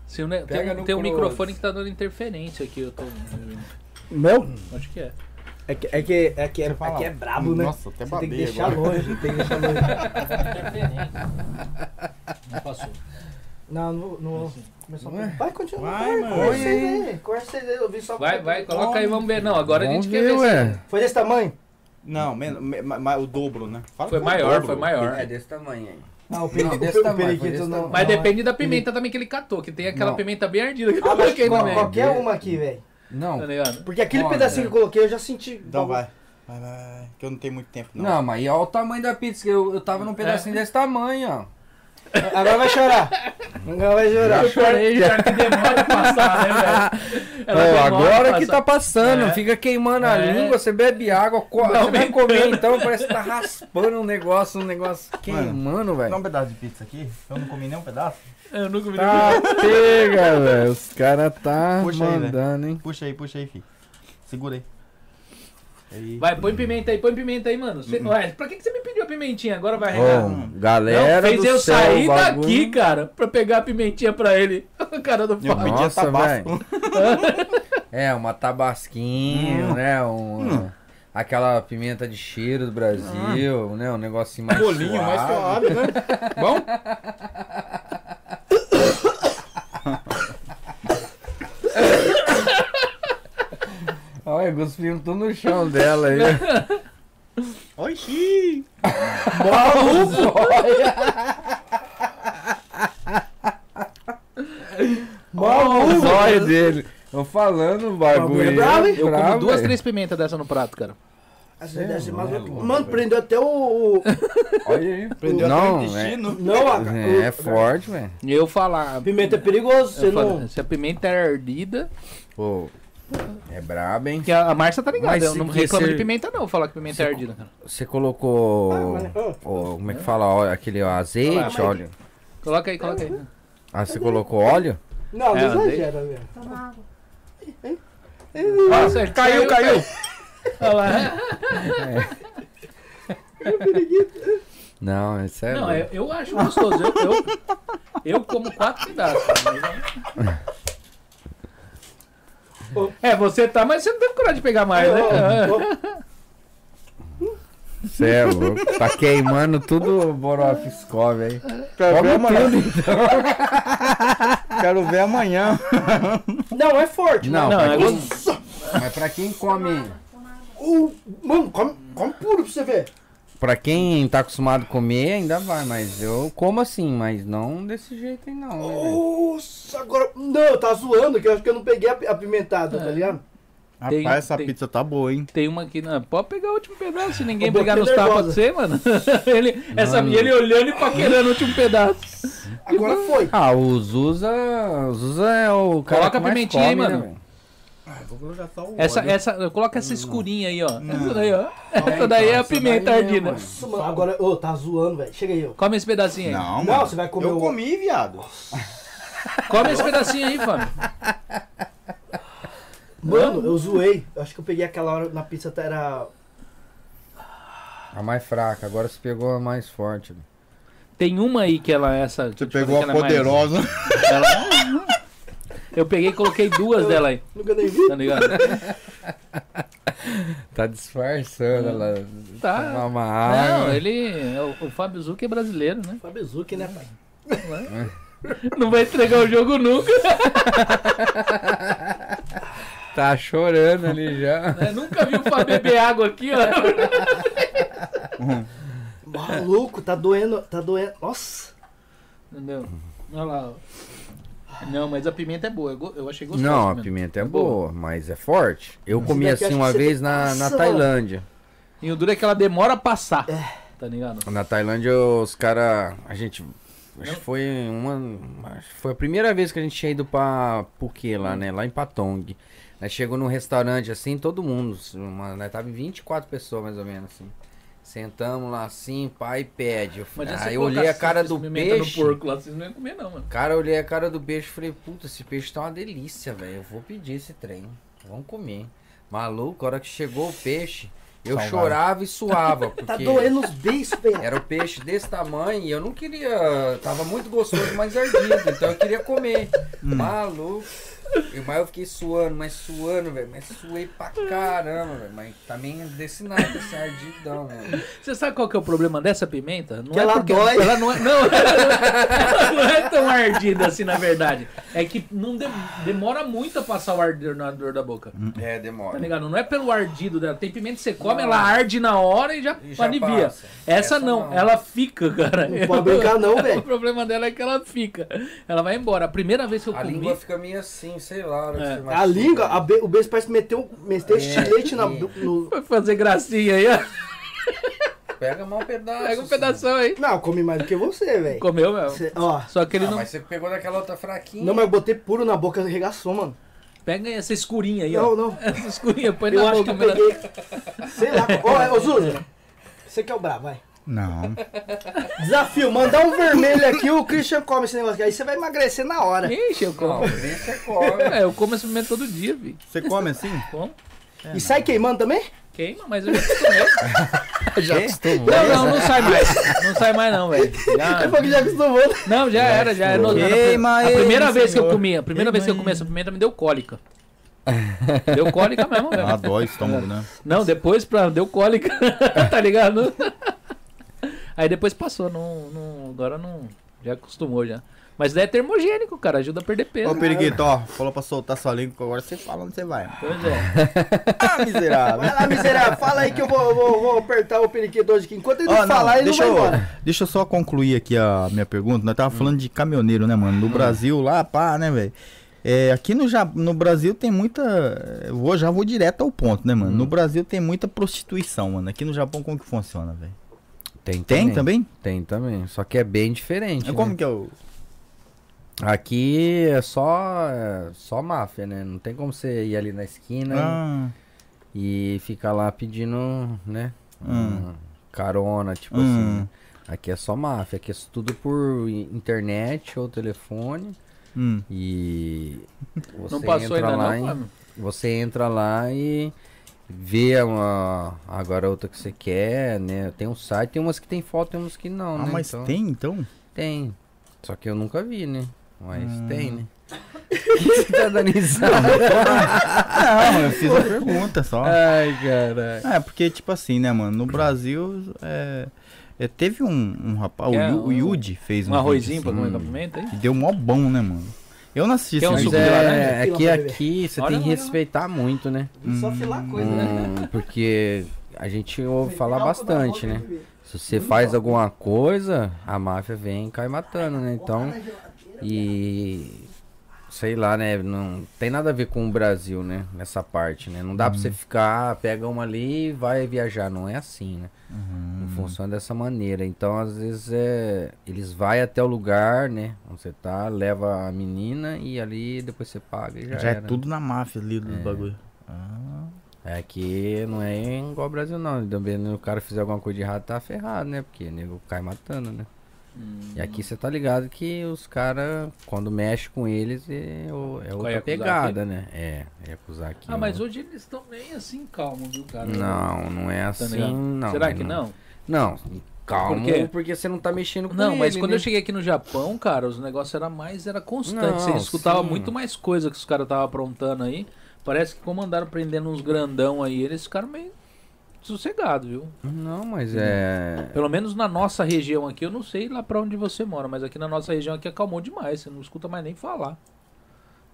A: Se o ne- tem
C: Pega
A: um,
C: no
A: tem um
C: cross.
A: microfone que tá dando interferência aqui, eu tô.
I: Meu?
A: Acho que é.
I: É que é, que, é, que é, é, que é brabo, né?
B: Nossa, até
I: Você tem que
B: babei
I: deixar
B: agora.
I: longe, tem que deixar longe.
A: Interferência. Não passou.
I: Não, no. no... Começou a... é? Vai, continua.
K: Vai, mano.
I: Corta vocês aí. Corta vocês aí. Eu vi só
A: Vai, vai, coloca aí, vamos ver. Não, agora a gente quer ver. se- é
B: ué.
I: Foi desse tamanho?
B: Não, menos, me- ma- ma- o dobro, né? Fala
A: Foi
B: que
A: maior,
B: o dobro.
A: foi maior.
H: É desse tamanho aí.
I: Não, o peri-
C: Não,
I: o
C: desse
I: pe- o
C: tamanho, foi
I: periquito
C: desse
I: não.
C: tamanho.
A: Mas
I: não é-
A: depende da pimenta também que ele catou, que tem aquela
C: Não.
A: pimenta bem ardida que eu
I: Ah, mas
A: coloquei
I: qual-
A: também.
I: qualquer uma aqui, velho.
C: Não,
A: Tá ligado?
I: Porque aquele
C: Olha.
I: pedacinho que eu coloquei eu já senti.
B: Então vai. Vai, vai, vai. Que eu não tenho muito tempo, não.
C: Não, mas e olha o tamanho da pizza. que Eu, eu tava
A: É.
C: num pedacinho desse tamanho, ó.
I: Agora vai chorar. Agora vai chorar.
A: Eu chorei, já que demora pra passar, né, velho? Ela
C: Ó,
A: demora
C: agora
A: pra
C: que
A: passar.
C: tá passando,
A: É.
C: fica queimando a
A: É.
C: língua, você bebe água, co
A: Não,
C: você vai
A: brincando.
C: comer então, parece que tá raspando um negócio, um negócio queimando,
B: Dá
C: velho.
B: um pedaço de pizza aqui. Eu não comi nem um pedaço.
A: Eu nunca me
C: Tá pega, velho. Os caras tá
B: Puxa aí, né? velho.
C: mandando, hein?
B: Puxa aí, puxa aí, filho. Segura aí. Aí.
A: Vai, põe pimenta aí, põe pimenta aí, mano. Você... Ué, pra que que você me pediu a pimentinha? Agora vai regar.
H: Ô,
B: um.
H: galera
A: Não, fez
H: do
A: eu
H: céu,
A: sair
H: o bagulho-
A: daqui, cara, pra pegar a pimentinha pra ele. O cara do
B: Eu
A: Fábio.
B: pedi a
H: Nossa,
B: tabasco.
H: velho.
C: É, uma tabasquinha,
B: Hum.
C: né? Um, Aquela pimenta de cheiro do Brasil, né? Um negocinho mais
B: Ah. Bolinho, mais
C: suave.
B: suave, né? Bom?
C: Olha, cuspindo tudo no chão dela aí.
B: Oxi!
C: Olha o zóio dele. Tô falando o bagulho.
I: Bagulho é bravo, hein?
A: Eu comi
C: Bravo,
A: duas,
C: velho.
A: três pimentas dessa no prato, cara.
I: Essa deve ser mais louca. Mano, prendeu até o. o-
C: Olha aí.
B: Prendeu
C: Não,
B: até o intestino.
I: Não, a-
C: É,
I: o-
C: é forte, velho.
A: E eu falar.
I: Pimenta é perigoso, você
A: eu falo,
I: não.
A: Se a pimenta é ardida.
C: Pô, é brabo, hein?
A: Que a, a Márcia tá ligada,
H: Mas
A: eu
H: se
A: não reclamo
H: você-
A: de pimenta, não. Falar que pimenta é ardida, cara.
H: Você colocou. o- como é que fala? Ó, aquele ó, azeite, óleo.
A: Coloca aí, coloca aí.
H: Ah, você colocou óleo?
I: Não, não
A: É,
I: exagera, velho.
A: Nossa, caiu, caiu. é, Olha lá.
H: Não, isso é.
A: Não, eu, eu acho gostoso. Eu, eu, eu como quatro pedaços. É, você tá, mas você não teve coragem de pegar mais, né?
H: Você é louco. Tá queimando tudo o Borofskov aí.
B: Quero ver amanhã. Quero ver amanhã.
I: Não, é forte.
H: Não,
A: Não,
H: pra
A: é
H: quem-
C: Mas pra quem come.
I: O- Mano, come, come puro pra você ver.
H: pra quem tá acostumado a comer, ainda vai. Mas eu como assim, mas não desse jeito aí não. né, velho?
I: Nossa, agora. Não, tá zoando, que eu acho que eu não peguei a pi- a pimentada, tá ligado?
B: Rapaz,
A: Tem-
B: essa
A: tem-
B: pizza tá boa, hein?
A: Tem uma aqui, não. Pode pegar o último pedaço, se ninguém
I: Eu
A: brigar nos
I: botei
A: tapas de
I: nervosa.
A: você, mano. ele, essa, e ele olhando e paquerando o último pedaço.
I: Agora foi.
H: Ah, o Zuza. O Zuza é o cara.
A: Coloca
H: que
A: a
H: mais
A: pimentinha aí,
H: come, né,
A: mano.
H: velho?
B: Vou colocar só o
A: Essa, essa, coloca essa escurinha aí, ó. Essa daí, ó. Essa
C: então,
A: daí é a
C: essa daí
A: pimenta
C: mesmo,
A: ardida.
C: mano.
I: Nossa, mano, agora. Ô, tá zoando, velho. Chega aí, ó.
A: Come esse pedacinho aí.
B: Não, mano.
I: Não, você vai comer
B: Eu
I: o-
B: comi, viado.
A: Come esse pedacinho aí, Fábio.
I: Mano, eu zoei. Eu acho que eu peguei aquela hora na pizza, tá- era.
L: A mais fraca, agora você pegou a mais forte.
H: né?
A: Tem uma aí que ela é essa. que
B: Você
A: eu te falei
B: pegou
A: que
B: a
A: ela é mais-
B: poderosa.
A: ela- "Ah, Eu peguei e coloquei duas dela aí. Tá ligado?
L: Tá disfarçando, ela
A: Tá.
L: toma uma água.
A: Não, ele. O, o Fábio Zucchi é brasileiro, né?
I: Fábio Zucchi, né, pai?
A: Não vai entregar o jogo nunca.
L: Tá chorando ali já.
A: né? Nunca vi o Fábio beber água aqui, ó.
I: Maluco, tá doendo, tá doendo. Nossa.
A: Entendeu? Olha lá. ó. Não, mas a pimenta é boa. Eu, go- eu achei gostosa.
C: Não, a
A: mesmo.
C: pimenta é
A: É boa.
C: boa, mas é forte. Eu comi
I: daqui
C: assim
I: acho
C: uma
I: que você-
C: vez na, na
I: Nossa,
C: Tailândia.
A: E o duro é que ela demora a passar.
C: É.
A: Tá ligado?
C: Na Tailândia, os caras. A gente. Acho que foi uma. Acho que foi a primeira vez que a gente tinha ido pra Phuket
A: Hum.
C: lá, né? Lá em Patong. Nós chegou num restaurante assim, todo mundo. Uma, nós tava em 24 pessoas mais ou menos assim. Sentamos lá assim, pai pede. Eu,
A: Imagina você
C: aí eu
A: colocar
C: olhei a cara
A: simples
C: do
A: pimenta
C: peixe.
A: no porco lá, vocês não iam comer, não, mano.
C: Cara, eu olhei a cara do peixe e falei, puta, esse peixe tá uma delícia, velho. Eu vou pedir esse trem. Vamos comer. Maluco, a hora que chegou o peixe, eu
B: Salgado.
C: chorava e suava. Porque
I: Tá doendo os beiços, velho.
C: Era o peixe desse tamanho e eu não queria. Tava muito gostoso, mas ardido. Então eu queria comer.
A: Hum.
C: Maluco. Eu, mas eu fiquei suando, mas suando, velho. Mas suei pra caramba, velho. Mas também desse nada, esse ardidão, velho.
A: Você sabe qual que é o problema dessa pimenta? Não
I: Que ela
A: porque-
I: dói.
A: Ela não é, não, ela não é tão ardida assim, na verdade. É que não de- demora muito a passar o ardor na dor da boca.
C: É,
A: Tá
C: demora.
A: ligado? Não é pelo ardido dela. Tem pimenta que você come, ela arde na hora e já,
C: E já
A: alivia.
C: passa.
A: Essa, não, ela fica, cara.
I: Não pode brincar é não,
A: O
I: velho.
A: problema dela é que ela fica. Ela vai embora. A primeira vez que eu
C: A
A: comi.
C: língua fica meio assim, sei lá. a hora que
A: É.
C: você
I: A
C: machuca.
I: língua, a be- o beijo parece que meteu, meteu
C: É,
I: estilete na,
C: é.
I: no, no-
A: Foi fazer gracinha aí, ó.
C: Pega mal um pedaço.
A: Pega um pedaço aí.
I: Não, eu comi mais do que você, velho.
A: Comeu, mesmo.
I: Cê- Ó,
A: Só que ele
C: Ah,
A: não.
C: Mas você pegou daquela outra fraquinha.
I: não, mas eu botei puro na boca, arregaçou, mano.
A: Pega essa escurinha aí, ó.
I: Não, não.
A: Essa escurinha, põe
I: Eu
A: na
I: acho que
A: boca.
I: eu
A: mas-
I: peguei. Sei lá. Ó, é, ô, Zuza. Você que é o brabo, vai.
B: Não.
I: Desafio, mandar um vermelho aqui, o Christian come esse negócio aqui. Aí você vai emagrecer na hora.
A: Ixi, eu como.
C: Não, nem você come.
A: É, eu como esse pimenta todo dia, vi.
B: Você come assim?
A: Como?
I: e sai queimando também?
A: Queima, mas eu já tô comendo.
B: Já acostumou.
A: Não, não, não sai mais. Não sai mais, não, velho. Já-
I: Porque já acostumou. né?
A: Não, já era, já era.
B: Queima
A: a
B: ele,
A: primeira vez que eu
B: senhor.
A: comi, a primeira vez que eu comi essa pimenta me deu cólica. Deu cólica mesmo, velho.
B: Ah, dói o estômago, né?
A: Não, depois pra, deu cólica, tá ligado? Aí depois passou, não, não- agora não. Já acostumou já. Mas daí é termogênico, cara, ajuda a perder peso.
B: Ô, periquito, ó, falou pra soltar sua língua, agora você fala onde você vai.
A: Pois é.
B: Ah, miserável.
I: Vai lá, miserável. Fala aí que eu vou, vou, vou apertar o periquito hoje aqui. Enquanto ele
B: Ó,
I: não falar, ele não
B: deixa,
I: vai
B: eu,
I: embora.
B: deixa eu só concluir aqui a minha pergunta. Nós tava falando de caminhoneiro, né, mano? No Brasil, lá, pá, né, velho? É, aqui no, Ja- no Brasil tem muita. Eu vou, já vou direto ao ponto, né, mano? No Brasil tem muita prostituição, mano. Aqui no Japão, como que funciona, velho?
C: Tem,
B: Tem também?
C: Tem também. Só que é bem diferente.
B: É
C: né?
B: como que é o.
C: Aqui é só, é só máfia, né? Não tem como você ir ali na esquina
B: Ah,
C: e ficar lá pedindo, né?
B: Hum.
C: um Carona, tipo
B: Hum.
C: assim. né? Aqui é só máfia. Aqui é tudo por i- internet ou telefone.
B: hum.
C: E. Você
A: Não passou
C: entra
A: ainda
C: lá
A: não,
C: e-
A: mano. Um
C: Você entra lá e vê a, a garota que você quer, né? Tem um site, tem umas que tem foto, tem umas que não,
B: Ah,
C: né?
B: mas
C: Então-
B: tem então?
C: Tem. Só que eu nunca vi, né? Mas tem, né? você tá dando risada?
B: Não, Ah, eu fiz a pergunta só.
C: Ai, caralho.
B: É, porque, tipo assim, né, mano, no Brasil, é, é, teve um, um rapaz,
A: É,
B: o, Yu- o
A: um-
B: Yudi fez um,
A: Um arrozinho
B: vídeo,
A: pra
B: assim,
A: comer com a pimenta aí.
B: que deu mó bom, né, mano? Eu não assisti
A: Quer um
C: Mas
B: esse
A: suco
B: vídeo.
A: de laranja?
C: é, é que
I: Fila pra beber.
C: aqui você
A: Olha
C: tem que
A: lá, olha lá.
C: respeitar muito, né?
I: Só filar coisa,
C: Hum, porque a gente ouve falar bastante, né? Se você faz alguma coisa, a máfia vem e cai matando, né? Então, e sei lá, né? Não tem nada a ver com o Brasil, né? Nessa parte, né? Não dá pra você
B: Uhum.
C: ficar, pega uma ali e vai viajar. Não é assim, né?
B: Uhum.
C: Não funciona dessa maneira. Então, às vezes, é, eles vai até o lugar, né? Onde você tá, leva a menina e ali depois você paga e já,
B: Já é
C: era, né?
B: tudo na máfia ali do bagulho.
A: Ah,
C: É que não é igual ao Brasil, não. Também né, o cara fizer alguma coisa de errado, tá ferrado, né? Porque o nego cai matando, né? E aqui você tá ligado que os caras, quando mexe com eles, é, o- é outra
A: Yakuza
C: pegada, né? É, é acusar aqui.
A: Ah, mas hoje eles estão bem assim, calmo, viu, cara?
C: Não, não é assim,
A: ligado?
C: não.
A: Será
C: mas
A: que não?
C: Não, calma,
A: quê?
C: porque você não tá mexendo com
A: Não,
C: ele,
A: mas quando
C: né?
A: eu cheguei aqui no Japão, cara, os negócios era mais, era constante. Você
C: Não,
A: escutava
C: sim.
A: muito mais coisa que os caras estavam aprontando aí. Parece que como andaram prendendo uns grandão aí, eles ficaram meio sossegados, viu?
C: Não, mas é...
A: Pelo menos na nossa região aqui, eu não sei lá pra onde você mora, mas aqui na nossa região aqui acalmou demais, você não escuta mais nem falar.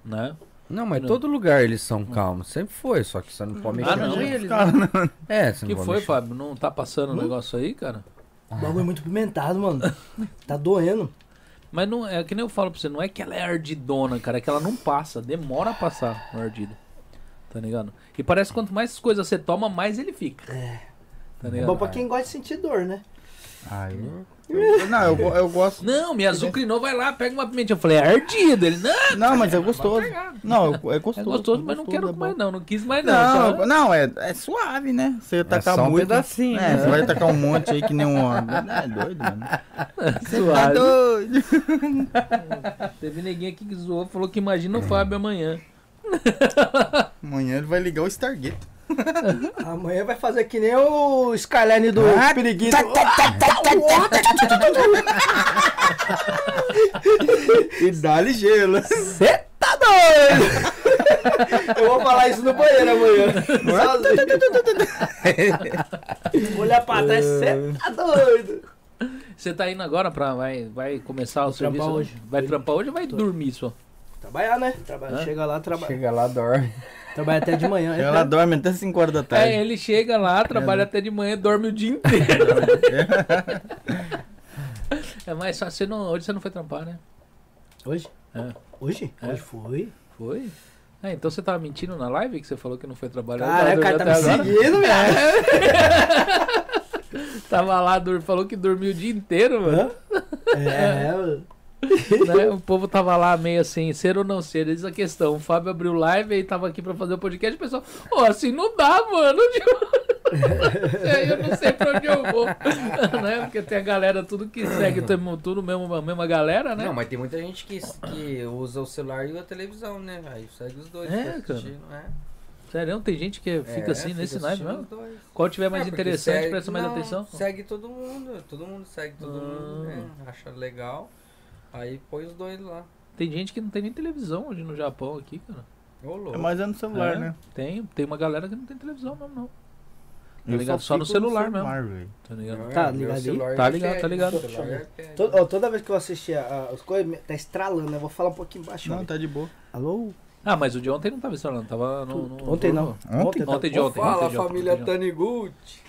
A: Né?
C: Não, mas
A: Não.
C: todo lugar eles são calmos. Sempre foi, só que você não pode mexer
A: Ah, não,
C: com
A: é
C: eles. né? É, você
A: O
C: não
A: que
C: pode
A: foi,
C: mexer.
A: Fábio? Não tá passando o
I: Hum?
A: negócio aí, cara?
I: O bagulho é muito pimentado, mano. Tá doendo.
A: Mas não é que nem eu falo pra você, não é que ela é ardidona, cara, é que ela não passa, demora a passar no ardido. Tá ligado? E parece que quanto mais coisas você toma, mais ele fica. É. Tá
I: É
A: ligado?
I: bom pra quem gosta de sentir dor, né?
B: Ah, eu... eu- Não, eu, go- eu gosto.
A: Não, me azucrinou, vai lá, pega uma pimenta. Eu falei, é ardido. Ele, não,
B: Não, mas é gostoso. Não, eu- é gostoso.
A: é gostoso, mas não
B: é
A: quero
B: bom.
A: mais não, não quis mais não.
B: Não,
A: tá?
B: eu- não é, é suave, né?
A: É
B: Você tacar
C: só um
B: muito.
C: pedacinho,
B: É,
C: né?
B: você vai tacar um monte aí que nem um. É doido, mano.
A: Suave.
B: doido.
A: Teve neguinho aqui que zoou, falou que imagina o Fábio
I: Hum.
A: amanhã.
B: Amanhã ele vai ligar o Stargate.
I: Ah, Amanhã vai fazer que nem o Skyline do Periguinho. tá,
B: E dá-lhe gelo.
I: Você tá doido! Eu vou falar isso no banheiro amanhã. Sozinho. Vou Olhar assim. pra trás, você tá doido!
A: Você tá indo agora pra. Vai, vai começar o serviço?
I: trampar hoje.
A: Vai trampar hoje ou vai dormir só?
I: Trabalhar, né? Trabalhar.
A: Hã?
I: Chega lá, trabalha.
C: Chega lá, dorme.
I: Trabalha até de manhã, né?
B: Ela dorme até 5 horas da
I: Tá
B: tarde.
A: É, ele chega lá, trabalha até de manhã, dorme o dia inteiro. é mais fácil. Você não, hoje você não foi trampar, né?
I: Hoje?
A: É.
I: Hoje?
A: É.
I: Hoje foi.
A: Foi? Ah, então você tava mentindo na live que você falou que não foi trabalhar?
I: Caraca, o
A: Tava
I: cara
A: dormindo
I: tá
A: até
I: me
A: agora?
I: seguindo, velho.
A: Tava lá, dur- falou que dormiu o dia inteiro, mano.
I: Hã? É, mano.
A: né? O povo tava lá meio assim, ser ou não ser, eis a questão. O Fábio abriu live e tava aqui pra fazer o podcast, o pessoal, ó, assim não dá, mano. Eu não sei pra onde eu vou. né? Porque tem a galera, tudo que segue, tamo tudo mesmo, a mesma galera, né?
C: Não, mas tem muita gente que, que usa o celular e a televisão, né? Aí segue os dois.
A: É,
C: fica
A: cara.
C: assistindo, é.
A: Sério, tem gente que fica
C: É,
A: assim nesse live
C: assistindo
A: mesmo.
C: os dois.
A: Qual tiver mais
C: É, porque
A: interessante,
C: segue-
A: presta mais
C: não,
A: atenção.
C: Segue todo mundo, todo mundo segue todo
A: Ah.
C: mundo, né? Acha legal. Aí põe os dois lá.
A: Tem gente que não tem nem televisão hoje no Japão aqui, cara.
C: Ô, louco.
B: É, mas é no celular,
A: É,
B: né?
A: Tem, tem uma galera que não tem televisão mesmo, não. Tá
B: Eu
A: ligado? Só no
B: fico
A: celular mesmo.
B: velho.
A: Tá ligado?
C: Não é?
I: Tá
C: Meu
I: ligado aí?
C: celular
A: Tá
C: é
A: ligado,
C: pad,
A: tá ligado.
C: meu celular é pad.
I: Toda, ó, toda vez que eu assistia ah, as coisas, me- tá estralando, né? Vou falar um pouquinho baixo.
B: Não,
I: olha.
B: tá de boa.
I: Alô?
A: Ah, mas o de ontem não tava instalando, tava no. no-
I: Ontem
A: no-
I: não.
B: Ontem?
I: tá-
A: Ontem de ontem.
C: Fala,
A: ontem de ontem,
C: família
A: ontem de ontem.
C: Taniguchi.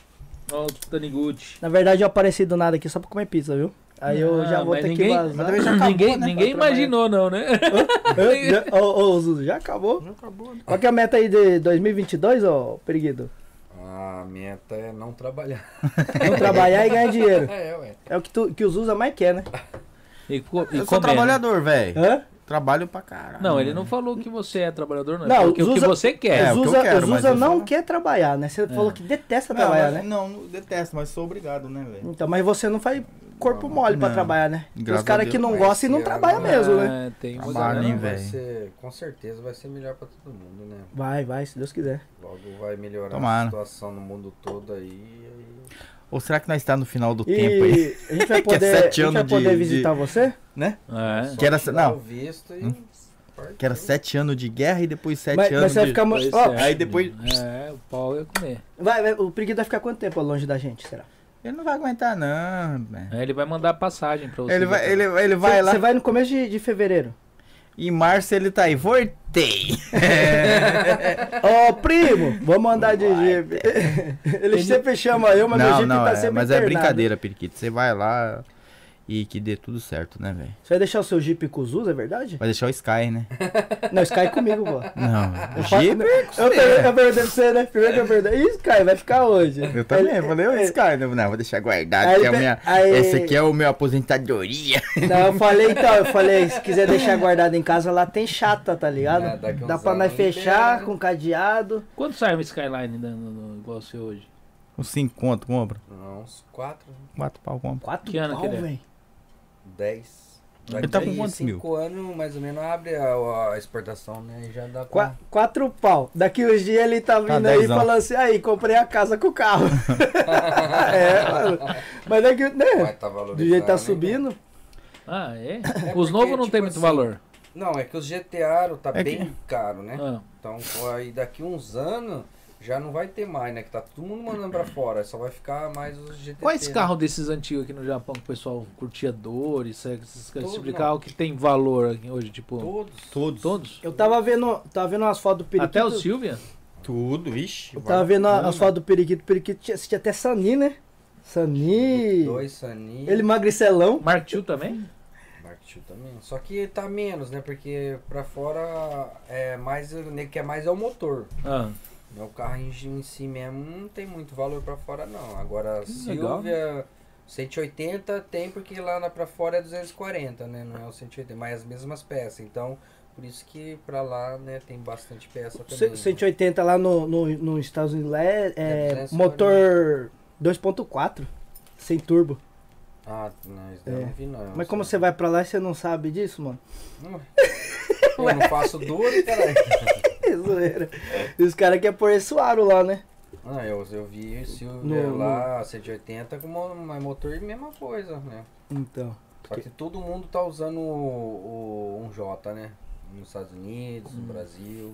A: Ó, o Taniguchi.
I: Na verdade, eu apareci do nada aqui só pra comer pizza, viu? Aí eu
A: Ah,
I: já vou
A: mas
I: ter que
A: ninguém-
I: vazar.
B: Mas já acabou,
A: ninguém
B: né?
A: ninguém
B: Vai trabalhar.
A: imaginou, não, né?
I: Hã? Já- Ô, ô, Zuzu, já acabou? Já acabou. Qual que é a meta aí de 2022, ô, Periguido?
C: Ah, a meta é não trabalhar.
I: Não trabalhar e ganhar dinheiro.
C: É, ué.
I: É o que, tu, que o Zuza mais quer, né?
A: E, co- e
B: Eu sou
A: comer, né?
B: trabalhador, velho.
I: Hã?
B: Trabalho pra caralho.
A: Não, ele não falou que você é trabalhador, não.
I: Não,
A: Não, que, o que
I: Zuza-
A: você quer.
B: É, o
I: o
B: que eu
I: Zuza,
B: quero,
I: o
B: mas
I: Zuza
B: eu É.
I: não
B: só-
I: quer trabalhar, né? Você falou que detesta trabalhar, né?
B: Não, não, detesto, mas sou obrigado, né, velho?
I: Então, mas você não faz corpo mole pra
B: Não.
I: trabalhar, né? Tem
B: Graças
I: Os
B: a
I: caras que
B: Deus,
I: não
C: mas
I: gostam e não
C: esse ano
I: trabalham
C: não.
I: mesmo, né?
A: É, tem uma
B: Trabalho,
A: galera-
B: hein,
C: vai
B: velho.
C: ser, com certeza vai ser melhor pra todo mundo, né?
I: Vai, vai, se Deus quiser.
C: Logo vai melhorar
B: Tomara.
C: a situação no mundo todo aí. aí-
B: Ou será que nós está no final do
I: E
B: tempo aí?
I: a gente vai
B: Que é
I: poder,
B: sete
I: a gente vai
B: anos
I: poder
B: de-
I: visitar você?
A: É.
B: Que era-
C: Só
B: não. Hum?
C: dar o visto e partiu.
B: Que era sete anos de guerra e depois sete
I: Mas,
B: anos
I: mas você vai
B: de...
I: ficar. mo-
A: Pois
I: Ó,
A: é.
B: Aí depois-
A: É, o pau ia comer.
I: vai, vai, o Preguido vai ficar quanto tempo longe da gente, será?
B: Ele não vai aguentar, não, velho.
A: É, ele vai mandar passagem pra você.
B: Ele vai, ele, ele vai
I: Você
B: lá.
I: você vai no começo de, de fevereiro.
B: Em março ele tá aí. Voltei.
I: É, Ô, primo, vamos andar de Jeep. Ele sempre chama eu, mas meu
B: não,
I: Jeep
B: não,
I: tá
B: é,
I: sempre
B: mas é
I: internado.
B: brincadeira, Periquito. Você vai lá e que dê tudo certo, né, velho?
I: Você vai deixar o seu Jeep com o Zuz, é verdade?
B: Vai deixar o Sky, né?
I: Não, Sky comigo, pô.
B: Não, o
I: faço-
B: Jeep...
I: Eu também eu perguntei pra você, né? Primeiro que eu perguntei. Ih, Sky, vai ficar hoje.
B: Eu também,
I: Ele-
B: falei o
I: ele-
B: Sky. Não, não, vou deixar guardado,
I: Aí
B: que é a
I: pe-
B: minha...
I: aí-
B: Esse aqui é o meu aposentadoria.
I: Não, eu falei então, eu falei, se quiser deixar guardado em casa, lá tem chata, tá ligado?
C: É, daqui uns
I: Dá pra nós
A: Então,
C: anos
I: fechar
C: libera, né?
I: com cadeado.
A: Quanto sai um Skyline né, no- no- igual o seu hoje?
B: Uns 5 conto, compra.
C: Não, uns 4,
B: Quatro pau, compra.
I: Quatro
A: Que ano
I: pau,
A: que ele é?
I: velho.
C: 10.
B: Ele tá com quantos mil?
C: Cinco anos, mais ou menos, abre a, a exportação, né? E já dá com...
A: Ah.
I: Qua- quatro pau. Daqui uns dias ele tá vindo aí
B: dezão.
I: falando assim, aí, comprei a casa com o carro. é, mano. Mas daqui, né?
C: Vai tá
I: Do jeito que tá
C: valorizado, né,
I: subindo.
A: Ah, é?
C: cara? É
A: Os
C: porque,
A: novos não tem
C: tipo
A: muito
C: assim,
A: valor.
C: Não, é que os GTA tá
B: É que-
C: bem caro, né?
A: Ah,
C: Então, pô, aí daqui uns anos já não vai ter mais, né? Que tá todo mundo mandando pra fora, só vai ficar mais os GTT.
A: Quais
C: né?
A: carros desses antigos aqui no Japão que o pessoal curtia dor, isso é, esses, esse
C: Todos,
A: tipo de
C: não.
A: carro que tem valor aqui hoje, tipo.
C: Todos.
B: Todos.
A: Todos?
I: Eu tava vendo, tava vendo umas fotos do periquito.
A: Até o Silvia?
B: Tudo, ixi.
I: Eu tava vendo a- as fotos do periquito. Periquito tinha, tinha até Sani, né? Sani.
C: Dois Sani.
I: Ele magricelão.
A: Mark II também?
C: Marketing também. Só que tá menos, né? Porque pra fora é mais. O nego quer mais é o motor.
A: Ah,
C: né? O carro em, em si mesmo não tem muito valor pra fora, não. Agora,
A: legal.
C: Silvia. 180 tem porque lá na, pra fora é 240, né? Não é o 180, mas as mesmas peças. Então, por isso que pra lá, né, tem bastante peça também.
I: C- 180 lá no, no, nos Estados Unidos lá é, é
C: 240.
I: motor 2.4. Sem turbo.
C: Ah, não, isso daí
I: É.
C: eu não vi não.
I: Mas como você vai pra lá e você não sabe disso, mano?
C: Hum. Eu não faço duro, caralho.
I: É zoeira. E os caras querem pôr esse aro lá, né?
C: Não, Ah, eu, eu vi o Silvia
I: No-
C: lá, 180, com mo- mas motor e mesma coisa, né?
I: Então.
C: Só que todo mundo tá usando o, o 1J, né? Nos Estados Unidos, no Brasil.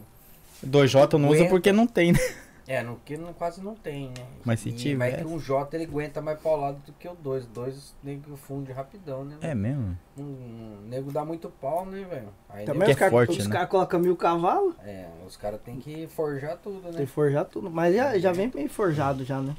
B: 2J não usa
C: Aguenta.
B: porque não tem, né?
C: É, no que não, quase não tem, né?
B: Mas se
C: E-
B: tiver-
C: Mas que o 1J ele aguenta mais paulado do que o 2. 2 nego funde rapidão, né?
B: É mesmo?
C: Um, um- nego dá muito pau, né, velho? Aí
B: que
I: Também
C: nego-
I: os
B: é
I: caras
B: forte,
I: os
B: né?
I: cara colocam mil cavalos,
C: é, os caras tem que forjar tudo,
I: tem
C: né?
I: que forjar tudo. Mas já, já vem bem forjado já, né?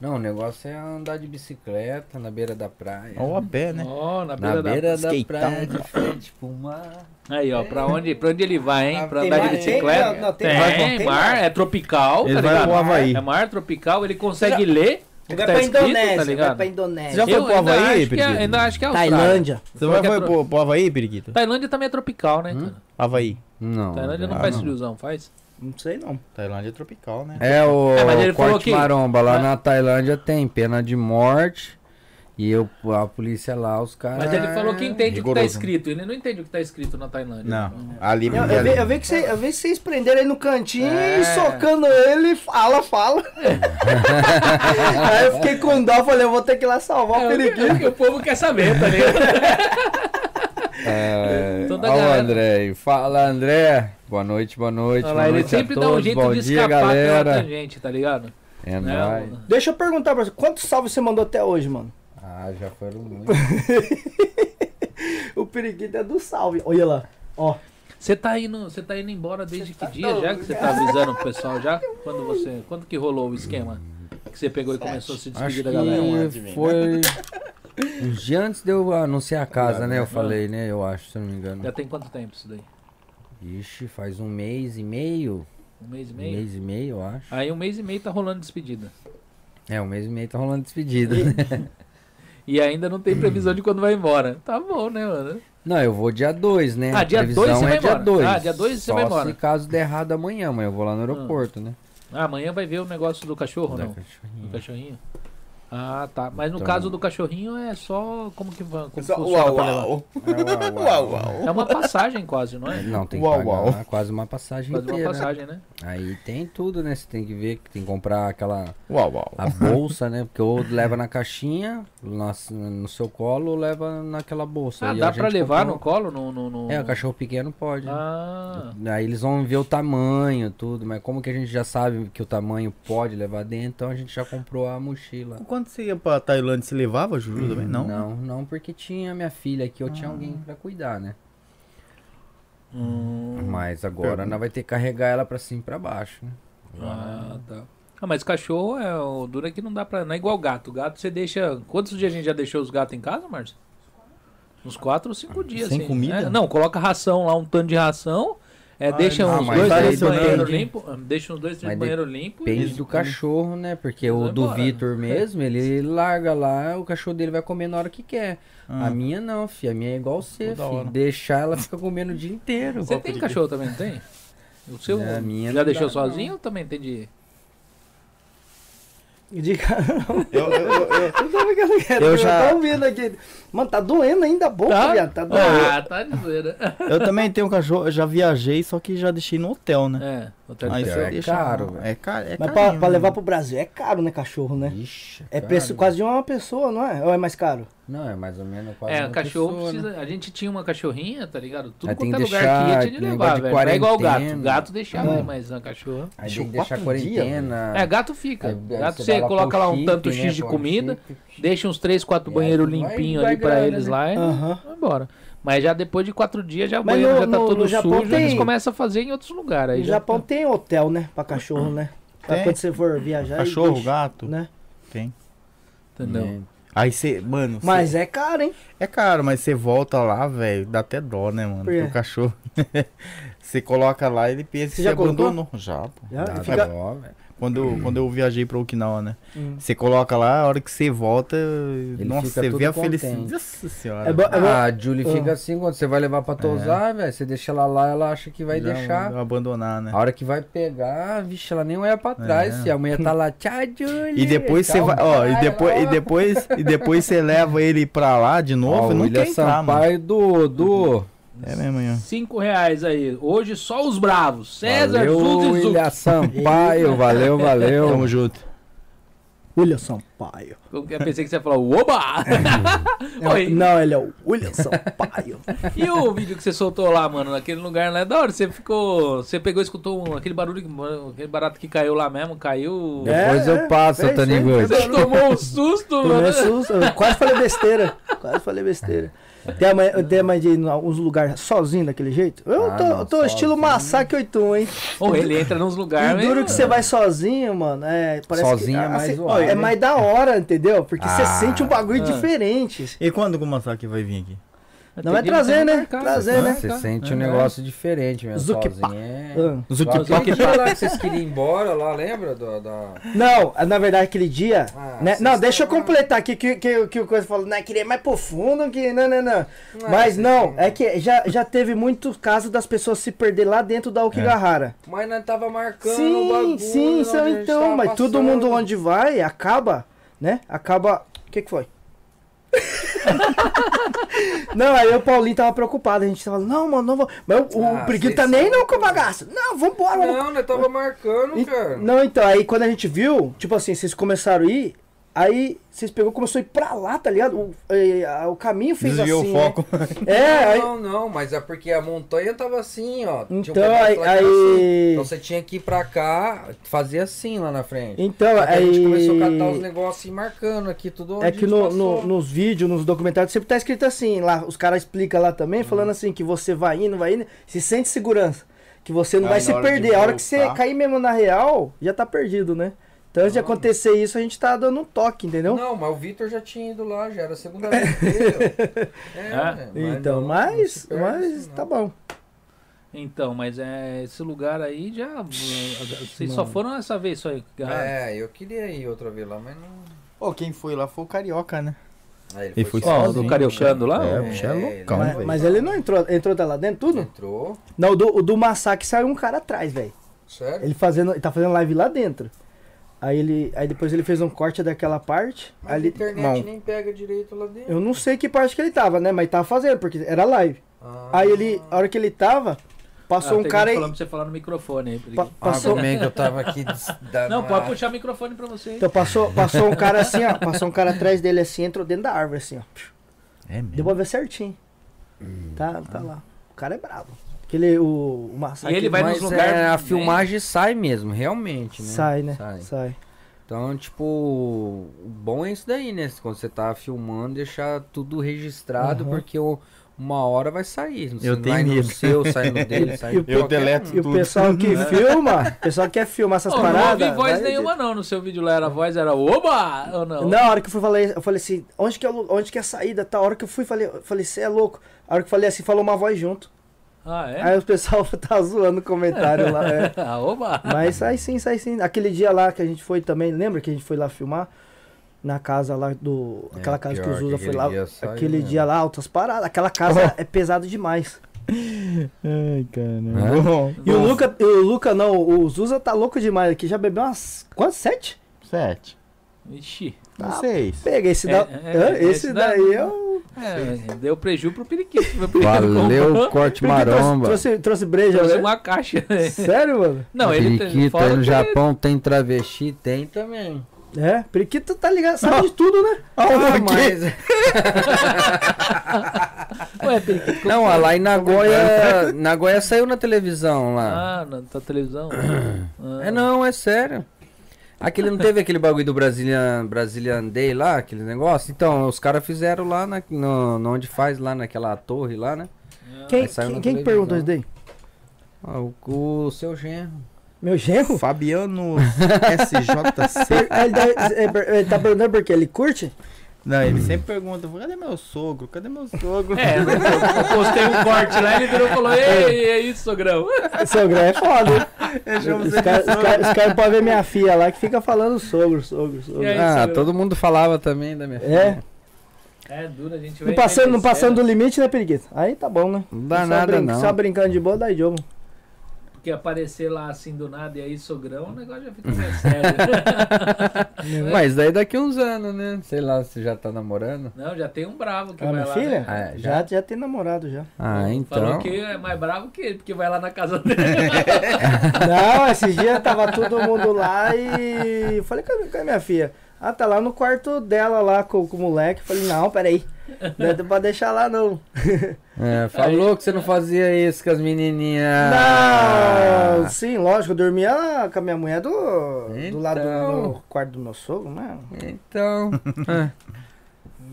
C: Não, o negócio é andar de bicicleta na beira da praia.
B: Ou a pé, né?
A: ó, na
C: Na
A: beira da.
C: beira da
B: Skatear.
C: praia, de frente pro mar.
A: Aí, ó, pra onde, pra onde ele vai, hein? Pra
I: Ah, Tem
A: andar de
I: mar- tem-
A: bicicleta?
I: não, não, tem
A: tem,
I: mar, não, tem
A: mar,
I: mar.
A: é tropical,
B: Ele
A: tá
B: vai
A: ligado?
B: pro Havaí.
A: É mar tropical, ele consegue ler o que
I: Vai
A: tá
I: é pra
A: escrito,
I: Indonésia,
A: tá
I: vai
A: ligado?
I: pra
B: Já
I: Indonésia.
B: foi
A: Eu
B: pro
A: ainda
B: Havaí,
A: acho que é-
B: Periquito?
A: ainda acho que é Austrália.
I: Tailândia.
B: Você vai
A: que é
B: foi
A: tro-
B: pro, pro Havaí, Periquito?
A: Tailândia também é tropical, né, cara?
B: Havaí.
D: Não.
A: Tailândia não tá
B: Ah,
A: faz
B: Hum? não.
A: friozão, faz?
B: Não sei não. Tailândia é tropical, né?
D: É o
A: É, mas ele falou
D: corte
A: que-
D: maromba. Lá
A: Mas-
D: na Tailândia tem pena de morte. E eu, a polícia lá, os caras.
A: Mas ele falou que entende o que tá
B: rigoroso, né?
A: escrito. Ele não entende o que tá escrito na Tailândia. Então,
B: Não. Ali,
I: Eu, eu,
B: ali.
I: ve- eu vejo que, cê- eu vejo que vocês prenderam ele no cantinho e
A: É.
I: socando ele, fala, fala. Aí eu fiquei com dó, falei, eu vou ter que ir lá salvar o
A: É o que- é o
I: periquito.
A: que o povo quer saber, tá ligado?
D: É,
A: Toda
D: ó o
A: galera.
D: André. Fala, André. Boa noite, boa noite.
A: Olha
D: boa
A: lá, ele
D: noite a
A: sempre dá um
D: todos.
A: jeito
D: Bom
A: de
D: dia,
A: escapar
D: galera.
A: pela tangente, tá ligado?
D: É
A: Né?
D: nóis.
I: Deixa eu perguntar pra você, quantos salvos você mandou até hoje, mano?
D: Ah, já foram muito.
I: O periquito é do salve. Olha lá.
A: Você tá indo, você tá indo embora desde que dia já que você tá avisando o pessoal já? Quando você, quando que rolou o esquema? Que você pegou e começou a se
D: Acho
A: despedir da galera?
D: que foi. Um dia antes de eu anunciar a casa, né? Eu falei, né? Eu acho, se eu não me engano.
A: Já tem quanto tempo isso daí?
D: Ixi, faz um mês e meio.
A: Um mês e
D: Um
A: meio?
D: mês e meio, eu acho.
A: Aí um mês e meio tá rolando despedida.
D: É, um mês e meio tá rolando despedida. né?
A: E ainda não tem previsão de quando vai embora. Tá bom, né, mano?
D: Não, eu vou dia 2, né?
A: Ah, dia
D: Previsão
A: dois você
D: é
A: vai
D: dia
A: embora.
D: dois.
A: Ah, dia dois você
D: Só
A: vai embora.
D: Se caso der errado amanhã, mas eu vou lá no aeroporto, né?
A: Ah, amanhã vai ver o negócio do cachorro,
D: Da
A: não?
D: cachorrinha.
A: Do cachorrinho? Ah, tá. Mas no
D: Uhum. Então-
A: caso do cachorrinho é só como que van, como
B: Só-
A: funciona
B: Uau,
A: pra levar?
B: uau.
D: É, uau, uau.
B: Uau, uau.
A: É uma passagem quase, não é?
D: Não, tem que
B: Uau,
D: pagar
B: uau.
D: lá quase uma passagem
A: Quase uma
D: inteira.
A: passagem, né?
D: Aí tem tudo, né? Você tem que ver que tem que comprar aquela
B: Uau, uau.
D: a bolsa, né? Porque ou leva na caixinha, na- no seu colo, ou leva naquela bolsa.
A: Ah,
D: E a
A: dá pra
D: gente
A: levar no
D: comprou-
A: colo? No, no, no...
D: É, o cachorro pequeno pode.
A: Ah,
D: Aí eles vão ver o tamanho, tudo, mas como que a gente já sabe que o tamanho pode levar dentro, então a gente já comprou a mochila.
B: Quando você ia pra Tailândia, você levava Juju também? Hum, Não.
D: Não, não, porque tinha minha filha aqui, eu tinha alguém
A: Ah.
D: pra cuidar, né?
A: Hum.
D: Mas agora nós vai ter que carregar ela pra cima e pra baixo, né?
A: ah, tá. Ah, mas cachorro é o duro é que não dá pra. Não é igual gato. Gato você deixa. Quantos dias a gente já deixou os gatos em casa, Márcio? Uns quatro ou cinco dias.
B: Sem
A: assim.
B: comida?
A: É, não, coloca ração lá, um tanto de ração. É, deixa
D: Ah, não,
A: uns
D: mas
A: dois,
D: aí
A: três
B: depende.
A: banheiros limpos. Deixa uns dois, três
D: Mas
A: banheiros limpos.
D: Depende do cachorro, né? Porque o
A: vão
D: do
A: embora.
D: Vitor mesmo, ele larga lá, o cachorro dele vai comer na hora que quer.
A: Ah.
D: A minha não, fi. A minha é igual você,
B: Toda hora.
D: fi. Deixar ela fica comendo o dia inteiro.
A: Você tem cachorro também, não tem? O seu
D: É, a minha
A: já
D: não
A: deixou
D: dá,
A: sozinho ou também tem de.
I: De cara.
B: Eu, eu, eu, eu-
I: Eu, tô
B: Eu já-
I: ouvindo aqui. Mano, tá doendo ainda a boca,
A: Tá?
I: viado. Tá doendo.
A: Ah, tá de zoeira.
B: Eu também tenho um cachorro, eu já viajei, só que já deixei no hotel, né?
A: É, hotel de
B: Aí
A: pé.
B: você
C: é
B: deixa-
C: caro, velho.
B: É caro, é
I: Mas pra,
B: carinho,
I: pra levar
B: né?
I: pro Brasil é caro, né, cachorro, né?
C: Ixi,
I: É
C: cara.
I: preço quase de uma pessoa, não é? Ou é mais caro?
C: Não, é mais ou menos quase.
A: É,
C: uma
A: cachorro
C: pessoa,
D: né?
C: né?
A: precisa. A gente tinha uma cachorrinha, tá ligado? Tudo
C: Aí tem
A: quanto é
C: que
A: lugar
C: deixar,
A: que ia tinha de levar,
C: negócio de
A: velho. É igual o gato.
C: quarentena. É.
A: Gato deixava, mas a cachorra.
C: Né? Aí
B: Deixou
C: tem que deixar
B: quatro dias,
C: quarentena.
A: É, gato fica.
C: Aí
A: gato
C: dá
A: você
C: lá
A: coloca
C: pro
A: lá um
C: chip,
A: tanto
C: né,
A: X de
C: pro
A: comida,
C: chip.
A: deixa uns 3, 4
C: E aí
A: banheiros
C: tu É, vai-
A: limpinhos
C: vai
A: ali pra
C: ganhando,
A: eles
C: né?
A: lá e
I: Aham.
A: vai embora. Mas já depois de quatro dias, já o
I: Mas
A: banheiro
I: no-
A: já tá
I: no-
A: todo
I: no Japão
A: sujo, eles
I: tem-
A: começam a fazer em outros lugares. Aí
I: No
A: já tá-
I: Japão tem hotel, né? Pra cachorro, né? Pra
B: Tem.
I: quando você for viajar. e
B: Cachorro,
I: deixa,
B: gato,
I: Né?
B: tem.
C: É.
D: né?
A: Entendeu?
B: Aí você, mano, cê-
I: Mas é caro, hein?
B: é caro, mas você volta lá, velho, dá até dó, né, mano?
I: Por quê?
B: Porque o cachorro, você coloca lá, ele pensa
I: Você
B: que
I: já
B: você
I: colocou?
B: abandonou. Já, pô.
I: Já,
C: Dá
I: fica-
C: dó, Tá, velho.
B: Quando, eu- quando eu viajei pra Okinawa, né?
I: Hum.
B: Você coloca lá, a hora que você volta, nossa,
C: fica
B: você
C: todo
B: vê a
C: contente.
B: felicidade. Nossa senhora.
I: É bom, é bom.
C: Ah, a Julie
I: Ah.
C: fica assim quando você vai levar pra tosar, velho. Você deixa ela lá, ela acha que vai
B: Já
C: deixar.
B: mandou Abandonar, né?
C: A hora que vai pegar, vixe, ela nem olha pra trás.
B: É.
C: Se a mulher tá lá, tchau, Julie.
B: E depois você
C: tchau,
B: vai, ó,
C: tá um
B: e
C: cara."
B: depois, e depois, e depois você leva ele pra lá de
C: Ó,
B: novo,
C: o
B: não
C: William
B: quer entrar, mano.
C: Sampaio do, do...
B: É mesmo, é.
A: 5 reais aí. Hoje só os bravos. César,
C: valeu,
A: Zuzu e Zuzu.
C: William Sampaio, valeu, valeu.
B: Tamo junto.
I: William Sampaio.
A: Eu pensei que você ia falar, oba! Oi.
I: Não, ele é o William Sampaio.
A: E o vídeo que você soltou lá, mano, naquele lugar lá é da hora. Você ficou. Você pegou e escutou um- aquele barulho, que- aquele barato que caiu lá mesmo, caiu.
C: Depois
I: É,
C: eu passo,
I: é,
C: é,
I: é isso
C: Tony
I: aí,
C: Gomes.
A: Você tomou um susto,
I: Tomei
A: mano.
I: um susto, eu quase falei besteira. Quase falei besteira. Tem a mãe, eu tenho a mãe de ir em alguns lugares sozinho daquele jeito? Eu
C: Ah,
I: tô,
C: não,
I: eu tô estilo
C: sozinho.
I: Massacre 81, hein?
A: Ou ele entra nos
I: E
A: lugares,
I: duro é que você vai sozinho, mano. É, parece
C: Sozinho
I: que,
C: é mais
I: ó,
C: zoado,
I: É
C: né?
I: mais da hora, entendeu? Porque você
C: Ah,
I: sente um bagulho
A: ah.
I: diferente.
B: E quando que o Masaki vai vir aqui?
I: Não é trazer, né? Trazer, né?
C: Você
B: Tá.
C: sente um
B: É.
C: negócio diferente mesmo.
I: Zucchipa.
C: sozinho, é.
I: Ah.
C: Só
B: Zucchipa.
C: que falar que vocês queriam ir embora lá, lembra? do- da...
I: Não, na verdade, aquele dia.
C: Ah,
I: né?
C: vocês
I: Não, deixa eu
C: estavam-
I: completar aqui que, que, que o Coisa falou. Não, queria ir mais profundo que. Não, não, não. Mas não, é que já, já teve muito caso das pessoas se perder lá dentro
C: É.
I: da Okigahara.
C: Mas nós tava marcando o
I: Sim,
C: bagulho. onde
I: sim,
C: a
I: então,
C: gente
I: então
C: tava
I: mas todo
C: passando.
I: mundo onde vai acaba, né? Acaba. O que, que foi? não, aí o Paulinho tava preocupado, a gente tava, não, mano, não vou. Mas o, o
C: Ah,
I: Briguinho
C: vocês
I: tá nem
C: são-
I: não com bagaço. Não, vambora, vamos
C: Não, nós tava marcando,
I: E-
C: cara.
I: Não, então, aí quando a gente viu, tipo assim, vocês começaram a ir, aí vocês pegou e começou a ir pra lá, tá ligado? O, eh, a- o caminho fez
B: Desviou
I: assim,
B: o foco.
I: Né? É, aí...
C: Não, não, mas é porque a montanha tava assim, ó. Tinha um
I: Então,
C: pedaço
I: aí-
C: lá que era
I: aí-
C: assim. Então você tinha que ir pra cá, fazer assim lá na frente.
I: Então,
C: Só que a gente
I: aí-
C: começou a catar os negócios e marcando aqui tudo onde
I: É
C: a
I: que
C: gente
I: no-
C: passou.
I: no- nos vídeos, nos documentários, sempre tá escrito assim, lá, os caras explicam lá também, falando assim, que você vai indo, vai indo, se sente segurança, que você não
B: Aí
I: vai
B: Ah, na
I: se
B: hora de
I: perder. A hora que você
B: voltar- Ah.
I: cair mesmo na real, já tá perdido, né? Então, antes de acontecer isso, a gente tá dando um toque, entendeu?
C: Não, mas o Vitor já tinha ido lá, já era a segunda vez dele. ó. É,
A: Ah,
C: né,
I: então,
C: não- não se
I: mas,
C: perde
I: mas
C: assim, não.
I: tá bom.
A: Então, mas é, esse lugar aí já. eh, Vocês só foram essa vez só aí. Ah, cara.
C: É, eu queria ir outra vez lá, mas não.
B: Pô, quem foi lá foi o Carioca, né?
C: Aí
B: Ele foi
A: Ó,
B: sozinho,
A: do Cariocando lá?
B: É,
A: ó.
B: o bicho é
C: assim. É, ele
B: loucão,
C: vai-
I: Mas,
B: velho.
I: mas ele não entrou, entrou tá lá
B: É.
I: dentro, tudo?
C: Entrou,
I: Não, o do, o do massacre saiu um cara atrás, velho.
C: sério?
I: Ele fazendo, ele tá fazendo live lá dentro. Aí ele, aí depois ele fez um corte daquela parte.
C: Mas
I: Ali,
C: a internet
B: Bom.
C: nem pega direito lá dentro.
I: eu não sei que parte que ele tava, né? Mas tava fazendo porque era live.
C: Ah.
I: Aí ele, a hora que ele tava,
A: Ah,
I: passou um
A: tem gente
I: cara aí,
A: falando pra você falar no microfone aí. Briguinho.
I: pa- passou,
C: também Ah, é que eu tava aqui. des- da-
A: Não,
C: na-
A: pode puxar o microfone pra você.
I: então passou, passou um cara assim, ó, passou um cara atrás dele assim, entrou dentro da árvore assim, ó.
B: É
I: Deu
B: mesmo.
I: pra ver certinho. Tá, tá lá. O cara é brabo. Aquele o, o massacre
A: E ele vai
C: Mas
A: nos lugares
C: é, a
A: bem-
C: filmagem sai mesmo, realmente, né?
I: sai, né?
C: Sai.
I: sai.
A: Hum.
C: Então, tipo, o bom é isso daí, né? Quando você tá filmando, deixar tudo registrado, porque o- uma hora vai sair. Você
B: Eu tenho
C: vai no
B: medo.
C: seu, sai no dele,
I: E-
C: sai
I: e
C: no
I: o-
C: de qualquer
B: deleto
C: um.
I: E o pessoal que filma, o pessoal que quer filmar essas
A: Ô, não
I: paradas.
A: ouvi voz
I: vai-
A: nenhuma, não, no seu vídeo lá. Era a voz, era oba! Ou não?
I: Na hora que eu fui falei, eu falei assim, onde que é, o- onde que é a saída? Tá, a hora que eu fui, falei, eu falei, você é louco. A hora que eu falei assim, falou uma voz junto.
A: Ah, é?
I: Aí o pessoal tá zoando o comentário lá. é.
A: Ah, oba!
I: Mas sai sim, sai sim. Aquele dia lá que a gente foi também, lembra que a gente foi lá filmar? Na casa lá do.
C: É,
I: Aquela casa que o
C: pior que
I: Zuza foi
C: aquele
I: lá.
C: dia saiu,
I: aquele
C: né?
I: dia lá, altas paradas. Aquela casa é pesado demais.
B: Ai, caramba.
C: Hã?
B: Bom,
I: E o Luca, e o Luca não, o Zuza tá louco demais aqui. Já bebeu umas. Quantas? Sete?
B: Sete.
A: Ixi.
B: Não sei. Tá
I: Pega, esse,
A: É,
I: da...
A: é,
I: Hã?
A: é,
I: esse
A: esse
I: daí
A: daí.
I: é o.
A: É, deu prejuízo pro periquito. meu periquito
C: Valeu,
A: comprou,
C: corte
I: Por que trouxe-
C: maromba.
I: Trouxe, trouxe breja,
A: trouxe
I: né?
A: uma caixa. né?
I: Sério, mano?
A: Não, ele tem,
C: Periquito
A: fora
C: aí tá no
A: que- é
C: Japão tem travesti, tem também.
I: É, periquito tá ligado, sabe de tudo, né?
C: Ah, mas-
A: Ué, periquito.
C: Não, a lá em Nagoya. Nagoya saiu na televisão lá.
A: Ah, na, na televisão. Ah,
C: É não, é sério. Aquele não teve aquele bagulho do Brazilian, Brazilian Day lá, aquele negócio? Então, os caras fizeram lá na, no, no onde faz, lá naquela torre lá, né?
I: Quem,
A: ah.
C: Aí saiu
I: quem,
C: na
I: quem que perguntou isso daí?
C: Ah, o, o seu genro.
I: Meu genro?
B: Fabiano SJC.
I: ele, deve- é, per- ele tá perguntando por quê? Ele curte?
B: Não, ele sempre pergunta, cadê meu sogro? Cadê meu sogro?
A: É, eu postei um corte lá, ele virou e falou: Ei, é isso, sogrão.
I: Sogro é foda, hein?
B: Eu chamo
I: Os
B: você de
I: caras
B: sogro.
I: cara podem ver minha filha lá que fica falando sogro, sogro, sogro.
A: E
B: É,
A: aí?
C: Ah,
A: seu-
C: todo mundo falava também da minha
I: É,
A: É duro, a gente
I: não passando,
B: é,
I: não passando do limite, né, periquito? Aí tá bom, né?
C: Não dá
I: Só
C: nada,
I: brin-
C: não.
I: Só brincando de boa, dá idioma.
A: Porque aparecer lá assim do nada e aí sogrão, o negócio já fica mais sério.
C: Mas daí daqui uns anos, né? Sei lá se já tá namorando.
A: Não, já tem um bravo que
I: Ah,
A: vai
I: minha
A: lá.
I: filha?
A: né?
C: Ah,
I: Já, já tem namorado, já.
C: Ah,
A: Falou
C: então.
A: que é mais bravo que ele, porque vai lá na casa dele.
I: Não, esses dias tava todo mundo lá e eu falei, cadê, cadê minha filha? Ah, tá lá no quarto dela lá com, com o moleque. Eu Falei, não, peraí. Não é pra deixar lá, não.
C: É, falou que você não fazia isso com as menininhas. Ah.
I: Não, sim, lógico, eu dormia com a minha mulher do, do lado do
C: Então.
I: meu- quarto do meu sogro, né? mano.
C: Então.
I: É.
A: né,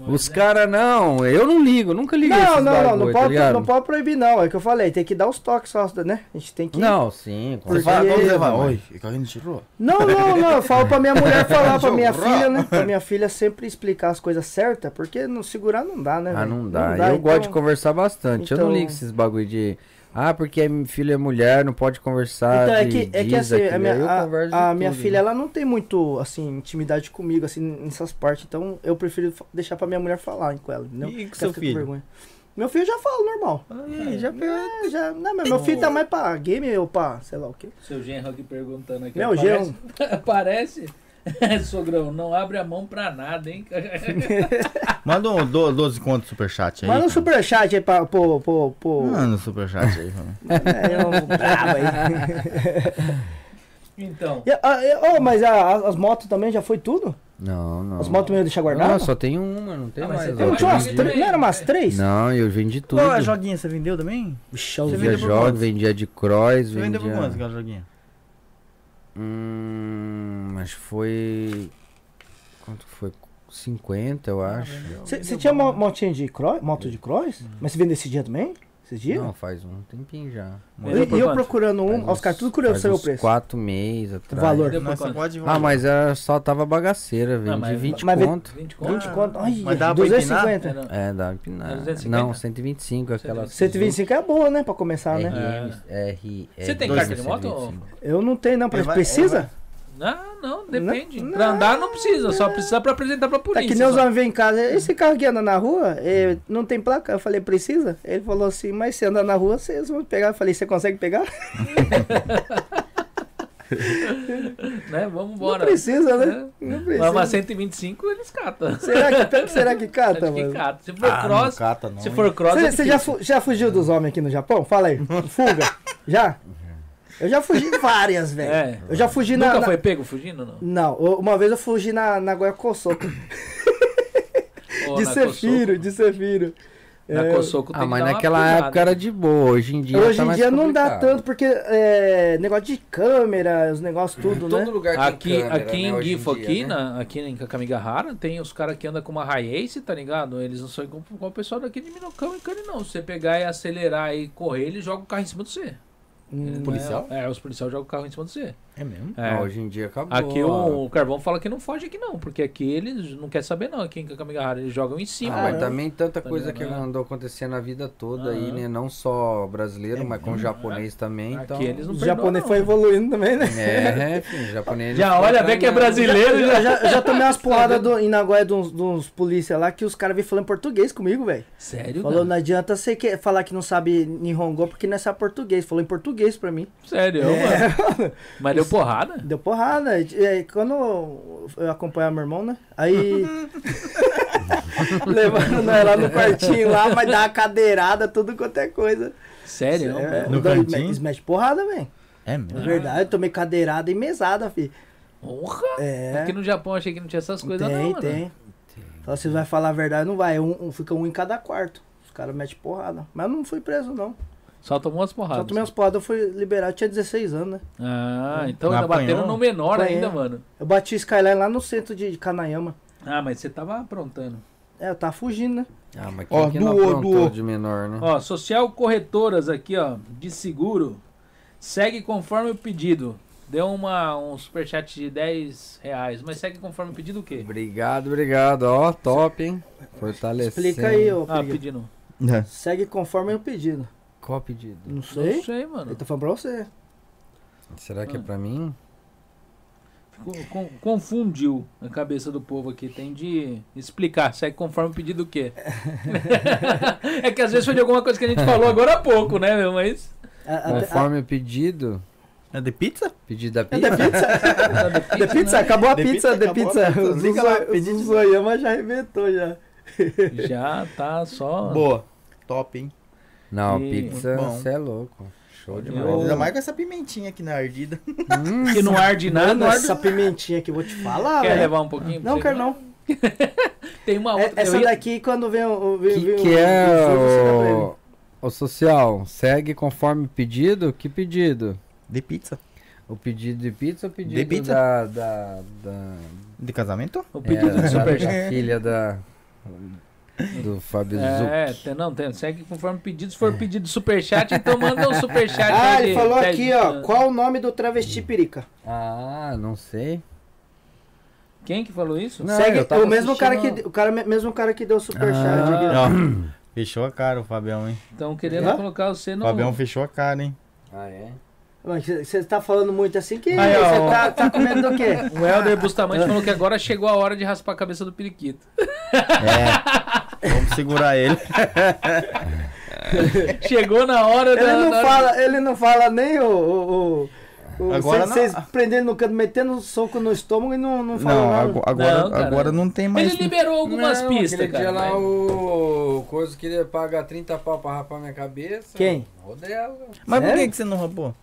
C: Os caras não, eu não ligo, nunca liguei
I: Não, não,
C: esses
I: não, não
C: bagulho, tá
I: pode,
C: ligado?
I: não pode proibir, não. É o que eu falei, tem que dar os toques só, né? A gente tem que.
C: Não, sim, com
B: Você fala,
I: Porque-
B: vamos levar. Oi, e correndo tirou?
I: Não, não, não. Eu falo pra minha mulher falar pra minha filha, né? Pra minha filha sempre explicar as coisas certas, porque não segurar não dá, né?
C: Ah,
I: velho?
C: não dá. eu gosto de
I: então-
C: conversar bastante. Eu não
I: então-
C: ligo esses bagulho de. Ah, porque é filho é mulher, não pode conversar.
I: Então, é
C: de-
I: que, é que
C: diz
I: assim, a
C: aquilo.
I: minha,
C: eu
I: a-
C: converso
I: a
C: de
I: minha
C: tudo,
I: filha,
C: né?
I: ela não tem muito, assim, intimidade comigo, assim, nessas partes. Então, eu prefiro fa- deixar pra minha mulher falar com ela, entendeu?
B: E com
I: Porque
B: seu
I: ela fica
B: filho?
I: vergonha. Meu filho já fala normal.
B: Aí, já pegou.
I: É, já, não, mas meu filho tá mais pra game ou pra sei lá o quê.
A: Seu genro aqui perguntando aqui.
I: Meu genro.
A: Parece. Sogrão, não abre a mão pra nada, hein?
B: Manda um do- 12 conto superchat aí.
I: Manda um
B: cara.
I: superchat aí pra, pro, pro, pro...
B: Manda um superchat aí. mano.
I: É, eu brabo aí.
A: Então,
I: E a- a- e- oh, mas a- a- as motos também já foi tudo?
C: Não, não.
I: As motos meio deixar guardado?
C: Não, só tem uma, não tem
A: Ah, mas
C: mais.
A: você tem
I: Eu não,
C: ó.
I: tinha umas
A: Entendi.
I: tre- não eram umas um três? é
C: Não, eu vendi tudo.
B: Qual a joguinha você vendeu também?
I: Bichão,
B: Você
C: Eu
B: vendeu
C: vendia
B: por
C: jogo,
B: quantos?
C: vendia de cross,
B: Você vendeu por quanto
C: vendia.
B: aquela joguinha?
C: Hum, acho que foi. Quanto que foi? 50, eu acho.
I: Você tinha mo- motinha de cross? Moto de cross? Mas você vendeu esse dia também? Esses dias?
C: Não, faz um tempinho já.
A: Vendeu
I: E-
A: por
I: E eu
A: quanto?
I: procurando um, aos caras tudo curioso saber o preço.
C: 4 meses atrás.
I: valor.
A: deu por
B: Nossa,
A: quanto?
B: pode
C: Ah, mas era, só tava bagaceira,
A: Não,
C: vendi
A: mas-
C: 20
I: mas ve-
C: conto.
A: 20 conto?
I: 20 conto? Ai,
B: Mas dava pra empinar?
I: 250.
C: É, dava empinada.
A: Era 250?
C: Não, 125, aquela.
I: 125 é boa, né? Pra começar, né?
C: RM, R,
A: É. Você tem
C: dois,
A: carta de moto?
C: 125.
I: Eu não tenho, não.
B: Ele vai-
I: Precisa?
A: Não, não, depende.
I: Não,
A: pra andar não precisa, só precisa pra apresentar pra
I: Tá
A: polícia.
I: que nem os
A: só.
I: homens vêm em casa. Esse carro que anda na rua, eh, não tem placa. Eu falei, precisa? Ele falou assim, mas se andar na rua, vocês vão pegar. Eu falei, você consegue pegar?
A: Né? Vamos
I: Não
A: embora. É.
I: precisa, né? Não
A: Mas uma
I: precisa.
A: 125 eles catam.
I: Será que, tá, será que
A: Acho
I: cata,
A: que
I: mano?
A: cata. Se for cross,
B: cata, Ah, não.
A: se
B: hein?
A: for cross, é
I: Ah, Você, você já,
A: difícil.
I: fu- já fugiu dos homens aqui no Japão? Fala aí. Fuga. Já? Eu já fugi várias, velho.
A: É.
I: Eu já fugi na.
A: Nunca
I: na-
A: foi pego fugindo, não?
I: Não, u- uma vez eu fugi na, na Goiacosoco.
A: Ou
I: De
A: na
I: Sefiro,
A: Kosoko?
I: de Sefiro.
A: Na
I: É,
A: Kosoko tem
C: Ah,
A: que
C: mas
A: dar uma
C: naquela
A: cuidada.
C: época era de boa, hoje em dia
I: Hoje
C: tá
I: em
C: mais
I: dia não dá
C: complicado.
I: tanto, porque é, negócio de câmera, os negócios tudo, né?
M: Todo lugar tem
A: Aqui,
M: câmera,
A: aqui
M: né,
A: em
M: hoje
A: Gifo,
M: dia,
A: aqui,
M: né?
A: na, aqui em Kakamigahara, tem os caras que andam com uma Hiace, tá ligado? Eles não são igual, igual o pessoal daqui de Minocão e Cane, não. Se você pegar e acelerar e correr, eles jogam o carro em cima de você.
I: Um
A: Eles não é-
B: policial?
A: É, os policiais jogam o carro em cima de você.
B: É mesmo?
A: É.
C: Ah, hoje em dia acabou.
A: Aqui um o, o Carvão fala que não foge aqui não, porque aqui eles não quer saber não, aqui em Kakamigahara eles jogam em cima.
C: Ah,
A: mano.
C: mas também tanta
A: Tá
C: coisa que
A: ligado, né?
C: andou acontecendo na vida toda aí,
A: Aham. É.
C: né? Não só brasileiro, mas com japonês também.
A: Aqui
C: Então...
A: eles não
I: O
A: perdoam,
I: japonês
A: não.
I: foi evoluindo também, né?
C: É, filho, japonês.
A: Já
C: eles
A: olha,
C: ficam
A: vê que é
C: treinando.
A: brasileiro, já...
I: Eu já, eu já tomei umas porradas do- em Nagoya de uns, de uns polícia lá que os caras vêm falando português comigo, velho.
A: Sério,
I: Falou,
A: cara?
I: não adianta você que- falar que não sabe Nihongo porque não é só português. Falou em português pra mim.
A: Sério,
I: É.
A: mano. Mas deu porrada?
I: Deu porrada. E, e, quando eu acompanhava meu irmão, né? Aí. Levando nós lá no quartinho lá, vai dar uma cadeirada, tudo quanto é coisa.
A: Sério?
I: É,
D: No
I: o da-
D: cantinho?
I: Smash, smash porrada, velho.
D: É
I: Na
A: Ah.
D: mesmo?
I: verdade, eu tomei cadeirada e mesada, fi.
A: Porra!
I: É.
A: Aqui no Japão achei que não tinha essas coisas,
I: tem,
A: não, mano.
I: tem. Só se vai falar a verdade, não vai. Um, um- fica um em cada quarto. Os caras metem porrada. Mas eu não fui preso, não.
A: Só tomou as porradas.
I: Só tomei umas porradas, eu fui liberado. Eu tinha 16 anos, né?
A: Ah, então
D: Não
A: ainda bateram
D: apanhou?
A: no menor
I: Apanhei.
A: ainda, mano.
I: Eu bati Skyline lá no centro de Canayama.
A: Ah, mas você tava aprontando.
I: É, eu tava fugindo, né?
C: Ah, mas
D: Ó,
C: quem que não
D: doou,
C: aprontou
D: doou.
C: de menor, né?
A: Ó, Social Corretoras aqui, ó, de seguro. Segue conforme o pedido. Deu uma, um superchat de 10 reais. Mas segue conforme o pedido o quê?
C: Obrigado, obrigado. Ó, top, hein? Fortalecendo.
I: Explica aí, ô.
A: Ah,
I: Perigo.
A: pedindo.
D: É.
I: Segue conforme o pedido.
C: Qual pedido?
I: Não
A: Não
I: sei.
A: sei,
I: Ele
A: mano.
I: tá falando pra você.
C: Será que é
A: Ah.
C: pra mim?
A: Con- con- Confundiu a cabeça do povo aqui. Tem de explicar. Segue conforme o pedido o quê? é que às vezes foi de alguma coisa que a gente falou agora há pouco, né, meu? Mas.
I: A- a-
C: Conforme o pedido.
D: É de pizza?
C: Pedido da
I: a- The
C: pizza?
I: Pizza, The pizza,
A: né?
I: acabou a
D: The
I: pizza,
D: Pizza,
I: The
D: acabou a
I: Pizza.
D: pizza. Liga lá,
I: O
D: pedi de-
I: Zuzoyama já arrebentou já.
A: Já tá só.
D: Boa. Top, hein?
C: Não,
A: Ih,
C: pizza,
D: muito bom.
C: você é louco. Show Hum, demais.
A: Eu-
D: Ainda mais com essa pimentinha aqui na ardida.
A: Que não arde nada.
I: Mano, essa pimentinha que eu vou te falar,
A: Quer
I: velho.
A: levar um pouquinho? pra
I: Não,
A: você?
I: quero não.
A: Tem uma
I: É-
A: outra. eu
I: Essa
A: ia-
I: daqui, quando vem o. Vem,
C: Que,
I: vem
C: que
I: o-
C: é
I: o- você dá pra ele.
C: o... o social? Segue conforme pedido? Que pedido?
D: De pizza.
C: O pedido de pizza ou o pedido
D: pizza?
C: da- da- da,
D: De casamento?
A: O pedido
C: é,
A: do superchat.
C: da filha da. Do Fábio Zuc.
A: É, tem, não, tem, segue conforme pedido. Se for pedido superchat, então manda um superchat.
I: Ah,
A: aí
I: ele
A: de
I: falou
A: 10
I: aqui, ó.
A: ah,
I: Qual o nome do travesti perica?
C: Ah, não sei.
A: Quem que falou isso?
C: Não,
I: Segue
C: eu tava
I: o mesmo cara que.
C: assistindo-
I: O cara, mesmo cara que deu o superchat. aqui.
A: Ah,
D: Fechou a cara o Fabião, hein?
A: Estão querendo
I: Hã?
A: colocar você no.
D: Fabião fechou a cara, hein?
C: Ah, é?
I: Mas você tá falando muito assim que.
A: Aí, ó,
I: Você
A: ó.
I: tá, tá comendo o quê?
A: O Helder Bustamante falou que agora chegou a hora de raspar a cabeça do periquito.
D: É. Vamos segurar ele.
A: Chegou na hora da.
I: Ele não
A: na hora-
I: fala, ele não fala nem o. o, o- o-
D: Agora
I: cê-
D: não.
I: Vocês prendendo no canto, metendo um soco no estômago e não, não fala
D: não,
I: nada.
D: ago- agora,
A: Não, cara.
D: agora não tem mais.
A: Ele liberou algumas
C: não,
A: pistas,
C: aquele
A: cara.
C: dia lá
A: mas-
C: o Coisa queria pagar 30 pau pra rapar minha cabeça.
I: Quem?
C: Rodela.
D: Mas por
I: Sério?
D: que, que você não roubou?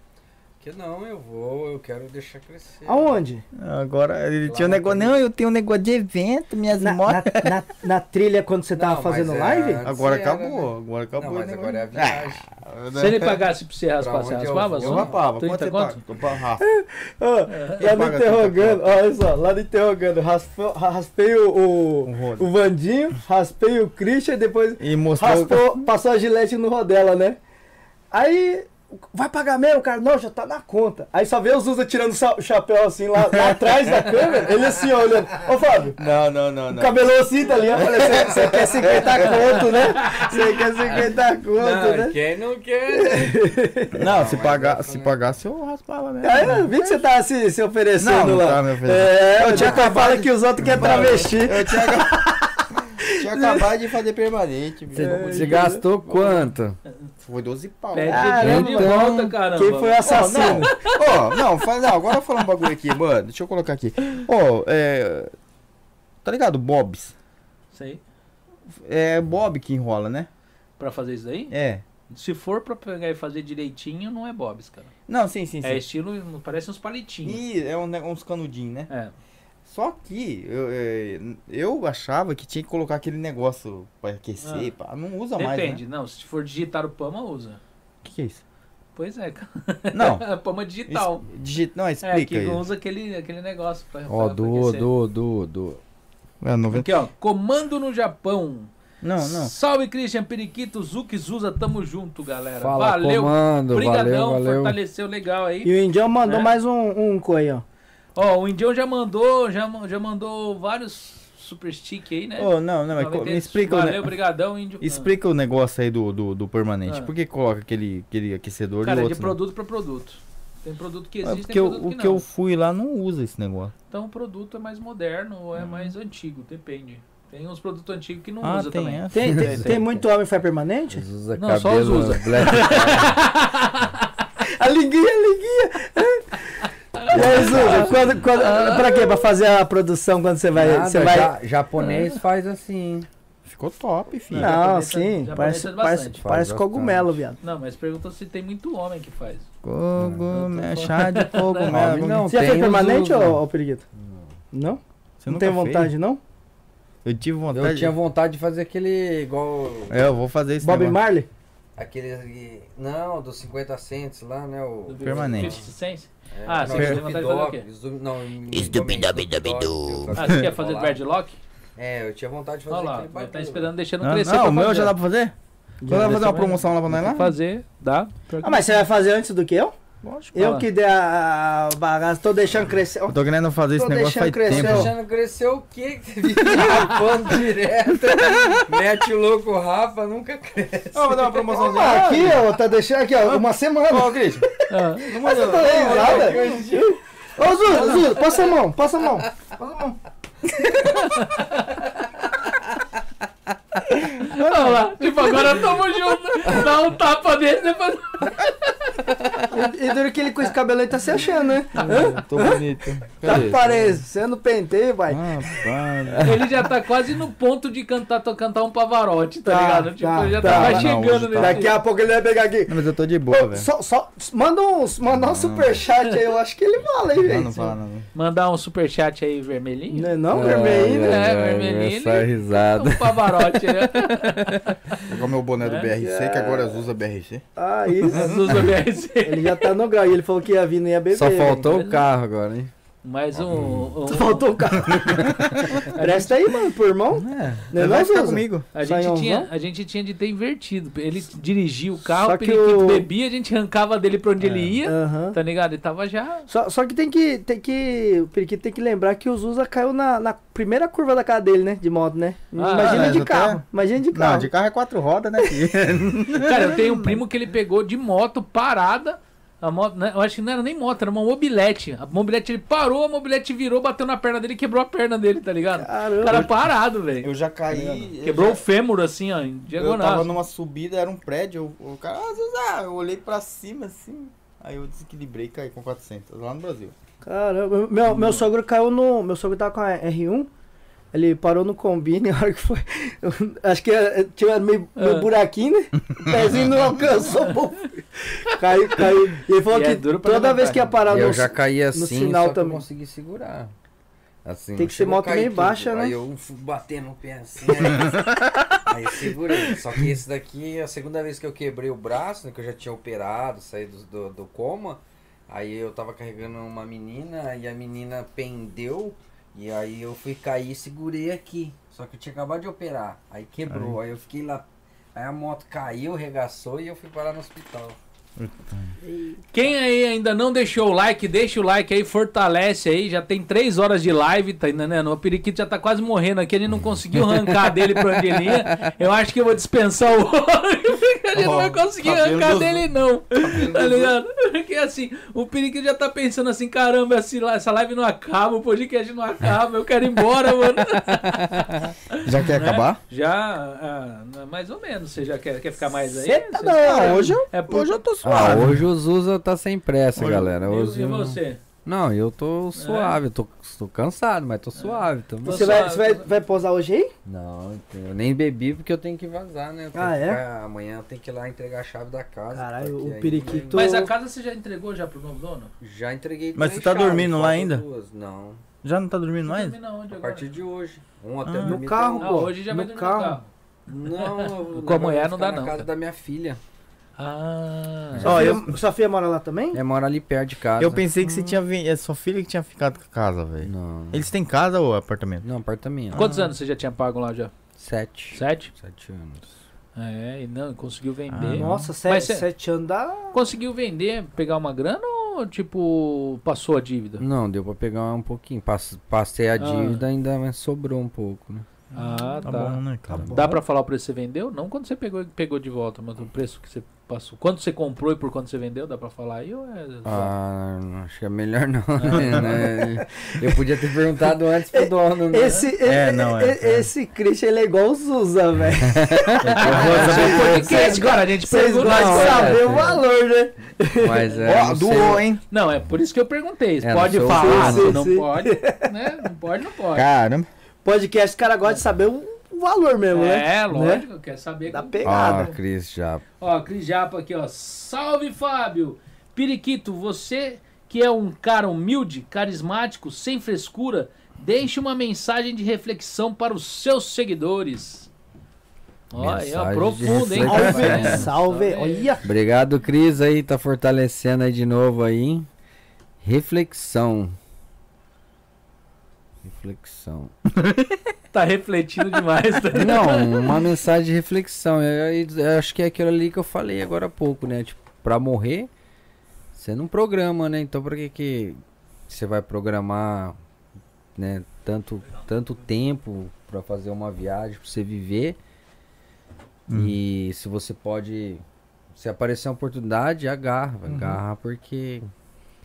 C: Que não, eu vou, eu quero deixar crescer.
I: Aonde?
D: Agora ele tinha um negócio. Não, eu tenho um negócio de evento, minhas
I: Na,
D: motos.
I: na, na, na trilha quando você
A: Tá
I: tava
C: Não,
I: fazendo
C: mas é-
I: live?
C: antes
D: Agora
C: era, né?
D: acabou, agora acabou. né?
C: Não, mas
D: o
C: agora é a
D: negócio.
C: viagem.
A: Se ele pagasse pra você raspar,
C: Pra
A: você
C: onde eu
A: raspava?
C: vou?
D: É, né? Eu
A: só?
D: rapava,
A: 30
D: quanto tá você
A: conto?
D: tá? Eu pa- Rafa.
I: Ô, lá no
D: paga
I: Ah, interrogando, ó, olha só, lá no interrogando, raspou- ra- raspei o, o,
D: Um rodo.
I: o Vandinho, raspei o Christian e depois
D: E mostrou.
I: raspou, passou a gilete no rodela, né? Aí, vai pagar mesmo, cara? Não, já tá na conta. Aí só vê o Zuza tirando o sa- o chapéu assim lá, lá atrás da câmera, ele assim ó, olhando. Ô Fábio,
D: Não, não, não,
I: o
D: não.
I: cabelão assim, tá ligado? Eu falei, você quer 50 conto, né? Você quer 50 conto, né?
C: Quem não quer?
A: né?
D: Não, é assim. se,
C: mas
D: pagar,
C: essa,
D: se
C: né?
D: pagava, eu raspava mesmo.
I: Aí eu vi que você tava se, se oferecendo
D: Não, tá. não
I: lá.
D: tava me oferecendo.
I: É, eu tinha acabado que os outros querem travesti.
D: Eu tinha, acab- tinha acabado de fazer permanente,
C: Você,
D: bicho.
C: você gastou quanto?
D: Foi 12 pau.
A: Pede
I: Caramba.
A: dinheiro de volta, caramba.
I: Quem foi o
D: Ó, não,
I: assassino?
D: ó, não, faz, não, agora eu vou falar um bagulho aqui, mano. Deixa eu colocar aqui. Ó, é. Tá ligado? Bobs.
A: Sei.
D: É Bob que enrola, né?
A: Pra fazer isso daí?
D: É.
A: Se for pra pegar e fazer direitinho, não é Bob's, cara.
D: Não, sim, sim, sim.
A: É estilo, parece uns palitinhos.
D: E é um ne- uns canudinhos, né?
A: É.
D: Só que eu, é, eu achava que tinha que colocar aquele negócio pra aquecer, pá. Não usa mais.
A: Ah. Depende,
D: né?
A: não. Se for digitar o Pama, usa.
D: O que, que é isso?
A: Pois é, cara.
D: Não.
A: Pama digital.
D: es- digita- não,
A: É,
D: explica
A: que
D: aí.
A: usa aquele, aquele negócio pra.
C: Ó,
A: pra
C: doou,
A: aquecer.
C: doou, doou, doou.
D: É, 90...
A: Aqui, ó. Comando no Japão.
D: Não, não.
A: Salve, Christian Periquito, Zuki Zuza. Tamo junto, galera.
C: Fala,
A: valeu.
C: comando,
A: Obrigadão,
C: valeu, valeu.
A: fortaleceu legal aí.
I: E o Indião mandou
A: É.
I: mais um, um coi, ó.
A: Ó, o Indião já mandou, já, ma- já mandou vários super stick aí,
I: É,
A: né?
D: Ô, não, não, mas co-
A: 90.
D: me explica, né? o ne-
A: Valeu, obrigadão, Índio.
D: explica o negócio aí do, do, do permanente.
A: Ah.
D: Por que coloca aquele, aquele aquecedor
A: Cara,
D: e
A: é
D: outro?
A: de
D: não?
A: produto pra produto. Tem produto que
B: Ah,
D: É
A: existe,
D: porque
A: tem
D: eu-
A: produto
D: o
A: que
D: que
A: não.
D: eu fui lá não usa esse negócio.
A: Então o produto é mais moderno ou é mais antigo, depende. Tem uns produtos antigos que não
D: Hum. ah,
A: usa
D: tem
A: também.
D: essa.
I: Tem, tem, tem muito homem que faz permanente?
C: Zusa
A: Não, só
C: é cabelo né?
A: Zuza.
C: black.
I: A liguinha, a liguinha. E aí, Zuza, quando, quando, pra quê? Pra fazer a produção quando você vai.
C: Nada,
I: você vai...
C: ja- japonês faz assim.
B: Ficou top, filho.
I: Não,
A: japonesa-
I: sim.
A: japonesa
I: Parece,
A: é
I: parece,
A: bastante.
I: parece
D: Faz
I: cogumelo, viado.
A: Não, mas perguntou se tem muito homem que faz.
B: Cogumelo, chá de cogumelo.
D: Não,
I: Você já
D: tem
C: um
I: fez
D: os-
I: permanente,
D: os-
I: ô, ô Periquito? Não? Não,
B: Você
I: tem
B: nunca
I: vontade,
B: fez?
I: não?
B: Eu tive vontade.
C: Eu tinha vontade de fazer aquele igual.
B: É, eu vou fazer isso.
I: Bob Marley?
C: Aquele. Não, dos 50 cents lá, né? O.
B: Permanente.
A: Fifty Cent?
C: É,
A: Ah,
C: não,
A: sim,
C: Snoop
A: tem vontade de fazer o
C: Dogg,
A: quê?
C: Snoop- Não,
D: Snoop Dogg, Dogg, Dogg.
A: Ah, você quer fazer do dreadlock?
C: É, eu tinha vontade de fazer
A: Olha lá,
C: aquele
A: vai tá
C: bagulho.
A: esperando, deixando
B: Não,
A: crescer.
B: não,
A: pra
B: o meu
A: fazer.
B: já dá pra fazer? Quando vai fazer uma promoção lá pra
I: é
B: nós lá?
A: Fazer, dá.
I: Ah, mas você vai fazer antes do que eu?
B: Lógico.
I: Eu
A: lá.
I: que dei a a bagaça, tô deixando crescer. ó.
B: Eu tô querendo fazer esse
I: Tô
B: negócio faz
I: deixando crescer,
B: tempo.
I: ó.
C: Deixando crescer o quê? que Rapando direto. né? Mete o louco Rafa, nunca cresce.
B: Eu vou dar uma
I: Ah, aqui, ó, tá deixando aqui, ó, uma semana. Ô, Cris,
A: Ah.
I: mas você tá dando risada? Ô, Zuzu, Zuzu, passa a mão, passa a mão.
A: Olha lá, tipo, agora tamo junto. Dá um tapa nele, depois.
I: E duro que ele com esse cabelo aí tá se achando, né?
B: Tô bonito.
I: Tá parecendo penteio, vai.
D: Ah,
B: Rapaz.
A: Ele já tá quase no ponto de cantar, to- cantar um pavarote, tá,
I: Tá,
A: ligado? Tipo,
I: tá,
A: ele já
I: tá.
A: tá,
B: Não,
A: mais
B: hoje
A: chegando
B: tá.
A: nele.
I: Daqui a pouco ele vai pegar aqui.
B: Não, mas eu tô de boa, velho.
I: Só, só, manda um, manda um superchat aí, eu acho que ele fala, hein,
B: Ah. Não,
I: velho.
B: não fala, não.
A: Mandar um superchat aí vermelhinho.
I: Não é não, vermelho, né?
A: né, vermelhinho,
D: É, Essa risada.
A: Um pavarote, né?
B: Pegar o meu boné do BRC, que agora usa BRC.
I: Ah, isso.
A: Azusa BRC.
I: Ele já tá no grau e ele falou que ia vir, não ia beber.
D: Só
I: velho.
D: faltou o carro agora, hein?
A: Mais um. um-
I: Só faltou o carro. Presta aí, mano, pro irmão.
B: É.
I: Não é
B: vai
I: nós,
B: ficar
I: Zuzu?
B: comigo.
A: a,
I: Saião,
A: gente tinha,
I: vamos?
A: a gente tinha de ter invertido. Ele dirigia o carro,
I: Só
A: o
I: que
A: periquito
I: o- É.
A: bebia, a gente arrancava dele pra onde ele ia.
I: Aham.
A: Tá ligado? Ele tava já.
I: Só, só que tem que, tem que. O Periquito tem que lembrar que o Zuza caiu na, na primeira curva da casa dele, né? De moto, né?
A: Ah,
I: imagina
B: é,
I: de
B: já
I: carro.
B: tá-
I: Imagina de carro.
B: Não, de carro é quatro rodas, né? filho?
A: Cara, eu tenho um primo que ele pegou de moto parada. A moto, né, eu acho que não era nem moto, era uma mobilete. A mobilete ele parou, a mobilete virou, bateu na perna dele e quebrou a perna dele, tá ligado? O
I: Caramba.
A: cara parado, velho.
B: Eu já caí. eu
A: Quebrou
B: já-
A: o fêmur assim, ó, em
B: Eu tava
A: diagonal.
B: numa subida, era um prédio, o o cara, ah, Zuzá, eu olhei pra cima assim, aí eu desequilibrei e caí com 400, lá no Brasil.
I: Caramba, meu, meu sogro caiu no. Meu sogro tava com a R1. Ele parou no combine, a hora que foi. Acho que eh, tinha meio, meio
A: Ah.
I: buraquinho, né? O pezinho não alcançou. pô. Caiu, caiu. E ele falou
A: E
I: que
A: é duro pra
I: toda vez
A: levantar,
I: que ia parar
C: E
I: no.
C: eu já caí assim,
I: sinal
C: só que
I: também.
C: eu consegui segurar. Assim,
I: Tem
C: não
I: que ser
C: chegou a
I: moto
C: cair
I: meio
C: tudo.
I: baixa, né?
C: Aí eu fui batendo o pé assim, aí, aí segurei. Só que esse daqui, a segunda vez que eu quebrei o braço, né, que eu já tinha operado, saí do, do, do coma, aí eu tava carregando uma menina e a menina pendeu e aí eu fui cair e segurei aqui. Só que eu tinha acabado de operar, aí quebrou, aí eu fiquei lá. Aí a moto caiu, regaçou e eu fui parar no hospital.
A: Quem aí ainda não deixou o like, deixa o like aí, fortalece aí. Já tem três horas de live, tá entendendo? O periquito já tá quase morrendo aqui, ele não conseguiu arrancar dele pra onde ele ia. Eu acho que eu vou dispensar o óleo, porque a gente não vai
B: Ó,
A: conseguir
B: cabelo
A: arrancar
B: do-
A: dele, não. Tá ligado? Porque assim, o periquito já tá pensando assim: caramba, esse li- essa live não acaba, o podcast não acaba, eu quero ir embora, mano.
B: Já quer acabar?
A: Já, ah, mais ou menos, você já quer, quer ficar mais aí?
I: Cê tá
A: Você-
I: doido.
B: hoje eu,
A: É por...
B: hoje eu tô
D: Ah,
B: suave.
D: hoje o Zuza tá sem pressa,
B: Hoje-
D: galera. Hoje
A: E
D: eu-
A: você? É.
D: Não, eu tô suave, eu tô, tô cansado, mas tô suave. Tô...
I: Você, vai, você vai, vai posar hoje aí?
D: Não,
C: então, Eu nem bebi porque eu tenho que vazar, né? Eu tenho
I: Ah,
C: que
I: é?
C: ficar- amanhã eu tenho que ir lá entregar a chave da casa.
I: Caralho,
C: porque
I: o
C: aí
I: periquito-
A: Mas a casa você já entregou já pro novo dono?
C: eu Já entreguei
B: Mas
C: três
B: você tá
C: chaves,
B: dormindo lá
C: faltam
B: ainda?
C: duas. Não.
B: Já não tá dormindo mais?
A: Termina onde
C: A
A: agora?
C: partir de hoje. Um até
B: Ah.
C: dormir
I: No carro,
C: tem
A: Ah,
C: um.
I: pô.
A: hoje já
I: no
A: vai dormir no carro.
I: carro.
C: Não, eu-
A: Com a
C: eu vou
A: mulher não
C: ficar
A: dá
C: na
A: não,
C: casa
A: cara.
C: da minha filha.
A: Ah.
I: Ó, eu, sua filha mora lá também?
D: é mora ali perto de casa.
B: Eu pensei que você tinha vindo, é sua filha que tinha ficado com a casa, velho.
D: Não,
B: Eles têm casa ou apartamento?
D: não apartamento.
A: Quantos anos você já tinha pago lá já?
D: Sete.
A: Sete?
D: Sete anos.
A: É, e não, conseguiu
B: Ah,
A: vender.
I: Nossa,
A: Mas
I: sete,
A: cê-
I: sete anos dá. né?
A: Conseguiu vender, pegar uma grana ou, tipo, passou a dívida?
D: Não, deu pra pegar um pouquinho. Pass- Passei a dívida, ainda mas sobrou um pouco, né?
A: Ah, tá.
B: Tá bom, né, cara?
A: Dá pra falar o preço que você vendeu? Não quando você pegou, pegou de volta, mas o preço que você passou. Quanto você comprou e por quanto você vendeu, dá pra falar aí? Ou é...
D: Ah, não, acho que é melhor não, né? Eu podia ter perguntado antes pro dono, né?
I: Esse,
B: É, não, é,
I: e- e-
B: é.
I: Esse Christian ele é igual o Zuza, velho.
A: Ah, podcast, cara, a gente
I: Vocês
A: pergunta.
I: gostam
D: Não,
I: de
D: é,
I: saber
D: é.
I: o valor, né?
D: Mas é.
B: Ó,
D: não sei.
B: doou, hein?
A: Não, é por isso que eu perguntei.
D: É,
A: pode
D: não sei o
A: falar,
I: preço,
A: não
I: sim.
A: pode, né? Não pode, não pode.
B: Caramba.
I: Podcast, o cara gosta de saber o o valor mesmo, né?
A: É, lógico, quer saber
I: Da
A: como-
C: Ah,
I: pegada.
C: Cris já.
A: Ó, Cris Japa aqui, ó. Salve, Fábio! Periquito, você que é um cara humilde, carismático, sem frescura, deixe uma mensagem de reflexão para os seus seguidores. Ó, aí, ó,
C: Mensagem de
A: profundo, hein?
C: reflexão.
I: Salve,
A: É,
I: salve. Olha.
C: Obrigado, Cris, aí, tá fortalecendo aí de novo aí. Reflexão. Reflexão.
A: Tá refletindo demais. Tá?
C: Não, uma mensagem de reflexão. Eu, eu- eu acho que é aquilo ali que eu falei agora há pouco, né? Tipo, pra morrer, você não programa, né? Então pra que que você vai programar, né? Tanto, tanto tempo pra fazer uma viagem, pra você viver. E se você pode... Se aparecer uma oportunidade, agarra. Agarra porque...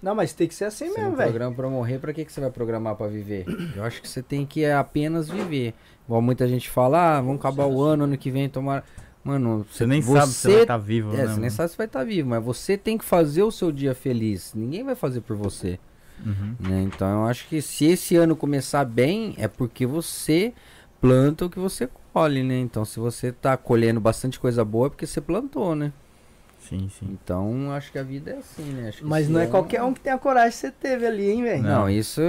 I: Não, mas tem que ser assim
C: Você
I: mesmo,
C: não
I: velho.
C: programa pra morrer, pra que, que você vai programar pra viver? Eu acho que você tem que é, apenas viver. Igual muita gente fala, ah, vamos acabar o ano, ano que vem tomar. Mano,
D: Você nem sabe se você
B: tá
D: vai estar vivo,
C: É,
D: né?
C: você nem
D: mano?
C: sabe se vai estar vivo, mas você tem que fazer o seu dia feliz. Ninguém vai fazer por você.
D: Uhum.
C: né? Então eu acho que se esse ano começar bem, é porque você planta o que você colhe, né? Então se você tá colhendo bastante coisa boa, é porque você plantou, né?
D: Sim, sim.
C: Então eu acho que a vida é assim, né? Acho que
I: Mas
C: esse
I: não é
C: ano-
I: qualquer um que tem a coragem que você teve ali, hein, velho?
C: Não, isso,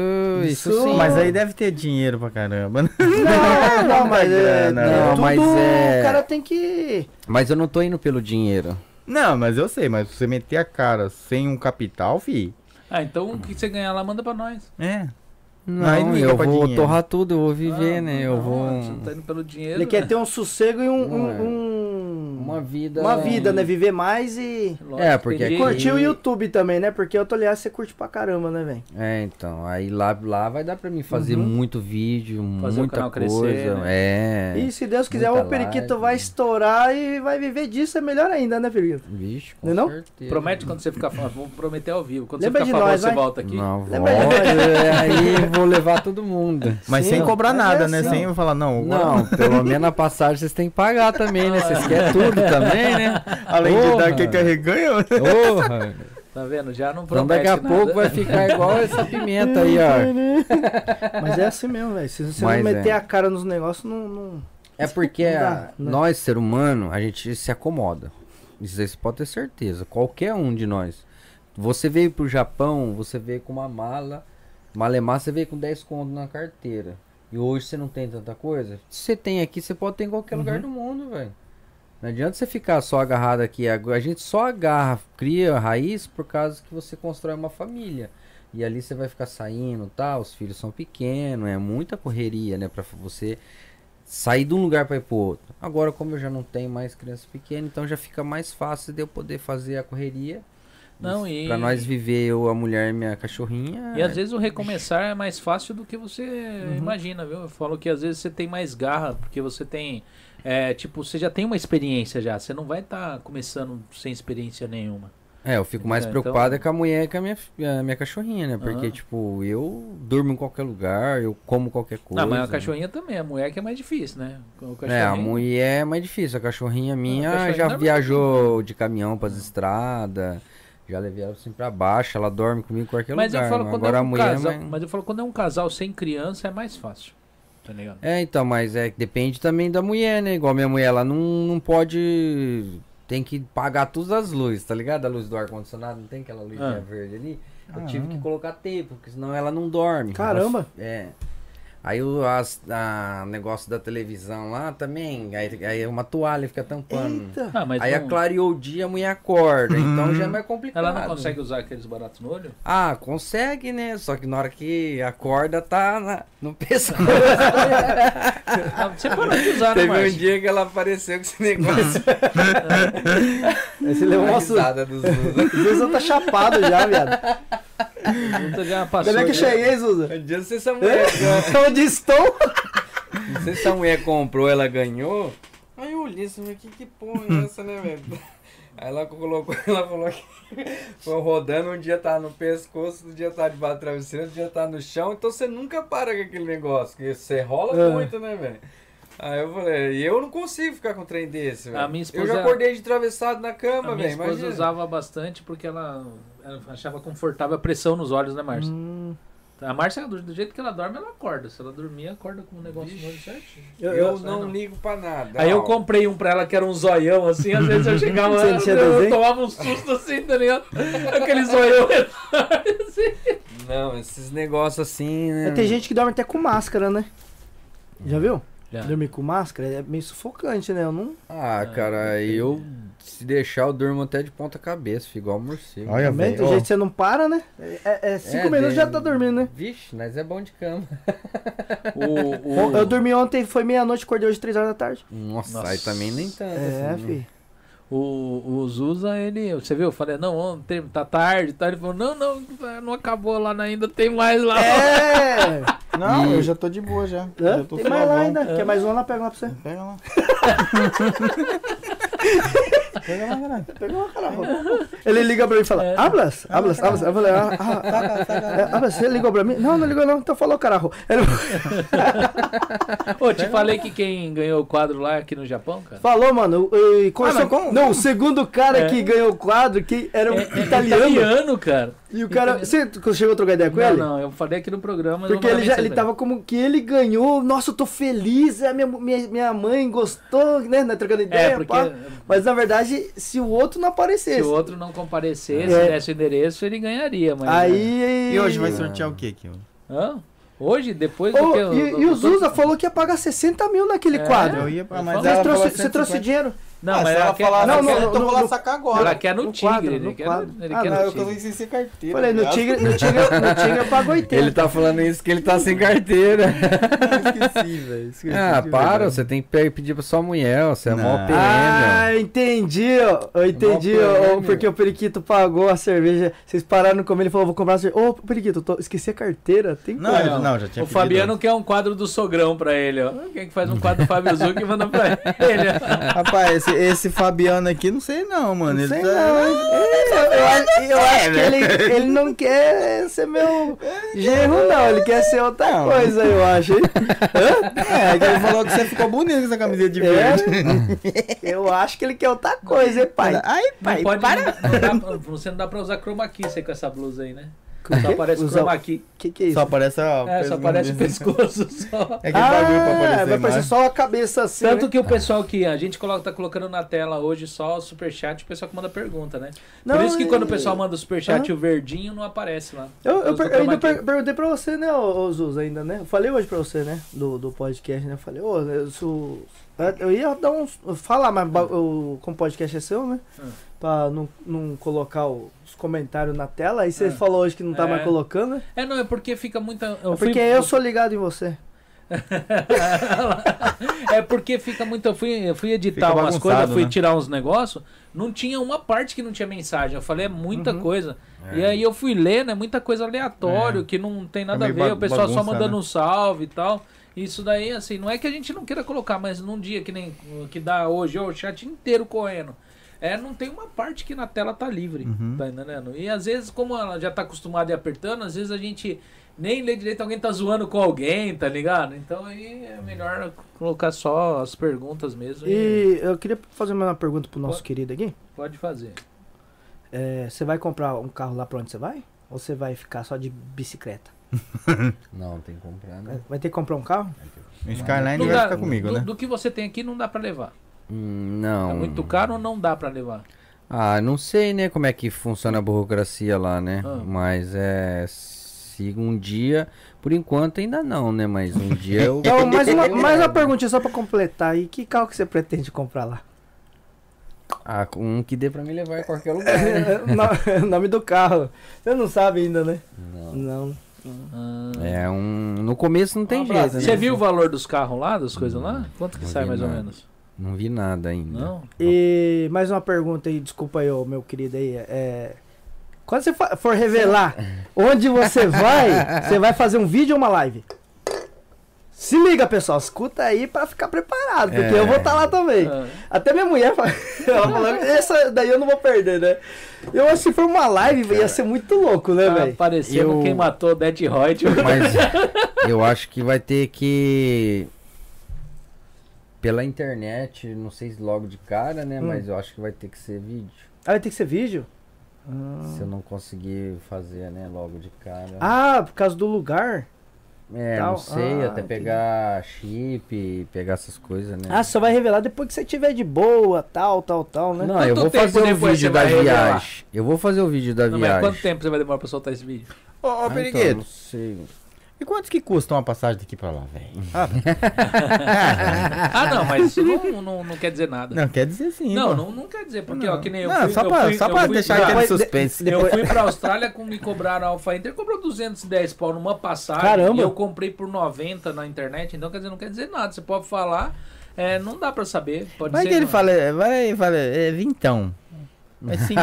C: isso,
I: Isso-
C: sim.
D: Mas aí deve ter dinheiro pra caramba. né?
I: Não, não, mas é,
D: grana, né?
I: não,
C: Não, mas
I: tudo
C: é-
I: o cara tem que.
C: Mas eu não tô indo pelo dinheiro.
D: Não, mas eu sei, mas você meter a cara sem um capital, fi.
A: Ah, então o que você ganhar lá, manda pra nós.
D: É.
C: Não,
D: Aí liga
C: eu
D: pra
C: vou
D: dinheiro.
C: torrar tudo, eu vou viver,
A: Ah,
C: né?
A: não,
C: Eu vou.
A: não, Você não tá indo pelo dinheiro.
I: Ele quer ter um sossego e um.
C: Não é.
I: um- um-
C: Uma vida.
I: uma vida, né? Viver mais e.
A: Lógico,
C: É, porque
A: tem
C: aqui-
A: jeito.
I: Curtir o YouTube também, né? Porque eu tô ligado, você curte pra caramba, né, velho?
C: É, então. Aí lá, lá vai dar pra mim fazer muito vídeo,
A: Uhum. Fazer o
C: muita
A: canal crescer, né?
C: coisa. É.
I: E se Deus quiser,
C: Muita
I: o periquito
C: live. né?
I: vai estourar e vai viver disso, é melhor ainda, né, periquito?
C: Vixe,
I: Não
C: com
I: é não?
C: certeza.
A: Promete quando você ficar famoso. Vamos prometer ao vivo. Quando você
I: Lembra de
A: ficar famoso, você
C: né?
I: nós, vai.
A: volta aqui.
C: Não, vou,
I: Lembra-
C: aí vou levar todo mundo.
D: Mas
I: Sim,
D: sem cobrar
I: mas é
D: nada, né?
I: assim,
D: Sem eu falar, não, agora-
C: Não, pelo menos a passagem vocês têm que pagar também, né? Vocês querem tudo também, né?
D: além de dar
C: Porra.
D: que
I: né?
D: arreganha,
C: Porra.
A: Tá vendo? Já não
C: Então
A: promete
C: daqui a
A: nada.
C: pouco vai ficar igual essa pimenta aí, ó.
I: Mas é assim mesmo, velho. Se você
C: Mas
I: não meter
C: é.
I: a cara nos negócios, não. não...
C: É porque
I: Não dá,
C: a-
I: né?
C: nós, ser humano, a gente se acomoda. Isso aí você pode ter certeza. Qualquer um de nós. Você veio pro Japão, você veio com uma mala. Malemar, você veio com 10 conto na carteira. E hoje você não tem tanta coisa. Se você tem aqui, você pode ter em qualquer
I: Uhum.
C: lugar do mundo, velho. Não adianta você ficar só agarrado aqui. A a gente só agarra, cria raiz por causa que você constrói uma família. E ali você vai ficar saindo, tá? Os filhos são pequenos, é muita correria, né? Pra você sair de um lugar para ir pro outro. Agora, como eu já não tenho mais criança pequena, então já fica mais fácil de eu poder fazer a correria.
A: Não, e-
C: Pra nós viver, eu, a mulher e minha cachorrinha.
A: E às vezes o recomeçar é mais fácil do que você
C: Uhum.
A: imagina, viu? Eu falo que às vezes você tem mais garra, porque você tem. é, tipo, você já tem uma experiência já. Você não vai estar começando sem experiência nenhuma.
C: É, eu fico mais
A: É, então-
C: preocupado é com a mulher e com a minha, fi- a minha cachorrinha, né? Porque,
A: Aham.
C: tipo, eu durmo em qualquer lugar, eu como qualquer coisa.
A: não, Ah, mas a cachorrinha também, a mulher que é mais difícil, né? O cachorrinho-
C: É, a mulher é mais difícil. A cachorrinha minha
A: cachorrinha
C: já
A: não é
C: viajou de caminhão pras estradas, já levei ela assim pra baixo, ela dorme comigo em qualquer
A: mas
C: lugar.
A: eu falo
C: né?
A: quando
C: Agora
A: é
C: a
A: um
C: mulher. é
A: casal.
C: mais-
A: Mas eu falo quando é um casal sem criança é mais fácil. Tá ligado?
C: É, então, mas é que depende também da mulher, né? Igual minha mulher, ela não, não pode. Tem que pagar todas as luzes, tá ligado? A luz do ar-condicionado, não tem aquela luzinha
A: Ah.
C: verde ali. Eu tive que colocar tape, porque senão ela não dorme.
I: Caramba!
C: Ela- é. Aí o as, a, negócio da televisão lá também, aí, aí uma toalha fica tampando.
I: Eita!
A: Ah, mas
C: aí é
A: não- Uhum.
C: aclareou o dia, a mulher acorda. Então já é mais complicado.
A: ela não consegue usar aqueles baratos no olho?
C: Ah, consegue, né? Só que na hora que acorda, tá na- no pescoço.
A: Ah, você parou de usar, né,
C: Teve um
A: Márcio?
C: dia que ela apareceu com esse negócio.
I: Aí você levou
C: Uma
I: uma suja.
C: risada do Zuza.
I: Zuza tá chapado já, viado.
A: Você já
I: Ainda
A: passou,
I: bem que
A: né?
I: eu cheguei, Zuza.
C: Não adianta não sei se a mulher,
I: É? Onde estou?
C: não sei se a mulher comprou, ela ganhou. Aí eu olhei assim, mas que, que porra é essa, né, velho? Aí ela colocou, ela falou que foi rodando, um dia tá no pescoço, um dia tá debaixo do travesseiro, outro dia tá no chão, então você nunca para com aquele negócio, que você rola
I: É.
C: muito, né, velho? Aí eu falei, e eu não consigo ficar com um trem desse, velho.
A: A minha
C: Eu já
A: esposa-
C: acordei de travessado na
A: A
C: cama,
A: minha
C: velho,
A: esposa
C: imagina.
A: usava bastante porque ela, ela achava confortável a pressão nos olhos, né, Márcio? A Márcia, do, do jeito que ela dorme, ela acorda. Se ela dormir, acorda com um negócio novo certinho.
N: Eu, eu não ligo pra nada.
A: Aí eu
N: ó.
A: comprei um pra ela que era um zoião, assim, às vezes eu chegava lá,
I: Você tinha
A: eu, eu
I: desenho?
A: tomava um susto assim, tá ligado? Aquele zoião enorme, assim.
N: Não, esses negócios assim, né?
I: Mas É, Tem gente que dorme até com máscara, né? Já viu?
A: Já.
I: Dormir com máscara é meio sufocante, né? Eu não.
N: Ah, cara, eu se deixar eu durmo até de ponta cabeça, fico igual um morcego.
D: Olha,
I: Também,
D: É, velho.
I: do
D: ó.
I: jeito que você não para, né? É, é cinco
N: É,
I: minutos
N: de-
I: já tá dormindo, né?
N: Vixe, nós é bom de cama.
A: O, o,
I: Eu dormi ontem, foi meia-noite, acordei hoje três horas da tarde.
N: Nossa,
A: Nossa.
N: aí também nem
C: Então,
N: tanto.
I: É,
N: assim, né?
I: fi.
A: o, o Zuza, ele. Você viu? Eu falei, não, ontem tá tarde, tá? Ele falou, não, não, não acabou lá né, ainda, tem mais lá.
I: É!
D: Não, eu já tô de boa já.
I: Hã?
D: Já tô
I: Tem mais lá
D: suavão.
I: ainda. Quer mais uma lá? Pega lá pra você.
D: Pega lá. Pega lá, caralho.
I: Pega É. uma, caramba. Ele liga pra mim e fala, Ablas? Ablas, Ablas. Eu falei, ah, ah, ah, Ablas, você ligou pra mim? Não, não ligou não. Então falou, caralho. Ele
A: Pô, te falei que quem ganhou o quadro lá aqui no Japão, cara?
I: falou, mano. e começou-
D: mas como-
I: Não, o segundo cara
A: É.
I: que ganhou o quadro, que era um
A: É- é
I: italiano.
A: italiano, cara.
I: E o cara... Você chegou a trocar ideia com
A: Então, Não,
I: ele?
A: não, eu falei aqui no programa. mas eu
I: Porque
A: mandei
I: ele já ele
A: mensagem.
I: tava como que ele ganhou. Nossa, eu tô feliz. A minha, minha, minha mãe gostou, né? né, Trocando ideia.
A: É, porque
I: pá. Mas na verdade, se o outro não aparecesse.
A: se o outro é, não comparecesse,
I: É.
A: desse o endereço, ele ganharia, mas. né?
I: Aí.
D: E hoje vai sortear o que aqui? ó?
A: Hã? Hoje, depois do
I: Ô,
A: que
I: e,
A: eu-
I: e
A: eu
I: o
A: tô-
I: Zuza falou que ia pagar 60 mil naquele
A: É?
I: quadro.
D: Eu ia pra. Mas
A: Mas
I: Você
D: ela
I: trouxe,
D: falou
I: você trouxe
D: 150.
I: dinheiro?
A: Não,
D: Ah,
A: mas
D: se
A: ela, assim,
D: ela
A: quer,
D: falar,
I: Não,
D: não,
I: não,
D: eu
I: no-
D: vou lá
I: no-
D: sacar
A: ela
D: agora.
A: quer no
I: no
A: Tigre,
I: quadro,
A: ele
I: no
A: quer
I: quadro.
A: no, ele
I: Ah,
A: quer
I: não,
A: no
D: eu tô
A: Tigre.
D: sem- sem carteira.
I: Falei, no
D: viado.
I: Tigre, no Tigre, no Tigre eu pago 80.
C: Ele tá falando isso que ele tá sem carteira.
D: Esqueci, velho. Esqueci
C: Ah,
A: é
D: de
C: para,
D: verdade.
C: você tem que pe- pedir pra sua mulher, ó, você é mó perenda.
I: Ah, entendi, ó. Eu entendi,
N: Mó
I: ó,
N: prêmio.
I: porque o Periquito pagou a cerveja. Vocês pararam no comer, ele falou, vou comprar a cerveja. Ô, Periquito, eu tô- esqueci a carteira, tem
D: Não,
I: como?
D: eu- não, já tinha
A: O Fabiano quer um quadro do sogrão pra ele, ó. Quem que faz um quadro do Fábio Zuc e manda pra ele. ó.
D: pedido. Rapaz, esse, esse Fabiano aqui, não sei não, mano.
I: Não
D: ele
I: sei
D: tá-
I: não, hein? É, eu- eu acho- Eu acho que ele, ele não quer ser meu genro, não. Ele quer ser outra
D: Não.
I: coisa, eu acho, hein?
D: É, é que ele falou que você ficou bonito com essa camiseta de verde.
I: É, eu acho que ele quer outra coisa, hein, pai?
D: Ai,
A: Não
D: pai,
A: pode,
D: para.
A: não dá- não dá pra- você não dá pra usar chroma key você com essa blusa aí, né? Só aparece
I: Uhum. Usar o-
A: chroma key.
I: Que que é isso?
D: Só aparece a...
A: É, só aparece o pescoço só.
D: É aquele bagulho pra aparecer
I: Ah, vai aparecer
D: mais.
I: só a cabeça assim.
A: Tanto
I: né?
A: que o pessoal que a gente coloca, tá colocando na tela hoje só o superchat, o pessoal que manda pergunta, né? Por
I: Não,
A: isso que
I: é-
A: quando o pessoal manda o superchat, o verdinho não aparece lá.
I: Eu, eu
A: Usa o
I: per- eu ainda
A: chroma key.
I: per- perguntei pra você, né, ô, ô Zuz, ainda, né? Eu falei hoje pra você, né? Do, do podcast, né? Eu falei, ô, eu sou. Eu ia dar uns. Falar, mas ba- o, como o podcast é seu, né?
A: Hum.
I: Pra não, não colocar o- os comentários na tela. Aí você
A: Ah.
I: falou hoje que não tá
A: É.
I: mais colocando, né?
A: É, não, é porque fica muita.
I: É
A: Eu fui-
I: porque eu sou ligado em você.
A: é porque fica muito. Eu fui, eu fui editar
D: Fica
A: umas
D: bagunçado,
A: coisas, fui
D: né?
A: tirar uns negócios. Não tinha uma parte que não tinha mensagem. Eu falei, é muita
I: Uhum.
A: coisa. E aí eu fui lendo, é muita coisa aleatória,
D: É.
A: que não tem nada a
D: meio
A: ver.
D: ba-
A: O pessoal só
D: bagunça,
A: mandando
D: né?
A: um salve e tal. Isso daí, assim, não é que a gente não queira colocar, mas num dia que nem que dá hoje, ó, o chat inteiro correndo. É, não tem uma parte que na tela tá livre,
D: Uhum.
A: tá entendendo? E às vezes, como ela já tá acostumada e apertando, às vezes a gente nem lê direito, alguém tá zoando com alguém, tá ligado? Então aí é melhor colocar só as perguntas mesmo e,
I: E eu queria fazer uma pergunta pro nosso
A: Pode.
I: querido aqui.
A: pode fazer.
I: É, você vai comprar um carro lá pra onde você vai? Ou você vai ficar só de bicicleta?
C: Não, tem que comprar, né?
I: Vai ter que comprar um carro?
D: O Skyline
A: Não
D: vai
A: dá-
D: ficar comigo,
A: do,
D: né?
A: do que você tem aqui não dá pra levar.
C: Hum, Não.
A: É muito caro ou não dá pra levar?
C: Ah, não sei, né, como é que funciona a burocracia lá, né?
A: Ah.
C: Mas é. Se um dia. Por enquanto ainda não, né? Mas um dia eu.
I: Então, mais uma, mais uma perguntinha só pra completar aí. Que carro que você pretende comprar lá?
C: Ah, um que dê pra me levar em qualquer lugar. né?
I: É, No- nome do carro. Você não sabe ainda, né?
C: Não.
I: Não.
A: Ah.
C: É um. No começo não tem jeito,
A: Você
C: né?
A: viu o valor dos carros lá, das coisas lá? Quanto que
C: não
A: sai
C: vi
A: mais ou
C: nada.
A: menos?
C: Não vi nada ainda.
A: Não?
I: E mais uma pergunta aí, desculpa aí, ô, meu querido aí. É, quando você fa- for revelar onde você vai, você vai fazer um vídeo ou uma live? Se liga, pessoal, escuta aí pra ficar preparado, porque
D: É.
I: eu vou estar lá também.
A: Ah,
I: Até minha mulher fala, ela falou, essa daí eu não vou perder, né? Eu acho que se for uma live, ia ser muito louco, né,
A: tá
I: velho?
A: aparecendo
C: eu-
A: quem matou o Dead Royd.
C: Mas eu acho que vai ter que. Pela internet, não sei se logo de cara, né?
I: Hum.
C: Mas eu acho que vai ter que ser vídeo.
I: Ah, vai ter que ser vídeo? Ah.
C: Se eu não conseguir fazer, né, logo de cara.
I: Ah, por causa do lugar?
C: é,
I: tal.
C: não sei, até
I: Ah, entendi.
C: pegar chip, pegar essas coisas, né?
I: Ah, só vai revelar depois que você tiver de boa, tal, tal, tal, né?
C: Não, eu
A: Quanto
C: vou
A: tempo
C: fazer o
A: depois
C: vídeo
A: você
C: da
A: vai revelar?
C: viagem. Eu vou fazer o vídeo da
A: Não, mas
C: viagem.
A: quanto tempo é você vai demorar pra soltar esse vídeo?
D: Ô, ô,
C: Ah, então,
D: Perigueto,
C: não sei.
D: e quantos que custa uma passagem daqui pra lá, velho? Ah,
A: Ah, não, mas isso não, não, não quer dizer nada.
D: não, quer dizer sim.
A: Não,
D: pô.
A: não, não quer dizer, porque ó, que nem eu
D: Não,
A: fui,
D: só
A: eu
D: pra,
A: fui-
D: só
A: eu
D: pra
A: fui
D: deixar
A: pra-
D: aquele
I: Depois de-
D: suspense.
A: Eu fui pra Austrália, com, me cobraram a Alfa Inter, cobrou 210 pau numa passagem.
I: Caramba!
A: E eu comprei por 90 na internet, então quer dizer, não quer dizer nada. Você pode falar, é, não dá pra saber. Pode
D: Vai
A: ser,
D: que ele
A: não.
D: fala, é, vai, fala, é vintão. Mas sim,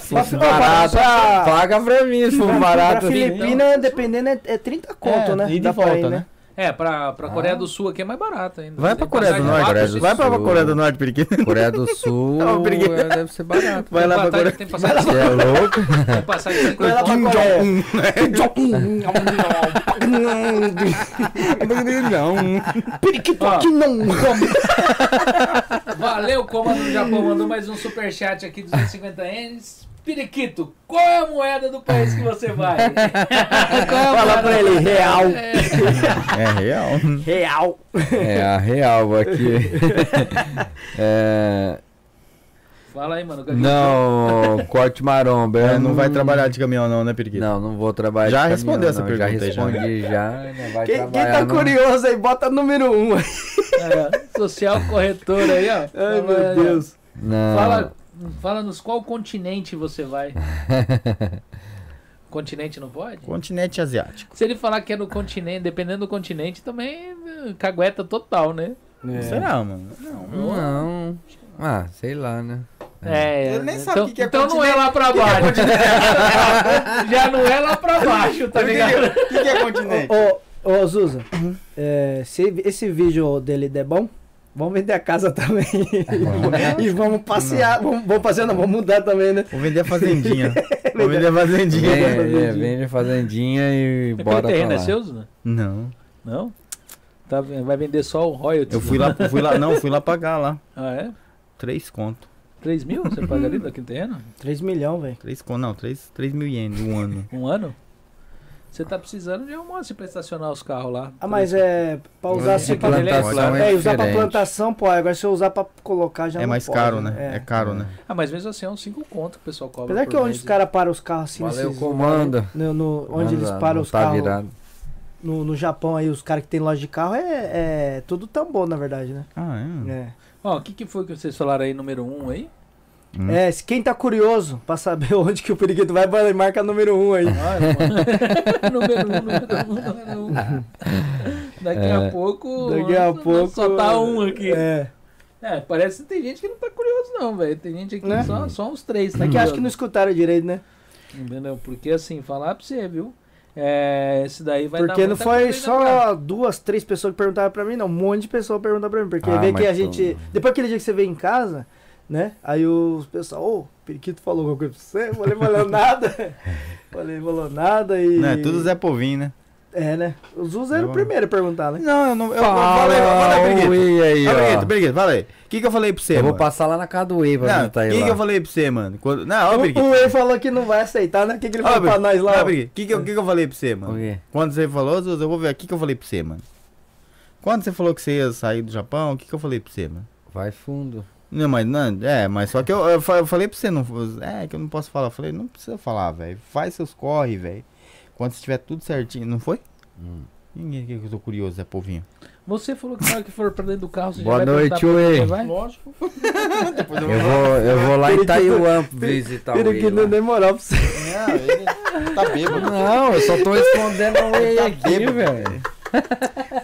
I: Só
C: Se for
I: pra-
C: barato,
I: só pra-
C: paga pra mim, se for
I: Pra-
C: barato.
I: pra Filipina, dependendo, é, é 30 conto,
D: É,
I: né?
D: ida e
I: Dá pra
D: volta,
I: ir,
D: né?
A: É, pra, pra
C: Ah.
A: Coreia do Sul aqui é mais barato ainda.
D: vai
A: Tem
D: pra Coreia do
A: passagem
D: Norte.
A: rápida.
C: Coreia do
D: vai pra
C: Sul.
D: Coreia do Norte, periquito.
C: Coreia do Sul
D: Não, briguei.
C: é, deve ser barato.
D: Vai lá pra
A: Tem passagem- Tem
D: Coreia.
A: passagem
C: Você é louco?
A: Tem passagem de
I: Vai lá
A: 50
I: pra
D: Kim
I: Coreia.
D: Jong-un. Não.
I: Ah,
A: Ó,
I: Não,
A: Valeu, Comando do Japão. Mandou mais um superchat aqui, 250 ienes. Periquito, qual é a moeda do país que você vai?
B: é
I: fala pra ele, real,
D: É real.
I: real.
C: É, a real aqui. É,
A: Fala aí, mano. é
C: não, corte maromba.
D: É,
C: eu
D: não vai trabalhar de caminhão não, né, periquito?
C: Não, não vou trabalhar.
D: Já
C: de
D: respondeu essa
C: não, Já
D: pergunta aí, já, né?
C: respondi já. não vai
I: Quem, quem
C: trabalhar, né?
I: tá
C: não.
I: curioso aí, bota número 1. Um. Ai,
A: É, social corretora aí, ó. Fala aí, ó.
I: meu Deus.
C: Não.
A: Fala, fala nos qual continente você vai. continente não pode?
D: Continente asiático.
A: Se ele falar que é no continente, dependendo do continente, também eh, cagueta total, né?
D: Será, mano?
C: Não. Ah, sei lá, né?
A: É,
B: Ele nem
A: então,
B: sabe o que que é
A: então não é lá pra baixo. Já não é lá pra baixo, tá ligado?
B: O que, que é continente?
I: Ô, ô, Zuza, é, se esse vídeo dele der bom, vamos vender a casa também. e vamos passear, vamos, vamos passear, não, vamos mudar também, né?
D: Vou vender a fazendinha. Vou vender a fazendinha.
C: Vem,
I: fazendinha.
C: é, vende a fazendinha e bora
A: Aquele terreno
C: pra
A: é
C: lá.
A: seu, Zuna?
D: Não.
A: Não? Tá, vai vender só o royalties.
D: Eu fui lá, fui lá, não, fui lá pagar lá.
A: Ah, é?
D: Três conto.
A: 3 mil você paga ali daquele terreno?
I: 3 milhões, velho.
D: Três conto, não, três, três mil ienes um ano.
A: Um ano? Você tá precisando de um monte pra estacionar os carros lá.
I: Ah, mas é pra usar assim pra...
A: plantar
C: Plantação é,
I: É, usar pra
C: diferente.
I: plantação, pô. Agora se eu usar pra colocar já
D: É
I: não
D: mais
I: pode,
D: caro, né? É caro, né?
A: Ah, mas mesmo assim é uns 5 conto que o pessoal cobra.
I: Apesar
A: por
I: que onde
A: mês,
I: os
A: né?
I: caras param os carros assim,
C: Valeu,
I: nesses
C: comando.
I: lugares, né? No- no- onde eles
C: Não,
I: param
C: não
I: os
C: tá
I: carros
C: virado.
I: no, no Japão aí, os caras que tem loja de carro, é, é tudo tambor, na verdade, né?
D: Ah, é?
I: É.
A: Ó, o que, que foi que vocês falaram aí, número 1 um aí?
D: Hum.
I: É, se quem tá curioso pra saber onde que o periquito vai, bora, marca número 1 um aí.
A: Ah, mano. número 1, um, número 1, um, número 1. Um. Daqui a pouco.
I: Daqui a
A: nossa,
I: pouco.
A: Só tá um aqui. É.
I: É.
A: parece que tem gente que não tá curioso, não, velho. Tem gente aqui,
I: Né?
A: só, só uns três, tá
I: É que acho que não
A: curioso.
I: escutaram direito, né?
A: Entendeu? Porque assim, falar pra você, viu? É, esse daí vai dar
I: porque não
A: muita coisa
I: foi
A: ainda pra-
I: só duas, três pessoas que perguntaram pra mim, não. Um monte de pessoas perguntaram pra mim. Porque
C: Ah,
I: vê que
C: mas
I: a
C: tu-
I: gente.
D: então-
I: Depois aquele dia que você veio em casa, né? Aí os pessoal, ô, o periquito falou alguma coisa pra você? Eu falei, falou nada. falei, falou nada e.
D: Não, é tudo Zé Povinho, né?
I: É, né? Os Zuz eram
D: Não.
I: o primeiro a perguntar, né?
D: Não, eu não. Eu,
C: Fala,
D: falei,
C: o Wii aí,
D: Fala,
C: ó.
D: Briguito, Briguito, fala aí. O que, que eu falei pra você?
C: Eu vou
D: mano?
C: passar lá na casa do Wii pra
D: Não, o
C: perguntar
D: que,
C: ele tá
D: que
C: lá.
D: eu falei pra você, mano? Quando... Não, ó, Briguito.
I: O Ei falou que não vai aceitar, né? O que, que ele
D: Ó,
I: falou pra nós lá?
D: Não,
I: ó?
D: Briguito. O que, que, eu- o que, que eu falei pra você,
C: O
D: mano?
C: quê?
D: Quando você falou, Zuza, eu vou ver. O que, que eu falei pra você, mano? Quando você falou que você ia sair do Japão, o que, que eu falei pra você, mano?
C: Vai fundo.
D: Não, mas não, é, mas só que eu, eu fa- eu falei pra você, não, é que eu não posso falar. Eu falei, não precisa falar, velho. Faz seus corre, velho. Quando você tiver tudo certinho, não foi?
C: Hum.
D: Ninguém que eu tô curioso, Zé Povinho.
A: Você falou que na hora que for pra dentro do carro, você
C: Boa
A: já vai
C: noite,
A: perguntar pra
C: Wei.
A: quem vai? Lógico.
C: Eu vou, eu vou lá em Taiwan visitar o
I: Periquito não
C: Will.
I: deu moral pra você.
B: Não, ele tá bêbado. tá
C: Não, eu só tô respondendo o Will aqui, velho.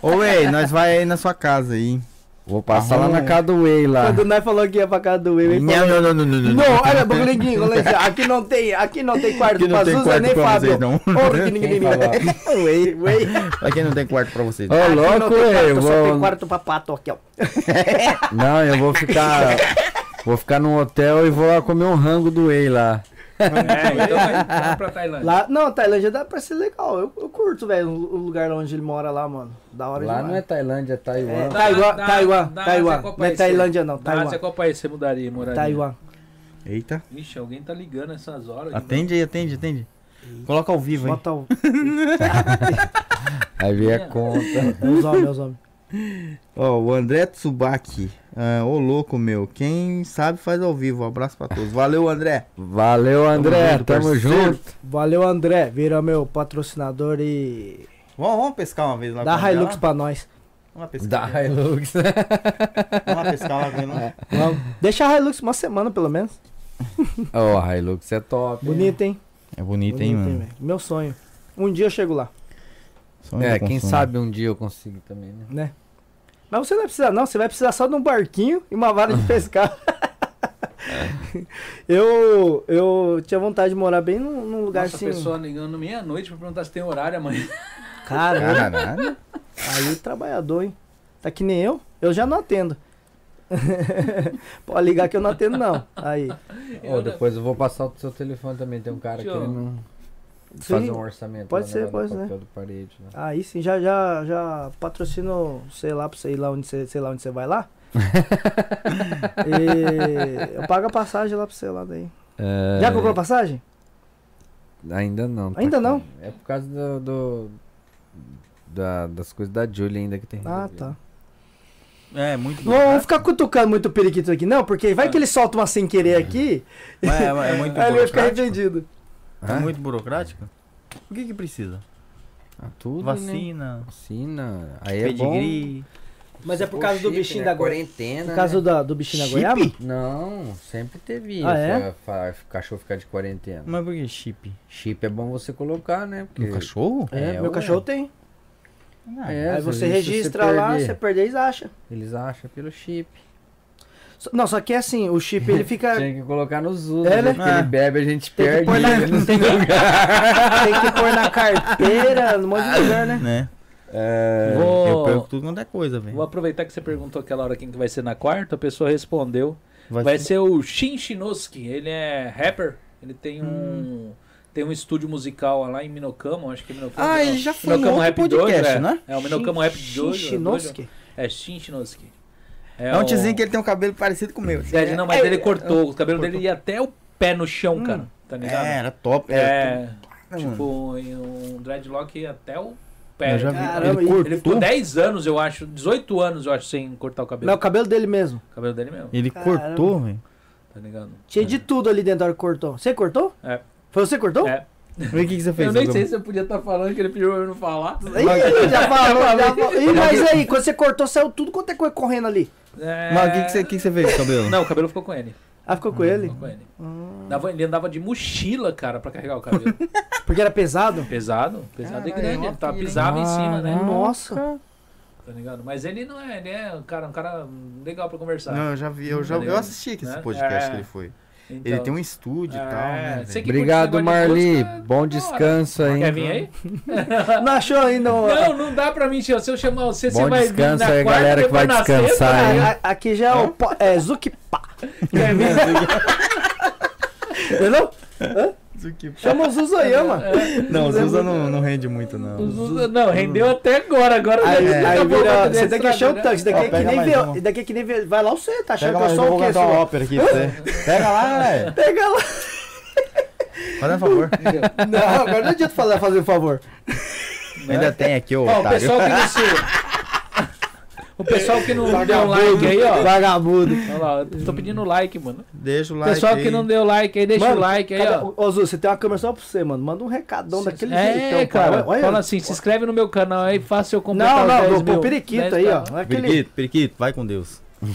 D: Ô, ei, nós vai aí na sua casa aí.
C: Vou passar lá
D: Arruma
C: na
D: um.
C: casa do Will lá.
I: Quando nós falou que ia pra casa do Ei, ele falou.
D: Não, não, não, não, não, não.
I: Não, olha, bagulhinho, aqui não tem, aqui não tem quarto
D: Aqui
I: pra
D: não
B: é
D: tem
I: Zuza
D: quarto
I: nem
D: pra vocês,
I: Fábio.
D: não.
I: Porra, que
C: Quem
I: ninguém
C: falou?
I: Ué, ué.
D: Aqui não tem quarto pra vocês.
C: Ô,
I: Aqui não
C: louco,
I: tem quarto,
C: eu
I: Só tem
C: vou.
I: quarto pra pato aqui, ó.
C: Não, eu vou ficar. Vou ficar num hotel e vou lá comer um rango do Whey lá.
A: É, então vai vai pra Tailândia.
I: Lá, não, Tailândia dá pra ser legal. Eu, eu curto, velho, o lugar lá onde ele mora lá, mano. Da hora
C: Lá
I: demais.
C: não é Tailândia, é
I: É,
C: Taiwan.
I: Taiwan,
A: Da- da-
I: Taiwan,
A: da Ásia, qual
I: Taiwan. Não é
A: tá, país
I: Tailândia não,
A: Da Ásia,
I: Taiwan.
A: qual país você mudaria, moraria?
I: Taiwan.
D: Eita.
A: Ixi, alguém tá ligando essas horas.
C: Ah,
A: de
D: Atende aí, atende, atende. Coloca ao vivo, hein?
I: Bota o...
C: Aí vem a conta.
I: Meus É homens, meus homens.
D: Ó, o André Tsubaki. Ah, ô louco, meu. Quem sabe faz ao vivo. Um abraço pra todos. Valeu, André.
C: Valeu, André.
D: junto,
C: Tamo
D: parceiro.
C: junto.
I: Valeu, André. Vira meu patrocinador e...
D: Vamos, vamos pescar uma vez lá
I: Dá
D: com o André
I: Hilux
D: lá?
I: pra nós.
D: Vamos lá
C: Da
D: pescar.
C: Hilux.
D: Vamos lá pescar lá com ele lá.
I: Vamos. Deixa a Hilux uma semana, pelo menos.
C: Ó, a Hilux é top.
I: Bonito, hein?
D: É bonito, hein,
I: Bonito, hein,
D: mano?
I: velho? Meu sonho. Um dia eu chego lá,
D: Sonho
C: É,
D: do
C: quem
D: consumo.
C: sabe um dia eu consigo também, né?
I: né? Mas você não vai precisar, não. Você vai precisar só de um barquinho e uma vara de pescar.
C: É.
I: eu, eu tinha vontade de morar bem num, num lugar
A: Nossa, a
I: assim.
A: pessoa ligando meia-noite pra perguntar se tem horário amanhã.
D: é
I: Cara,
D: Caralho.
I: aí o trabalhador, hein? Tá que nem eu, eu já não atendo. Pode ligar que eu não atendo, não. Aí.
C: Ô, depois eu vou passar o seu telefone também. Tem um cara
A: Tio.
C: querendo fazer
I: Sim,
C: um orçamento.
I: pode
C: lá
I: ser,
C: na- no
I: pode ser.
C: papel do parede, né?
I: aí sim, já, já, já patrocino, sei lá, pra você ir lá onde você, sei lá onde você vai lá. E eu pago a passagem lá pra você lá daí.
C: É,
I: Já comprou a passagem?
C: Ainda não.
I: Ainda não?
C: É por causa do. do- da- das coisas da Julia ainda que tem. que
I: Ah,
C: resolver.
I: tá.
D: É, muito
I: Não vamos ficar cutucando muito o periquito aqui, não, porque
C: É.
I: vai que ele solta uma sem querer aqui,
D: É, é muito
C: Tá
I: aí ele vai
D: burocrático.
I: ficar arrependido.
D: É
C: Hã?
D: muito burocrático? O que que precisa?
C: Ah, tudo. né?
D: Vacina,
C: Vacina. Aí é bom.
D: pedigree...
I: Mas é por
O: Pô,
I: causa do
O: chip,
I: bichinho
O: né?
I: da goiaba.
C: Quarentena.
I: Por
C: né?
I: causa da- do bichinho da
D: Chip?
I: goiaba?
C: Não, sempre teve isso.
I: Ah, é?
C: a- fa- O cachorro ficar de quarentena.
D: Mas por que chip?
C: Chip é bom você colocar, né? Porque...
D: No cachorro?
I: É,
C: É,
I: meu
C: ué.
I: cachorro tem.
D: Não.
C: É,
I: aí
C: se
I: você
C: você
I: registra lá,
C: perder.
I: você perder, eles acham.
C: Eles acham pelo chip.
I: So- Não, só que é assim, o chip ele fica. tem
C: Tinha que colocar no Zuzu.
I: É,
C: É,
I: né?
C: que ele bebe, a gente
I: que
C: perde.
I: pôr na,
C: né? Não
I: tem que- tem que pôr na carteira, num monte de lugar, né?
D: Né?
C: É,
A: Vou-
D: Eu perco tudo quanto é coisa,
A: Vou
D: velho.
A: aproveitar que você perguntou aquela hora quem que vai ser na quarta, a pessoa respondeu. Vai ser o Shin Shinosuke, ele é rapper, ele tem
D: Hum.
A: um tem um estúdio musical lá em Minokamo, acho que é Minokamo.
D: Ah,
A: não.
D: ele já foi em
A: Minokamo
D: outro
A: Rap
D: podcast,
A: Dojo, é.
D: né?
A: É o Minokamo Rap Dojo.
I: Shinosuke?
A: É Shin Shinosuke.
D: É um tizinho
A: o-
D: que ele tem um cabelo parecido com o meu.
A: É, ele- não, mas ele cortou, o cabelo
D: cortou.
A: dele ia até o pé no
D: Hum.
A: chão, cara, tá ligado?
D: É, era top. Era
A: É,
D: top, mano.
A: tipo, em um dreadlock até o pé.
D: Eu já vi.
I: Caramba,
D: ele
I: e-
D: cortou.
A: Ele ficou 10 anos, eu acho, 18 anos, eu acho, sem cortar o cabelo.
I: Não, é o cabelo dele mesmo.
A: O cabelo dele mesmo,
D: Ele
I: Caramba.
D: cortou, velho.
A: tá ligado?
I: Tinha de tudo ali dentro da hora que cortou. Você cortou?
A: É.
I: Foi você que cortou?
A: É.
D: Vê o que, que você fez.
A: Eu nem
D: Zagão.
A: sei se eu podia estar falando que ele pediu pra eu não falar.
I: Ih, já falou, já falou. Ih, mas aí, quando você cortou, saiu tudo quanto é coisa correndo ali.
A: É...
D: Mas o que, que, você, que que você fez com o cabelo?
A: Não, o cabelo ficou com ele.
I: Ah, ficou com ele?
A: Ficou com ele. Dava- ele andava de mochila, cara, pra carregar o cabelo.
I: Porque era pesado?
A: pesado, pesado e
O: Caralho,
A: grande.
O: é
A: Ele
O: uma
A: tava,
O: pira, hein?
A: pisava em cima, né?
I: Nossa.
A: Tá ligado? Mas ele não é, ele é um cara, um cara legal pra conversar.
D: Não, eu já vi, eu já eu assisti aqui esse
A: Né?
D: podcast
A: É.
D: que ele foi.
A: Então,
D: Ele tem um estúdio e
A: é,
D: tal, né?
A: sei
D: velho?
A: que
C: Obrigado,
A: curte negócio de
C: Marli.
A: música, da
C: Bom
A: hora.
C: descanso aí.
A: Quer vir aí?
I: Não achou ainda o...
A: Não, não dá pra mim, tio. Se eu chamar você,
C: Bom
A: você vai vir
C: descanso
A: na
C: aí,
A: quarta,
C: galera que vai
A: depois na sexta.
C: descansar aí.
I: Ah, A- a- aqui já é o... po- É, Zucipá.
A: Quer vir?
I: Entendeu? Chama o
A: é.
I: Zuzoyama.
D: Não, Zusa não, não rende muito, não.
A: Não, rendeu até agora. Agora né? tá
I: Aí,
D: É.
I: Ah, aí
A: acabou,
I: vira...
A: vai
I: Você daqui é
A: estragado,
I: show
A: né?
I: tanque. Isso daqui
D: Ó,
I: é que
D: pega
I: nem...
D: mais
I: vê-
D: uma.
I: isso daqui é que nem... vê- Vai lá o você, tá achando
D: Pega
I: que eu
D: mais, eu
I: sou
D: vou
I: o quê?
D: cantar uma
I: senhor?
D: ópera aqui pra você. Pega lá, velho.
I: Pega lá.
D: Faz um favor.
I: Não, agora não adianta falar fazer um favor.
D: Ainda tem aqui, ô
A: É? Ó, o
D: otário.
A: pessoal que não se... um O pessoal que não deu like aí, ó.
I: Vagabundo.
A: Olha lá, eu tô pedindo like, mano.
D: Deixa o
A: O
D: like
A: pessoal
D: aí.
A: que não deu like aí, deixa
I: Mano,
A: o like aí,
I: Cadê-
A: ó.
I: Ô, Zu, você tem uma câmera só pra você, mano. Manda um recadão daquele
A: é,
I: jeitão,
A: cara.
I: Olha,
A: Fala assim, se inscreve no meu canal aí, faça eu completar os
I: Não,
A: 10
I: não, do-
A: mil.
I: do periquito
A: 10
I: aí, ó.
A: pra-
I: Não é aquele.
D: Periquito, periquito, vai com Deus.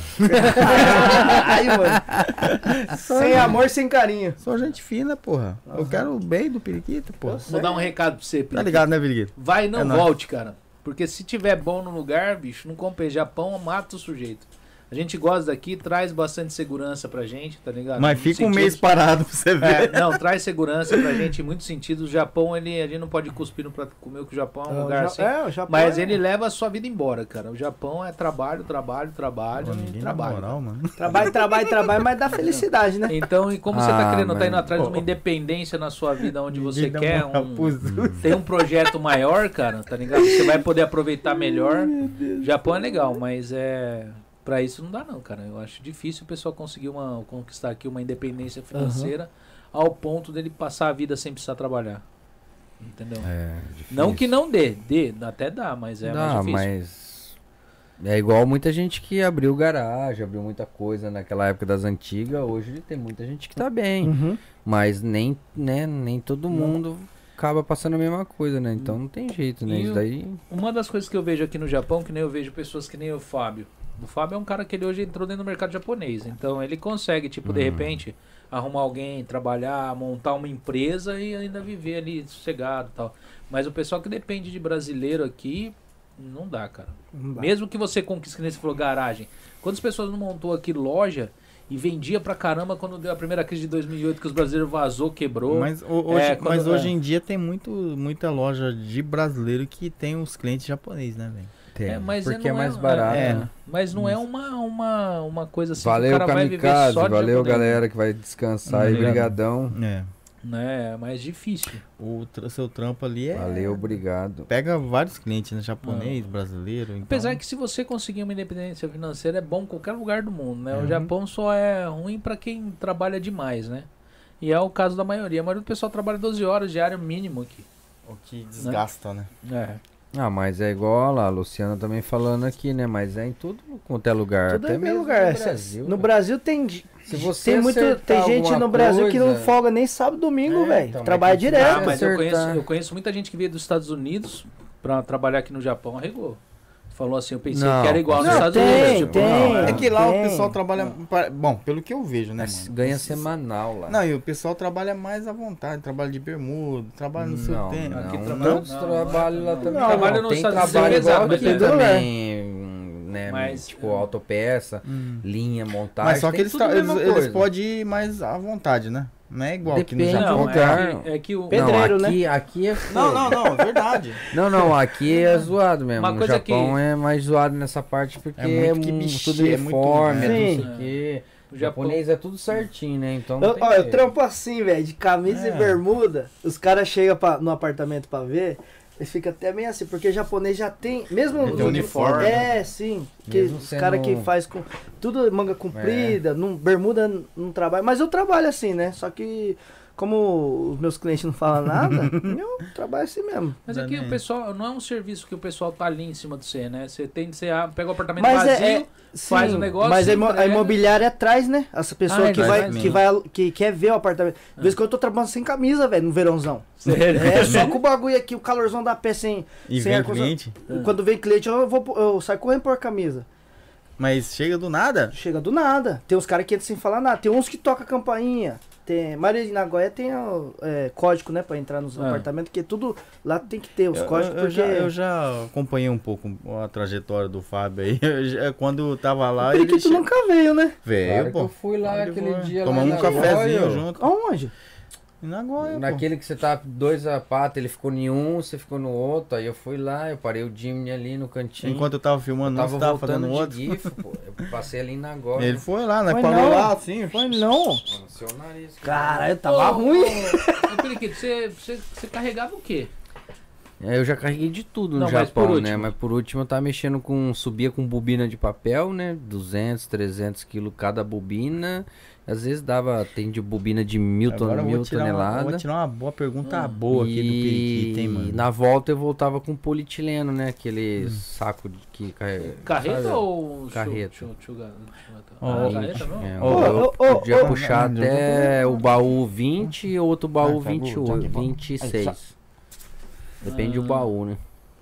I: Aí, mano. Sem amor, sem carinho.
D: Sou gente fina, porra. Eu quero o bem do periquito, porra.
A: Vou dar um recado pra você,
D: Tá
A: Pedro.
D: ligado, né, periquito?
A: Vai e não
D: É nóis.
A: volte, cara. Porque se tiver bom no lugar, bicho, não compre Japão, mata o sujeito. A gente gosta daqui, traz bastante segurança pra gente, tá ligado?
D: Mas
A: Em
D: fica um
A: muitos
D: mês
A: sentidos.
D: parado pra você ver.
A: É, não, traz segurança pra gente em muitos sentidos. O Japão, ele, a gente não pode cuspir no prato comer, que o Japão é um lugar assim.
I: É, o Japão
A: Mas
I: é-
A: ele leva a sua vida embora, cara. O Japão é trabalho, trabalho, trabalho, e
D: Ninguém na
A: trabalho.
D: moral, né? mano.
I: Trabalho, trabalho, trabalho, mas dá felicidade, né?
A: Então, e como você tá
C: Ah,
A: querendo, tá indo
C: mano.
A: atrás de uma
D: Pô.
A: independência na sua vida onde você
D: Ninguém dá
A: quer,
D: moral
A: um-
D: pros outros.
A: tem um projeto maior, cara, tá ligado? Você vai poder aproveitar melhor. Japão é legal, mas é. Pra isso não dá não, cara. Eu acho difícil o pessoal conseguir uma, conquistar aqui uma independência financeira ao ponto dele passar a vida sem precisar trabalhar. Entendeu?
C: É,
A: Não que
C: difícil.
A: não dê, dê, até dá, mas é mais
C: Dá,
A: difícil.
C: mas. É igual muita gente que abriu garagem, abriu muita coisa naquela época das antigas. Hoje tem muita gente que tá bem.
I: Uhum.
C: Mas nem, né, nem todo mundo acaba passando a mesma coisa, né? Então não tem jeito, né?
A: Hum. E
C: Isso
A: o-
C: daí.
A: Uma das coisas que eu vejo aqui no Japão, que nem eu vejo pessoas que nem o Fábio. O Fábio é um cara que ele hoje entrou dentro do mercado japonês. Então ele consegue, tipo, de repente, arrumar alguém, trabalhar, montar uma empresa e ainda viver ali sossegado e tal. Mas o pessoal que depende de brasileiro aqui, não dá, cara.
I: Não dá.
A: Mesmo que você conquiste, que nem você falou, garagem. Quantas pessoas não montou aqui loja e vendia pra caramba quando deu a primeira crise de 2008 que os brasileiros vazou, quebrou.
B: Mas, o- hoje,
A: É, quando-
B: mas hoje
A: é.
B: em dia tem muito, muita loja de brasileiro que tem os clientes japoneses, né, velho?
C: Tem.
A: mas
C: porque é
A: não
C: mais barato.
B: é.
C: né?
A: Mas não é uma, uma, uma coisa assim que
C: Valeu,
A: o cara vai viver
C: Kamikaze.
A: só de né?
C: Valeu,
A: japonês,
C: galera que vai descansar aí.
B: Obrigado.
C: Brigadão.
B: É.
A: Né? É mais difícil.
B: O tra- seu trampo ali é.
C: Valeu, obrigado.
B: Pega vários clientes, né? Japonês, brasileiro. Então...
A: Apesar que se você conseguir uma independência financeira é bom em qualquer lugar do mundo,
C: Uhum.
A: né? O Japão só é ruim pra quem trabalha demais, né? E é o caso da maioria. A maioria do pessoal trabalha 12 horas diário mínimo aqui.
B: O que desgasta, né?
A: É.
C: Ah, mas é igual lá, a Luciana também falando aqui, né? Mas é em tudo quanto é lugar.
I: Tudo
C: até
I: é meu
C: mesmo
I: lugar.
C: No Brasil.
I: No
C: né?
I: Brasil tem,
C: Se você
I: tem, muito, tem
C: acertar
I: gente
C: alguma
I: no Brasil que não
C: coisa-
I: folga nem sábado e domingo,
C: É,
I: velho.
C: então, mas
I: Trabalha
C: tem que-
I: direto.
A: Ah, mas eu
C: acertar.
A: conheço, eu conheço muita gente que veio dos Estados Unidos pra trabalhar aqui no Japão, arregou. Falou assim, eu pensei
C: Não,
A: que era igual
C: com
A: nos
I: Não,
A: Estados
I: tem,
A: Unidos. tipo,
I: tem.
A: não,
B: É que lá
I: Tem.
B: o pessoal trabalha. pa- Bom, pelo que eu vejo, né?
C: Mas
B: mano?
C: ganha semanal lá.
B: Não, e o pessoal trabalha mais à vontade, trabalha de bermuda, trabalha no seu
C: Não,
B: tempo.
C: não,
A: Aqui
C: não,
A: trabalha- não,
C: não,
A: não,
C: trabalho lá
A: não.
C: também.
I: Trabalho
C: não,
A: nos
C: tem
A: Estados Unidos
C: trabalho
A: é
C: igual
A: pesado,
C: aqui
A: né?
C: também, hum, né?
A: Mas-
C: tipo, autopeça, linha, montagem.
B: Mas só que
C: tem
B: eles,
C: tudo
I: tá-
B: tra-
C: a
B: eles,
C: mesma
B: eles
C: coisa.
B: podem ir mais à vontade, né? Não é igual aqui no
C: Depende,
B: Japão.
A: Não,
C: Japão, cara.
A: é que, é que o,
I: Pedro- pedreiro, né?
C: não, aqui, aqui é fogo.
B: Não, não, não, é verdade.
C: Não, não, aqui é zoado mesmo.
A: Uma
C: O
A: coisa
C: Japão
A: que-
C: é mais zoado nessa parte porque
B: É
C: é,
B: muito que
C: um-
B: mexer,
C: tudo
B: é muito-
C: uniforme, é
I: Sim.
C: tudo isso aqui.
A: o
C: O
A: Japão
C: japonês é tudo certinho, né? Então. não
I: Eu,
C: tem
I: ó, eu
C: jeito.
I: trampo assim, velho, de camisa e
B: É.
I: bermuda. Os caras chegam pra- no apartamento pra ver, eles ficam até meio assim, porque japonês já tem. Mesmo
B: Ele tem uniforme,
I: É, sim. Que
C: Mesmo
I: os
C: sendo É.
I: caras que
C: um-
I: faz com. Tudo manga comprida, não, bermuda n- não trabalha. Mas eu trabalho assim, né? Só que. Como os meus clientes não falam nada, eu trabalho assim mesmo.
A: Mas aqui o
B: Exatamente.
A: pessoal, não é um serviço que o pessoal tá ali em cima do você, né? Você tem, você ah, pega o apartamento
I: Mas
A: vazio,
I: é, é-
A: faz
I: sim,
A: um negócio,
I: Mas a, imo-
A: entrega.
I: a imobiliária atrás, né? Essa pessoa
A: Ah,
I: que,
A: é
I: vai,
B: verdade.
I: que vai al- que quer ver o apartamento. Às vezes que eu tô trabalhando sem camisa, velho, no verãozão.
A: Sério?
I: É, só com o bagulho aqui, o calorzão da pé sem.
B: E
I: sem
B: vem
I: ar-condicionado.
B: cliente,
I: Quando vem cliente, eu, vou, pô- eu saio correndo por camisa.
B: mas chega do nada.
I: Chega do nada. Tem uns caras que entram sem falar nada. Tem uns que toca campainha. Tem, a maioria de Nagoya tem ó, é, código, né, pra entrar nos
A: Ah.
I: apartamentos, que é tudo lá tem que ter os
B: Eu,
I: códigos,
B: eu- eu
I: porque.
B: já, eu já acompanhei um pouco a trajetória do Fábio aí. Eu já- Quando eu tava lá,
I: Por
B: ele.
I: que tu
B: che-
I: nunca veio, né?
C: Claro
B: Veio,
C: que eu
B: pô.
C: fui lá
B: Ele
C: aquele
B: foi.
C: dia. lá
B: Tomamos
C: na
B: um cafezinho
C: Goiânia.
B: junto.
I: Aonde?
B: Na Goiânia, pô.
C: Naquele que você tá dois a pata, ele ficou em um, você ficou no outro. Aí eu fui lá, eu parei o Jimmy ali no cantinho.
B: Enquanto eu tava
C: eu
B: filmando, um,
C: tava
B: você tava
C: voltando
B: fazendo
C: de
B: outro.
C: GIF, pô. Eu passei ali na Goiânia.
B: Ele foi lá, né?
I: Foi
B: Parou
I: não.
B: lá assim.
I: Foi não.
C: Mano, seu nariz.
I: Caralho,
A: Ô,
I: tava
A: ô,
I: ruim.
A: ô, Periquito, você, você, você carregava o quê?
C: É, eu já carreguei de tudo no
A: Não, mas
C: Japão,
A: por
C: né?
A: último.
C: Mas por último eu tava mexendo com. Subia com bobina de papel, né? 200, 300 quilos cada bobina. Às vezes dava. Tem de bobina de mil, ton,
B: Agora eu vou
C: mil
B: tirar, uma, vou
C: toneladas.
B: tirar uma boa pergunta boa aqui do Periquito, hein, mano? Hum.
C: na volta eu voltava com polietileno, né? Aquele saco de, que carrega.
A: Carreta
C: sabe?
A: ou chu-
C: Carreta.
A: chu- chuga- chuga-
B: Ó,
A: Ah,
B: ó,
A: carreta não?
C: É,
B: Ô,
C: eu
I: ô, ô,
C: podia
I: ô,
C: puxar
B: não, não,
C: até o baú 20 e outro baú
B: Ah, tá bom,
C: 28,
B: tá bom.
C: 26. Depende do
A: Ah.
C: baú, né?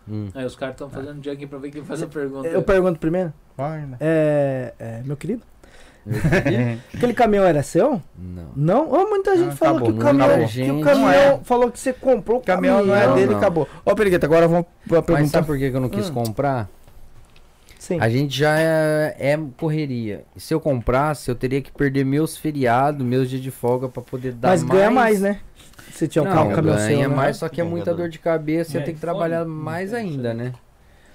C: Hum.
A: Aí os caras estão fazendo jogging pra ver quem faz a pergunta.
I: Eu pergunto primeiro.
B: Vai, né?
I: É, é, meu querido? Aquele caminhão era seu?
C: Não.
I: Não? Ô, muita Então, gente
B: Ah,
I: falou
B: acabou,
I: que o
C: não
I: caminhão,
C: acabou.
I: que o
C: Gente,
I: caminhão
B: não
I: falou que você comprou o
B: O caminhão
I: caminhão.
B: não é
C: Não,
B: dele,
C: não.
B: acabou. Ô, Periquito, agora vamos vou
C: Mas
B: perguntar.
C: sabe por que que eu não quis comprar?
I: Sim.
C: A gente já é, é correria. Se eu comprasse, eu teria que perder meus feriados, meus dias de folga pra poder dar
I: Mas
C: mais.
I: ganha mais, né? Se tiver um
C: Não,
I: carro, um caminhão
C: ganha
I: seu, né?
C: mais, só que é muita dor de cabeça e
A: É,
C: eu tenho que
A: fome,
C: trabalhar
A: não
C: mais
A: tem
C: ainda, né?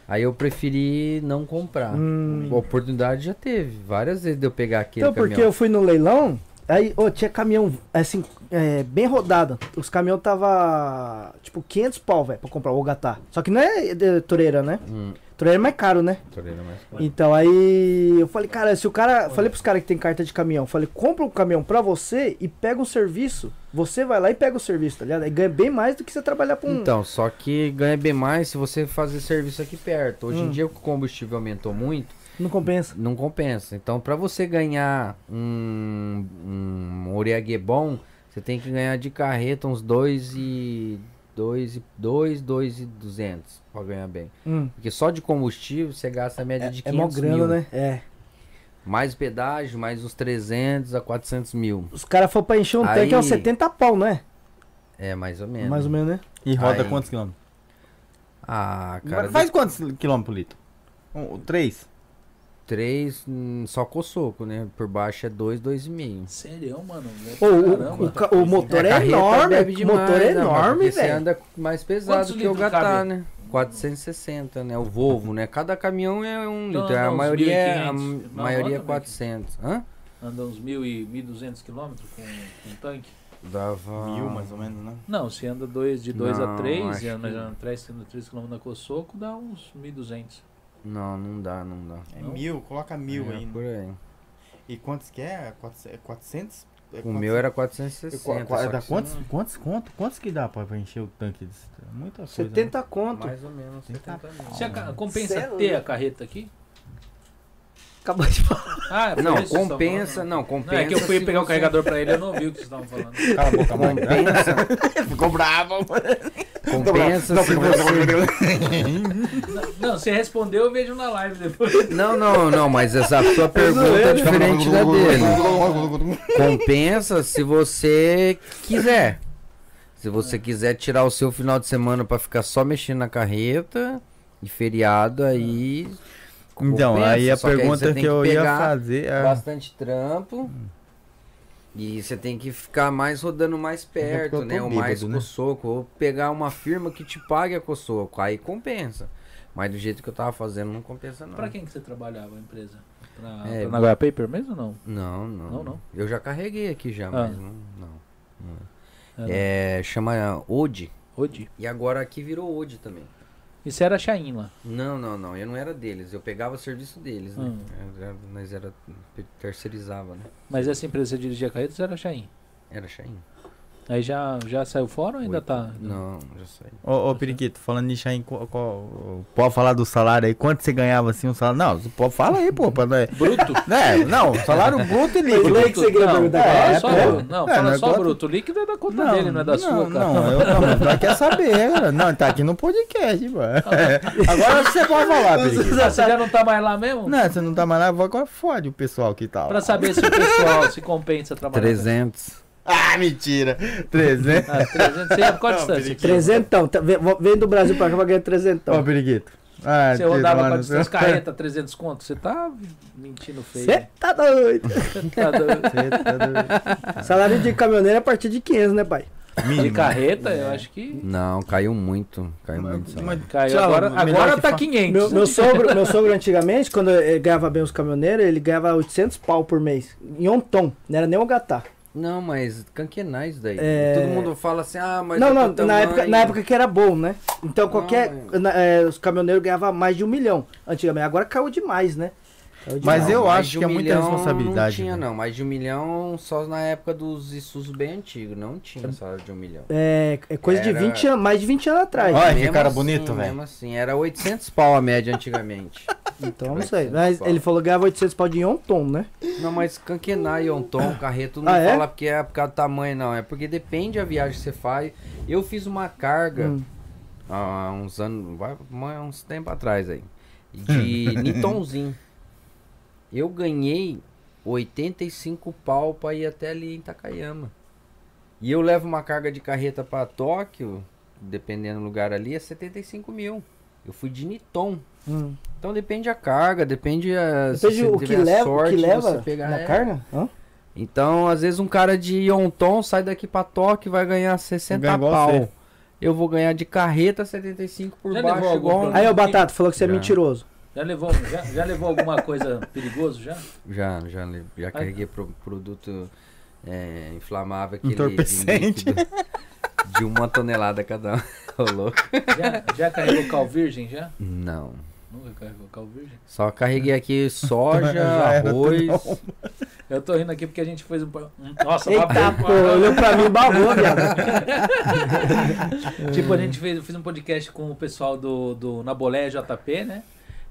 C: Aí eu preferi não comprar.
I: Hum.
C: A oportunidade já teve. Várias vezes de eu pegar aquele
I: Então, porque
C: caminhão.
I: eu fui no leilão, aí ô, tinha caminhão, assim, é, bem rodado. Os caminhão tava, tipo, 500 pau, velho, pra comprar o Gatá. Só que não é de Toreira, né?
C: Hum.
I: Troeiro é mais caro, né?
C: Toledo, mas-
I: Então aí eu falei, cara, se o cara. Falei pros caras que tem carta de caminhão, falei, compra um caminhão pra você e pega um serviço. Você vai lá e pega o serviço, tá ligado? Aí ganha bem mais do que você trabalhar pra um.
C: Então, só que ganha bem mais se você fazer serviço aqui perto. Hoje
I: Hum.
C: em dia o combustível aumentou muito,
I: Não compensa.
C: não compensa. Então, pra você ganhar um, um Oreagê bom, você tem que ganhar de carreta uns 2 e 2 e 2, 2 e 200 pra ganhar bem.
I: Hum.
C: Porque só de combustível você gasta a média de
I: É, é
C: 500
I: mó grana,
C: mil.
I: né? É.
C: Mais pedágio, mais uns 300 a 400 mil.
I: Os caras foram pra encher um
C: Aí-
I: tanque, é uns 70 pau, né?
C: É, mais ou menos.
I: Mais ou menos, né?
D: E roda
C: Aí.
D: quantos quilômetros?
C: Ah, cara,
D: Faz quantos quilômetros por litro? Um, três?
C: 3 hum, só com soco, né? Por baixo é 2, 2,5.
A: Sério, mano.
I: Ô, o-
A: Caramba.
I: o, ca- o motor é
C: carreta
I: enorme,
C: bebe
I: o motor é
C: né, mano?
I: enorme,
C: Porque Você
I: velho.
C: anda mais pesado
A: Quantos
C: que o
A: litros
C: Gatá,
A: cabe?
C: né? 460, né? O Volvo, né? Cada caminhão é um
A: Não,
C: litro. a
A: não, uns
C: maioria, é- a
A: 1.500. Não,
C: maioria é
A: roda,
C: 400. Hã?
A: Anda uns 1.000 e 1.200 quilômetros com, com tanque.
C: Dava...
D: Mil, mais ou menos, né?
A: Não, se anda dois, de 2 a
C: Não,
A: 3,
C: acho
A: e anda
C: que-
A: que... 3 km na Cossoco, dá uns 1.200.
C: Não, não dá, não dá.
D: É mil, coloca mil
C: É,
D: aí. né?
C: por aí.
D: E quantos que é? Quatrocen- é 400? É
C: O
D: 400?
C: meu era
D: É
C: 460.
D: qua- qua-
C: só
D: dá
C: que
D: quantos,
C: você não-
D: quantos, quantos, quantos que dá pra pra encher o tanque? Disso? É Muita coisa.
I: 70 conto.
C: Mais ou menos.
D: Tem que tá-
A: Se a ca- compensa
I: Cê é
A: ter
I: louco.
A: a carreta aqui?
I: Acabou de falar.
A: Ah, foi
C: Não,
A: isso que vocês
C: compensa,
A: estavam falando?
C: não, compensa.
A: Não, é que eu fui
C: se
A: pegar o
C: você-
A: carregador pra ele, eu não ouvi o que vocês estavam falando.
D: né? Cala a boca, Mike.
C: Compensa,
D: Ficou bravo, mano.
C: compensa se você...
A: Não, você respondeu, eu vejo na live depois.
C: Não, não, não, mas essa sua pergunta
D: né?
C: é diferente da dele. Compensa se você quiser. Se você quiser tirar o seu final de semana pra ficar só mexendo na carreta e feriado, aí.
D: Então,
C: compensa,
D: aí a
C: só que
D: pergunta
C: você
D: que,
C: tem
D: eu ia
C: pegar
D: fazer é...
C: Bastante trampo. E você tem que ficar mais rodando mais
D: É porque eu
C: perto,
D: tô
C: né? Ou
D: bêbado,
C: mais
D: né?
C: coçoco. Ou pegar uma firma que te pague a coçoco. Aí compensa. Mas do jeito que eu tava fazendo, não compensa, não.
A: Pra quem que você trabalhava a empresa? Pra,
C: É,
A: pra Nagoya Paper mesmo ou não?
C: Não, não.
A: Não, não.
C: Eu já carreguei aqui já, mas não. não, não
A: Ah, não.
C: é. É, chama Ode.
A: Odi.
C: E agora aqui virou Ode também.
A: Isso era a Chain lá.
C: Não, não, não. Eu não era deles. Eu pegava serviço deles, né?
A: Ah.
C: Eu era- nós era. terceirizava, né?
A: Mas essa empresa que você dirigia a carreta, isso era a Chain.
C: Era Chain.
A: Aí já, já saiu fora ou ainda
C: Oito.
A: tá?
C: Não, já saí.
D: Ô, ô Periquito, falando nisso aí, qual- qual- pode falar do salário aí? Quanto você ganhava assim um salário? Não, pode, fala aí, pô. Pra, nós-
A: Bruto?
D: né? Não, salário bruto e líquido.
I: Leite, você queria
A: não,
I: perguntar,
A: fala
I: é,
A: só,
D: é.
A: bruto. não,
D: É,
A: fala
D: não é
A: só
D: conta-
A: bruto. O líquido é da conta dele, não é da sua, cara.
D: Não, eu não, mas nós quer saber, cara. Não, tá aqui no podcast, mano. Agora você pode falar, Periquito.
A: Ah, você já não tá mais lá mesmo?
D: Não, você não tá mais lá, agora fode o pessoal que tá lá.
A: Pra saber se o pessoal se compensa trabalhar.
C: 300.
D: Ah, mentira! 300.
A: Ah, 300. Você ia qual a
D: Não,
A: distância?
I: Trezentão. tá- vem- Vem do Brasil pra cá pra ganhar trezentão.
C: Então.
D: Ô, Periquito. Ah,
A: Você
D: tira,
A: rodava
D: mano,
A: pra distância
D: você-
A: carreta 300 conto? Você tá mentindo feio.
I: Cê tá doido.
A: Você tá doido.
D: Você tá doido.
I: Salário de caminhoneiro é a partir de 500, né, pai?
A: De carreta, eu
D: É.
A: acho que
C: Não, caiu muito. Caiu muito.
D: Mas-
C: sabe?
D: mas-
A: caiu.
D: Tchau,
A: Agora,
D: melhor
A: agora
D: que
A: tá
D: fa-
A: 500.
I: Meu, meu sogro, meu sogro antigamente, quando ele ganhava bem os caminhoneiros, ele ganhava 800 pau por mês. Em um tom, não era nem um gatá.
C: Não, mas canquenais daí.
I: É.
C: Todo mundo fala assim, ah, mas.
I: não,
C: é
I: não,
C: do
I: na época,
C: tamanho.
I: na época que era bom, né? Então qualquer.
C: Não,
I: na- é, os caminhoneiros ganhavam mais de um milhão antigamente. Agora caiu demais, né? Caiu demais.
D: Mas eu
C: mais
D: acho
C: de um
D: que é muita responsabilidade,
C: Não tinha,
D: né?
C: não. Mais de um milhão só na época dos Isuzu bem antigos. Não tinha salário de um milhão.
I: É, é coisa de
C: Era-
I: 20 anos, mais de 20 anos atrás.
D: Olha que
C: Mesmo
D: cara
C: assim,
D: bonito, velho.
C: Mesmo assim, era 800 pau a média antigamente.
I: Então não sei. Mas ele falou que ganhava 800 pau de em um tom, né?
C: não, mas Cankenai, Yonton, Carreto, não
I: Ah, é?
C: fala porque é por causa do tamanho, não. É porque depende da viagem que você faz. Eu fiz uma carga
I: Hum.
C: há uns anos, vai, mas uns tempo atrás aí, de Nitonzinho. Eu ganhei 85 pau pra ir até ali em Itacayama. E eu levo uma carga de carreta pra Tóquio, dependendo do lugar ali, é 75 mil. Eu fui de Niton.
I: Hum.
C: Então depende a carga, depende a, se
I: Seja
C: você
I: o que,
C: tiver a
I: leva, o
C: sorte
I: que
C: de
I: leva
C: você pegar
I: na
C: é.
I: carga? Hã?
C: Então, às vezes um cara de Yonton sai daqui pra Tóquio e vai ganhar 60
D: Ganha igual
C: pau.
D: você.
C: Eu vou ganhar de carreta 75 por
A: Já levou
C: baixo,
A: algum
C: igual um-
A: problema?
I: Aí o Batata falou que você é
C: Já.
I: mentiroso.
A: Já levou, já, já levou alguma coisa perigoso já?
C: Já, já, le- já
A: Ah.
C: carreguei pro, produto é, inflamável aquele
D: Entorpecente.
C: de, líquido de uma tonelada cada um. Ô, louco.
A: Já, já carregou cal virgem já?
C: Não.
A: Nunca carregou caldo virgem?
C: Só carreguei aqui soja,
B: Já era
C: arroz.
A: Eu tô rindo aqui porque a gente fez um. pa- um- Nossa,
I: Eita, pô, olhou pra mim e babou, viado.
A: Tipo, a gente fez, eu fiz um podcast com o pessoal do, do Nabolé JP, né?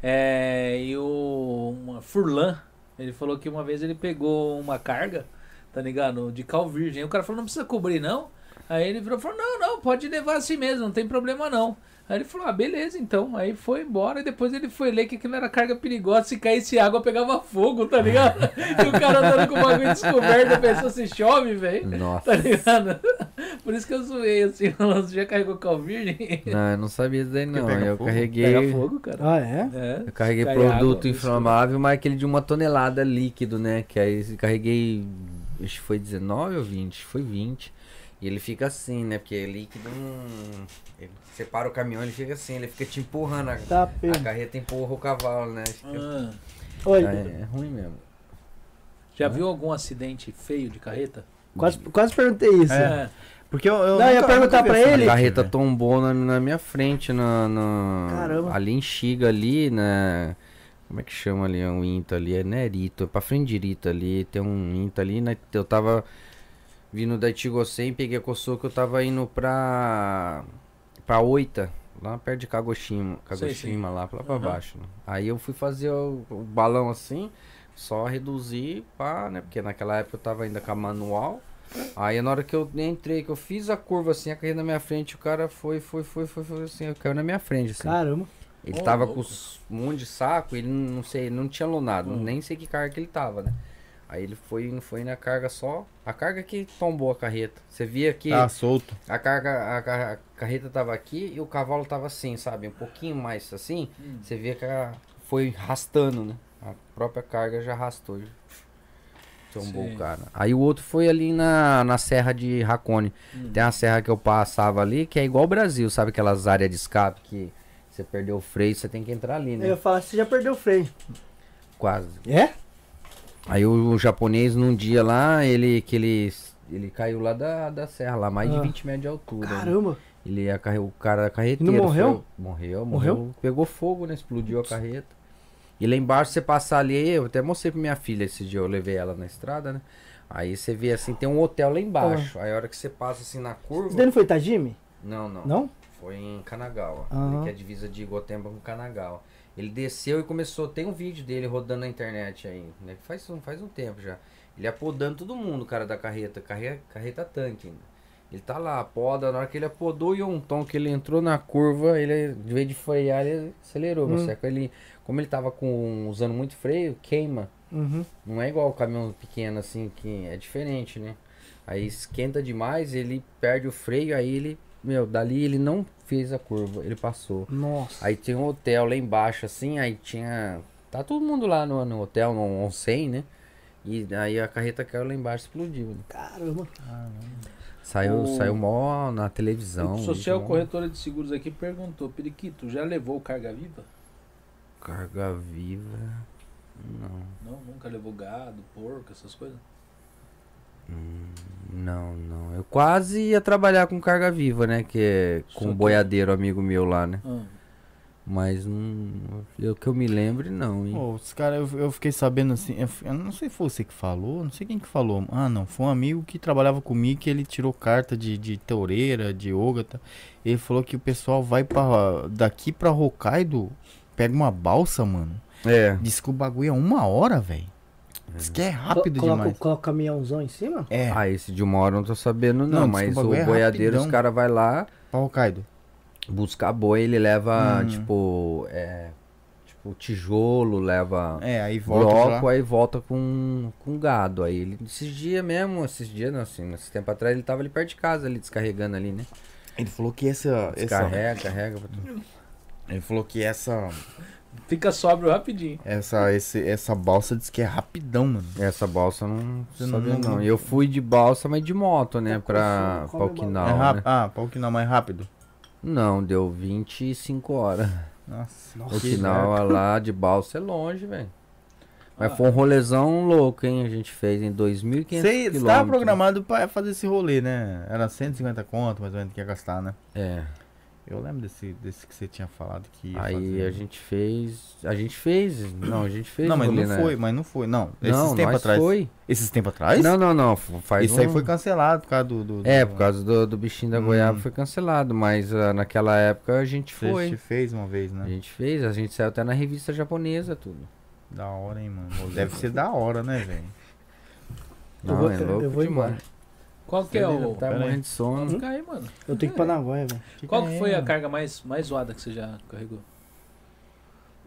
A: É, e o uma Furlan, ele falou que uma vez ele pegou uma carga, tá ligado? De cal virgem. O cara falou, não precisa cobrir, não. Aí ele virou e falou, não, não, pode levar assim mesmo, não tem problema não. Aí ele falou, ah, beleza então. Aí foi embora e depois ele foi ler que aquilo era carga perigosa, se caísse água pegava fogo, tá ligado? e o cara andando com o bagulho descoberto, pensou se chove, velho.
C: Nossa.
A: Tá ligado? Por isso que eu zoei assim, o lance já carregou cal virgem.
C: Não, eu não sabia disso daí não.
B: pega
C: Eu
B: fogo?
A: Pega
C: carreguei.
A: fogo, cara.
I: Ah, é?
A: É.
C: Eu carreguei
A: Cai
C: produto
A: água,
C: inflamável, mas aquele de uma tonelada líquido, né? Que aí eu carreguei. Acho que foi 19 ou 20? Foi 20. E ele fica assim, né? Porque é líquido. hum, Ele separa o caminhão, ele fica assim, ele fica te empurrando. A,
I: Tá,
C: a
I: pego.
C: carreta empurra o cavalo, né? Fica-
A: Ah,
I: Oi,
C: É, é ruim mesmo. É.
A: já viu algum acidente feio de carreta?
I: quase, quase perguntei isso.
B: É. Porque eu. eu
I: Não, eu ia
B: nunca-
I: perguntar
B: nunca vi
I: pra
B: essa
I: ele.
C: A
B: notícia,
C: carreta
B: velho.
C: tombou na, na minha frente, na, na-
I: Caramba.
C: ali em Xiga, ali, né? Como é que chama ali? É um INTA ali, é Nerito, é pra frente direita ali, tem um INTA ali, né? Eu tava vindo da Itigocém, peguei a Kosoku, eu tava indo pra. pra Oita, lá perto de Kagoshima,
A: Sei,
C: Kagoshima lá, pra, lá pra
A: Aham.
C: baixo. né? Aí eu fui fazer o, o balão assim, só reduzir, pá, né? Porque naquela época eu tava ainda com a manual. Aí na hora que eu entrei, que eu fiz a curva assim, a carreira na minha frente, o cara foi, foi, foi, foi, foi assim, caiu na minha frente, assim.
I: Caramba.
C: ele
A: Ô,
C: tava
A: louco. Hum.
C: com os- um monte de saco, ele não não sei, ele não tinha lonado, nem sei que carga que ele tava, né? Aí ele foi, foi na carga só, a carga que tombou a carreta. Você via que
B: Tá solto.
C: a carga, a, ca- a carreta tava aqui e o cavalo tava assim, sabe? Um pouquinho mais assim,
A: Hum.
C: você via que a, foi arrastando, né? A própria carga já arrastou. já Tombou
A: Sim.
C: o cara. Aí o outro foi ali na, na serra de Racone.
I: Hum.
C: Tem uma serra que eu passava ali, que é igual o Brasil, sabe? Aquelas áreas de escape que você perdeu o freio, você tem que entrar ali,
I: Eu
C: né?
I: ia falar, você já perdeu o freio.
C: Quase.
I: É?
C: Aí o, japonês num dia lá, ele que ele, ele caiu lá da, da serra, lá mais
I: Ah.
C: de 20 metros de altura. né?
I: Caramba.
C: Ele ia carre... o cara carreteiro.
I: E não morreu?
C: foi- Morreu,
I: Morreu?
C: morreu. Pegou fogo, né? Explodiu a carreta. E lá embaixo você passar ali, eu até mostrei pra minha filha esse dia, eu levei ela na estrada, né? Aí você vê assim, tem um hotel lá embaixo. Aí a hora que você passa assim na
I: Isso daí
C: curva.
I: não foi Itajime?
C: Não, não.
I: Não?
C: Foi em Kanagawa.
I: Ah.
C: ali que é a divisa de Gotemba com Kanagawa. Ele desceu e começou. Tem um vídeo dele rodando na internet aí, né? que Faz, um- faz um tempo já. Ele apodando todo mundo, cara, da carreta. Carreta, carreta tanque ainda. Ele tá lá, apoda. Na hora que ele apodou e um tom que ele entrou na curva, ele, de vez de frear, ele acelerou.
I: Hum.
C: Você, é ele, como ele tava com, usando muito freio, queima.
I: Uhum.
C: Não é igual o caminhão pequeno assim, que é diferente, né? Aí esquenta demais, ele perde o freio, aí ele, meu, dali ele não fez a curva, ele passou.
I: Nossa.
C: Aí tem um hotel lá embaixo assim, aí tinha. Tá todo mundo lá no, no hotel, no onsen, né? E aí a carreta caiu lá embaixo e explodiu. né?
I: Caramba.
C: Saiu,
A: O-
C: saiu mó na televisão.
A: O
C: isso,
A: social
C: mó-
A: corretora de seguros aqui perguntou, Periquito, já levou carga viva?
C: Carga viva. Não.
A: Não, nunca levou gado, porco, essas coisas.
C: Não, não. Eu quase ia trabalhar com carga viva, né? Que é
A: Só
C: com um
A: que-
C: boiadeiro amigo meu lá, né?
A: Ah,
C: Mas não. Eu que eu me lembre, não, hein?
B: Pô, os cara, eu, eu fiquei sabendo assim, eu, eu não sei se foi você que falou, não sei quem que falou. Ah, não, foi um amigo que trabalhava comigo que ele tirou carta de, de toureira, de yoga, tá? Ele falou que o pessoal vai para daqui pra Hokkaido, pega uma balsa, mano.
C: É.
B: Diz que o bagulho é uma hora, velho. Diz que é rápido
I: Co- coloca,
B: demais.
I: coloca o caminhãozão em cima?
B: É,
C: Ah, esse de uma hora eu não tô sabendo, não.
B: Não, diz que
C: mas
B: o
C: o
B: bagulho é
C: boiadeiro, os
B: rapidão.
C: caras vai lá
B: pra Hokkaido.
C: buscar boi, ele leva,
B: Hum.
C: tipo. É. Tipo, tijolo, leva.
B: É, aí volta
C: Bloco,
B: lá.
C: aí volta com, com gado. Aí ele, esses dias mesmo, esses dias não, assim, esse tempo atrás ele tava ali perto de casa, ali descarregando ali, né?
B: Ele falou que essa, essa
C: Descarrega, carrega. pra tudo.
B: ele falou que essa
A: Fica sóbrio rapidinho.
B: essa esse, essa balsa diz que é rapidão, mano.
C: Essa balsa eu não
B: Você não-
C: sabia,
B: não-
C: não. Eu fui de balsa, mas de moto, né?
I: Tá com
C: Pra,
I: fome,
C: pra
I: come
B: É
C: Okinawa. né?
B: rápido. Ah, pra Okinawa é rápido.
C: Não, deu 25 horas.
B: Nossa,
C: O final lá de balsa é longe, velho. Mas
A: Ah.
C: foi um rolezão louco, hein? A gente fez em 2.500
B: Você
C: quilômetros.
B: estava programado para fazer esse rolê, né? Era 150 conto, mais ou menos, que ia gastar, né?
C: É.
B: Eu lembro desse, desse que você tinha falado que ia
C: Aí
B: fazer.
C: a gente fez. A gente fez. Não, a gente fez.
B: Não, mas
C: rolê,
B: não
C: né?
B: foi, mas não foi. Não, esses
C: Não,
B: tempos
C: nós
B: atrás.
C: foi.
B: Esses tempos atrás?
C: Não, não, não. f- Faz
B: Isso aí
C: um-
B: foi cancelado por causa do. do-
C: É,
B: do-
C: por causa do, do bichinho da
B: Hum.
C: goiaba foi cancelado, mas ah, naquela época a gente
B: Você
C: foi.
B: te fez uma vez,
C: A
B: né?
C: gente fez, a gente saiu até na revista japonesa, tudo.
B: Da hora, hein, mano. Deve ser da hora, né, velho?
I: Eu
C: é
I: vou- eu- eu vou embora.
A: Qual que é o.
C: Tá
B: Pera aí.
C: morrendo de sono.
A: Fica aí, mano.
I: Eu tenho que ir pra Nagoya, velho.
A: Qual que foi a carga mais, mais zoada que você já carregou?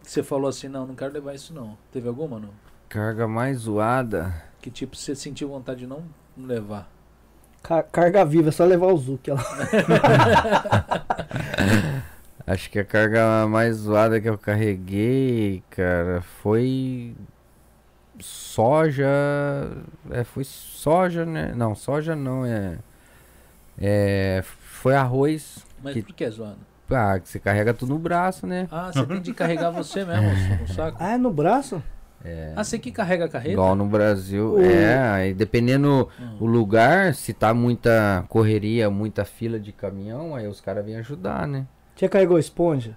A: Que você falou assim, não, não quero levar isso não. Teve alguma, não?
C: Carga mais zoada.
A: Que tipo, você sentiu vontade de não levar.
I: Ca- Carga viva, é só levar o Zuki lá.
C: Acho que a carga mais zoada que eu carreguei, cara, foi soja. É, foi soja, né? Não, soja não, é. É. Foi arroz.
A: Mas
C: Que-
A: por que é zoada?
C: Ah, que você carrega tudo no braço, né?
A: Ah, você tem de carregar você mesmo, no saco.
I: Ah, é no braço?
C: É.
A: Ah, você que carrega a carreta?
C: Igual no Brasil,
I: O-
C: é, aí dependendo
A: Hum.
C: o lugar, se tá muita correria, muita fila de caminhão, aí os caras vêm ajudar, né?
I: Você carregou esponja?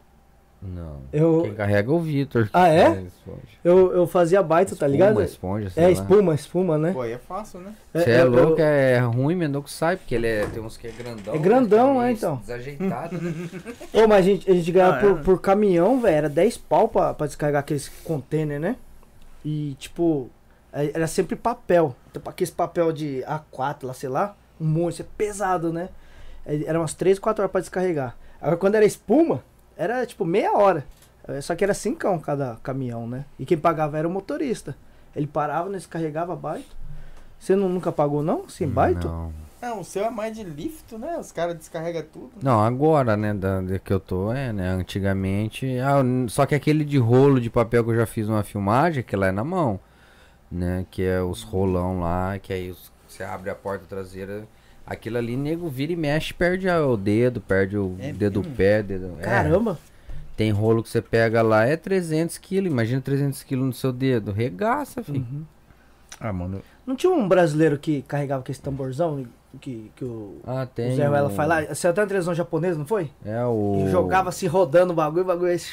C: Não. Quem
I: Eu,
C: carrega é o Vitor.
I: Ah, é?
C: Esponja. Esponja,
I: eu, eu fazia baita, tá ligado?
C: Esponja, sei
I: É,
C: lá.
I: espuma, espuma, né?
B: Pô, aí é fácil, né?
C: Você é, louco, é ruim, Mendoco sai, porque ele é, tem uns que é grandão.
I: É grandão,
C: né?
I: é, então.
C: Desajeitado, né?
I: Ô, mas a gente, a gente ganhava
B: Ah,
I: por,
B: é.
I: por caminhão, velho. Era 10 pau pra, pra descarregar aqueles container, né? E, tipo, é- era sempre papel. Então, pra aqueles papel de A4 lá, sei lá, um monte, isso é pesado, né? É, Era umas 3, 4 horas pra descarregar. Agora, quando era espuma, era tipo meia hora. É, Só que era 5 cada caminhão, né? E quem pagava era o motorista. Ele parava, né, descarregava baito. Você não, nunca pagou, não? Assim, Sem baito?
C: né? Não.
B: Não, o seu é mais de lifto, né? Os caras descarregam tudo.
C: Não, agora, né, da, da que eu tô, é, né, antigamente, ah, n- só que aquele de rolo de papel que eu já fiz uma filmagem, que lá é na mão, né, que é os rolão lá, que aí os- você abre a porta traseira, aquilo ali, nego, vira e mexe, perde a- o dedo, perde o
B: É
C: dedo do
B: mesmo?
C: pé, dedo... é.
I: Caramba!
C: tem rolo que você pega lá, é 300 quilos, imagina 300 quilos no seu dedo, regaça, filho.
I: Uhum.
B: Ah, mano.
I: Não tinha um brasileiro que carregava aquele tamborzão que, que o,
C: Ah,
I: o
C: tem...
I: Zé Ruela
C: o-
I: faz lá? Você até uma televisão japonesa, não foi?
C: É o...
I: E jogava assim, rodando o bagulho, o bagulho esse.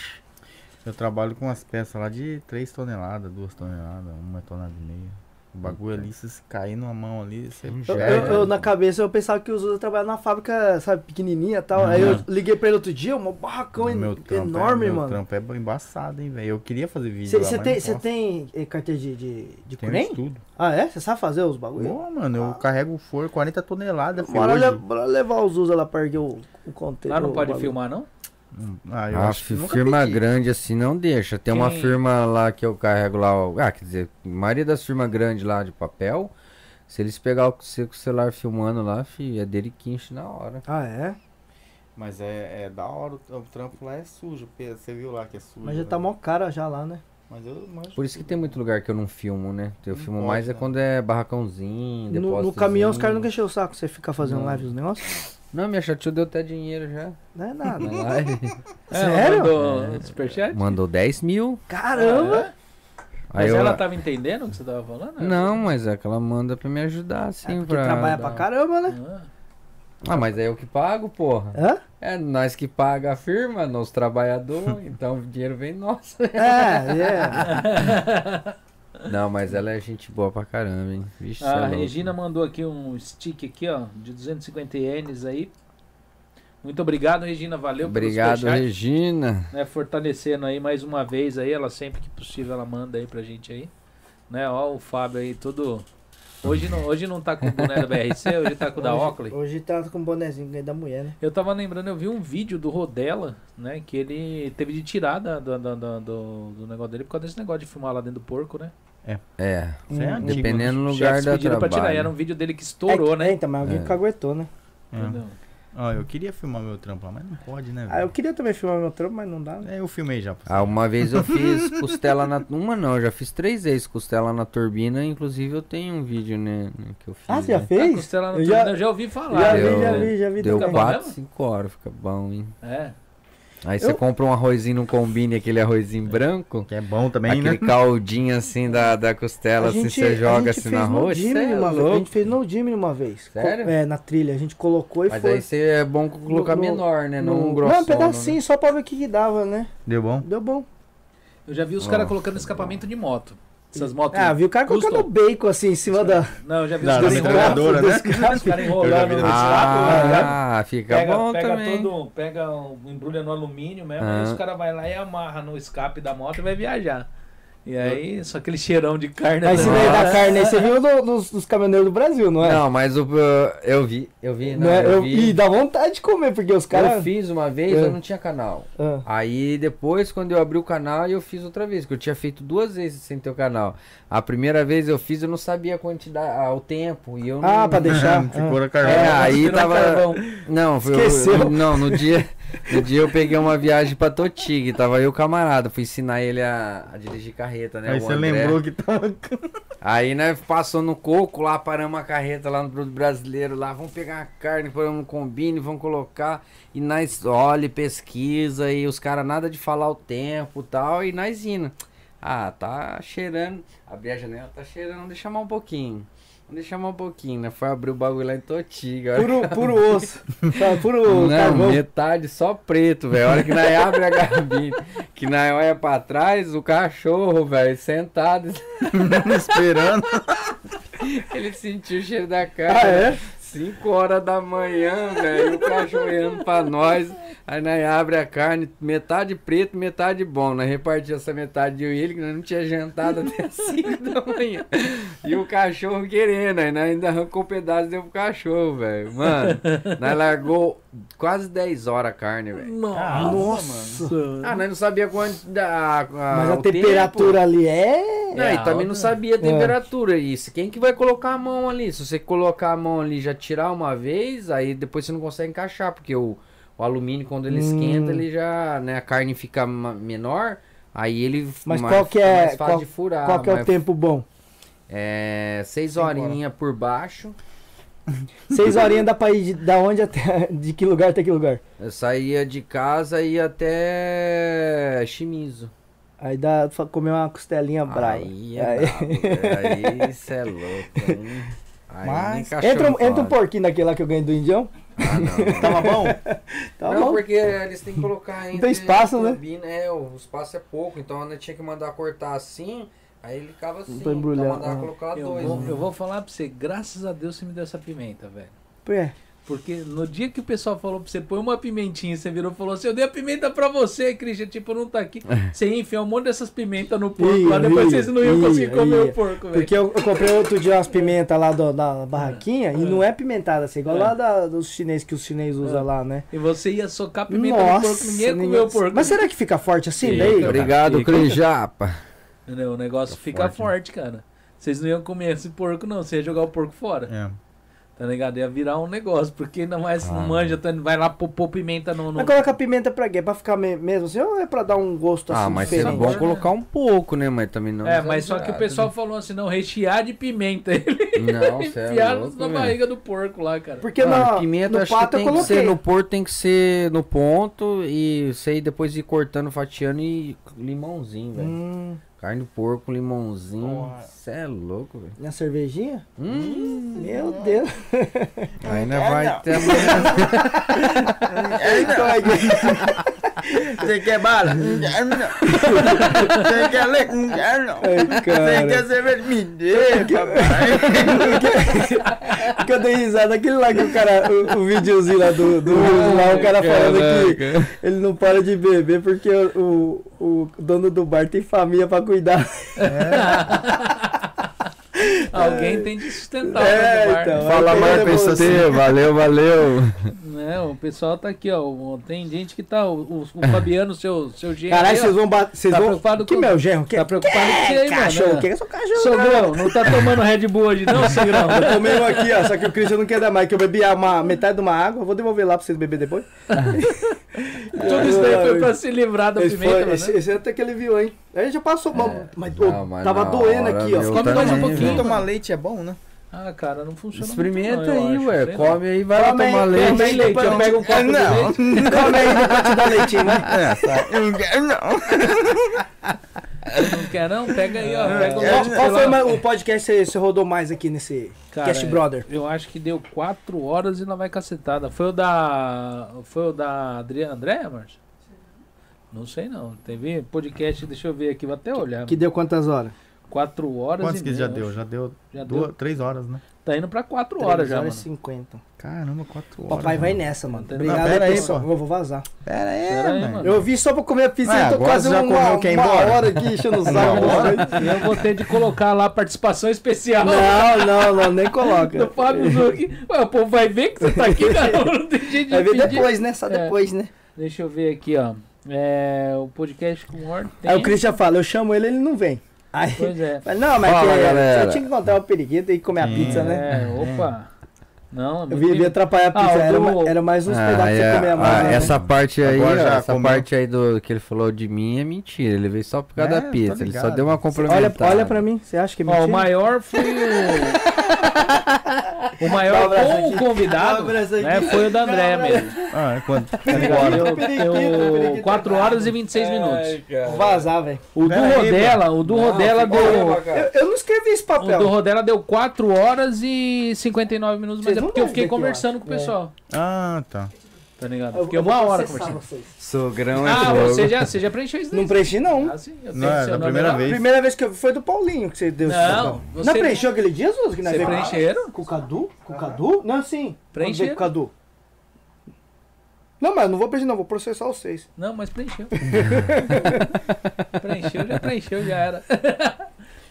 B: Eu trabalho com umas peças lá de 3 toneladas, 2 toneladas, 1 tonelada e meia. O bagulho ali, se você cair numa mão ali, você. é
C: Um
I: Eu,
C: Já
I: eu-
B: então.
C: era.
I: eu, na cabeça eu pensava que os outros trabalhavam na fábrica, sabe, pequenininha e tal. Aí eu liguei pra ele outro dia, um barracão en-
B: trampo
I: enorme,
B: é, meu
I: mano.
B: trampo é embaçado, hein, velho. Eu queria fazer vídeo. lá,
I: Você
B: mas
I: tem,
B: não
I: cê
B: posso.
I: tem eh, carteira de, de, de
B: Tenho
I: Kunen?
B: de tudo.
I: Ah, é? Você sabe fazer os bagulhos?
B: Pô, mano, eu carrego for 40 toneladas, filho.
I: Bora,
B: Hoje.
I: le- bora levar os Usa lá pra erguer o, o conteúdo.
A: Lá Ah, não pode filmar, não?
B: Hum, Ah, eu
C: Ah,
B: acho que
C: fi-
B: nunca
C: firma
B: pedi.
C: grande assim não deixa. Tem uma
A: Quem-
C: firma lá que eu carrego lá. ó, Ah, quer dizer, a maioria das firmas grandes lá de papel, se eles pegar o seu celular filmando lá, fi, é dele quinche na hora.
I: Ah, é?
B: Mas é, é da hora, o tra- o trampo lá é sujo. pe- Você viu lá que é sujo.
I: Mas já
B: né?
I: tá mó cara já lá, né?
B: Mas eu manjo
C: Por isso que
B: tudo.
C: tem muito lugar que eu não filmo, né? Eu
B: Não
C: filmo
B: pode,
C: mais é
B: né?
C: quando é barracãozinho,
I: No, no
C: depósitozinho.
I: caminhão os caras nunca encheu o saco, você fica fazendo
C: Não.
I: live os negócios.
C: Não, minha chatinha deu até dinheiro já.
I: Não é nada.
C: na live.
A: É,
I: Sério?
A: Mandou o superchat? É?
C: Mandou 10 mil.
I: Caramba!
C: Aí
A: Mas
C: eu...
A: ela
I: tá-
A: tava entendendo o que você tava falando?
C: Não, mas é que ela manda pra me ajudar, assim,
I: É, Porque
C: pra...
I: trabalha
C: dar-
I: pra caramba, né?
A: Ah,
C: Ah, mas é eu que pago, porra.
I: Hã?
C: É nós que paga a firma, nós trabalhadores, então o dinheiro vem nosso.
I: É, é.
C: Não, mas ela é gente boa pra caramba, hein? Vixe, cê é
A: a
C: louco.
A: Ah, Regina mandou aqui um stick aqui, ó, de 250 ienes aí. Muito obrigado, Regina. Valeu pelo
C: Obrigado,
A: superchat.
C: Regina.
A: né, fortalecendo aí mais uma vez aí, ela sempre que possível ela manda aí pra gente aí, né, ó o Fábio aí todo, hoje não, hoje não tá com o boné da BRC, hoje tá com o da
I: Hoje-
A: Oakley.
I: Hoje tá com um bonezinho que é da mulher, né?
A: Eu tava lembrando, eu vi um vídeo do Rodella, né, que ele teve de tirar da, da- da- da- do, do negócio dele por causa desse negócio de filmar lá dentro do porco, né,
C: É,
B: Isso é antigo,
C: dependendo do
A: Os
C: lugar
A: chefes
C: da
A: pediram pra tirar, e era
C: trabalho.
A: um vídeo dele que estourou,
I: É,
A: né,
I: Então, mas alguém
C: É.
I: que aguentou, né?
B: É.
A: Entendeu? Tá
B: Ó, eu queria filmar meu trampo lá, mas não pode, né,
I: Ah, eu
B: velho?
I: queria também filmar meu trampo, mas não dá, né?
B: É, eu filmei já. pra
C: Ah, uma vez eu fiz costela na... Uma não, eu já fiz três vezes costela na turbina, inclusive eu tenho um víeo, né, né, que eu fiz.
I: Ah, você já
C: né? Tá
A: Ah,
I: fez?
A: costela na
I: Eu
A: turbina,
I: já-
A: eu já ouvi falar.
I: Já
A: né?
I: vi, já
C: Deu-
I: vi, já vi.
C: Deu
A: Fica
I: também.
A: bom
C: 4,
A: mesmo?
C: 5 horas, fica bom, hein?
A: É.
C: Aí você
I: Eu-
C: compra um arrozinho, não combine aquele arrozinho branco.
D: Que é bom também,
C: Aquele
D: né?
C: caldinho assim da, da costela, assim, você joga assim na roxa.
I: Jimmy
C: cê é
I: uma vez. A
C: louco.
I: gente fez no Jimmy uma vez. Co-
C: Sério?
I: É, na trilha. A gente colocou e
C: Mas
I: foi.
C: aí você é bom colocar
I: No- no-
C: menor, né? Não
I: No-
C: um grossão.
I: Não, um pedacinho, só pra ver o que, que dava, né?
D: Deu bom?
I: Deu bom.
A: Eu já vi os caras colocando escapamento de moto. Essas motos.
I: Ah, viu o cara
A: Custom.
I: colocando bacon assim em cima da.
A: Não, eu já vi os
D: Da, da
A: caras enrolando.
D: metralhadora, né?
A: Os caras enrolando
D: Eu já vi
A: no ventilador.
C: Ah, fica
A: Pega,
C: bom
A: pega
C: também.
A: todo, pega, o- embrulha no alumínio mesmo,
C: Ah.
A: aí os caras vai lá e amarra no escape da moto e vai viajar. E aí, só aquele cheirão de carne.
I: Mas esse
A: né?
I: daí da
C: Nossa.
I: carne aí, você viu do- dos, dos caminhoneiros do Brasil, não é?
C: Não, mas o, uh, eu vi, eu vi, não,
I: Não é?
C: eu,
I: Eu-
C: vi.
I: E dá vontade de comer, porque os
C: Eu
I: caras.
C: fiz uma vez,
I: É.
C: eu não tinha canal.
I: Ah.
C: Aí depois, quando eu abri o canal, eu fiz outra vez, que eu tinha feito duas vezes sem ter o canal. A primeira vez eu fiz, eu não sabia a quantidade, ah, o tempo, e eu não...
I: Ah, pra deixar.
D: Ficou na carne.
C: É, aí tava... Não, foi- eu-
I: Esqueceu.
C: não, no dia, no dia eu peguei uma viagem pra Totig, tava eu e o camarada, fui ensinar ele a, a dirigir carreta, né?
D: Aí
C: o
D: você
C: André.
D: lembrou que tava.
C: Aí nós passou no coco lá, paramos a carreta lá no produto brasileiro lá, vamos pegar a carne, paramos no combine, vamos colocar. E nós olha, e pesquisa, e os caras nada de falar o tempo e tal, e nós indo. Ah, tá cheirando. Abri a janela, tá cheirando, deixa mais um pouquinho. Deixa mais um pouquinho, né? Foi abrir o bagulho lá em Totiga.
I: Ah. Puro, puro osso. Tá, puro
C: Não,
I: carvão.
C: metade só preto, velho. A hora que nós abre a cabine, que nós olha pra trás, o cachorro, velho, sentado.
D: esperando.
C: Ele sentiu o cheiro da carne.
I: Ah, é?
C: 5 horas da manhã, velho, e o cachorro olhando pra nós. Aí nós abre a carne, metade preto, metade bom. Nós repartimos essa metade eu e ele, que nós não tinha jantado até 5 da manhã. E o cachorro querendo, aí nós ainda arrancou um pedaço e deu pro cachorro, velho. Mano, nós largou quase 10 horas a carne, velho.
I: Nossa.
C: Ah, nós não sabia quanto da. a-
I: Mas a
C: é o tempo.
I: temperatura ali é.
C: Não,
A: É
C: e também
A: alta.
C: não sabia a temperatura. Isso. Quem que vai colocar a mão ali? Se você colocar a mão ali e já tirar uma vez, aí depois você não consegue encaixar, porque o, o alumínio, quando ele
I: Hum.
C: esquenta, ele já. Né, a carne fica ma- menor. Aí ele
I: Mas
C: mais-
I: qual que é-
C: mais fácil
I: qual-
C: de furar.
I: Qual que é o
C: Ah, mas-
I: tempo bom?
C: É. Seis horinhas por baixo.
I: Seis horinhas dá pra ir de, da onde até. De que lugar até que lugar?
C: Eu saía de casa e ia até Chimizo.
I: Aí dá pra comer uma costelinha Tá brava.
C: Aí é brabo, velho. Aí você é louco. Hein? Aí
D: Mas-
C: nem
I: Entra,
C: cachorro
I: um- entra um
C: fala.
I: porquinho daquele lá que eu ganhei do Indião.
C: Ah, não, não.
D: Tava bom?
I: Tá
C: não,
I: bom.
C: porque eles têm que colocar ainda.
I: espaço, né?
C: É, o espaço é pouco, então ela tinha que mandar cortar assim, aí ele ficava assim.
I: Pra embrulhar,
C: Então mandava
I: ah.
C: colocar
A: Eu
C: dois.
A: vou,
C: né?
A: eu vou falar pra você, graças a Deus você me deu essa pimenta, velho.
I: É.
A: Porque no dia que o pessoal falou pra você, põe uma pimentinha, você virou e falou assim, eu dei a pimenta pra você, Christian, tipo, não tá aqui. Você ia enfiar um monte dessas pimentas no porco
I: Ia,
A: lá, depois
I: ia,
A: vocês não iam
I: ia,
A: conseguir comer
I: ia.
A: o porco, velho.
I: Porque eu, eu comprei outro dia umas pimentas lá do- da barraquinha e não é pimentada, assim, igual
A: É.
I: lá da- dos chineses que os chineses
C: É.
I: usam lá, né?
A: E você ia socar pimenta no porco, ninguém ia comer
I: ninguém-
A: o porco.
I: Mas será que fica forte assim
A: Fica,
I: daí?
A: velho.
C: Obrigado, Cris Japa.
A: Entendeu? O
C: Tá
A: negócio fica
C: né?
A: forte, cara. Vocês não iam comer esse porco, não. Você ia jogar o porco fora.
D: É.
A: Tá ligado? Ia virar um negócio. Porque ainda mais se
C: Ah.
A: não manja, tá- vai lá pôr pôr pimenta no. no...
I: Mas coloca pimenta pra quê? Pra ficar me- mesmo assim ou é pra dar um gosto assim
C: Ah, mas é
I: diferente?
A: diferente.
C: bom colocar um pouco, né? Mas também não. Ah,
A: É, mas só que o
C: exagerado,
A: pessoal falou assim: não, rechear de pimenta.
C: né? Não, cê é
A: Enfiaram
C: louco,
A: na
C: né?
A: barriga do porco lá, cara.
I: Porque
C: Mano,
I: na,
C: Ah, pimenta
I: no
C: acho que
I: pato eu
C: tem que ser
I: coloquei.
C: no porto, tem que ser no ponto e sei depois ir cortando, fatiando e limãozinho, velho.
I: Hum,
C: Carne do porco, limãozinho. Você é louco, velho.
I: na cervejinha?
C: Hum.
I: Meu Deus.
D: né,
C: Ainda vai ter amanhã.
D: Você quer bala? Não quero, não. Você quer leite? Não quero, não.
I: Ai,
D: Você
I: cara.
D: quer cerveja? Me dê, papai.
I: Porque eu dei risada. Aquele lá que o cara. O, o videozinho lá do,
C: Ah,
I: do Reels lá, o cara falando
C: né?
I: que ele não para de beber porque o, o, o dono do bar tem família pra cuidar.
A: Alguém tem de sustentar
I: É,
A: o bar.
I: então.
C: Fala
I: Aí
C: mais
I: ele
C: pra
I: botou
C: você, valeu, valeu.
A: Né, o pessoal tá aqui, ó. o- Tem gente que tá. O, o- o Fabiano, seu, seu genro.
I: Caralho,
A: aí, ó,
I: vocês vão bater. Vocês
A: Tá
I: vão.
A: preocupado
I: que
A: com-
I: meu genro? Que,
A: Tá preocupado com você aí, mano.
I: cachorro?
A: né?
I: Que é seu cachorro?
A: Sogrão, não tá tomando Red Bull hoje, não, Sogrão?
I: Eu tomei um aqui, ó. Só que o Christian não quer dar mais, que eu bebi uma, metade de uma água. Eu vou devolver lá pra vocês beber depois.
A: Tudo isso daí foi pra se livrar da
I: É. Esse,
A: pimenta,
I: foi-
A: né?
I: esse- esse é até que ele viu, hein? Aí já passou mal. Mas,
C: Não,
I: ô,
C: mas
I: tava
C: na
I: doendo
C: hora,
I: aqui, ó.
C: meu,
A: Come
C: tá
A: mais um
C: doendo.
A: pouquinho.
D: tomar leite é bom, né?
A: Ah, cara, não funciona. muito
C: Experimenta
A: não, eu
C: aí,
A: acho,
C: ué.
A: sei lá.
C: Come aí, vai lá
I: Come aí,
C: tomar
I: come
C: leite.
I: aí,
A: Tem leite, eu pego um copo de
D: Não.
A: leite.
I: Come aí, depois te dá leitinho, né?
D: É, sabe? Eu não quero, não.
A: Não quer não? Pega aí, ó. Pega um
I: Qual,
A: leite,
I: É, qual
A: sei
I: foi
A: lá.
I: mais- o podcast que você- você rodou mais aqui nesse
A: Cara, é.
I: Cast Brother?
A: Eu acho que deu 4 horas e lá vai cacetada. Foi o da. Foi o da Adriana André, Márcio? Não sei não. Teve podcast, deixa eu ver aqui, vou até olhar.
I: Que deu quantas horas?
A: 4 horas
D: Quantos
A: e
D: que
A: meia,
D: já
A: eu
D: deu?
A: acho.
D: né? Já deu
A: Já deu-
D: duas, três horas, né?
A: Tá indo pra 4 horas
I: Três
A: já, mano. Tá
I: horas e 50.
D: Caramba, quatro horas. né?
I: Papai vai
D: mano.
I: nessa, mano.
A: Não,
I: Obrigado aí,
D: pera aí,
I: pessoal.
D: pô.
I: Eu vou vazar.
D: Pera aí,
A: Pera aí,
D: mano.
A: mano.
I: Eu vi só pra comer a pizza
D: Ah,
I: e tô
D: agora
I: quase
D: já
I: uma,
D: comeu, quer ir
I: uma
D: embora?
I: hora aqui enchendo o
D: Uma hora?
I: saco.
A: E eu vou ter de colocar lá participação especial
I: Não, não, não, nem
A: do
I: coloca.
A: Fábio Zuc. Ué, o povo vai ver que você tá aqui, cara. Não tem jeito de
I: Vai ver
A: pedir.
I: depois, né? Só
A: É.
I: depois, né?
A: Deixa eu ver aqui, ó. É, o podcast com ordem.
I: Aí É o Christian fala, eu chamo ele, ele não vem. Aí,
A: Pois é.
I: fala, não, mas
C: Fala,
I: que-
C: galera.
I: eu tinha que encontrar o periquito e comer a
D: Sim.
I: pizza,
A: É,
I: né?
A: opa. Não, é
I: Eu
A: muito
I: vi, vi atrapalhar a
A: Ah,
I: pizza,
A: o
I: era,
A: do-
I: ma- era mais uns
C: Ah,
I: pedaços que
C: é,
I: você comia
C: ah,
I: mais. né?
C: essa parte aí,
D: Agora já
C: essa
D: comeu.
C: parte aí do que ele falou de mim é mentira. Ele veio só por causa
D: É,
C: da
D: tô
C: pizza. Ele só
D: ligado.
C: deu uma
I: Olha,
C: complementada.
I: olha pra mim, você acha que é
A: Ó, o
I: mentira?
A: maior foi o. o maior com o convidado né, foi o da André mesmo.
D: Ah, é quanto?
A: Deu, deu 4 horas e 26 minutos.
I: Vou vazar, velho.
A: O do
D: Pera aí,
A: Rodela, o do Rodela deu.
I: Eu, eu não escrevi esse
A: O do
I: papel.
A: Rodela deu 4 horas e 59 minutos, mas
I: Vocês
A: é
I: não
A: porque eu
I: devem
A: fiquei
I: ver que eu
A: conversando com o
I: acho.
A: pessoal.
D: Ah, tá.
A: Tá ligado?
I: Eu-
A: Eu fiquei
I: eu vou
A: uma hora
I: processar
A: conversando.
I: vocês.
P: Sogrão é
A: Ah,
P: fogo.
A: você já, você já preencheu isso daí?
I: Não preenchi, não.
A: Ah, sim, eu
D: Não,
A: tenho
D: é
A: seu
D: da
A: nome
D: primeira
A: lá.
D: vez.
I: Primeira vez que eu vi foi do Paulinho que você deu esse
A: Não,
I: papel.
A: você
I: Não preencheu aquele dia, Zuz? Que nós
A: Você
I: veio-
A: preencheram?
I: Com o Cadu? Com o Cadu? Não, sim.
A: Preenche.
I: Vamos ver Com o Cadu. Não, mas eu não vou preencher, não. Vou processar vocês.
A: Não, mas preencheu. preencheu, já preencheu, já era.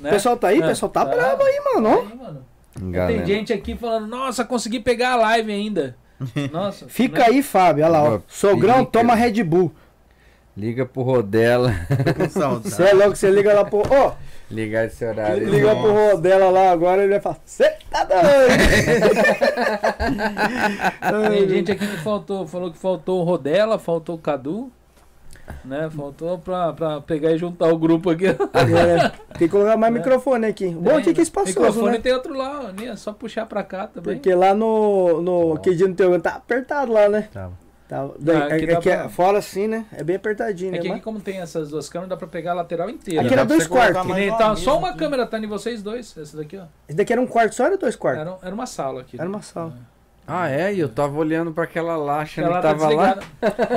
I: O
A: Né?
I: pessoal tá aí? O
A: É.
I: pessoal tá
A: Tá.
I: brabo aí, mano. ó.
A: Aí, mano.
C: Galera.
A: Tem gente aqui falando, nossa, consegui pegar a live ainda. Nossa. é
I: Fica aí, Fábio. Olha lá, ó.
C: Boa
I: Sogrão
C: pica.
I: toma Red Bull.
C: Liga pro Rodela.
D: Com saudade.
I: Você é louco, você liga lá pro. Ô,
C: Ligar esse horário. aí.
I: liga pro Rodela lá agora, ele vai falar: Você tá doido?
A: Tem gente aqui que faltou, falou que faltou o Rodela, faltou o Cadu. Né? Faltou pra, pra pegar e juntar o grupo aqui.
I: É, tem que colocar mais microfone aqui. Bom, o que que é espaçoso,
A: microfone
I: né?
A: tem outro lá, ó, né? É só puxar pra cá também.
I: Porque lá no. no que dia no teu tá apertado lá, né?
D: Tá.
I: Tá, daí-
A: Ah, aqui
I: é-
A: dá
I: é que é
A: pra-
I: fora assim, né? É bem apertadinho,
A: É
I: né?
A: que aqui,
I: Mas-
A: como tem essas duas câmeras, dá pra pegar a lateral inteira.
I: Aqui era
D: Dá pra
I: é dois
D: você colocar
I: quartos.
D: mais
A: Ele
D: uma
A: tá, só
D: mesa
A: uma
D: aqui.
A: câmera tá em vocês dois, essa daqui, ó.
I: Esse daqui era um quarto só, era dois quartos?
A: Era, era um uma sala aqui.
I: Era uma sala.
C: Ah, é? E eu tava olhando pra aquela lá, achando
A: Ela
C: que
A: tá
C: tava lá.
A: desligada.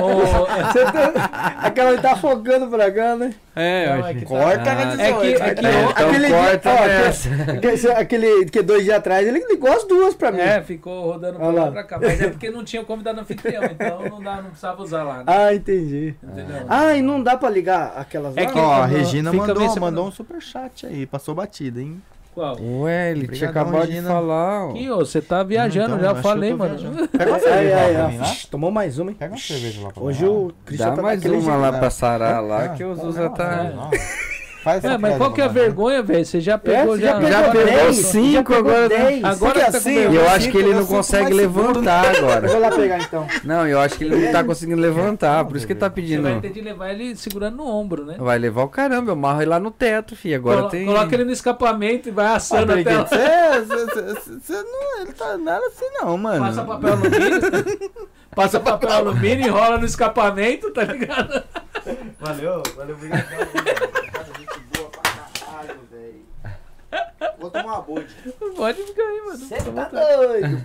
A: Ô, é,
I: Você tá- Aquela que tá afogando pra cá, né?
C: É, eu
A: Não, é
C: achei.
A: que tá-
D: Corta,
C: Ah,
D: né,
A: é que, é que
C: É,
A: eu-
C: então
I: aquele dia-
C: corta
I: ó, aquele-
C: nessa.
I: Aquele, aquele que dois dias atrás, ele ligou as duas pra mim.
A: É, ficou rodando pra
I: então. Olha
A: lá
I: lá.
A: e pra cá. Mas é porque não tinha o convidado anfitrião, então não, dá, não precisava usar lá, né?
I: Ah, entendi.
A: Entendeu?
I: Ah, e não dá pra ligar aquelas
A: É
I: lá?
A: que-
D: Ó, a
A: Fica-
D: Regina
A: fica bem
D: mandou,
A: separado.
D: mandou um superchat aí, passou batida, hein?
A: Qual?
C: Ué, ele tinha
D: Obrigadão,
C: acabado de
D: Gina.
C: falar. ó.
A: Aqui, ô, você tá viajando,
D: Então,
A: já
D: acho que eu
A: falei,
D: tô
A: mano.
D: viajando. Pega uma
I: Ai,
D: cerveja lá
I: ai,
D: pra
I: ai,
D: mim, lá.
I: Shhh, Ah, tomou mais
A: Tá
I: uma, hein?
D: Pega uma cerveja lá pra mim.
I: Hoje o Cristian
C: Dá
I: tá
C: mais
I: daquele
C: uma
I: jeito.
C: lá
D: né?
C: pra sarar
D: Ah,
C: lá, que o Zuza tá...
D: Faz
A: É,
D: essa
A: mas qual
D: piada,
A: que é a
D: tá mano.
A: vergonha, velho? Você já
I: É,
A: pegou
I: você já
A: já.
I: pegou
C: já pegou
I: 10,
C: cinco,
I: já pegou
C: agora-
I: 10.
A: Agora
I: Porque
A: tá com
I: assim,
A: vergonha.
C: E eu
A: Eu
C: acho que ele não consegue levantar
I: Eu vou
C: agora.
I: lá pegar então.
C: Não, eu acho que ele não tá conseguindo levantar, por isso que ele tá
A: Você
C: pedindo...
A: vai ter de levar ele segurando no ombro, né?
C: Vai levar o caramba, eu marro ele lá no teto, fi. Agora
A: Colo-
C: tem...
A: Coloca ele no escapamento e vai assando até lá.
D: é, Você não. Ele tá nada assim, não, mano.
A: Passa papel alumínio. passa papel alumínio, enrola no escapamento, tá ligado?
D: Valeu, valeu, obrigado.
Q: Gente boa pra caralho, velho. Vou tomar uma boa
A: Pode ficar aí, mano.
I: Você tá doido.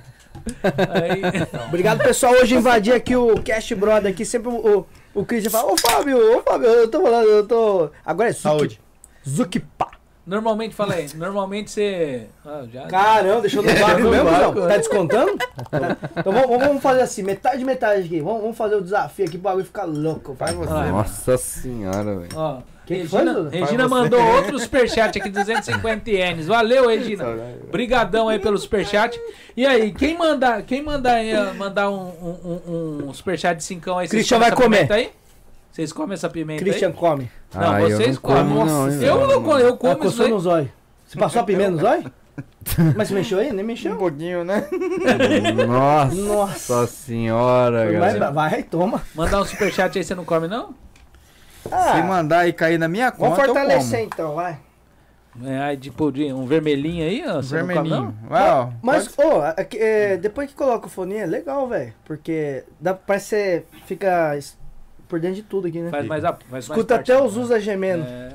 A: Aí,
I: Obrigado, pessoal. Hoje invadi aqui o Cast Brother aqui. Sempre o, o, o Christian fala, ô Fábio, ô Fábio, eu tô falando, eu tô. Agora é Zuki.
D: Saúde.
I: Zuki pá.
A: normalmente, fala aí, normalmente você. Ah, já.
I: Caramba, deixou
D: É
I: no vácuo
A: No
I: mesmo,
A: vácuo,
I: não?
A: né?
I: Tá descontando? Tá. Então vamos, vamos fazer assim, metade, metade aqui. Vamos, vamos fazer o desafio aqui pro bagulho ficar louco. Vai.
D: Faz você.
A: Ah,
D: mano.
C: Nossa senhora, velho.
A: Ó,
I: Que que foi,
A: Regina,
I: Duda?
A: Regina mandou outro superchat aqui, 250 ienes. Valeu, Regina. Brigadão aí pelo superchat. E aí, quem mandar, quem mandar, aí, ó, mandar um, um, um- um superchat de cincão aí, vocês
I: Christian
A: comem
I: vai
A: essa
I: comer.
A: pimenta aí? Vocês comem essa pimenta
I: Christian
A: aí?
I: come.
A: Não,
C: Ah, eu
A: vocês
C: não como,
A: comem.
C: não, hein,
A: eu
C: velho.
A: não como, eu
I: Tá
A: como isso
I: coçando
A: aí.
I: no zóio. Você passou a pimenta no zóio? Mas você mexeu aí? Nem
D: Um
I: mexeu.
D: pouquinho, né?
C: Nossa,
I: Nossa.
C: senhora,
I: Vai,
C: galera.
I: vai, toma.
A: Mandar um superchat aí, você não come não?
I: Ah,
D: Se mandar e cair na minha
I: vamos
D: conta, eu
I: fortalecer
D: como.
I: então, vai.
A: É, aí, tipo, de um vermelhinho aí, ó. você não come, não?
D: Vermelhinho. Uau,
F: Mas,
D: pode-
F: ô, é que, é, depois que coloca o fone é legal, velho. Porque dá, parece que você fica es- por dentro de tudo aqui, né?
A: Faz mais a. Faz
F: Escuta
A: mais parte,
F: até
A: né?
F: os Usa gemendo.
A: É.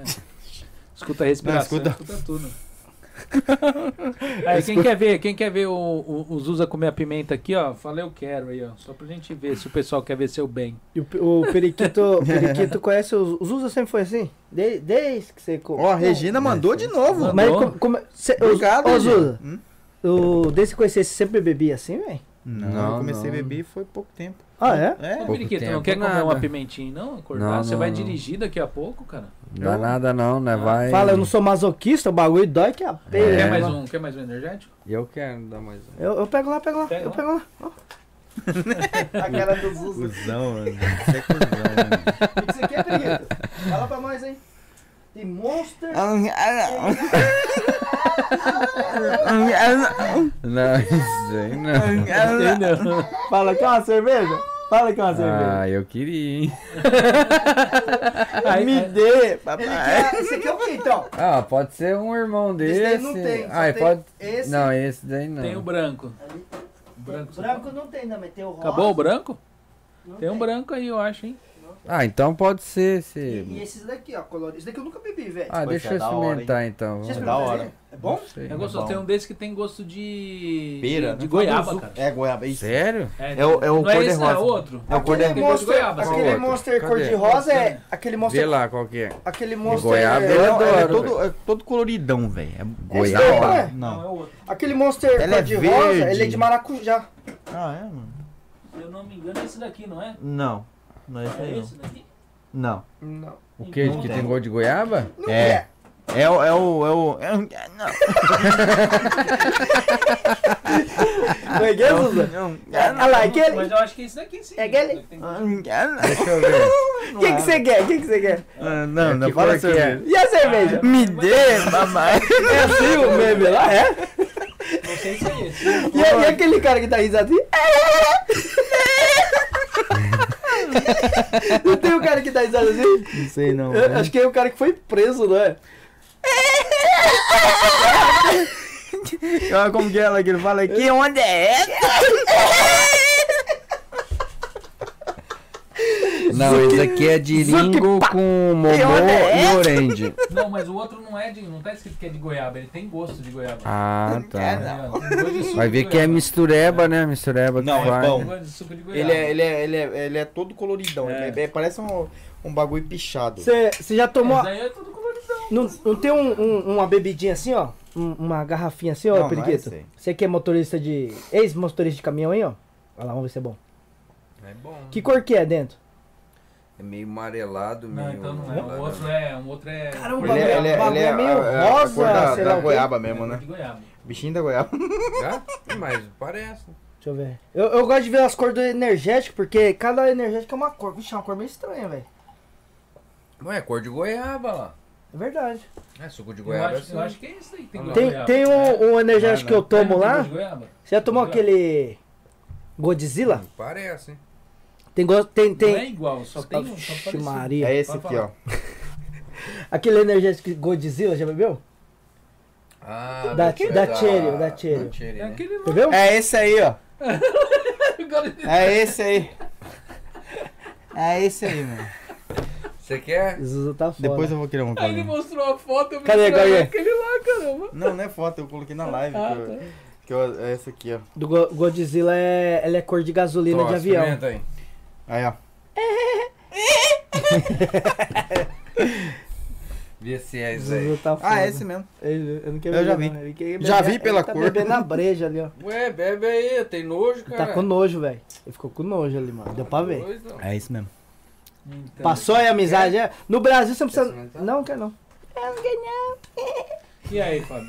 A: Escuta a respiração.
D: Não,
A: escuta... tudo. Aí, quem quer ver, quem quer ver o, o, o Zuza comer a pimenta aqui, ó, fala eu quero aí, ó. Só pra gente ver se o pessoal quer ver seu bem.
F: E o, pe- o periquito, o periquito conhece os, os Usa sempre foi assim? De- desde que você. co-
D: Ó, a Regina
A: é
D: mandou de novo.
F: Mas
A: Mandou.
F: como. como cê, os-
D: Obrigado,
F: Ô,
D: Regina.
F: Zuza,
D: Hum?
F: o, desde que conheci, você sempre bebia assim, velho?
D: Não,
C: Não,
D: eu comecei
C: não.
D: a beber foi pouco tempo.
F: Ah, é?
A: Ô,
D: É,
C: Pouco
A: Periquito, não
C: tempo,
A: quer comer
C: nada.
A: uma pimentinha, não? Acordar?
C: Não,
A: Você
C: não,
A: vai
C: não.
A: dirigir daqui a pouco, cara?
C: Não dá nada não, né?
A: Ah.
C: Vai.
F: Fala, eu não sou masoquista, o bagulho dói que a pele.
A: Quer
C: É.
A: mais um, quer mais um energético?
C: Eu quero dar mais um.
F: Eu, eu pego lá, pego lá,
A: Pega
F: eu
A: lá.
F: pego lá.
I: A cara do Zuzu.
D: cuzão, mano. Você é cuzão, mano.
F: O que você quer, periquito? Fala pra nós, hein? Tem Monster.
C: Não, isso aí não.
F: Ah, Fala, quer uma cerveja? Fala que é uma cerveja.
C: Ah, eu queria, hein?
A: Aí,
F: Me
A: aí-
F: dê, papai. você quer o que então?
C: Ah, pode ser um irmão desse.
F: Esse daí não tem, só
C: Ah,
F: tem
C: pode.
F: esse.
C: Não, esse daí não.
A: tem o branco. branco.
F: Branco não tem, não, mas tem o rosa.
A: Acabou o branco?
F: não
A: Tem um branco aí, eu acho, hein?
C: Ah, então pode ser
F: E,
C: esse.
F: e esses daqui, ó, coloridos. Esse daqui eu nunca bebi, velho.
C: Ah,
I: Pois
C: deixa
I: é,
C: eu
I: da hora,
C: experimentar então.
F: Você
C: vamos.
F: experimentou
I: da hora.
F: esse aí? É bom?
C: Sei.
A: É gostoso.
I: bom.
A: Tem um desse que tem gosto de.
I: Pera,
A: de
I: né?
A: goiaba, cara.
I: É, goiaba. isso.
C: Sério?
I: É o- é o
A: não é esse,
I: cor-de-rosa.
A: não, é outro.
I: É o cor
F: Aquele
A: Tem
I: de
A: gosto de
F: monster,
A: goiaba, sim.
F: aquele
C: Qual
F: monster
C: outro?
F: cor-de-rosa
A: Cadê?
F: é aquele
C: Vê
F: monster.
C: lá qual que é.
F: Aquele monster.
C: goiaba,
F: é,
C: eu
D: Ela- ela é
C: adoro,
D: todo, é todo coloridão, velho. É
C: Goiaba?
D: Esse daí, né?
A: Não,
D: Não.
A: é outro.
F: Aquele monster
D: Ela é
F: cor-de-rosa,
D: verde.
F: ele é de maracujá.
D: Ah, é, mano?
A: Se eu não me engano, é esse daqui, não é?
D: Não. Não é esse
A: É
D: aí,
A: esse daqui? Então
D: não.
F: Não.
C: O que? Que tem gosto de goiaba?
F: Não
D: É.
F: é.
D: Não. É o. É o. É o. É o- é, não.
F: Não é gay, Zuza? Olha lá,
A: Mas
F: aquele.
A: eu acho que é esse daqui, sim.
F: É aquele?
A: Tem-
D: Ah,
C: Deixa eu ver.
F: O que que você quer? O que que você quer?
D: Ah, Não,
C: É,
D: não,
C: que
D: fala
C: cor que
D: cerveja.
F: E a cerveja?
D: Me dê, mamãe.
F: É assim o meme lá, é?
A: Não sei se é esse.
F: E, e aquele cara que dá risada assim? é, Não tem um cara que dá risada assim?
D: Não sei não.
F: Eu Acho que é o cara que foi preso, não é?
D: Ah, Como que é ela que ele fala aqui? Que onda é essa?
C: Não, esse aqui é de lingo com momô e orange.
A: Não, mas o outro não é de. Não tá escrito que é de goiaba, ele tem gosto de goiaba.
C: Ah, tá.
A: Tá ligado? Tem gosto de suco
C: Vai
A: de
C: ver que é
A: goiaba.
C: mistureba, né? Mistureba que
D: Não, é
C: faz.
D: bom.
A: Tem gosto de suco de goiaba.
D: Ele é, ele é, ele é, ele é todo coloridão.
A: É.
D: ele é- parece um, um bagulho pichado.
F: Você você já tomou.
A: Mas aí é tudo coloridão.
F: Não, não tem um- um- uma bebidinha assim, ó? Um- uma garrafinha assim, ó,
D: Não,
F: periquito?
D: mas sei.
F: Você que é motorista de. Ex-motorista de caminhão aí, ó. Olha lá, vamos ver se é bom.
B: É bom.
F: Que cor que é dentro?
B: É meio amarelado,
A: Não,
B: meio.
A: então não é. O outro é. Um outro é.
F: Caramba,
A: cor de
D: Ele
A: goiaba.
D: é, ele é, ele é,
F: Bagulho meio
D: a- a- a
F: rosa,
D: cor da,
F: sei
D: da
F: lá o quê.
D: goiaba
A: É
D: mesmo,
A: cor
D: né?
A: de goiaba.
D: Bichinho da goiaba.
C: é.
B: Ah, Mas parece.
F: Deixa eu ver. Eu, eu gosto de ver as cores do energético, porque cada energético é uma cor. Vixe, é uma cor meio estranha, velho.
B: Não é cor de goiaba lá.
F: É verdade.
B: É suco de
A: Eu
B: goiaba.
A: acho, eu
B: assim.
A: acho que é esse daí. que Tem,
B: Tem-
A: gosto de
F: Tem,
A: goiaba.
F: tem
A: É.
F: um, um energético que eu tomo
A: Tem
F: lá.
A: gosto de goiaba?
F: Você já tomou
A: Não.
F: aquele. Godzilla?
B: Parece, hein?
F: Tem. go- tem,
A: Não é
F: tem...
A: igual, só tem um. Só
F: Vixe,
A: parecido.
F: Maria.
D: É esse aqui, ó.
F: Aquele energético Godzilla, já bebeu?
B: Ah,
F: Da-
B: deve ser
F: da Cheerio, da Cheerio.
B: Cheerio,
A: É
B: né?
A: aquele lá.
F: Bebeu?
D: É esse aí, ó.
A: Agora ele-
D: É esse aí. É esse aí, mano.
B: Você quer?
F: Zuzu tá foda.
D: Depois eu vou querer um
A: Aí ele
D: também.
A: mostrou a foto, eu vi
F: Cadê,
A: que era
F: cadê?
A: aquele lá, caramba.
D: Não, não é foto, eu coloquei na live.
A: Ah,
D: que eu- que eu- é esse aqui, ó.
F: Do Go- Godzilla é, ela é cor de gasolina
B: Tô,
F: de avião.
A: né?
B: experimenta aí.
D: Aí, ó.
B: Vê se é isso aí.
F: Zuzu tá foda.
D: Ah, é esse mesmo.
F: Ele- Eu, não quero
D: Eu já
F: beber,
D: vi.
F: não. né? Ele quer
D: Já
F: beber-
D: vi pela
F: ele tá
D: cor.
F: bebendo na breja ali, ó.
B: Ué, bebe aí, tem nojo,
F: Ele
B: cara.
F: tá com nojo, velho. Ele ficou com nojo ali, mano. Deu pra ver.
B: Pois não.
D: É esse mesmo.
A: Então,
F: Passou aí a amizade, é? No Brasil você não
B: Quer
F: precisa.
A: é um-
B: experimentar?
F: Não, quer não.
A: E aí, Fábio?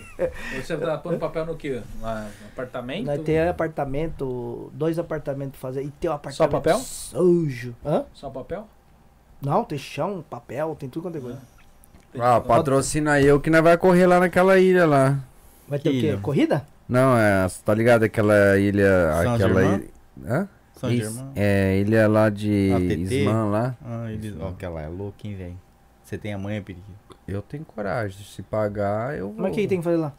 A: Você tá pondo papel no quê? Na- No apartamento?
F: Nós tem Né, apartamento, dois apartamentos pra fazer. E tem um
A: Só
F: apartamento.
A: papel?
F: Sujo. Hã?
A: Só papel?
F: Não, tem chão, papel, tem tudo quanto é coisa.
C: Ah, patrocina eu que nós vai correr lá naquela ilha lá.
F: Vai ter o
D: Que
F: quê?
D: ilha?
F: Corrida?
C: Não, é, cê tá ligado aquela ilha,
D: São
C: aquela
D: Germán?
C: ilha, Hã?
D: São
C: Is-
D: Germão.
C: É, ilha lá de
D: APT?
C: Isman lá.
D: Ah, eles. Ó, aquela é louca, hein, velho. Você tem a mãe, periquito.
C: Eu tenho coragem. Se pagar, eu vou.
F: Como é que tem que fazer lá?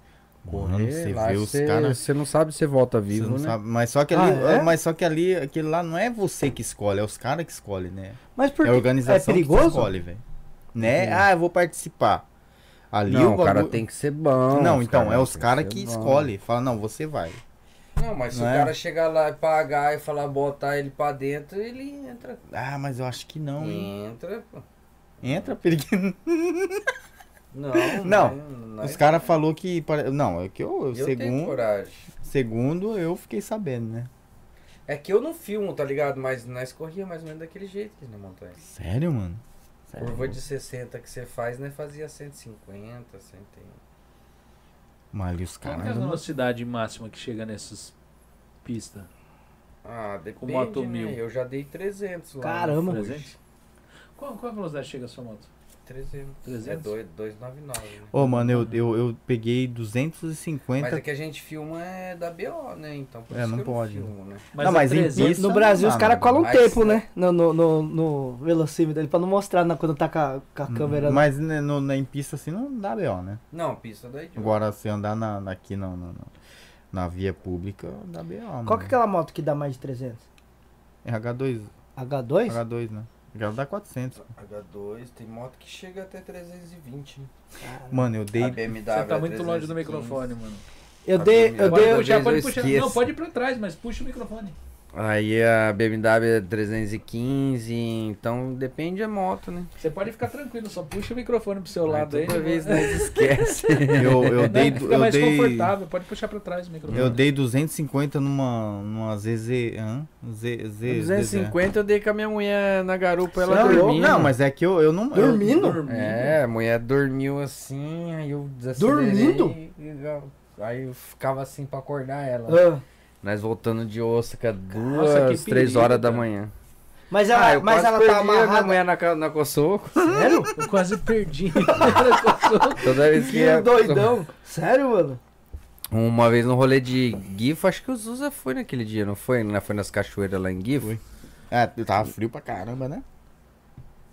C: correr
D: Mano, você
C: lá,
D: vê os
C: você-
D: caras.
C: Você não sabe se você volta
D: Você
C: vivo,
D: não
C: né?
D: sabe, mas só que ali,
F: Ah, é?
D: mas só que ali, aquele lá não é você que escolhe, é os caras que escolhem, né?
F: Mas por
D: é a organização
F: é
D: que
F: perigoso?
D: escolhe, velho. Né? Ah, eu vou participar. Ali
C: Não,
D: o
C: o cara
D: bagulho-
C: tem que ser bom.
D: Não,
C: os
D: então, é os
C: tem
D: caras
C: ser
D: que
C: bom.
D: escolhem. Fala, não, você vai.
R: Não, mas se
D: Não
R: o
D: é?
R: cara chegar lá e pagar e falar botar ele pra dentro, ele entra.
D: Ah, mas eu acho que não, hein?
R: entra, pô.
D: Entra, periquito.
R: Não,
D: Não,
R: não é
C: é?
D: Os caras falaram que. pare- Não, é que eu. eu
R: Eu tenho
D: segundo,
R: coragem.
D: segundo, eu fiquei sabendo, né?
R: É que eu não filmo, tá ligado? Mas nós corria mais ou menos daquele jeito aqui na montanha.
D: Sério, mano? É.
R: Curva de 60 que você faz, né? Fazia 150, 180.
D: Mas ali os
A: Qual que é a
D: caras.
A: velocidade máxima que chega nessas pistas?
R: Ah, depende,
A: moto
R: né?
A: mil.
R: Eu já dei 300 lá.
F: Caramba.
R: no Fuji.
A: 300? Qual, qual a velocidade que chega a sua moto?
R: 300.
A: 300?
R: É dois- 299. né?
D: Ô, mano, eu, eu, eu peguei 250.
R: Mas é que a gente filma é da BO, né? Então por
D: É,
R: isso
D: não
R: que eu
D: pode.
R: filmo, né?
D: Não,
A: é
D: mas em
A: 300.
D: pista-
F: No
D: não
F: Brasil,
C: Ah,
F: os
D: dá,
F: caras
D: mano.
F: colam um
R: Mas-
C: é-
F: tempo, né? No, no, no, no velocímetro, ali, pra não mostrar na, quando tá com a, com a câmera.
D: Mas né, no- na, em pista assim não dá B.O., né?
R: Não, pista da idiota.
D: Agora, se andar na, na- aqui não, não, não. na via pública, dá B.O., mano.
F: Qual que é aquela moto que dá mais de 300?
D: É H2,
F: H2?
D: H2, né? Já dá 400.
R: H2, tem moto que chega até 320. né?
D: Mano, eu
R: A
D: dei...
R: BMW
A: Você tá
R: é
A: muito longe do
R: 315.
A: microfone, mano.
F: Eu dei, eu
R: Pode
F: dei,
R: puxar,
A: Já
R: Jesus,
A: pode
R: eu
A: puxar.
R: esqueço.
A: Não, pode ir pra trás, mas puxa o microfone.
C: Aí a BMW é 315, então depende da moto, né?
A: Você pode ficar tranquilo, só puxa o microfone pro seu
C: Aí
A: lado aí.
C: toda vez né? nós esquece.
D: Eu, eu
A: Não,
D: dei...
A: fica
D: Eu
A: mais
D: dei,
A: confortável, pode puxar pra trás o microfone.
D: eu dei 250 numa, numa ZZ... Hã?
F: É
D: Z, Z,
C: 250 eu dei com a minha mulher na garupa, ela
D: Não, eu,
C: dormindo.
D: não, mas é que eu, eu não... eu-
F: Dormindo?
C: É, a mulher dormiu assim, aí eu desacelerei.
F: Dormindo?
C: e- Aí eu ficava assim pra acordar ela.
F: Ah,
C: Nós voltando de Osaka
A: Nossa, que
C: duas, três
A: perigo,
C: horas da
A: cara.
C: manhã.
F: Mas ela,
C: Ah, eu
F: mas
C: quase
F: ela
C: perdi
F: tá
C: a minha
F: amarrada.
C: mulher na, ca- na Kosovo.
F: Sério?
A: Eu quase perdi.
C: Toda vez que é
F: Que
C: ia-
F: doidão. Sério, mano?
C: Uma vez no rolê de Gifo, acho que o Zuza foi naquele dia, não foi? Não foi nas cachoeiras lá em Gifo?
D: Foi. É, tava frio pra caramba, né?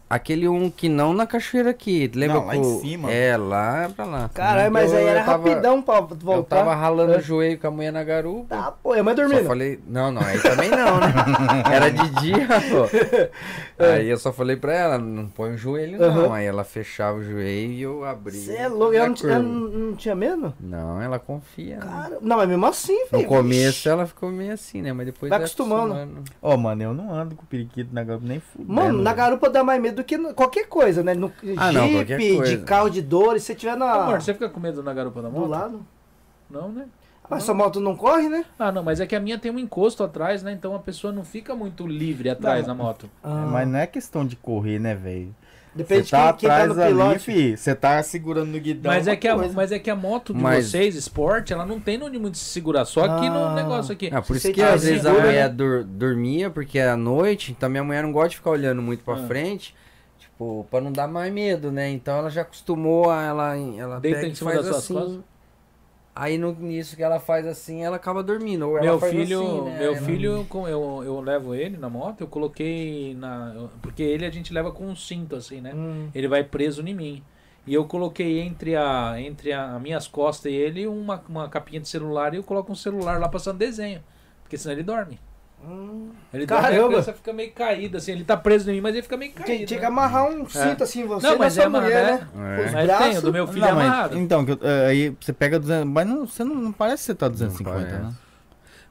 C: Aquele um que não na cachoeira aqui, lembra?
D: Não, lá
C: que
D: em
C: o-
D: cima.
C: É, lá pra lá. Então
F: Caralho, mas
C: Eu-
F: aí
C: eu
F: era
C: tava-
F: rapidão pra
C: Eu
F: voltar.
C: tava ralando
F: É.
C: o joelho com a mulher na garupa.
F: Tá, pô, é mais
C: Só
F: dormindo.
C: falei, não, não, aí também não, né? Era de dia, pô. Aí eu só falei pra ela, não põe o joelho não.
F: É. Aham.
C: Aí ela fechava o joelho e eu abri.
F: Você é louco, ela não,
C: na né, curva.
F: ela não- não tinha medo?
C: Não, ela confia. né?
F: Cara, não, mas mesmo assim,
C: No
F: filho.
C: começo ela ficou meio assim, né? Mas depois
F: Vai
C: vai
F: acostumando.
D: Ô, mano, eu não ando com periquito na garupa nem fudendo.
F: Mano, na
D: velho.
F: garupa dá mais medo do que no- qualquer coisa, né? No
C: Ah, não, qualquer
F: Jeep, de
C: coisa.
F: carro de dores, se tiver na,
A: Amor, você fica com medo na garupa da
F: do
A: moto?
F: lado.
A: Não, né?
F: Mas sua moto não corre, né?
A: Ah, não, mas é que a minha tem um encosto atrás, né? Então a pessoa não fica muito livre atrás
D: Não.
A: na moto.
F: Ah,
D: Mas não é questão de correr, né, velho? Você
F: depende
D: tá
F: de quem, quem tá
D: atrás
F: no
D: ali,
F: pilote.
D: fi. Você tá segurando no guidão.
A: Mas
D: uma
A: é, que a,
D: coisa.
A: mas é que a moto de
C: Mas-
A: vocês, esporte, ela não tem onde muito se segurar. Só aqui
F: Ah.
A: no negócio aqui.
C: Ah, por isso
F: Sei
C: que
F: que
C: às
F: é
C: vezes a
F: seguro, né?
C: mulher dur- dormia, porque é à noite, então minha mulher não gosta de ficar olhando muito pra
A: Ah.
C: frente. Tipo, pra não dar mais medo, né? Então ela já acostumou a ela. ela
A: Deita
C: pega
A: em
C: e
A: cima
C: faz
A: das suas
C: assim.
A: costas?
C: Aí no, nisso que ela faz assim, ela acaba dormindo. Ou
A: Meu
C: ela faz
A: filho,
C: assim, né?
A: meu
C: Ela-
A: filho, com- eu, eu levo ele na moto, eu coloquei na. eu- Porque ele a gente leva com um cinto, assim, né?
F: Hum.
A: Ele vai preso em mim. E eu coloquei entre a entre a, as minhas costas e ele uma, uma capinha de celular e eu coloco um celular lá passando desenho. Porque senão ele dorme. Ele dorme e a
F: Hum. Caramba!
A: criança fica meio caída, assim. Ele tá preso em mim, mas ele fica meio caído.
F: Tinha, tinha que
A: né?
F: amarrar um cinto assim em você
A: Não,
F: na
A: mas
F: sua
A: é amarrado,
F: mulher,
A: é.
F: né?
C: É.
F: Os
A: Mas
F: braços.
A: tem, o do meu filho
D: Não,
A: é
D: mas-
A: amarrado.
D: então, que eu- é, aí você pega 200. Mas não, você não, não parece que você tá 250,
C: parece.
D: né?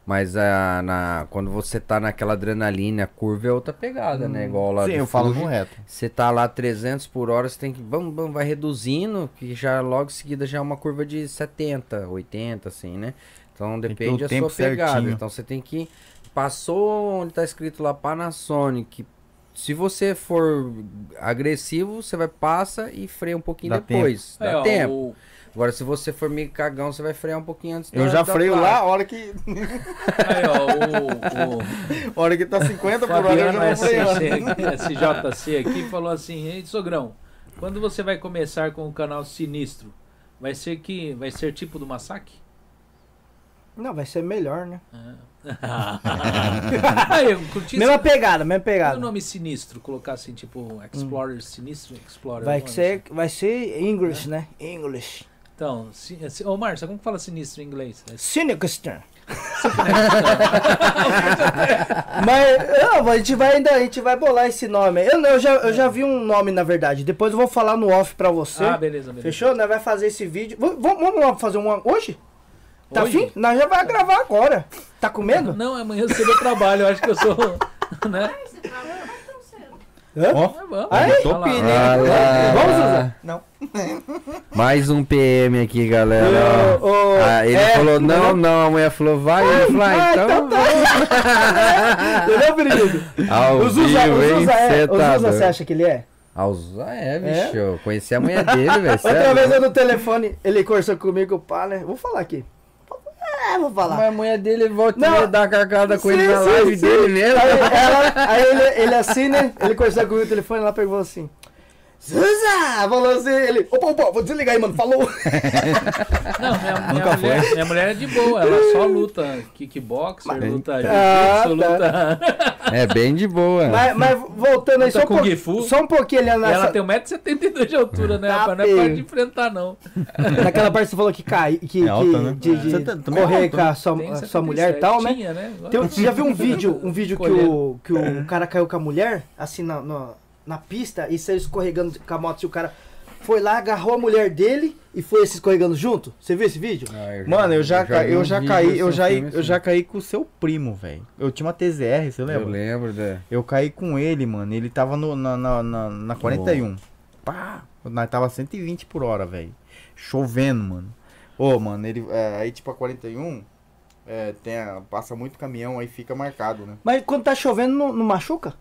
C: Mas ah, na, quando você tá naquela adrenalina, a curva é outra pegada, né? Igual lá
D: Sim,
C: do
D: eu falo
C: Fuji.
D: no reto.
C: Você tá lá 300 por hora, você tem que. Bam, bam, vai reduzindo, que já logo em seguida já é uma curva de 70, 80, assim, né? Então
D: Tem que ter o
C: depende da
D: tempo
C: sua pegada.
D: certinho.
C: Então você tem que. Passou onde tá escrito lá Panasonic. Se você for agressivo, você vai passa e freia um pouquinho
D: Dá
C: depois.
A: É,
C: Dá
A: ó,
C: tempo.
A: o-
C: Agora, se você for meio cagão, você vai frear um pouquinho antes
D: Eu
C: da-
D: já
C: da
D: freio
C: placa.
D: lá, a hora que,
A: aí, ó, o- o-
D: a hora que tá 50 por hora eu
A: Fabiano
D: já vou freando.
A: SJC aqui falou assim, Ei, Sogrão, quando você vai começar com o canal Sinistro, vai ser que vai ser tipo do Massacre?
F: Não, vai ser melhor, né?
A: Eu curti
F: Ah. Mesma pegada, mesma
A: o
F: pegada.
A: nome sinistro, colocar assim, tipo, Explorer sinistro, Explorer.
F: Vai,
A: alguma
F: que
A: coisa
F: ser, vai ser English, né? English.
A: assim. Então, si, si- ô Márcio, como que fala sinistro em inglês? É
F: Sinister. Mas não, a gente vai ainda, a gente vai bolar esse nome. Eu, eu já, eu já vi um nome, na verdade. Depois eu vou falar no off pra você.
A: Ah, beleza, beleza.
F: Fechou? Nós vai fazer esse vídeo. V- v- vamos lá fazer um hoje? Tá
A: Hoje?
F: fim? Nós já vai gravar agora. Tá com medo?
A: Não, amanhã cedo eu trabalho, eu acho que eu sou. né?
E: Você trabalha mais tão cedo.
D: Ó,
A: Mas vamos.
F: Aí? né?
A: Olha lá.
C: Ah, lá.
F: Vamos, Zuzá?
C: Mais um PM aqui, galera.
F: Ô, ô,
C: Ah, ele
F: é,
C: falou, não, não. A mulher falou, vai. Ele falou, ah,
F: Ah,
C: então.
F: então tá. Entendeu, Benedito?
C: Ao
F: tá." O Zuza,
C: vivo,
F: o
C: hein?
F: Zuza é.
C: Cê
F: O
C: tá
F: Zuza,
C: doido.
F: você acha que ele é?
C: Ah, o Zuza é, bicho. Eu conheci a mulher dele, velho. cê é
F: Outra vez
D: né?
C: louco.
F: eu no telefone, ele conversou comigo, pá, né? Vou falar aqui. É, vou falar.
C: Mas a mulher dele volta
F: Não.
C: e dar a cagada com ele
F: Sim,
C: na
F: sim,
C: live
F: sim.
C: dele mesmo.
F: Aí, ela- aí ele, ele assim, né? Ele conversou comigo no telefone, ela pegou assim. Zuza! Falou assim, ele. Opa, opa, vou desligar aí, mano. Falou!
A: Não, minha, minha mulher, minha mulher é de boa, ela só luta kickboxer,
F: tá.
A: luta jiu-jitsu, luta.
C: É bem de boa.
F: Mas, mas voltando aí,
A: Luta
F: só um,
A: Kung
F: pouquinho-
A: Fu.
F: só um pouquinho ali
A: Tá E Ela
F: nessa,
A: tem 1,72m de altura, né,
F: Tá,
A: rapaz? Não é fácil
F: filho.
A: de enfrentar, não.
F: naquela parte que você falou que cai, que, que-
D: alta, né?
F: de, de
D: Você tá- também é
F: correr
D: alta,
F: com a
A: Tem
F: sua, a sua
A: 77,
F: mulher e tal, né?
A: tinha, né? Agora-
F: Tem, você já viu um vídeo, um vídeo que o,
A: Colhendo.
F: que o cara caiu com a mulher, assim, na, na, na pista, e saiu escorregando com a moto, e o cara foi lá, agarrou a mulher dele e foi se escorregando junto? Você viu esse vídeo?
D: Mano, eu já, ca-
C: vi
D: eu
C: um
D: já
C: vídeo
D: caí,
C: desse
D: eu já,
C: filme,
D: eu já
C: assim.
D: caí com o seu primo, velho. Eu tinha uma TZR, você
C: Eu
D: lembra?
C: lembro, né?
D: Eu caí com ele, mano. Ele tava no, na, na, na, na 41. Pá! Nós tava 120 por hora, velho. Chovendo, mano. Ô, mano, ele. é, aí, tipo, a 41. É, tem a- passa muito caminhão, aí fica marcado, né?
F: Mas quando tá chovendo, não, não machuca?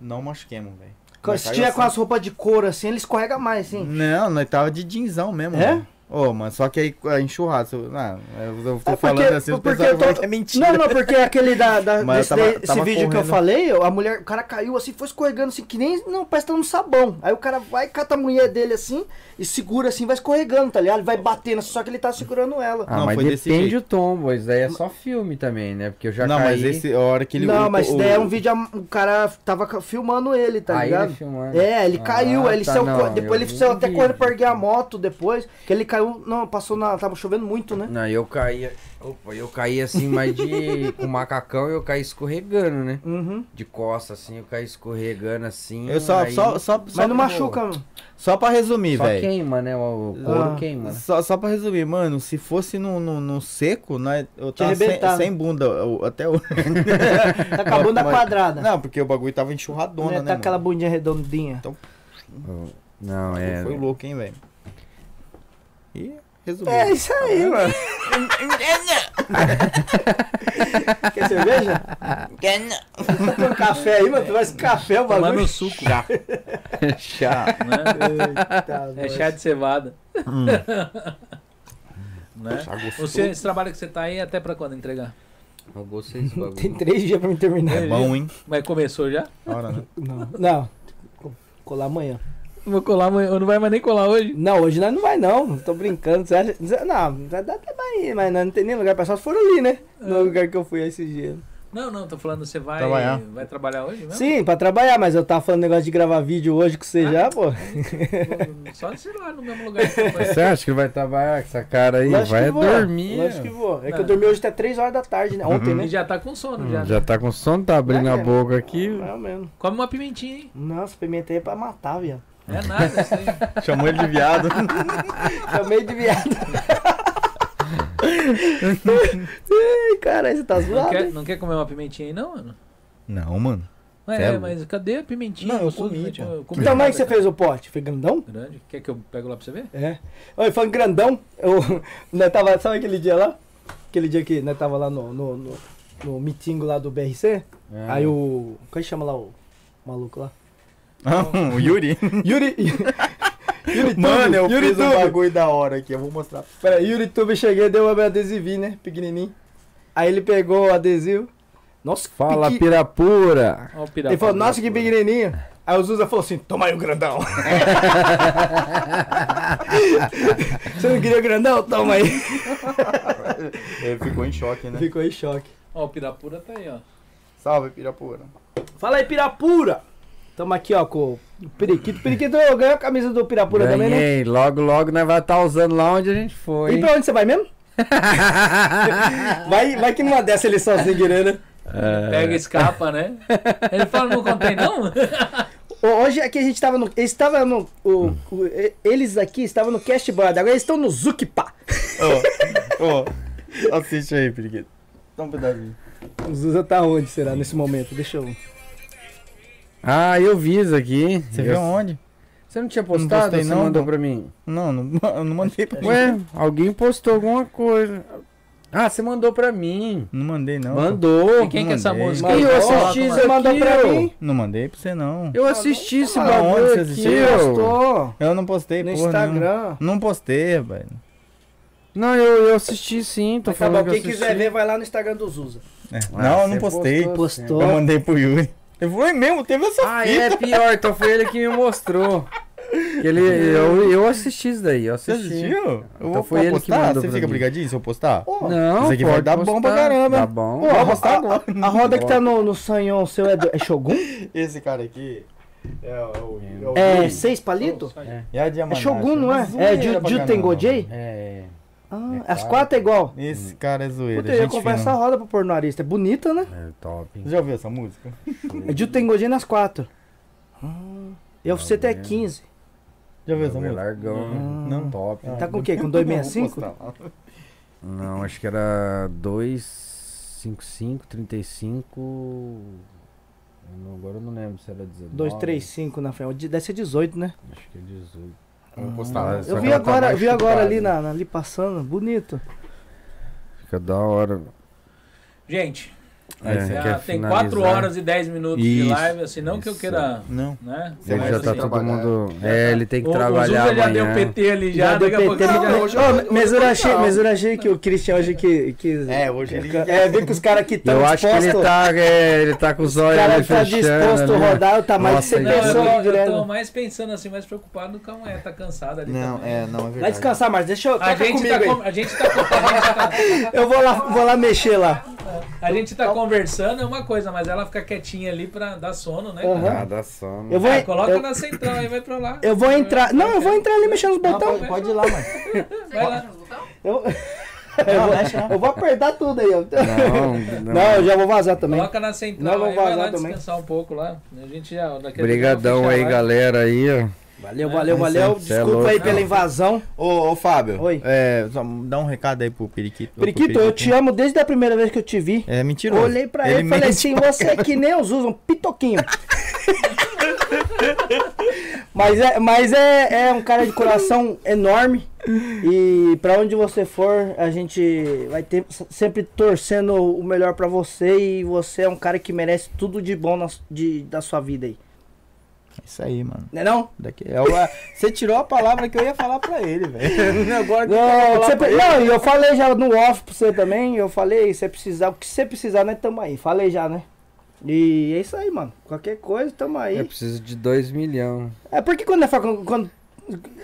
D: Não machuquemos, velho. Mas
F: Se
D: caiu
F: tiver com as
D: assim.
F: roupas de couro assim, ele escorrega mais, assim.
D: Não, nós tava de jeansão mesmo.
F: É?
D: mano. Ô, mano, só que aí a enxurrada. se eu- Ah, eu eu tô
F: É porque-
D: falando assim, o
F: porque
D: pessoal
F: eu tô-
D: fala que é mentira.
F: Não, não, porque aquele da, da-
D: Mas
F: desse,
D: eu tava-
F: desse
D: tava
F: vídeo que eu
D: correndo.
F: falei, a mulher, o cara caiu assim, foi escorregando assim, que nem, não, parece que tá no sabão. Aí o cara vai, cata a mulher dele assim, e segura assim, vai escorregando, tá ligado? Ele vai batendo, só que ele tá segurando ela.
C: Ah,
D: Não,
C: mas
D: foi desse
C: depende
D: jeito.
C: o tombo. Isso daí é só filme também, né? Porque eu já
D: não,
C: caí.
D: mas esse, a hora que ele.
F: não,
D: o-
F: mas
D: o-
F: daí é um vídeo, a- o cara tava ca- filmando ele, tá
C: aí
F: ligado?
C: ele filmando.
F: É, ele
C: Ah,
F: caiu, aí ele
C: tá,
F: saiu, co-
C: não, eu
F: depois ele
C: vi
F: saiu
C: o
F: até
C: vídeo.
F: correndo pra erguer a moto depois, que ele caiu, não, passou na, tava chovendo muito, né?
C: Não, eu caí. Opa, eu caí assim, mas de. com macacão eu caí escorregando, né?
F: Uhum.
C: De costa, assim, eu caí escorregando assim.
D: Eu só,
C: aí-
D: só, só,
F: Mas
D: só,
F: não machuca, mano.
D: só pra resumir,
C: Só
D: velho.
C: queima, né? O o couro
F: Ah.
C: queima. né?
D: Só, só pra resumir, mano, se fosse no, no, no seco, nós, eu tava sem,
F: arrebentava.
D: sem bunda eu- até o.
F: Tá acabando a
D: Mas-
F: quadrada.
D: Não, porque o bagulho tava enxurradona,
F: né?
D: né?
F: tá aquela
D: mano?
F: bundinha redondinha.
C: Não, é.
D: Foi louco, hein, velho? E resumiu.
F: É isso aí, mano. Quer cerveja? Quer não. café aí, mano. Tu vai esse café, o bagulho.
A: Tomando suco. Já.
D: É Chá.
A: Né?
F: Eita,
A: É
F: nós.
A: chá de cevada.
C: Hum,
A: né?
D: Chá gostoso.
A: O seu, esse trabalho que você tá aí, até pra quando entregar?
C: Eu gostei desse
F: Tem
C: bagulho.
F: três dias pra me terminar.
D: É bom, hein?
A: Mas começou já?
D: Ora, né?
F: Não. Não. Co- Colar amanhã.
A: Não vou colar amanhã, ou não vai mais nem colar hoje?
F: Não, hoje nós não vai não. Tô brincando. Você acha... você- Não, dá dá até pra ir, mas nós não tem nem lugar pra só se for ali, né? No lugar que eu fui esses dias.
A: Não, não, tô falando, você vai
D: Trabalhar.
A: vai trabalhar hoje né? mesmo?
F: Sim, pra trabalhar, mas eu tava falando negócio de gravar vídeo hoje com você já, pô.
A: Só sei lá, no mesmo lugar. então, que você
D: Tá
A: vai.
C: Você acha que vai trabalhar com essa cara aí?
F: Lógico
C: vai
F: que vou,
C: dormir. Uhum.
F: Lógico que vou. É que
A: Não.
F: eu dormi hoje até 3 horas da tarde, né? Ontem, né?
A: E já tá com sono
D: Hum,
A: já.
C: Já tá com sono, tá abrindo
F: Vai,
D: é.
C: a
F: né?
C: boca aqui.
F: Mais ou menos.
A: Come uma pimentinha, hein?
F: Nossa, pimentei pra matar, viado.
A: É nada isso aí.
D: Chamou ele de viado.
F: Chamei de viado. Ai, Caralho, você tá
A: Não
F: zoado?
A: quer,
F: hein?
A: não quer comer uma pimentinha aí, não, mano?
D: Não, mano.
A: Ué,
D: Cê é
A: é,
D: louco.
A: mas cadê a pimentinha?
D: Não, eu
A: Não comi,
D: comi,
A: pimentinha,
D: pô. Então,
A: eu comi
F: Que tamanho Então, é que você
A: nada.
F: fez o pote? Foi grandão?
A: Grande. Quer que eu pego lá pra você ver?
F: É. Oi, foi um grandão. Eu, nós tava, sabe aquele dia lá? Aquele dia que nós tava lá no, no, no, no mitingo lá do BRC?
C: Ah.
F: Aí o... Como é que chama lá o maluco lá?
D: Ah, o Yuri.
F: Yuri... Yuri
D: Mano, eu fiz um
F: Tube.
D: bagulho da hora aqui. Eu vou mostrar.
F: Pera, aí, o YouTube cheguei, deu uma adesivinho, né? Pequenininho. Aí ele pegou o adesivo. Nossa,
C: Fala,
F: pequi-
C: Pirapura!
A: Ó, o
F: Ele falou, nossa, que pequenininho. Aí o Zuza falou assim: toma aí o grandão. Você não queria o grandão? Toma aí.
D: Ele ficou em choque, né?
F: Ficou em choque.
A: Ó, o Pirapura tá aí, ó.
D: Salve, Pirapura.
F: Fala aí, Pirapura! Tamo aqui, ó, com o Periquito. Periquito ganhou a camisa do Pirapura também, né?
C: Ganhei. Logo, logo nós vai estar usando lá onde a gente foi.
F: E pra onde você vai mesmo? vai, vai que numa dessa ele sozinho, querendo, né?
C: É.
A: Pega e escapa, né? Ele fala, não contei, não?
F: Ô, Hoje aqui a gente tava no. Eles estavam no. o- o- e- eles aqui estavam no Cast Brother, agora eles estão no Zukpa.
D: Ô, ô, assiste aí, periquito. Dá um pedacinho.
F: O Zuza tá onde, será, nesse momento? Deixa eu.
C: Ah, eu vi isso aqui.
D: Você
C: Eu-
B: um-
D: viu onde?
C: Você não tinha
D: postei,
C: postado? você
D: não,
C: mandou
D: não.
C: pra mim.
D: Não, não, eu não mandei pra ninguém.
C: Ué, alguém postou alguma coisa. Ah, você mandou pra mim.
D: Não mandei, não.
C: mandou.
A: E quem que é essa
D: mandei.
A: música?
C: Ih, eu
A: Fala,
C: assisti
A: como
C: isso
F: Mandou
C: aqui,
F: pra
C: ó.
F: mim.
D: Não mandei pra você, não.
C: Eu assisti esse
D: Mandou.
C: bagulho
D: Onde você
C: aqui,
D: assistiu?
C: ó.
F: Postou
D: Eu não postei,
F: no
D: porra nenhuma.
F: Instagram.
D: Não postei, rapaz.
C: Não, eu, eu assisti sim, tô
F: Tá
C: falando que
F: bom,
C: eu
F: quem
C: assisti.
F: quiser ver, vai lá no Instagram do Zuza.
D: É,
C: Ah,
D: não, eu não
C: você
D: postei.
C: postou.
F: Postou.
D: Eu mandei pro Yuri. Ele falou, é mesmo, teve essa
C: Ah, é pior, então foi ele que me mostrou. Que Ele, eu, eu assisti isso daí, eu
D: Você
C: assisti.
D: assistiu? Eu
C: Então
D: vou vou
C: foi ele que
D: postar?
C: mandou
D: Você
C: pra
D: fica
C: mim.
D: brigadinho se eu postar?
C: Não,
D: Isso aqui vai
C: pode
D: dar bom pra
C: postar,
D: caramba.
C: Tá bom.
F: Pô, a, a- a roda que tá no, no Sanhão seu é, do, é Shogun?
D: Esse cara aqui é o. o-
F: É seis palito?
D: É, a
F: É
D: Diamanashi,
F: Shogun, não é?
D: zoeira
F: É
D: pra
F: Ju
D: caramba.
F: Tengojei?
C: É,
F: Ah,
C: É
F: as quatro é igual.
D: Esse cara é zoeiro.
F: Puta, eu ia
D: gente
F: comprar
D: fina.
F: essa roda pra pôr no arista. É bonita, né?
C: é top.
D: Você já ouviu essa música?
F: É Ju Tengojei nas quatro. Ah, Eu você até 15.
D: Já ouviu essa
C: É
D: música?
C: largão.
D: Não.
C: Top.
F: Tá com o quê? Com 265?
C: Não, acho que era 255, 35. eu não- Agora eu não lembro se era 19.
F: 235 na frente. Deve ser 18, né?
C: Acho que é 18.
D: Vamos
C: Ah,
D: postar.
C: Só
F: Eu
C: que
F: vi
C: ela tá
F: agora,
C: mais
F: vi agora
C: chupada.
F: ali, na, na- ali passando. Bonito.
C: Fica da hora.
A: Gente,
C: É,
A: já
C: quer
A: tem
C: finalizar?
A: 4 horas e 10 minutos de
C: Isso,
A: live, assim, não que eu
C: isso.
A: queira,
D: Não.
A: né?
D: Você
C: Ele
D: vai
C: já tá
D: assim,
C: todo
D: trabalhar.
C: mundo. É, ele tem que trabalhar.
A: Zuza já
C: amanhã.
A: deu PT ali, já,
F: Já deu
A: daqui a
F: PT.
A: pouquinho já-
F: Ô, Mas eu achei, mas eu achei que o Christian hoje que... que-
D: É, hoje ele.
F: É, ver que os caras que estão
C: Eu acho que ele tá, é, ele tá com os
F: O
C: olhos
F: cara
C: ali
F: tá disposto
C: fechando.
F: a
C: ali.
F: rodar, tá mais de
C: Nossa,
F: 100
A: Não,
C: ele-
A: eu,
F: pessoas
A: tô,
F: ali
A: eu
F: direto.
A: tô mais pensando assim, mais preocupado com a é, tá cansado ali
D: Não,
A: também.
D: é, não, é verdade.
F: Vai descansar, Marcos. Deixa eu.
A: A
F: Toca
A: gente,
F: comigo
A: tá,
F: aí.
A: con- a, gente tá, con-
F: Eu vou lá, vou lá mexer lá.
A: a gente tá conversando, é uma coisa, mas ela fica quietinha ali pra dar sono, né?
F: Aham.
C: Ah, dá sono.
F: Eu vou,
A: Ah, coloca
F: eu,
A: na central aí, vai pra lá.
F: eu vou entrar. Não, eu vou entrar ali mexendo nos botões.
D: Pode, pode ir lá, mano.
A: Vai lá.
E: um
F: Eu, eu, vou, eu vou apertar tudo aí. ó.
C: Não, não.
F: Não, eu já vou vazar também.
A: Coloca na
F: Não,
A: central
F: vou
A: aí, vai lá
F: vazar também.
A: descansar um pouco lá. A gente já. daqui a pouco eu vou
C: Obrigadão
A: fechar a
C: aí,
A: live.
C: galera aí, ó.
F: Valeu, valeu, valeu.
C: Você é
F: Desculpa
C: louco.
F: aí pela invasão.
D: Ô, ô, Fábio.
F: Oi.
D: É, só dá um recado aí pro Periquito.
F: Periquito, eu te amo desde a primeira vez que eu te vi.
D: É mentiroso.
F: Olhei pra ele e falei
D: mente
F: assim:
D: pra
F: você é que nem os usam, um pitoquinho. mas é, mas é, é um cara de coração enorme. E pra onde você for, a gente vai ter, sempre torcendo o melhor pra você. E você é um cara que merece tudo de bom na su- de, da sua vida aí.
D: Isso aí, mano.
F: Né não?
D: Daqui, é uma- Você tirou a palavra que eu ia falar pra ele, velho. Agora que eu ia
F: Não,
D: falar
F: você
D: pra
F: pre- não, e eu falei já no off pra você também. Eu falei, se você precisar, o que você precisar, né? Tamo aí. Falei já, né? E é isso aí, mano. Qualquer coisa, tamo aí.
C: Eu preciso de 2 milhões.
F: É porque quando, é fa- quando, quando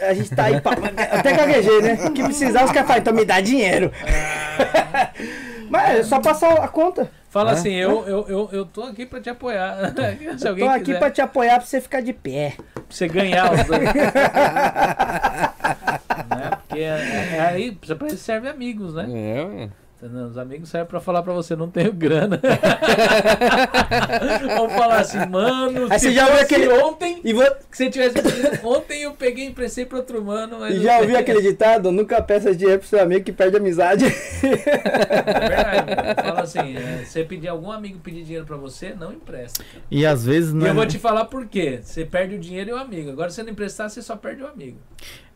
F: a gente tá aí, pá, até gaguejei, né? Que precisar, os caras falam, então me dá dinheiro.
A: Ah.
F: Mas é só passar a conta.
A: Fala assim, eu, eu, eu, eu tô aqui pra te apoiar. Se alguém
F: Tô aqui
A: quiser,
F: pra te apoiar, pra você ficar de pé.
A: pra você ganhar os dois. né? Porque é, é aí pra pra isso serve amigos, né?
C: É, ué.
A: Entendeu? Os amigos servem pra falar pra você, não tenho grana. Vão falar assim, mano,
F: Aí
A: se
F: você já ouviu
A: fosse
F: aquele-
A: ontem,
F: E, vo-
A: que você tivesse pedido, ontem eu peguei e emprestei pra outro mano. Mas
F: e
A: eu-
F: já ouviu aquele ditado? Nunca peça dinheiro pro seu amigo que perde a amizade.
A: É verdade. Fala assim, é, você pedir algum amigo pedir dinheiro pra você, não empresta.
D: ele. E às vezes
A: E
D: não.
A: eu
D: é-
A: vou te falar por quê. Você perde o dinheiro e o amigo. Agora, se você não emprestar, você só perde o amigo.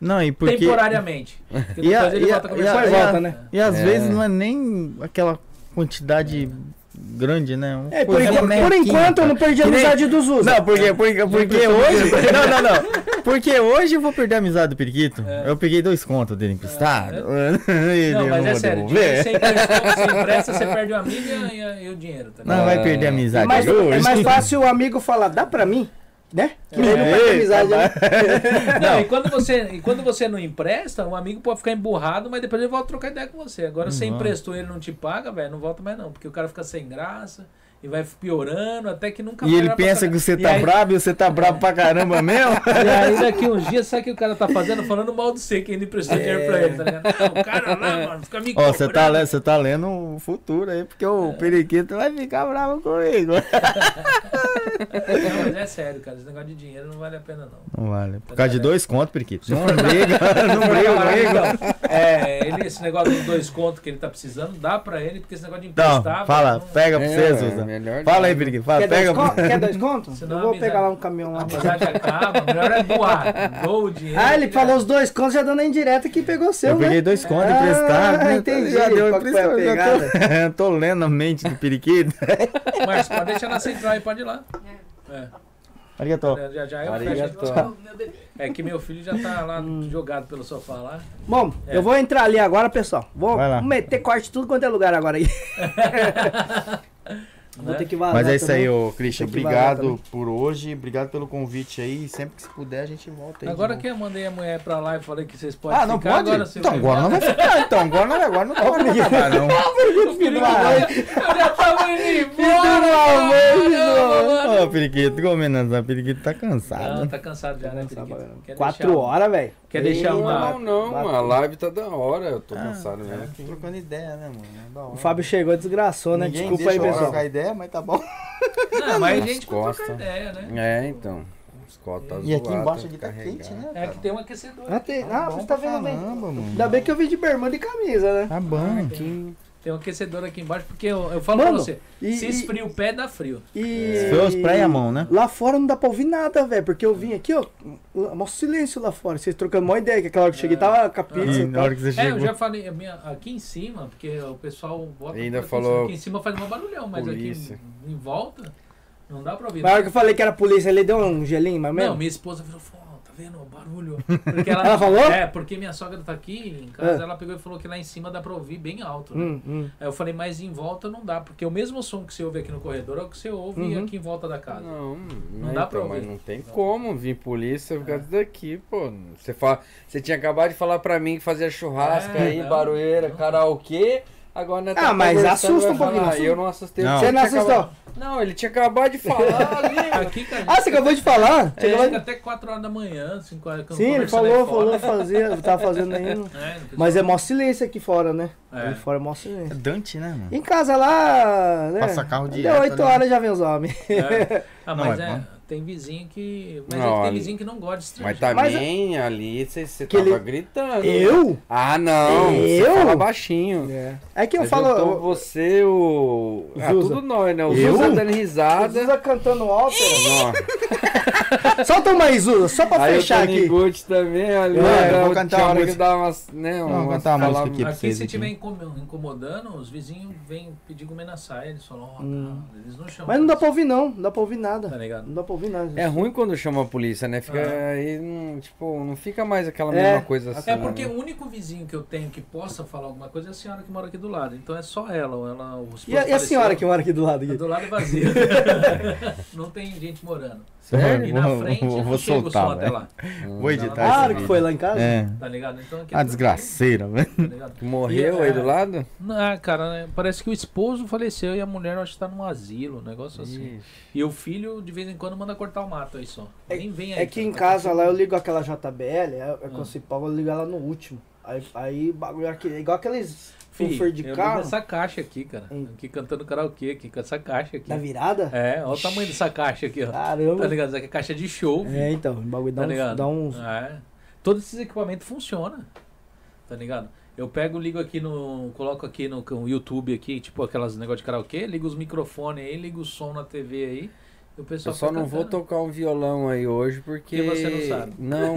D: Não, e porque.
A: Temporariamente. Porque
D: E, a,
A: depois ele
D: e, a,
A: volta a
D: e, a,
A: conversar.
F: Depois
D: e, a-
F: volta, né?
D: e às
C: É.
D: vezes não é nem aquela quantidade grande, né? Uma
F: É, por,
D: coisa
F: enquanto- por
D: merrequinha,
F: enquanto, eu não perdi a
D: Que nem-
F: amizade dos usos.
D: Não, porque, porque, porque hoje. Não, não, não. Porque hoje eu vou perder a amizade do Periquito. Eu peguei dois contos dele emprestado. Ele
A: Não, mas é
D: mandou
A: sério. Dinheiro
D: devolver.
A: sem emprestar, sem empresta, você perde o amigo e, a- e a- e o dinheiro. Tá ligado?
F: Ah, é
D: Não vai perder a amizade
F: Mas-
D: hoje.
F: é mais fácil o amigo falar, dá pra mim? Né? Que daí não faz amizade, né?
A: Não, e quando, você, e quando você não empresta, um amigo pode ficar emburrado, mas depois ele volta a trocar ideia com você. Agora, se você
D: Não.
A: emprestou e ele não te paga, velho, não volta mais não, porque o cara fica sem graça e vai piorando até que nunca
D: E
A: vai
D: ele
A: dar pra
D: pensa
A: pagar.
D: que você
A: E
D: tá
A: aí-
D: brabo e você tá brabo pra caramba mesmo?
A: E aí daqui uns dias, sabe o que o cara tá fazendo? Falando mal do você, que ainda emprestou dinheiro pra ele, tá ligado? Não, o cara lá, mano, fica me
D: É. Ó, você tá,
A: cobrando.
D: le- você tá lendo o futuro aí, porque
F: É.
D: o periquito vai ficar bravo comigo.
A: Não, mas é sério, cara, esse negócio de dinheiro não vale a pena não.
D: Não vale. né? Por causa de dois contos, periquito. Não briga, não briga comigo.
A: Então, é, ele, esse negócio dos dois contos que ele tá precisando, dá pra ele, porque esse negócio de emprestar.
D: Então,
A: velho,
D: fala,
A: não-
D: pega pra você,
C: É,
D: Zuza.
C: melhor
D: Fala
C: não.
D: aí, periquito, fala,
F: Quer
D: pega pra
F: dois, con quer dois contos?
A: Senão a
F: Eu vou
A: é amizade-
F: pegar lá um caminhão
A: A
F: lá.
A: amizade acaba, melhor é doar. Doa o dinheiro. né?
F: Ah, ele falou os dois contos já dando a indireta que pegou o seu,
D: Eu
F: né?
D: peguei dois contos
F: Ah,
D: emprestados. né?
F: entendi.
D: Já deu
F: Qual que foi a
D: emprestado. já tô- tô lendo a mente do periquito.
A: Mas pode deixar na central e pode ir lá.
D: Arigatou.
A: Já já eu
C: Arigato.
A: fecho. É que meu filho já tá lá
D: Hum.
A: jogado pelo sofá lá.
F: Bom,
A: É.
F: eu vou entrar ali agora, pessoal. Vou
D: Vai lá.
F: meter corte tudo quanto é lugar agora aí. Vou
A: né?
F: ter que vazar.
D: Mas é isso aí,
F: também.
D: ô Christian.
F: Tem que vazar
D: Obrigado por hoje. Obrigado pelo convite aí. Sempre que se puder, a gente volta aí.
A: Agora
D: de novo.
A: que eu mandei a mulher é pra lá e falei que vocês podem
D: Ah, não
A: ficar
D: pode?
A: agora, se
D: então,
A: eu-
D: agora não vai ficar. Então, agora não, agora não pode acabar, não.
A: Eu já tava indo embora.
D: Ô, periquito, comendo, o periquito tá
A: Não,
D: cansado.
A: tá cansado já, né, periquito? Quer
F: Quatro
A: deixar-
F: horas, velho.
A: Quer deixar
C: Não,
A: uma... Ah, é.
C: não, mano. A live tá da hora. Eu tô cansado mesmo.
D: Trocando ideia, né, mano? Da hora.
F: O Fábio chegou e desgraçou, né?
D: Ninguém
F: Desculpa aí,
D: deixa eu
F: pessoal.
D: trocar ideia, mas tá bom.
A: Não, mas a
C: Nas
A: gente pode trocar
C: costas.
A: ideia, né?
C: É, então. Os cotas tá
D: E aqui
C: zoado,
D: embaixo
C: tem
D: aqui
C: que
D: tá
C: carregar.
D: quente, né?
A: É que
D: cara?
A: tem um aquecedor.
F: Ah, tem- ah, você tá vendo bem.
D: Caramba, mano.
F: Ainda bem que eu vim de bermuda e camisa, né?
D: Tá bom.
A: Tem um aquecedor aqui embaixo, porque eu, eu falo
F: Mano,
A: pra você,
F: E,
A: se esfria o pé, dá frio.
F: e,
D: Se
F: e...
D: for os praia mão, né?
F: Lá fora não dá pra ouvir nada, velho. Porque eu vim aqui, ó. lá- Mó silêncio lá fora. Vocês trocando mó ideia, que aquela hora que eu cheguei tava com a pizza.
D: Ah, E
F: e
D: na
F: tal.
D: hora que você
A: É, eu
D: chegou.
A: já falei, a minha- aqui em cima, porque o pessoal bota.
C: Ainda
A: aqui em
C: falou-
A: cima. Aqui em cima faz um barulhão, mas
C: Polícia.
A: aqui em- em volta não dá pra ouvir.
F: Mas a hora que eu falei que era polícia, ele deu um gelinho, mas
A: Não,
F: mesmo.
A: minha esposa falou, "Fô, tá vendo o barulho? Porque ela,
F: Ela falou?
A: É, porque minha sogra tá aqui em casa,
F: Ah.
A: ela pegou e falou que lá em cima dá pra ouvir bem alto. né?
F: Hum, hum.
A: Aí eu falei, mas em volta não dá, porque o mesmo som que você ouve aqui no corredor é o que você ouve
F: Uhum.
A: aqui em volta da casa.
C: Não, não
A: dá
C: então,
A: pra ouvir. É.
C: Mas não tem como vir polícia por causa daqui, pô. Você, fala, você tinha acabado de falar pra mim que fazia churrasco
A: É,
C: aí,
A: não,
C: barulheira,
A: não.
C: karaokê. Agora nós tá
F: Ah, mas
C: conversando,
F: assusta
C: vai
F: um pouquinho,
C: falar,
F: assusta.
C: Eu não assustei.
D: Não.
C: porque
F: Você não
C: ele tinha
F: assustou?
C: acabado- Não, ele tinha acabado de falar ali.
A: É, Aqui, cara,
F: Ah, você acabou de
C: É,
F: falar? Você
A: a gente
F: acabou de-
A: fica É, até 4 horas da manhã, 5 horas.
F: Sim, ele falou, falou, fazia, tava fazendo ainda. Mas é mó silêncio aqui fora, né?
A: É.
F: Aqui fora é mó
D: É
F: silêncio.
D: Dante, né, mano?
F: Em casa lá, né?
D: Passa carro direto,
F: Deu 8
D: né?
F: horas já vem os homens.
A: É. Ah,
D: Não,
A: mas
D: é
A: é,
D: bom.
A: tem vizinho que. Mas
C: Não,
A: é que tem
C: ali-
A: vizinho que não gosta de estrangeiro.
C: Mas
D: tá
F: Mas-
C: também ali você, você
F: Que ele-
C: tava gritando.
F: Eu?
C: Ah, não.
F: Eu?
C: Você fala baixinho.
F: É. É que eu
C: Aí juntou
F: falo.
C: você, o. Ah,
F: Zuza.
C: tudo nós, né? O
D: Eu?
C: Zuza dando
F: A
C: risada.
F: Zuza cantando alto.
C: Não.
F: Solta uma aí, Zuza, só pra
C: Aí o
F: fechar
C: Tony
F: aqui.
C: Gucci também, ali.
D: É,
C: né,
D: eu vou
C: tinha
D: cantar uma
C: hora que
D: música.
C: dava umas, né,
D: vou
C: umas
D: cantar uma
C: palavras-
D: música
A: aqui,
D: vocês
A: se
D: aqui.
A: estiver incomodando, os vizinhos vêm pedir comer na saia. Eles falam, ó,
F: Hum.
A: cara, eles não chamam.
F: Mas não dá pra ouvir, não. Não dá pra ouvir
A: Tá
F: nada.
A: ligado?
F: Não dá pra ouvir nada.
C: É ruim quando chama a polícia, né? Fica
A: Ah.
D: É.
C: aí, não, tipo, não fica mais aquela
F: É.
C: mesma coisa assim.
A: É porque
C: né?
A: o único vizinho que eu tenho que possa falar alguma coisa é a senhora que mora aqui do lado. Então é só ela. ou ela os
F: E a, e a senhora que mora aqui do lado?
A: Tá
F: Aqui?
A: Do lado é vazio. não tem gente morando.
D: Sério?
A: E na
D: Vou-
A: frente
D: vou-
A: eu
D: vou
A: não chego
D: soltar,
A: só
F: né?
A: até
D: velho.
A: lá.
D: Vou editar
F: Ah, a hora
D: isso
F: que
D: aqui.
F: foi lá em casa?
D: É.
A: Tá ligado? Então aqui é
D: A
A: tranquilo,
D: desgraceira, velho.
A: Tá ligado?
C: Morreu
A: E,
C: aí
A: é,
C: do lado?
A: Ah, cara, né, parece que o esposo faleceu e a mulher, eu acho que tá num asilo, um negócio assim. E o filho, de vez em quando, manda cortar o mato aí só. Nem vem aí.
F: É que
A: cara,
F: em
A: tá
F: casa
A: tudo-
F: lá eu ligo aquela JBL, é,
C: Ah.
F: é quando se paga, eu ligo ela no último. Aí, aí bagulho aqui, é igual aqueles
A: Fih,
F: fufer de
A: eu
F: carro.
A: ligo essa caixa aqui, cara.
F: Hum.
A: Aqui cantando karaokê, aqui com essa caixa aqui.
F: da virada.
A: É, olha o tamanho dessa caixa aqui, ó. Tá
F: Caramba.
A: ligado? Isso aqui é caixa de show.
F: é, então, o bagulho dá,
A: Tá
F: uns-
A: ligado?
F: dá uns.
A: É. Todos esses equipamentos funcionam. Tá ligado? Eu pego, ligo aqui no. Coloco aqui no no YouTube aqui, tipo aquelas negócio de karaokê, ligo os microfones aí, ligo o som na TV aí. E o
C: Eu
A: pessoal
C: só
A: fica
C: não vou
A: cantando.
C: tocar um violão aí hoje porque.
A: Porque você não sabe.
C: Não,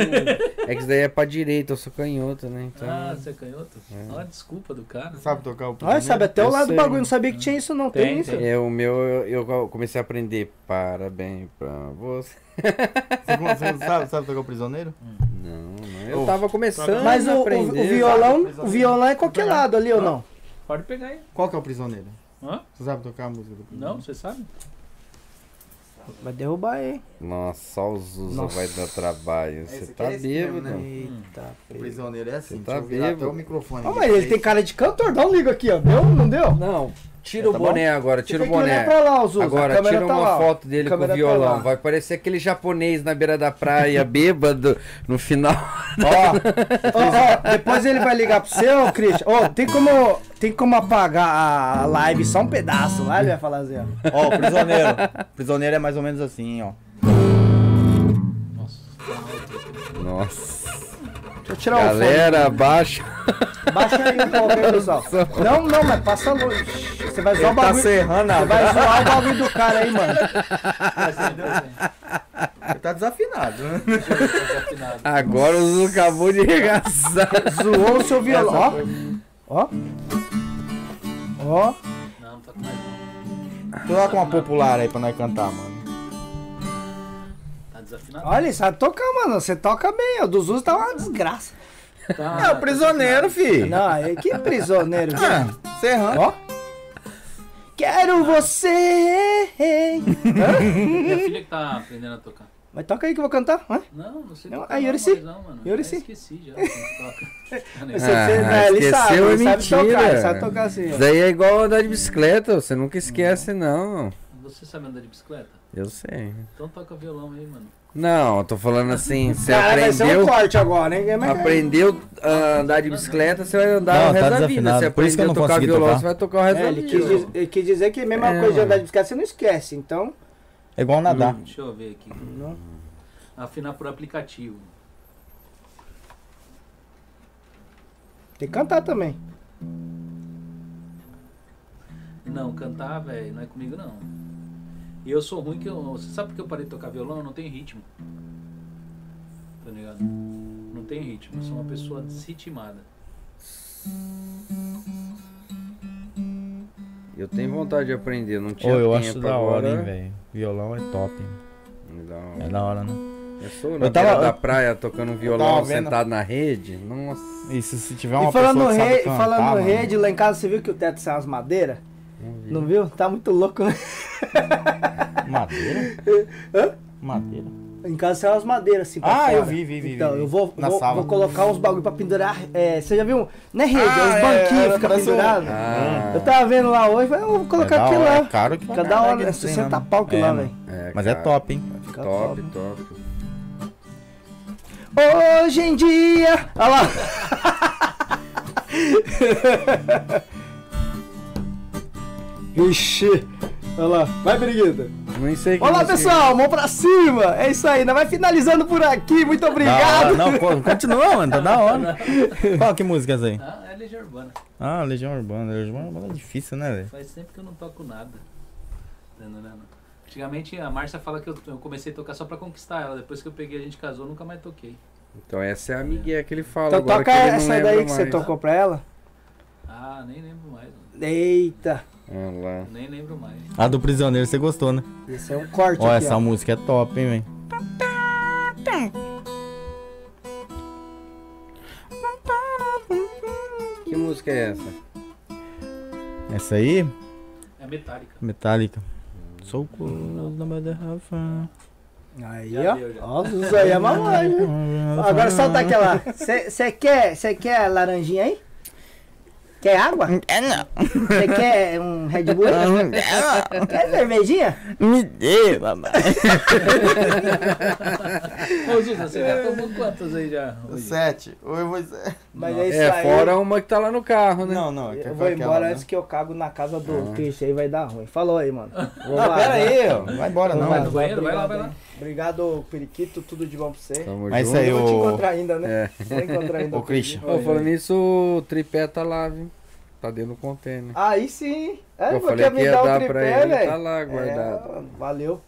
C: é que isso daí é pra direita, eu sou canhoto, né? Então.
A: Ah, você é canhoto? Olha a desculpa do cara.
D: Sabe tocar o
F: Olha, sabe até o
C: Ah, eu
F: lado do
C: sei.
F: bagulho, não sabia que tinha isso, não. Tem,
A: Tem,
F: isso.
A: tem.
C: É, o meu, eu, eu comecei a aprender. Parabéns pra você.
D: Você con- você sabe, sabe tocar o prisioneiro?
C: Não, não. Eu
D: Ô,
C: tava começando
F: Mas
C: a
F: o, o- o
C: aprender.
F: violão, o violão é qualquer lado ali ou não?
A: Pode pegar aí.
D: Qual que é o prisioneiro?
A: Hã?
D: Você sabe tocar a música do prisioneiro?
A: Não, você sabe?
F: Vai derrubar, hein?
C: Nossa, só o Zuza
F: Nossa.
C: vai dar trabalho.
S: É,
C: Você
S: esse
C: tá
S: aqui é esse mesmo, né?
C: bêbado.
A: Hum.
F: Eita,
D: O
F: pega.
D: prisioneiro é assim,
C: Você tá
D: deixa eu virar até
C: bêbado.
D: o microfone.
F: Ó, mas ele tem cara de cantor, dá um ligo aqui, ó. Deu? Não deu?
C: Não, tira o
F: Tá bom?
C: boné agora,
F: Você
C: tira o
F: tem que
C: boné.
F: olhar é pra lá, ô Zuza. A
C: Agora
F: câmera
C: tira
F: tá
C: uma
F: lá, ó.
C: foto dele
F: A
C: com o
F: câmera tá
C: violão.
F: lá.
C: Vai parecer aquele japonês na beira da praia, bêbado, no final.
F: Ó, ó, depois ele vai ligar pro seu, Christian. Ó, tem como, tem como apagar a live só um pedaço lá? Ele vai falar assim, ó.
D: Ó, o prisioneiro. O prisioneiro é mais ou menos assim, ó.
C: Nossa.
F: Deixa eu tirar
C: Galera, abaixa.
F: o fone. Baixa aí um pouco, hein, pessoal. Não, não, mas passa longe. Você vai zoar o
D: Ele tá
F: bagulho.
D: serrando
F: Você
D: a
F: vai zoar o bagulho do cara aí, mano.
D: Ele tá desafinado.
C: Agora o Zuzu acabou de arregaçar.
F: Zoou o seu violão. Ó. Ó. Ó.
A: Não, não tá com mais não.
D: Coloca uma popular aí pra nós cantar, mano.
A: Tá desafinado.
F: Olha, ele sabe tocar, mano. Você toca bem, ó. Do Zuzu tá uma desgraça.
C: Ah, tá.
D: É o prisioneiro, fi.
F: Não, é- que prisioneiro. viu?
D: Ah, serrando. Ó.
F: Quero você.
A: Minha filha que tá aprendendo a tocar.
F: Mas toca aí que eu vou cantar. Hã?
C: Ah,
A: Não, não sei
F: Não,
A: tocar
F: é
A: não,
F: Yorici.
A: mas não, mano.
F: Yorici.
A: Já esqueci já como que toca. Tá
F: Você,
A: ligado?
F: você,
C: Ah,
F: né, ele sabe,
C: esqueceu é
F: ele sabe
C: mentira.
F: tocar, ele sabe tocar assim.
C: Isso
F: ó.
C: daí é igual andar de bicicleta, você nunca esquece, não.
A: Você sabe andar de bicicleta?
C: Eu sei.
A: Então toca violão aí, mano.
C: Não, eu tô falando assim, você
F: Caralho, vai ser um
C: aprendeu.
F: corte agora, hein? Mas-
C: Aprendeu a andar de bicicleta, você vai andar
D: Não,
C: o resto
D: tá
C: da vida.
D: desafinado,
C: Você
D: por isso que eu
C: aprendeu
D: não
C: a tocar
D: consegui
C: violão,
D: tocar.
C: você vai tocar o resto
F: É,
C: da
F: ele
C: vida.
F: quis, diz- ele quis dizer que a mesma
C: É,
F: coisa de andar
C: mano.
F: de bicicleta você não esquece, então.
D: É igual nadar.
A: Hum, Deixa eu ver aqui.
F: Não.
A: Afinar por aplicativo.
F: Tem que cantar também.
A: Não, cantar, velho, não é comigo não. E eu sou ruim que eu. Você sabe por que eu parei de tocar violão? Eu não tenho ritmo. Tá ligado? Não tenho ritmo. Eu sou uma pessoa desritimada.
C: Eu tenho vontade de aprender, não
D: Ô,
C: tinha
D: eu
C: tempo
D: acho da hora,
C: agora.
D: hein, velho. Violão é top. hein?
C: Da hora.
D: É da hora, né?
C: Eu sou
D: Eu
C: na
D: tava-
C: beira da praia tocando violão
D: vendo-
C: sentado na rede. Nossa.
D: Isso, se tiver uma
F: E falando no
D: pessoa que sabe
F: rede,
D: cantar,
F: falando
D: mano.
F: no rede, lá em casa você viu que o teto saiu umas madeiras? Não viu? Tá muito louco, né?
D: Madeira? Madeira.
F: Em casa saiu umas madeiras assim. pra
D: Ah,
F: fora.
D: eu vi, vi, vi,
F: Então,
D: vi.
F: eu vou,
D: Na
F: vou,
D: sala.
F: vou colocar uns bagulho pra pendurar. é, você já viu? um- Não é rede, é uns
D: Ah, é,
F: banquinhos
D: era-
F: que fica
D: parece um-
F: pendurado.
C: Ah,
F: Eu tava vendo lá hoje, falei, eu vou
D: é
F: colocar
D: da
F: aquilo
D: hora,
F: lá.
D: É caro que pra
F: Cada
D: caralho
F: hora é
D: esse trem,
F: 60
D: né?
F: pau que
D: É,
F: lá,
D: mano.
F: velho.
D: Mas é
C: cara,
D: top, hein?
F: Fica
C: Top,
F: foda.
C: top.
F: Hoje em dia. Olha lá. Ixi. Olha lá. Vai, Briguita.
C: Não sei que
F: Olá,
C: música- é
F: pessoal. Mão pra cima. É isso aí. Ainda vai finalizando por aqui. Muito
D: Da hora.
F: obrigado.
D: Não, co- continua, mano. Tá da hora. Qual que música é essa aí?
A: Ah, é legião urbana.
D: Ah, Legião Urbana. Legião Urbana é difícil, né, velho?
A: Faz tempo que eu não toco nada. Não, não, não, não. Antigamente a Márcia fala que eu, eu comecei a tocar só pra conquistar ela. Depois que eu peguei, a gente casou, eu nunca mais toquei.
C: Então essa é a amiguinha que ele fala
F: Então
C: agora
F: toca
C: que ele não
F: essa
C: lembra
F: daí que você
C: mais.
F: tocou pra ela.
A: Ah, nem lembro mais, mano.
F: Eita.
C: Olha lá.
A: Nem lembro mais.
D: A do Prisioneiro você gostou, né?
F: Esse é um corte
D: Ó,
F: aqui,
D: essa
F: ó.
D: música é top, hein, velho?
C: Que música é essa?
D: Essa aí,
A: É metálica.
D: Metallica. Sou o Rafa.
F: Aí,
A: Já
F: ó.
A: deu, já.
F: Ó, isso aí é mamãe. viu? Agora solta aquela. Você quer, cê quer laranjinha aí? Quer água?
D: É não. Hum, é
F: Você quer um Red Bull? quer cervejinha?
D: Me dê, papai.
A: Ô, Zuza, você já tomou quantas aí já? hoje?
D: Sete. Ou eu vou.
F: Mas é isso
C: É,
F: aí.
C: fora uma que tá lá no carro, né?
D: Não, é não.
F: Eu vou embora
D: né?
F: antes que eu cago na casa
C: Ah.
F: do Chris aí, vai dar ruim. Falou aí, mano. né?
D: Ah, pera aí, ó. Vai embora, não.
A: Vai no banheiro, vai lá, vai lá.
F: Obrigado, Periquito, tudo de bom pra você.
C: Tamo
D: Mas isso
C: junto.
D: aí,
F: Eu vou te
D: ô-
F: encontrar ainda, né?
C: Então, É.
F: Vou encontrar ainda.
D: Ô, Christian.
C: Ó, falando nisso, o tripé tá lá, viu? Tá dentro do container.
F: Aí sim. É,
C: eu
F: porque
C: falei que
F: me
C: ia
F: dá
C: dar
F: o
C: pra
F: tripé,
C: ele, tá
F: velho.
C: lá guardado.
F: É, valeu.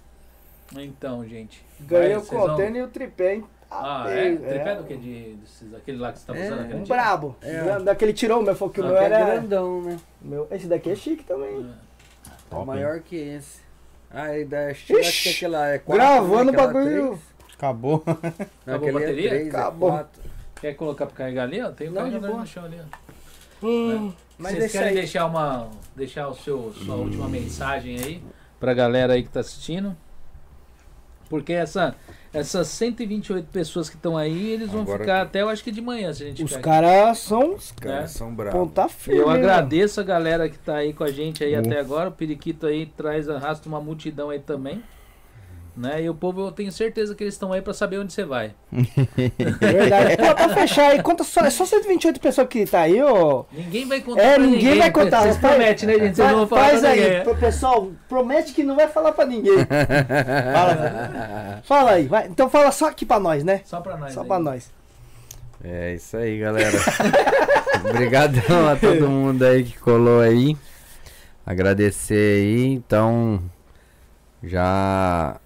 A: Então, gente.
F: Ganhei
A: vai,
F: o
A: vocês vão-
F: container e o tripé, hein?
A: Ah, é? Tripé do que? De, desses- aquele lá que você tá usando aquele
F: Um
A: dia?
F: brabo.
C: É.
F: Grande. Daquele tirou o meu, foi que o
A: Não,
F: meu
C: Que é
F: era.
C: grandão, né?
F: Meu, esse daqui é chique também.
D: Top,
C: Maior que esse. Ah, e da Sheila, acho que
F: Ixi,
C: aquela é 4.
F: Gravando o bagulho.
D: hein? Acabou.
C: Não,
A: Acabou a
C: aquele é
A: bateria?
C: 3, é
F: Acabou.
C: 4.
A: Quer colocar pra carregar ali? ó? Tem o
F: Não,
A: carregador
F: de boa.
A: no chão ali. ó. Né?
F: Hum, mas
A: Vocês
F: esse
A: querem
F: aí.
A: deixar uma. deixar o seu, sua última mensagem aí pra galera aí que tá assistindo? Porque essa, essas 128 pessoas que estão aí, eles vão
T: Agora-
A: ficar até eu acho que de manhã, se a gente
F: Os
A: ficar aqui.
F: caras são
T: Os
C: É.
T: caras são bravos.
F: ponta firme.
A: Eu
F: hein,
A: agradeço a galera que tá aí com a gente aí
D: Uh.
A: até agora. O Periquito aí traz, arrasta uma multidão aí também. Né? E o povo, eu tenho certeza que eles estão aí pra saber onde você vai.
F: mano? É Verdade. Pô, pra fechar aí, conta só, é só 128 pessoas que tá aí, ô.
A: Ninguém vai contar.
F: É,
A: pra
F: ninguém vai contar.
A: Vocês
F: Faz-
A: prometem, né, gente? Vocês não vão
F: Faz,
A: falar
F: faz
A: pra
F: aí,
A: ninguém.
F: pro pessoal, promete que não vai falar pra ninguém. fala, velho. fala aí, vai. Então fala só aqui pra nós, né?
A: Só pra nós.
F: Só
A: aí.
F: pra nós.
C: É isso aí, galera. Obrigadão a todo mundo aí que colou aí. Agradecer aí, então já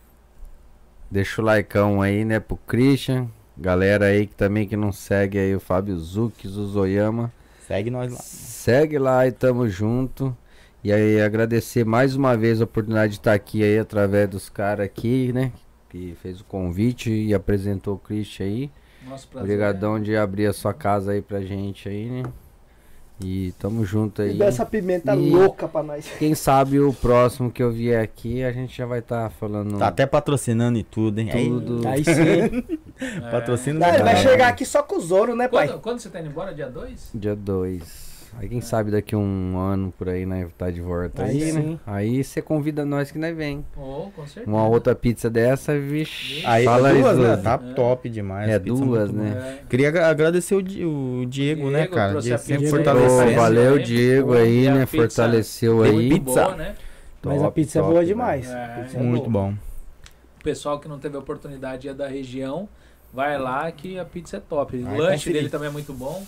C: deixa o likeão aí, né, pro Christian. Galera aí que também que não segue aí o Fábio Zuki, Zuzoyama.
D: Segue nós lá.
C: Segue lá e tamo junto. E aí agradecer mais uma vez a oportunidade de estar aqui aí através dos caras aqui, né? Que fez o convite e apresentou o Christian aí.
A: Nosso prazer.
C: Obrigadão de abrir a sua casa aí pra gente aí, né? E tamo junto
F: E
C: aí.
F: dá essa pimenta
C: E-
F: louca pra nós.
C: Quem sabe o próximo que eu vier aqui, a gente já vai estar falando.
D: Tá até patrocinando e tudo, hein? Aí-
C: Tudo.
D: Aí, sim.
A: É.
D: Patrocínio
F: Não, ele vai
D: legal.
F: chegar aqui só com o Zoro, né, pai?
A: Quando, quando você tá indo embora? Dia 2?
C: Dia 2. Aí quem sabe daqui um ano por aí, né? Tá de volta aí,
F: Aí
C: né?
F: sim.
C: Aí você convida nós que nós vem.
A: Oh, com certeza.
C: Uma outra pizza dessa, vixe.
D: Aí,
C: fala aí,
D: duas, né?
C: Zuzi.
D: Tá
A: É.
D: top demais.
C: É,
D: pizza
C: duas,
D: muito
C: né?
A: É.
D: boa. Queria agra- agradecer o, Di- o Diego, né,
A: Diego
D: cara?
A: trouxe
D: Diego
A: a
D: sempre
F: pizza.
C: Ô,
D: fortalecendo.
C: valeu,
A: Sempre.
C: Diego aí,
A: E a
C: né?
A: pizza
C: Fortaleceu aí.
A: Muito
D: Pizza.
A: boa, né?
F: Mas a
C: Top,
F: pizza é
C: top,
F: boa
C: né?
F: demais.
A: É.
F: Pizza é
D: Muito
F: boa.
D: bom.
A: O pessoal que não teve oportunidade é da região, vai lá que a pizza é top. O
D: Vai
A: lanche
D: conferir.
A: dele também é muito bom.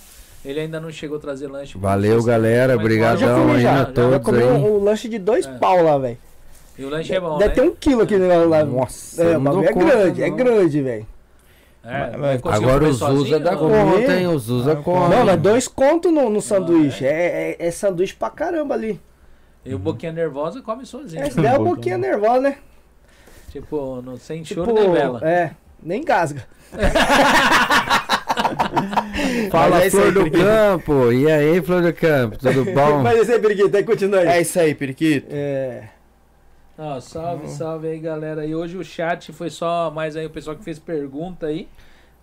A: Ele ainda não chegou a trazer lanche. pra
C: Valeu,
A: vocês.
C: galera.
A: Mas
F: Eu já
C: Obrigadão
F: comi
C: aí
F: já,
C: a
A: já
F: Eu
C: todos
F: comi
C: aí.
F: um, um lanche de dois
A: É.
F: pau lá, velho.
A: E o lanche é bom,
F: Deve
A: né?
F: ter um quilo aqui negócio lá.
C: Nossa,
F: É,
C: eu
F: o
C: não dou
F: bagulho é
C: conta,
F: grande, é
C: não.
F: grande, velho. um-
A: É,
D: Mas-
A: mas conseguiu
C: Agora
A: comer
C: o Zuza
A: sozinho,
C: dá
D: né?
A: não?
C: conta, hein? O Zuza come.
F: Não, mas dois conto no, no sanduíche. É, é- é sanduíche pra caramba ali.
A: E o boquinha nervosa come sozinho.
F: É, se der um
D: Boa,
F: pouquinho nervosa, né?
A: Tipo, não, sem
F: Tipo,
A: choro nem vela.
F: é, nem engasga.
C: Fala,
D: Mas é isso
C: Flor
D: aí,
C: do
D: Periquito.
C: Campo. E aí, Flor do Campo? Tudo bom?
F: Mas esse aí, Briguito, aí continua aí.
D: É isso aí, Periquito.
F: É.
A: Ó, salve, salve aí, galera. E hoje o chat foi só mais aí o pessoal que fez pergunta aí,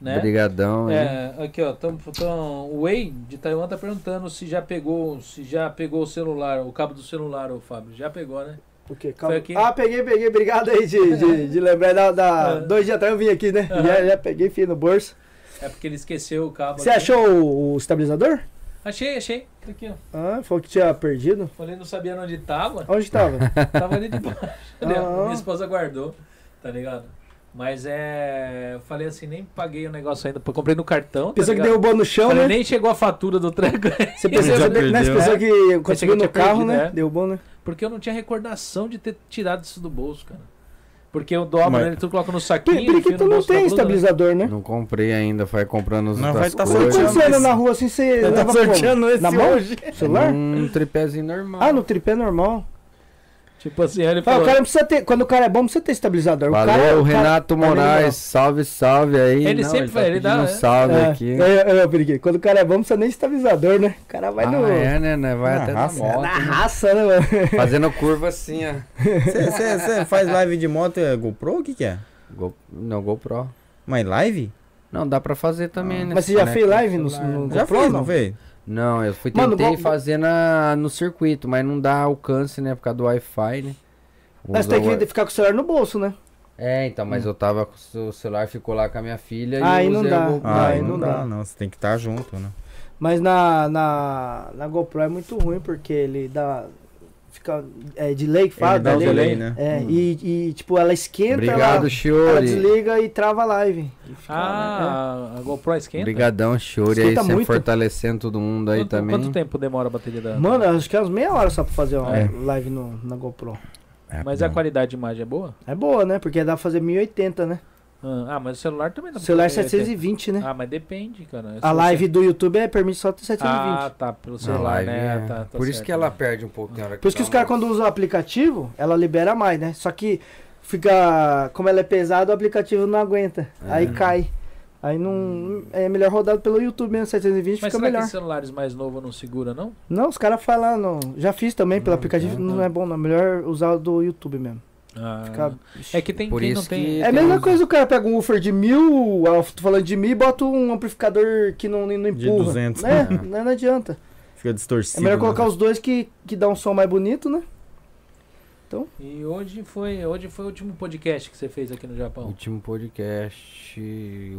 A: né?
C: Obrigadão aí.
A: É, aqui ó, tão, tão, o Wei de Taiwan tá perguntando se já pegou, se já pegou o celular, o cabo do celular, ô Fábio. Já pegou, né?
F: O quê? Calma.
A: Foi aqui.
F: Ah, peguei, peguei. Obrigado aí de, de, de lembrar da, da-
A: É.
F: Dois dias atrás eu vim aqui, né?
A: Aham.
F: Já, já peguei, fui no bolso.
A: É porque ele esqueceu o cabo.
F: Você
A: aqui.
F: achou o, o estabilizador?
A: Achei, achei. Tá Aqui, ó.
F: Ah, falou que tinha perdido.
A: Falei, não sabia onde tava.
F: Onde tava?
A: Tava ali debaixo. né?
F: Ah.
A: Minha esposa guardou, tá ligado? Mas é. Eu falei assim, nem paguei o negócio ainda. pô, comprei no cartão. Tá
F: Pensou que
A: ligado?
F: derrubou no chão,
A: Falei,
F: né?
A: nem chegou a fatura do treco.
F: Você pensou,
D: Já
F: você pe- né? Você
D: perdeu.
F: pensou que
A: Pensei
F: conseguiu
A: que eu
F: no
A: tinha
F: carro,
A: perdido,
F: né?
A: é.
F: Derrubou, né?
A: Porque eu não tinha recordação de ter tirado isso do bolso, cara. Porque eu dobro
D: Mas-
A: ele, tu coloca no
F: Por
A: saquinho.
F: que
A: enfia
F: tu
A: no
F: não
A: bolso da
F: tem
A: blusa, né?
F: estabilizador, né?
C: Não comprei ainda, vai comprando os
D: Não,
C: outras
D: vai tá
F: Você
C: coisas.
D: sorteando.
F: quando você anda na rua assim, você
D: Eu
F: leva
D: tava
F: como?
D: sorteando esse
F: Na mão?
D: hoje.
F: Celular?
C: Um tripézinho normal.
F: Ah, no tripé normal.
A: Tipo assim, aí ele
F: Ah,
A: falou.
F: o cara não precisa ter. Quando o cara é bom, não precisa ter estabilizador. O
C: Valeu,
F: cara- o cara-
C: Renato
F: tá legal.
C: Moraes. Salve, salve aí.
A: Ele sempre
C: tá
A: vai, ele
C: pedindo
A: dá,
C: um
A: né?
C: salve
F: É,
C: aqui.
F: é, é, eu briguei. Quando o cara é bom, não precisa nem estabilizador, né? O cara vai
C: ah,
F: no.
C: é, né, né? Vai
D: Na
C: até
D: raça,
C: na moto.
F: Na raça, né, mano?
C: Fazendo curva assim, ó.
D: Você faz live de moto, é GoPro? O que que é?
C: Go... Não, GoPro.
D: Mas live?
C: Não, dá pra fazer também, né?
F: Mas você já
C: Conecta
F: fez live no,
C: celular,
F: no
C: né?
D: Já
F: GoPro,
D: fez, não fez?
C: Não, eu fui
F: Mano,
C: tentei
F: go-
C: fazer na... no circuito, mas não dá alcance, né? Por causa do Wi-Fi, né?
F: Mas
C: Usa
F: tem que
C: wi-
F: ficar com o celular no bolso, né?
C: É, então, mas eu tava com o celular, ficou lá com a minha filha e
F: Hum. Aí
C: eu
F: não
C: usei
F: dá.
C: o GoPro.
F: Ah,
D: Ah,
F: aí
D: não,
F: não
D: dá,
F: dá.
D: não. Você tem que estar junto, né?
F: Mas na, na, na GoPro é muito ruim, porque ele dá. Fica. É delay que fala,
D: Ele dá
F: dá
D: o
F: delay.
D: delay, né?
F: É, e, e, tipo, ela esquenta,
C: Obrigado,
F: ela, ela
C: Shiori.
F: desliga e trava a live. E fica, né?
A: Ah, a GoPro esquenta?
C: Obrigadão, Shiori, aí
F: Esquenta
C: sempre
F: muito.
C: fortalecendo todo mundo aí
A: Quanto-
C: também.
A: Quanto tempo demora a bateria da.
F: Mano, acho que é umas meia hora só pra fazer uma
D: Tá. É.
F: live no, na GoPro.
D: É,
A: Mas
D: não.
A: a qualidade de imagem é boa?
F: É boa, né? Porque dá pra fazer 1080, né?
A: Ah, mas o celular também
F: O
A: não
F: celular é
A: 720,
F: 720, né?
A: Ah, mas depende, cara. É
F: A
A: só
F: live
A: você-
F: do YouTube é, permite só ter 720.
A: Ah, tá, pelo
C: Na
A: celular,
C: live,
A: né?
C: é.
A: Tá, tá
C: Por isso
A: certo.
C: que ela perde um pouco na hora
F: Por isso que os caras, quando usam o aplicativo, ela libera mais, né? Só que fica. Como ela é pesada, o aplicativo não aguenta.
C: É.
F: Aí cai. Aí
C: Hum.
F: não. É melhor rodado pelo YouTube mesmo, 720
A: Mas
F: fica
A: será
F: melhor.
A: que celulares mais novos não segura, não?
F: É Não, os caras falam, não. Já fiz também pelo aplicativo, não é bom, não. Melhor usar o do YouTube mesmo.
A: Ah,
F: Fica-
A: É que tem
C: Por
A: quem
C: isso
A: não tem.
C: que
F: É a
C: tem
F: mesma
C: uns-
F: coisa o cara pega um woofer de mil, ah, tô falando de mil, e bota um amplificador que não, não
B: De
F: empurra.
B: 200.
F: É, né, não adianta.
B: Fica distorcido.
F: É melhor
B: né?
F: colocar os dois que, que dá um som mais bonito, né?
A: E hoje foi, hoje foi o último podcast que você fez aqui no Japão.
C: Último podcast,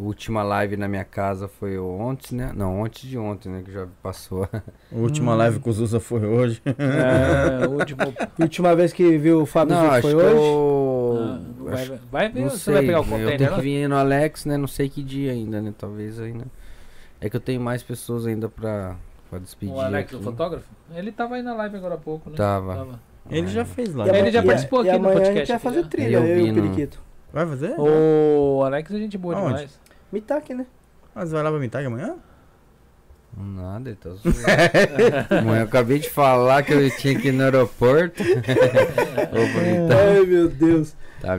C: última live na minha casa foi ontem, né? Não, antes de ontem, né? Que já passou.
B: A última live com o Zusa foi hoje.
A: É, o último.
F: Última vez que viu o Fábio
C: não,
F: Zuc
C: acho
F: foi
C: que
F: hoje.
C: eu...
A: Ah,
C: acho-
A: vai, vai ver,
C: Não
A: você
C: sei,
A: vai pegar o
C: eu tenho
A: container lá?
C: que vir no Alex, né? Não sei que dia ainda, né? Talvez ainda... É que eu tenho mais pessoas ainda pra, pra despedir
A: O Alex, é o
C: aqui.
A: fotógrafo? Ele tava aí na live agora há pouco, né?
C: Tava.
B: Ele já fez
F: E
B: live.
F: ama-
A: Ele já
F: e a-
A: participou
F: e
A: aqui do
F: amanhã a gente
A: podcast
F: vai
A: aqui,
F: fazer
A: né?
F: trilha, eu,
C: Eu
F: e
C: vi
F: o
C: no-
F: Periquito.
B: Vai fazer?
A: O Alex é gente boa
B: Aonde?
A: demais.
F: Mitaque, né?
B: Mas vai lá pra Mitag amanhã?
C: Nada, ele tá zoando. Mãe, eu acabei de falar que eu tinha que ir no aeroporto. Ô, bonitão,
F: Ai, meu Deus.
A: E
C: tá
A: Sua filha,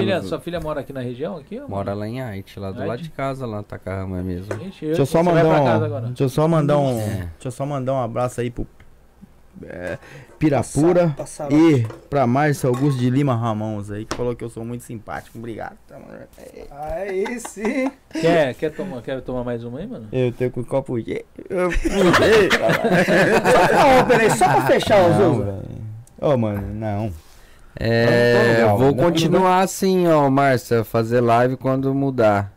C: viajando.
A: sua filha mora aqui na região? Aqui, ou-
C: Mora lá em Haiti, lá do
A: Haiti?
C: lado de casa, lá na Tacarama mesmo.
A: Gente,
B: Deixa eu só
A: você vai
B: mandar
A: pra casa
B: um.
A: agora.
B: Deixa eu só mandar um.
C: É.
B: Deixa eu só mandar um abraço aí pro. é, Pirapura
F: Passava.
B: e pra Márcio Augusto de Lima Ramons aí, que falou que eu sou muito simpático. Obrigado. Tamo junto.
F: Aí sim.
A: Quer, quer, tomar, quer tomar mais uma aí, mano?
B: Eu tô com o copo cheio. Eu fudei, cara.
F: Não, peraí, É só pra fechar o
B: Não,
F: Zuza.
B: velho. Ô, mano, não. Tá
C: É,
B: Não, não, não,
C: vou
B: não, não,
C: continuar assim, ó, Márcia, fazer live quando mudar.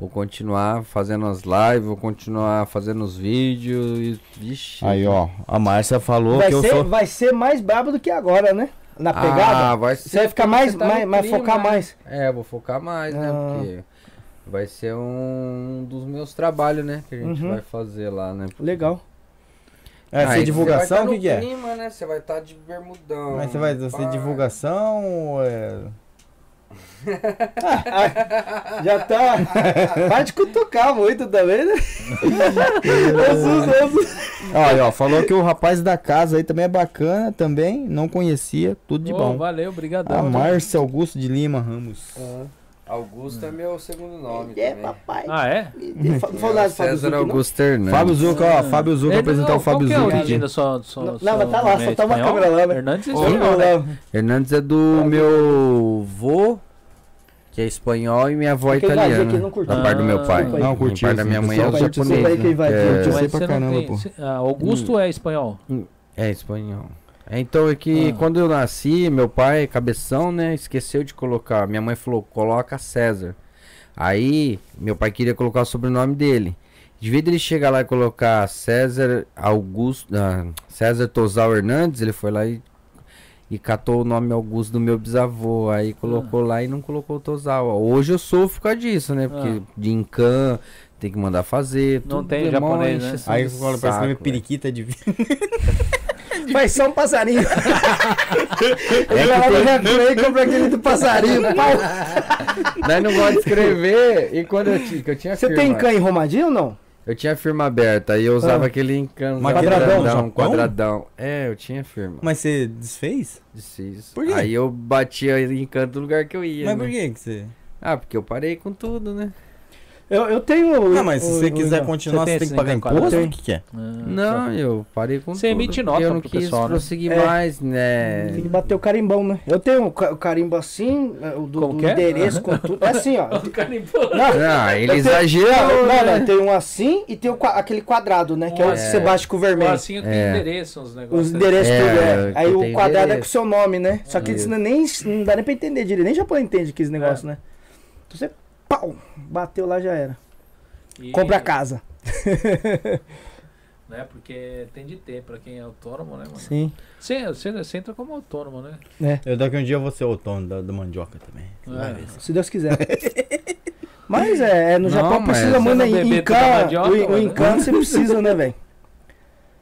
C: Vou continuar fazendo as lives, vou continuar fazendo os vídeos e. Vixe.
B: Aí, ó, a Márcia falou
F: Vai
B: que eu
F: ser,
B: sou.
F: vai ser mais brabo do que agora, né?
B: Tá
F: Na pegada.
C: Ah, vai ser.
B: é
F: Você vai ficar mais,
C: tá no
F: mais, mais
C: clima,
F: focar
C: né?
F: mais.
C: É, vou focar mais, né?
F: Ah.
C: Porque vai ser um dos meus trabalhos, né? Que a gente
F: Uhum.
C: vai fazer lá, né?
F: Legal.
B: É, ser
C: Aí,
B: divulgação, o que, que
C: Você vai
B: é?
C: tá no clima, né? Você vai estar de bermudão.
B: Mas você vai ser
C: pá.
B: divulgação ou é.
F: Já tá. Vai te cutucar muito também, né? Ô, Zuza, ô, Zuza.
B: Olha, ó, falou que o rapaz da casa aí também é bacana, também. Não conhecia, tudo de
A: Ô,
B: bom.
A: Valeu, obrigadão.
B: A Márcia Augusto de Lima Ramos.
C: É. Augusto é meu segundo nome.
F: É,
C: também.
F: papai.
A: Ah, é? Hum.
F: Não falou nada do Fábio Zuc,
C: César
F: não?
C: Augusto Hernandes.
B: Fábio Zuca, ó, Fábio Zuca,
A: Ele-
B: apresentar
A: não,
B: o Fábio
A: qual que é a
B: Zuca
A: origem
B: aqui.
A: da sua, do seu-
F: Não,
A: seu
F: mas tá lá,
A: nome?
F: só
A: É
F: tá uma
A: espanhol?
F: câmera lá, né?
A: Hernandes é
F: Ô,
A: espanhol, né?
F: Léo,
C: Hernandes é do meu vô, que é espanhol, e minha avó é
F: Fica invadindo
C: italiana.
F: aqui, não curtiu. Ah,
C: Da parte do meu pai.
F: Desculpa aí.
B: Não,
C: Em
B: curtiu,
C: parte da
B: sim,
C: minha mãe é
B: só
C: o
B: curtiu,
F: desculpa aí
C: japonês.
F: que ele vai-
C: né?
B: Eu sei
A: Mas
B: pra
A: você não
B: caramba,
A: tem-
B: pô.
A: se- ah, Augusto é espanhol.
C: É, é espanhol. É, Então é
A: Ah.
C: que quando eu nasci, meu pai, cabeção, né, esqueceu de colocar. Minha mãe falou, coloca César. Aí, meu pai queria colocar o sobrenome dele. De vez ele chegar lá e colocar César Augusto, ah, César Tozal Hernandes, ele foi lá e, e catou o nome Augusto do meu bisavô. Aí colocou
A: Ah.
C: lá e não colocou o Tozal. Hoje eu sofro por causa disso, né? Porque de encan, tem que mandar fazer.
A: Ah. Não
C: tudo
A: tem
C: é mó
A: japonês, né?
C: encheção
B: Aí
C: de
B: eu parece que é
C: saco, é.
B: meu
C: velho.
D: é
B: periquita de vida.
F: Vai ser um passarinho.
C: É
F: Ele
C: que
F: vai lá no
C: tem-
F: Replay e compra aquele do passarinho. pau.
C: Nós não gosta de escrever. E quando eu tinha, que eu tinha
F: Você
C: firma.
F: tem cã enrumadinho ou não?
C: Eu tinha firma aberta, aí eu usava aquele encanto
B: Ah. Mas
F: quadradão,
C: quadradão,
B: Japão?
C: quadradão. É, eu tinha firma.
B: Mas você desfez?
C: Disse isso.
B: Por quê?
C: Aí eu batia em canto do lugar que eu ia.
B: Mas
C: né?
B: por que que você.
C: Ah, porque eu parei com tudo, né?
F: Eu, eu tenho.
B: Ah, mas se
F: o-
B: você
F: o-
B: quiser
F: o-
B: continuar,
A: Você
B: você
A: tem
B: tem que pagar
A: esse negócio?
B: imposto?
F: Tem.
B: O que que é?
A: Ah,
C: Não, eu parei com
A: Você
C: tudo.
A: emite nota
C: eu não
A: pro
C: quis
A: pessoal, né?
C: prosseguir
F: É.
C: mais, né?
F: Tem que bater o carimbão, né? Eu tenho o ca- o carimbo assim, é, o do,
A: Como
F: do
A: que é?
F: endereço, com tudo. É assim, ó.
A: O cara limpou.
F: Não,
C: Não, ele
F: Eu tenho-
C: exagerou,
F: Não, não,
C: né?
F: não, tem um assim e tem o qua- aquele quadrado, né? Que é o que
A: É.
F: você bate com o vermelho.
A: Assim tem
C: É.
A: endereço, uns negócios.
F: Os endereços
C: É,
F: tudo, é.
C: que
F: Aí o
C: tem
F: quadrado é com o
C: endereço.
F: seu nome, né? Só que
C: Isso.
F: isso não, é nem, não dá nem pra entender direito. Nem Japão entende que esse negócio, né? Então você, pau, bateu lá já era.
A: E-
F: Compra a casa.
A: Né, porque tem de ter, pra quem é autônomo, né, mano?
F: Sim.
A: Você, você, você entra como autônomo, né?
B: Eu daqui um dia eu vou ser outono da, da mandioca também.
A: É.
F: Se Deus quiser. Mas é, é, no
C: Não,
F: Japão
C: mas
F: precisa
C: se
F: muito,
A: não
F: né?
A: beber toda
F: Incan,
A: mandioca,
F: o,
C: né?
F: o
A: mano.
F: Incan você precisa, né, velho?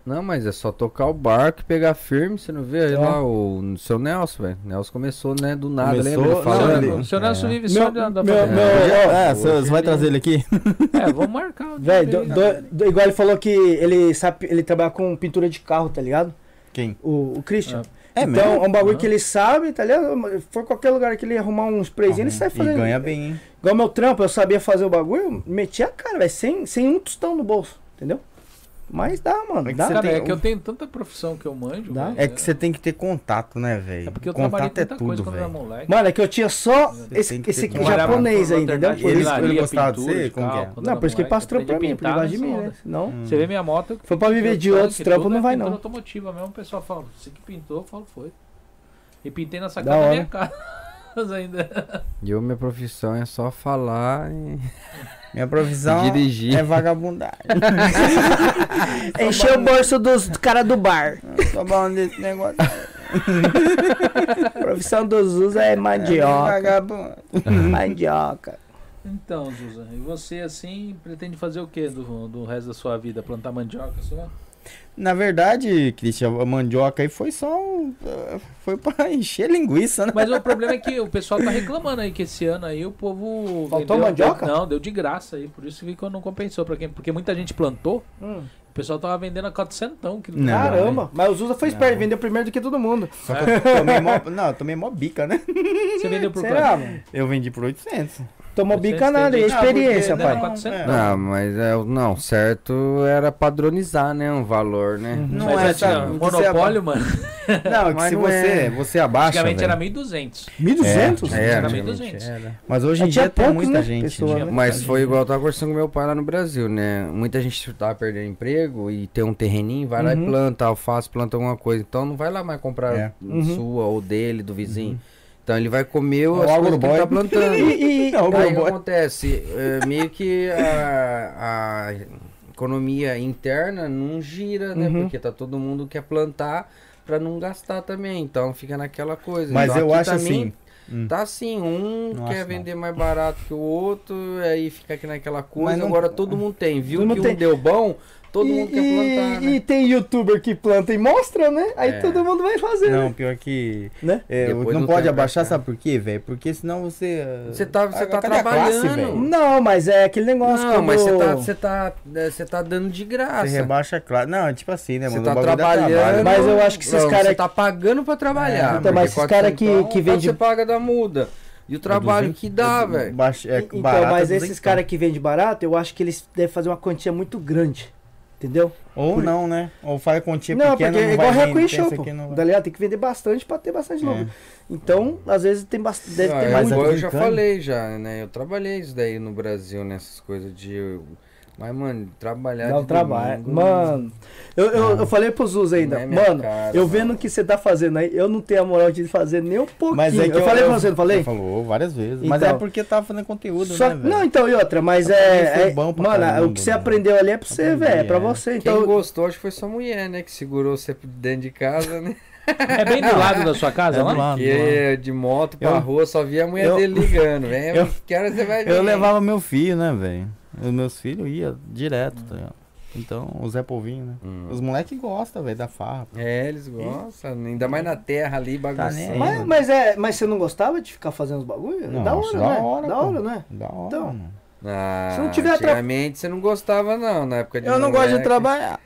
C: Não, mas é só tocar o barco e pegar firme, você não vê? Aí
F: É.
C: lá o seu Nelson, velho. Nelson começou, né, do nada,
B: Começou-
C: lembra? Ele
B: não,
C: falando.
B: ele-
A: O seu Nelson vive só
F: É. Meu,
A: da, da
F: meu, meu,
A: família.
B: É,
F: ó,
B: você você vai trazer ele aqui?
A: É, vamos marcar. um dia
F: velho,
A: pra ele.
F: do- do- do- igual ele falou que ele, sabe, ele trabalha com pintura de carro, tá ligado?
B: Quem?
F: O, o Christian.
B: É
F: então,
B: mesmo?
F: é um bagulho
A: Ah.
F: que ele sabe, tá ligado? For qualquer lugar que ele arrumar um sprayzinho, ele sai fazendo.
B: E ganha bem, hein?
F: Igual meu trampo, eu sabia fazer o bagulho, eu meti a cara, velho, sem, sem um tostão no bolso, entendeu? Mas dá, mano.
D: É que
F: dá.
D: você
A: Cara,
D: tem
A: é que eu
D: um-
A: tenho tanta profissão que eu manjo.
F: Dá?
A: velho.
D: É que você tem que ter contato, né, velho?
A: É porque eu trabalhei
D: contato é
A: tanta coisa
D: tudo,
A: quando eu era
D: velho.
A: moleque.
F: Mano, é que eu tinha só esse,
D: tem que
F: esse
D: ter cuidado.
F: japonês né? aí, entendeu?
A: Trabalhava
F: Por
D: Ele-
F: isso-
A: torneio,
D: ele gostava de
A: pintura
D: você?
A: e
D: Como
A: tal,
D: que é?
A: quando
F: Não,
A: era
F: por isso que ele
A: moleque,
F: passa trampo pra
A: aprendi a
F: mim, por
A: pintar
F: debaixo de
A: nessa
F: mim,
A: onda.
F: né? Não.
A: Você vê minha moto.
F: Foi pra viver
A: eu
F: de
A: tanque,
F: outros trampos,
A: tudo,
F: não
A: é
F: vai,
A: pintura
F: não.
A: automotiva mesmo, o pessoal fala, você que pintou, eu falo, foi. E pintei na
F: Da
A: sacada da
F: hora.
A: minha casa ainda.
C: E eu, minha profissão é só falar e
D: Minha profissão
C: dirigir.
D: é vagabundagem. um-
F: Encheu o bolso dos caras do bar.
D: Tô bom um desse negócio.
F: Profissão dos usa é mandioca.
D: Vagabundo. é.
F: Mandioca.
A: Então, Zuza, e você assim pretende fazer o que do, do resto da sua vida? Plantar mandioca só?
D: Na verdade, Christian, a mandioca aí foi só um. eh, Foi pra encher linguiça, né?
A: Mas o problema é que o pessoal tá reclamando aí que esse ano aí o povo.
F: Faltou mandioca?
A: Não, deu de graça aí, por isso que não compensou pra quem. Porque muita gente plantou,
F: Hum.
A: o pessoal tava vendendo a 400 quilo.
C: né,
D: Não,
F: Caramba. Mas o Zusa foi esperto, vendeu primeiro do que todo mundo.
D: Só que eu tomei mó, não, eu tomei mó bica, né?
A: Você vendeu por quanto?
F: Será, mano?
D: Eu vendi por 800.
F: Tomou
A: Você
F: bica nada, é
A: entende? Não,
F: experiência,
A: porque-
F: pai.
A: não, 400
D: é.
C: Não, mas é, o- não, certo era padronizar, né? Um valor, né?
D: Não
A: Mas
D: é,
A: assim,
D: sabe?
A: ó,
D: Você
A: monopólio, mano,
D: ab- Não, é que
C: Mas
D: se
C: não
D: você,
C: é.
D: você abaixa.
A: antigamente era
D: velho.
A: 1.200.
F: 1.200?
C: É,
A: Era
C: antigamente
A: 1.200.
D: Mas hoje em
F: Mas tinha
D: dia tem
F: poucos,
D: muita
F: né,
D: gente.
F: pessoa,
D: né?
F: né?
C: Mas foi igual eu tava conversando com meu pai lá no Brasil, né? Muita gente tava perdendo emprego e tem um terreninho, vai lá e
F: Uhum.
C: planta, alface, planta alguma coisa. Então não vai lá mais comprar um
D: É.
F: Uhum.
C: sua ou dele, do vizinho. Então ele vai comer
D: É o
C: as coisas que ele
D: agroboy.
C: tá plantando.
F: E, e-
D: Não,
C: Aí o que
D: Globo-
C: acontece? É, meio que a, a economia interna não gira, né?
F: Uhum.
C: Porque tá todo mundo quer plantar pra não gastar também. Então fica naquela coisa.
D: Mas
C: Então
D: eu
C: aqui
D: acho
C: também
D: assim. Hum.
C: Tá assim, um
D: Não
C: quer
D: acho, não.
C: vender mais barato que o outro, aí fica aqui naquela coisa.
D: Mas não-
C: Agora todo mundo tem, viu?
F: Todo mundo
C: que
F: tem.
C: um deu bom, todo
F: e-
C: mundo quer
F: e-
C: plantar,
F: e
C: né?
F: tem youtuber que planta e mostra, né? Aí
C: É.
F: todo mundo vai fazer, né?
D: Não, pior que.
F: Né?
D: é,
C: Depois
D: não
C: do
D: pode
C: tempo pra
D: abaixar,
C: cá.
D: sabe por quê, velho? Porque senão você. eh,
C: Você tá, você
D: Ah,
C: tá
D: cadê a classe,
C: trabalhando.
D: velho?
F: Não, mas é aquele negócio
C: não,
F: quando- então,
C: mas você tá, você tá, é, você tá dando de
D: Você
C: graça.
D: rebaixa a classe. Não, é tipo assim, né,
C: Você
D: mano?
C: tá
D: O bagulho dá
C: trabalhando,
B: né?
C: é
D: trabalho. né?
F: Mas eu acho que esses
C: não,
F: cara
C: Você
F: que-
C: tá pagando pra trabalhar.
D: É, então,
F: mas
C: porque
F: esses cara que-
C: 400
F: que vende-
C: Você paga da muda. E
B: É
C: o trabalho que dá, velho.
D: Baixa- é,
F: E- Então,
D: barato,
F: mas
D: duzentão.
F: esses caras que vendem barato, eu acho que eles devem fazer uma quantia muito grande. Entendeu?
D: Ou não, né? Ou faz com tia
F: não,
D: pequena,
F: porque é
D: não vai
F: igual
D: vender,
F: Reco em
D: essa
F: Show, pô.
D: aqui não vai-
F: Tá ligado? Tem que vender bastante pra ter bastante
D: É.
F: lucro. Então, às vezes, tem bast... deve
C: Ah,
F: ter
C: é,
F: mais
C: igual
D: muito
C: eu já
D: brincando.
C: falei já, né? Eu trabalhei isso daí no Brasil, nessas coisas de. Mas, mano, trabalhar.
F: Dá um
C: de
F: trabalho.
C: domingo
F: Mano, eu, eu, eu falei pro Zuz
C: não
F: ainda,
C: é minha
F: mano,
C: cara,
F: eu
C: mano.
F: vendo o que você tá fazendo aí, eu não tenho a moral de fazer nem um pouquinho.
D: Mas é que
F: eu, falei pra você, não falei?
D: Você falou várias vezes. mas
F: Então.
D: é porque tava fazendo conteúdo,
F: Só-
D: né, velho?
F: não, então, e outra, mas
D: Eu também
F: é.
D: sou
F: é-
D: bom pra
F: mano,
D: caramba,
F: o que você
D: mano.
F: aprendeu ali é pra você,
D: Aprendi,
F: velho. É pra
D: é.
F: você.
C: Quem
F: Então,
C: gostou, acho que foi sua mulher, né? Que segurou você dentro de casa, né?
A: É bem do lado da sua
D: É
A: casa
D: do
A: lá?
D: lado, do lado.
C: Porque de moto pra
D: Eu-
C: rua só via a mulher
D: eu-
C: dele ligando, né?
D: eu-
C: Que hora você vai vir?
D: Eu levava meu filho, né, velho? Os meus filhos iam direto, tá ligado? Então, o Zé Povinho, né?
C: Hum.
D: Os moleques gostam, velho, da farra.
C: É, eles gostam, ainda mais na terra ali,
F: Tá
D: nem
C: bagunçando.
D: aí,
F: mas, mas é, mas você não gostava de ficar fazendo os bagulhos?
D: Não,
F: da hora,
D: acho
F: né?
D: da hora,
F: da
D: pô.
F: hora, né?
D: Da hora,
F: Então,
D: mano.
C: Ah,
F: Se não tiver atra-
C: antigamente você não gostava não, na época de moleque.
D: trabalhar.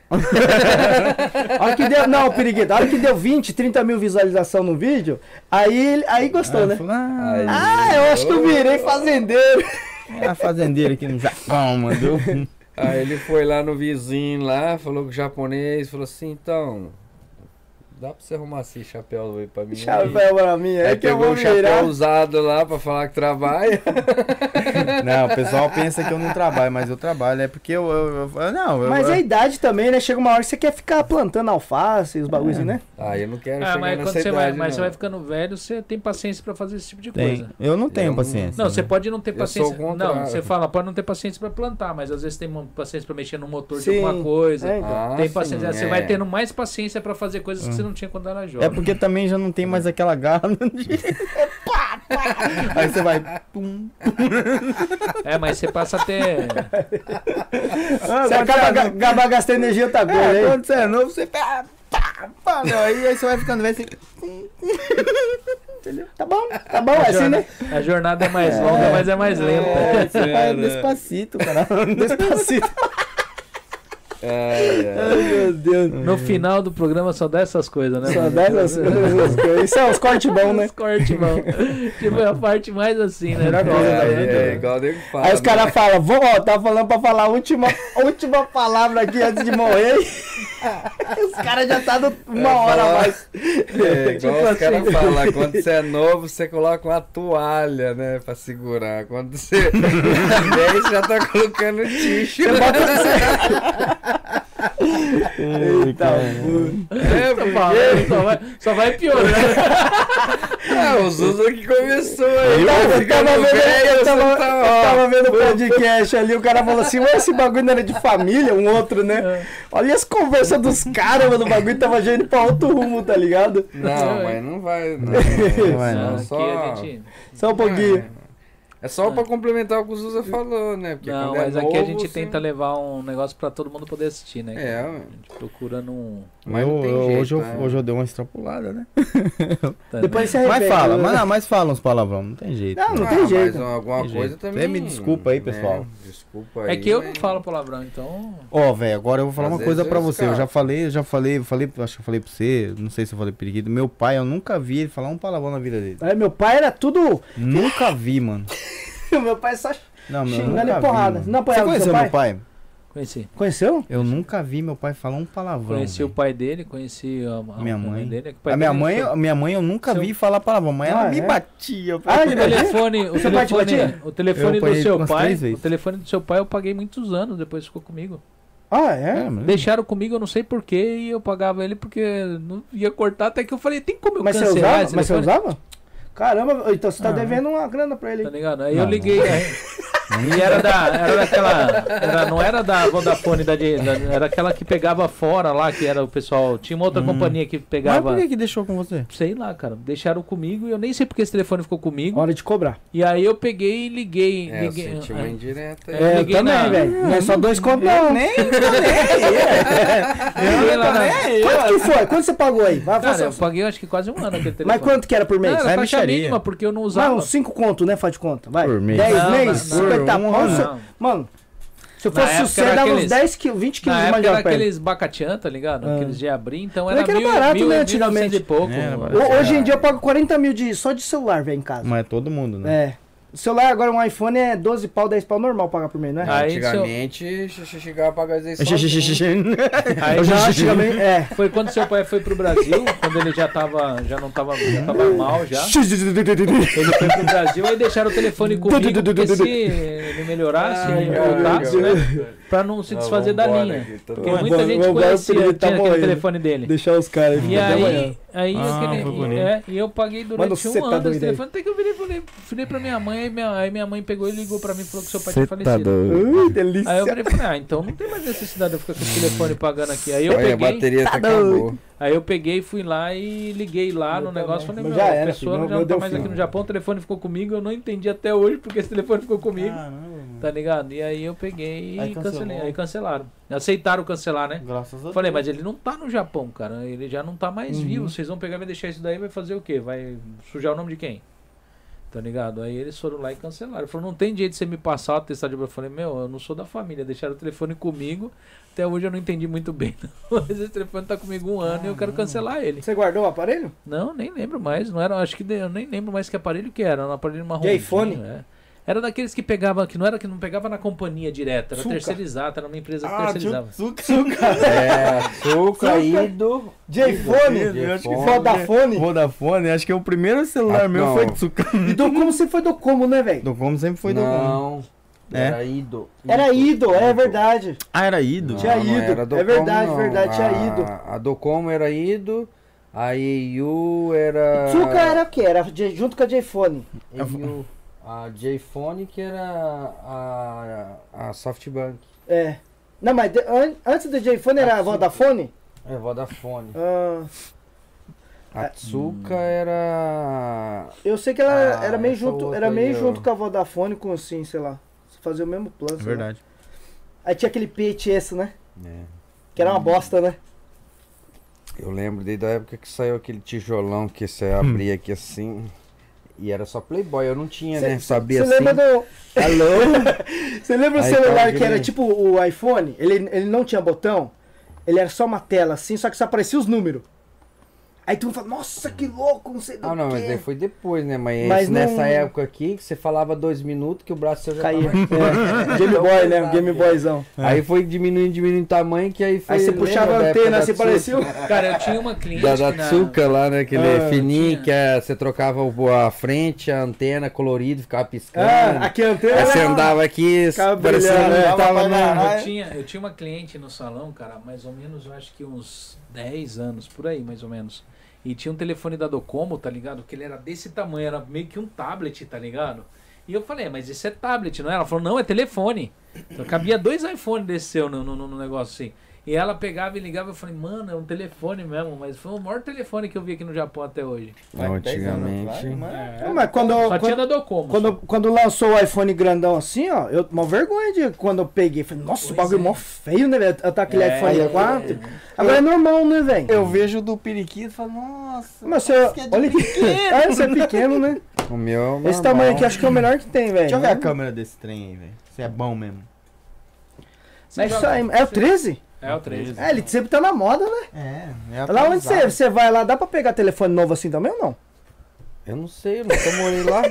F: A hora que deu, não, periquito, a hora que deu 20, 30 mil visualizações no vídeo, aí, aí gostou, né?
D: Ah, é
F: Ah, eu acho que eu virei fazendeiro.
D: a fazendeira aqui no Japão, mandou.
C: Aí ele foi lá no vizinho lá, falou com o japonês, falou assim, então, dá pra você arrumar esse chapéu aí pra mim? aí?"
F: Chapéu pra mim, é
C: Aí
F: que eu
C: pegou
F: vou
C: o chapéu
F: virar.
C: usado lá pra falar que trabalha.
D: Não, o pessoal pensa que eu não trabalho, mas eu trabalho. É porque eu. eu- eu- não, eu-
F: Mas
D: eu,
F: é a idade também, né? Chega uma hora que você quer ficar plantando alface e os bagulhos,
D: É.
F: assim, né?
C: Ah, eu não quero
A: Ah,
C: chegar
A: mas
C: nessa
A: quando você
C: idade,
A: vai, mas você
C: não.
A: vai ficando velho, você tem paciência pra fazer esse tipo de
D: Tem.
A: coisa.
D: Eu não tenho
C: Eu-
D: paciência.
A: Não, você pode não ter
C: Eu sou o
A: paciência. Não,
C: contrário.
A: você fala, pode não ter paciência pra plantar, mas às vezes tem uma paciência pra mexer no motor
F: Sim,
A: de alguma coisa.
F: É, então.
C: Ah,
A: tem
C: sim,
A: paciência. Você
C: é.
A: vai tendo mais paciência pra fazer coisas que você não tinha quando era
D: É
A: jovem.
D: porque também já não tem mais aquela garra no dia. Aí você vai. Pum.
A: É, mas você passa a ter.
F: Você acaba, acaba gastando energia tá outra coisa,
D: É,
F: hein?
D: quando você é novo, você. Pá, pá, pá, meu, aí, aí você vai ficando velho assim.
F: Tá bom, tá bom, é assim, né?
A: A jornada é mais longa, mas
D: "Ah,
A: é mais lenta.
D: Você vai despacito, cara.
F: Despacito.
C: É, é.
F: meu Deus.
A: No final do programa só dá essas coisas, né?
F: Só dessas coisas. Isso é uns cortes bons, né?
A: Os cortes, mano. tipo, é a parte mais assim, né?
F: Melhor coisa da vida.
C: É, é, igual o nego fala.
F: Aí os
C: né?
F: caras falam, vou, ó, tá falando pra falar a última, a última palavra aqui antes de morrer. os caras já tá no- uma
C: É,
F: hora a
C: fala-
F: mais.
C: É,
F: Tipo
C: igual os
F: assim.
C: caras falam, quando você é novo, você coloca uma toalha, né, pra segurar. Quando você é velho, você já tá colocando ticho.
F: assim. Eita,
C: É,
A: Só vai- só, vai, só vai né? piorando.
C: Ah, o Zuza que começou aí.
F: Eu
C: tá
F: tava, eu
C: ficando
F: tava vendo,
C: velho,
F: eu
C: você
F: tava-
C: tá,
F: eu
C: ó.
F: tava vendo o podcast ali, o cara falou assim, ué, esse bagulho não era de família, um outro, né? Olha as conversas dos caras, mano, o bagulho tava já indo pra outro rumo, tá ligado?
C: Não, mas não vai. Não,
F: Não
D: vai,
C: vai,
A: Não,
C: não.
A: aqui
C: Só...
A: a gente-
F: Só um pouquinho.
C: É só pra complementar o que o Zuza falou, né? Porque
A: Não,
C: quando é
A: mas aqui a
C: novo,
A: gente
C: você-
A: tenta levar um negócio pra todo mundo poder assistir, né?
C: É,
A: A
C: ué.
A: gente procurando um.
C: mas
D: Eu-
C: não tem
D: eu-
C: jeito,
D: hoje, eu,
C: né? É
D: hoje eu dei uma extrapolada, né?
A: tá,
F: Depois você
D: Mas
F: arrepende.
D: fala,
F: né?
D: mas, não, mas fala uns palavrão, não tem jeito.
F: Não, não
D: né?
F: tem
C: Ah,
F: jeito.
C: Mas alguma
D: Tem jeito.
C: coisa também.
D: É, me desculpa aí,
C: né?
D: pessoal.
C: Desculpa aí.
A: né? É que eu não
C: mas-
A: falo palavrão, então.
D: Ó, velho, agora eu vou falar
C: Às
D: uma coisa
C: vezes
D: pra
C: eu
D: você. Eu já
C: escapo.
D: falei, eu já falei, eu falei, acho que eu falei pra você, não sei se eu falei periquito. Meu pai, eu nunca vi ele falar um palavrão na vida dele.
F: Aí, É, meu pai era tudo.
D: Nunca vi, mano.
F: Meu pai é só
D: Não, meu, eu
F: xingando
D: nunca
F: e
D: vi,
F: porrada.
D: mano.
F: não
D: Você
F: apanhava do seu
D: conheceu né?
F: pai?
D: meu pai?
A: Conheci.
F: Conheceu?
D: Eu nunca vi meu pai falar um palavrão.
A: Conheci
D: velho.
A: o pai dele, conheci a, a
D: Minha mãe.
A: dele. é que o pai
D: A minha
A: dele
D: mãe,
A: foi-
D: a minha mãe eu nunca
A: Seu-
D: vi falar palavrão, mas ela
F: Ah,
D: me
F: é?
D: batia.
F: Ah, ele
A: O telefone, o
F: Seu pai te
A: telefone,
F: batia?
A: o telefone
D: Eu
A: do
D: apanhei
A: seu
D: umas
A: pai,
D: três
A: o
D: vezes.
A: telefone do seu pai eu paguei muitos anos, depois ficou comigo.
F: Ah, é?
D: mano.
A: Deixaram comigo, eu não sei porquê, e eu pagava ele porque não ia cortar, até que eu falei, tem como eu
F: Mas você
A: cancelar
F: usava?
A: esse
F: Mas você
A: telefone?
F: usava? Caramba, então você tá
A: Ah.
F: devendo uma grana pra ele.
A: Tá ligado? Aí eu
D: Não,
A: liguei. aí- E era da. Era daquela. era- não era da Vodafone da, de- da- Era aquela que pegava fora lá, que era o pessoal. Tinha uma outra companhia que
D: Mas por
A: pegava.
D: que que deixou com você?
A: Sei lá, cara. Deixaram comigo e eu nem sei porque esse telefone ficou comigo.
F: Hora de cobrar.
A: E aí eu peguei e liguei.
C: É, eu
A: liguei- ah,
C: senti uma indireta aí.
A: É,
F: É, eu
A: liguei na-
F: também, velho. Não é só dois contos, não. Nem,
A: ah, liguei lá na-
F: é. Quanto que foi? Quanto você pagou aí? Vai,
A: Cara,
F: faça-
A: eu paguei acho que quase um ano aquele telefone.
F: tá Mas quanto que era por mês? É
A: Não,
D: Vai,
A: era taxa
D: bicharia.
A: mínima, porque eu não
F: Vai,
A: usava.
F: uns 5 conto, né? Faz de conta. Vai.
D: Por mês.
F: 10
A: Não,
F: meses?
A: não, não.
F: 50
D: Por um
F: conto.
A: não.
F: Mano, se
A: Na época
F: fosse o
A: era
F: C, dava uns
A: aqueles-
F: 10 quilos, 20 quilos
A: Na
F: de
A: época
F: mandioca
A: era
F: pra ele.
A: aqueles bacatian, tá ligado?
F: Ah.
A: Aqueles de abrir, então
F: Mas
A: era,
F: que era
A: mil,
F: barato,
A: mil,
F: né,
A: mil
F: antigamente.
A: e pouco.
D: Era
A: mano.
D: barato.
F: Ho- Hoje em dia eu pago 40 mil de, só de celular, velho, em casa.
D: Mas é todo mundo, né?
F: É. O celular agora, um iPhone é 12 pau, 10 pau normal pagar por mês, não é?
A: Ah, aí,
C: Antigamente, se eu... chegava a pagar as vezes só um.
A: Aí
D: Eu
F: Não,
D: já-
F: antigamente, é.
A: Foi quando seu pai foi pro Brasil, quando ele já tava, já não tava, já tava mal já. Ele foi pro Brasil aí deixaram o telefone comigo, porque se ele melhorasse,
C: Ai,
A: ele
C: cara,
F: Tá,
A: voltasse,
C: cara.
A: né, pra não se
C: Não,
A: desfazer da
C: vambora
A: linha.
C: aqui, tá
A: Porque
C: bom.
A: muita
F: Ah, Vamos,
A: gente
F: vamos, agora
A: conhecia,
F: porque ele
A: tinha
F: tá
A: aquele
F: morrendo.
A: telefone dele.
F: Deixar os caras
A: E aí, aí eu
D: Ah,
A: queria-
D: foi bonito.
A: é, e eu paguei
F: Mano,
A: durante
F: você
A: um
F: tá
A: ano esse
F: doido
A: telefone, até que eu virei e falei, falei pra minha mãe, aí minha, aí minha mãe pegou e ligou pra mim e falou que seu pai
D: tá
C: tá
A: tinha falecido.
F: Ui,
A: Aí eu
F: delícia.
A: falei, ah, então não tem mais necessidade de eu ficar com esse telefone pagando aqui. Aí eu
C: Olha, a
A: peguei,
C: bateria tá acabou.
A: aí eu peguei, fui lá e liguei lá no negócio. Falei,
F: Mas
A: meu,
F: já
A: a
F: era,
A: pessoa já
F: filho, meu
A: não tá
F: deu
A: mais
F: fim.
A: aqui no Japão, o telefone ficou comigo, eu não entendi até hoje porque esse telefone ficou comigo. Tá ligado? E aí eu peguei
D: Aí
A: e cancelei.
D: cancelou.
A: Aí cancelaram. Aceitaram cancelar, né?
D: Graças a Uhum.
A: Falei, mas ele não tá no Japão, cara. Ele já não tá mais vivo. Vocês vão pegar e vai deixar isso daí, vai fazer o quê? Vai sujar o nome de quem? Tá ligado? Aí eles foram lá e cancelaram. Falou, não tem jeito de você me passar o atestado. Eu falei, meu, eu não sou da família. Deixaram o telefone comigo. Até hoje eu não entendi muito bem. não. Mas esse telefone tá comigo um ano e eu quero cancelar ele.
F: Você guardou o aparelho?
A: Não, nem lembro mais. Não era, acho que de- eu nem lembro mais que aparelho que era. Era um aparelho marrom.
F: iPhone?
A: É. Era daqueles que pegava, que não era que não pegava na companhia direta, era
F: Suca.
A: terceirizado, era uma empresa que terceirizava.
C: É, açúcar ido.
F: J-Fone?
C: Eu acho que foi-
B: "É,
F: Vodafone?
D: Vodafone, acho que o primeiro celular
C: Ah,
D: meu
C: não.
D: foi de suca.
F: E do como você foi do como, né, velho?
D: Docom sempre foi Docom.
C: Não.
D: É.
C: Era ido.
F: Era ido, é verdade.
D: Ah, era ido?
C: Não,
F: Tinha
C: não
F: ido.
C: era
F: É
C: Docom,
F: verdade,
C: não.
F: verdade, tinha
C: A-
F: ido.
C: A Docom era ido. A EIU era.
F: Tsuka era o quê? Era de- junto com a J-Fone.
C: EIU. A J-Phone que era a, a, a SoftBank.
F: É. Não, mas de- an- antes do J-Fone era a
C: Atsuka.
F: Vodafone?
C: É, Vodafone.
F: Ah, É.
C: A
D: Hum.
C: Tsuka era.
F: eu sei que ela
C: Ah,
F: era meio,
C: essa
F: junto,
C: outra
F: era meio
C: aí, ó.
F: junto com a Vodafone, com assim, sei lá. Fazia o mesmo plano.
D: É
F: sei lá.
D: verdade.
F: Aí tinha aquele PHS, né?
C: É.
F: Que era uma bosta, né?
A: Hum.
C: Eu lembro desde a época que saiu aquele tijolão que você abria aqui assim. E era só Playboy, eu não tinha, né? Sabia
F: Você
C: assim.
F: lembra do.
C: Alô?
F: Você lembra o
C: Aí
F: celular
C: tava
F: que era
C: direito.
F: tipo o iPhone? Ele, ele não tinha botão? Ele era só uma tela assim, só que só aparecia os números. Aí tu fala, nossa, que louco, não sei do
C: Ah, não, mas
F: quê.
C: daí foi depois, né? Mas,
F: Mas
C: esse-
F: não-
C: nessa época aqui, que você falava dois minutos, que o braço seu já
F: Caía.
C: tava...
F: É. Game Boy, né? O Game Boyzão.
A: É.
C: Aí foi diminuindo, diminuindo o tamanho, que aí foi...
F: Aí você
C: lembra
F: puxava
C: da
F: a
C: época
F: antena,
C: da né?
F: você
C: Tsuka?
F: parecia. o-
A: Cara, eu tinha uma cliente.
C: Da
A: que na-
C: Datsuka lá, né? Aquele
F: Ah,
C: fininho,
A: tinha.
C: que é, você trocava o- a frente, a antena colorida, ficava piscando.
F: Ah, aqui a antena.
C: Aí você
F: era-
C: andava aqui,
F: Ficava
C: parecendo
F: brilhando,
C: que
F: dava
C: tava né?
F: pra
C: na...
F: Ah, é?
A: Eu tinha, eu tinha uma cliente no salão, cara, mais ou menos, eu acho que uns 10 anos, por aí, mais ou menos. E tinha um telefone da Docomo, tá ligado? Que ele era desse tamanho, era meio que um tablet, tá ligado? E eu falei, mas esse é tablet, não é? Ela falou, não, é telefone. Então cabia dois iPhones desse seu no, no, no negócio assim. E ela pegava e ligava, eu falei, mano, é um telefone mesmo, mas foi o maior telefone que eu vi aqui no Japão até hoje.
C: Não,
D: Faz 10 anos atrás,
B: né?"
C: antigamente...
D: mano.
F: Não, Ah, mas quando,
A: Só tinha
F: quando,
A: da Docomo.
F: quando, quando lançou o iPhone grandão assim, ó, eu uma vergonha de quando eu peguei. Falei, nossa, o
A: Pois
F: bagulho
A: é.
F: mó feio, né, velho? Eu tava aquele
A: É,
F: iPhone
A: é,
F: 4. Agora é normal, né, velho?
D: Eu vejo o do periquito e falo, nossa. é
F: Mas você,
A: é
F: olha que pequeno. Ah, você é pequeno, né?
C: O meu... é
F: Esse tamanho
C: normal.
F: aqui acho que é o melhor que tem, velho.
D: Deixa eu ver a câmera desse trem aí, velho. Você é bom mesmo.
A: Você
F: Mas
A: joga-
F: isso aí, é o 13?
A: É o 13.
F: É, ele sempre tá na moda, né?
D: É, é
F: Lá onde você, você vai lá, dá pra pegar telefone novo assim também ou não?
C: Eu não sei, eu nunca morei lá.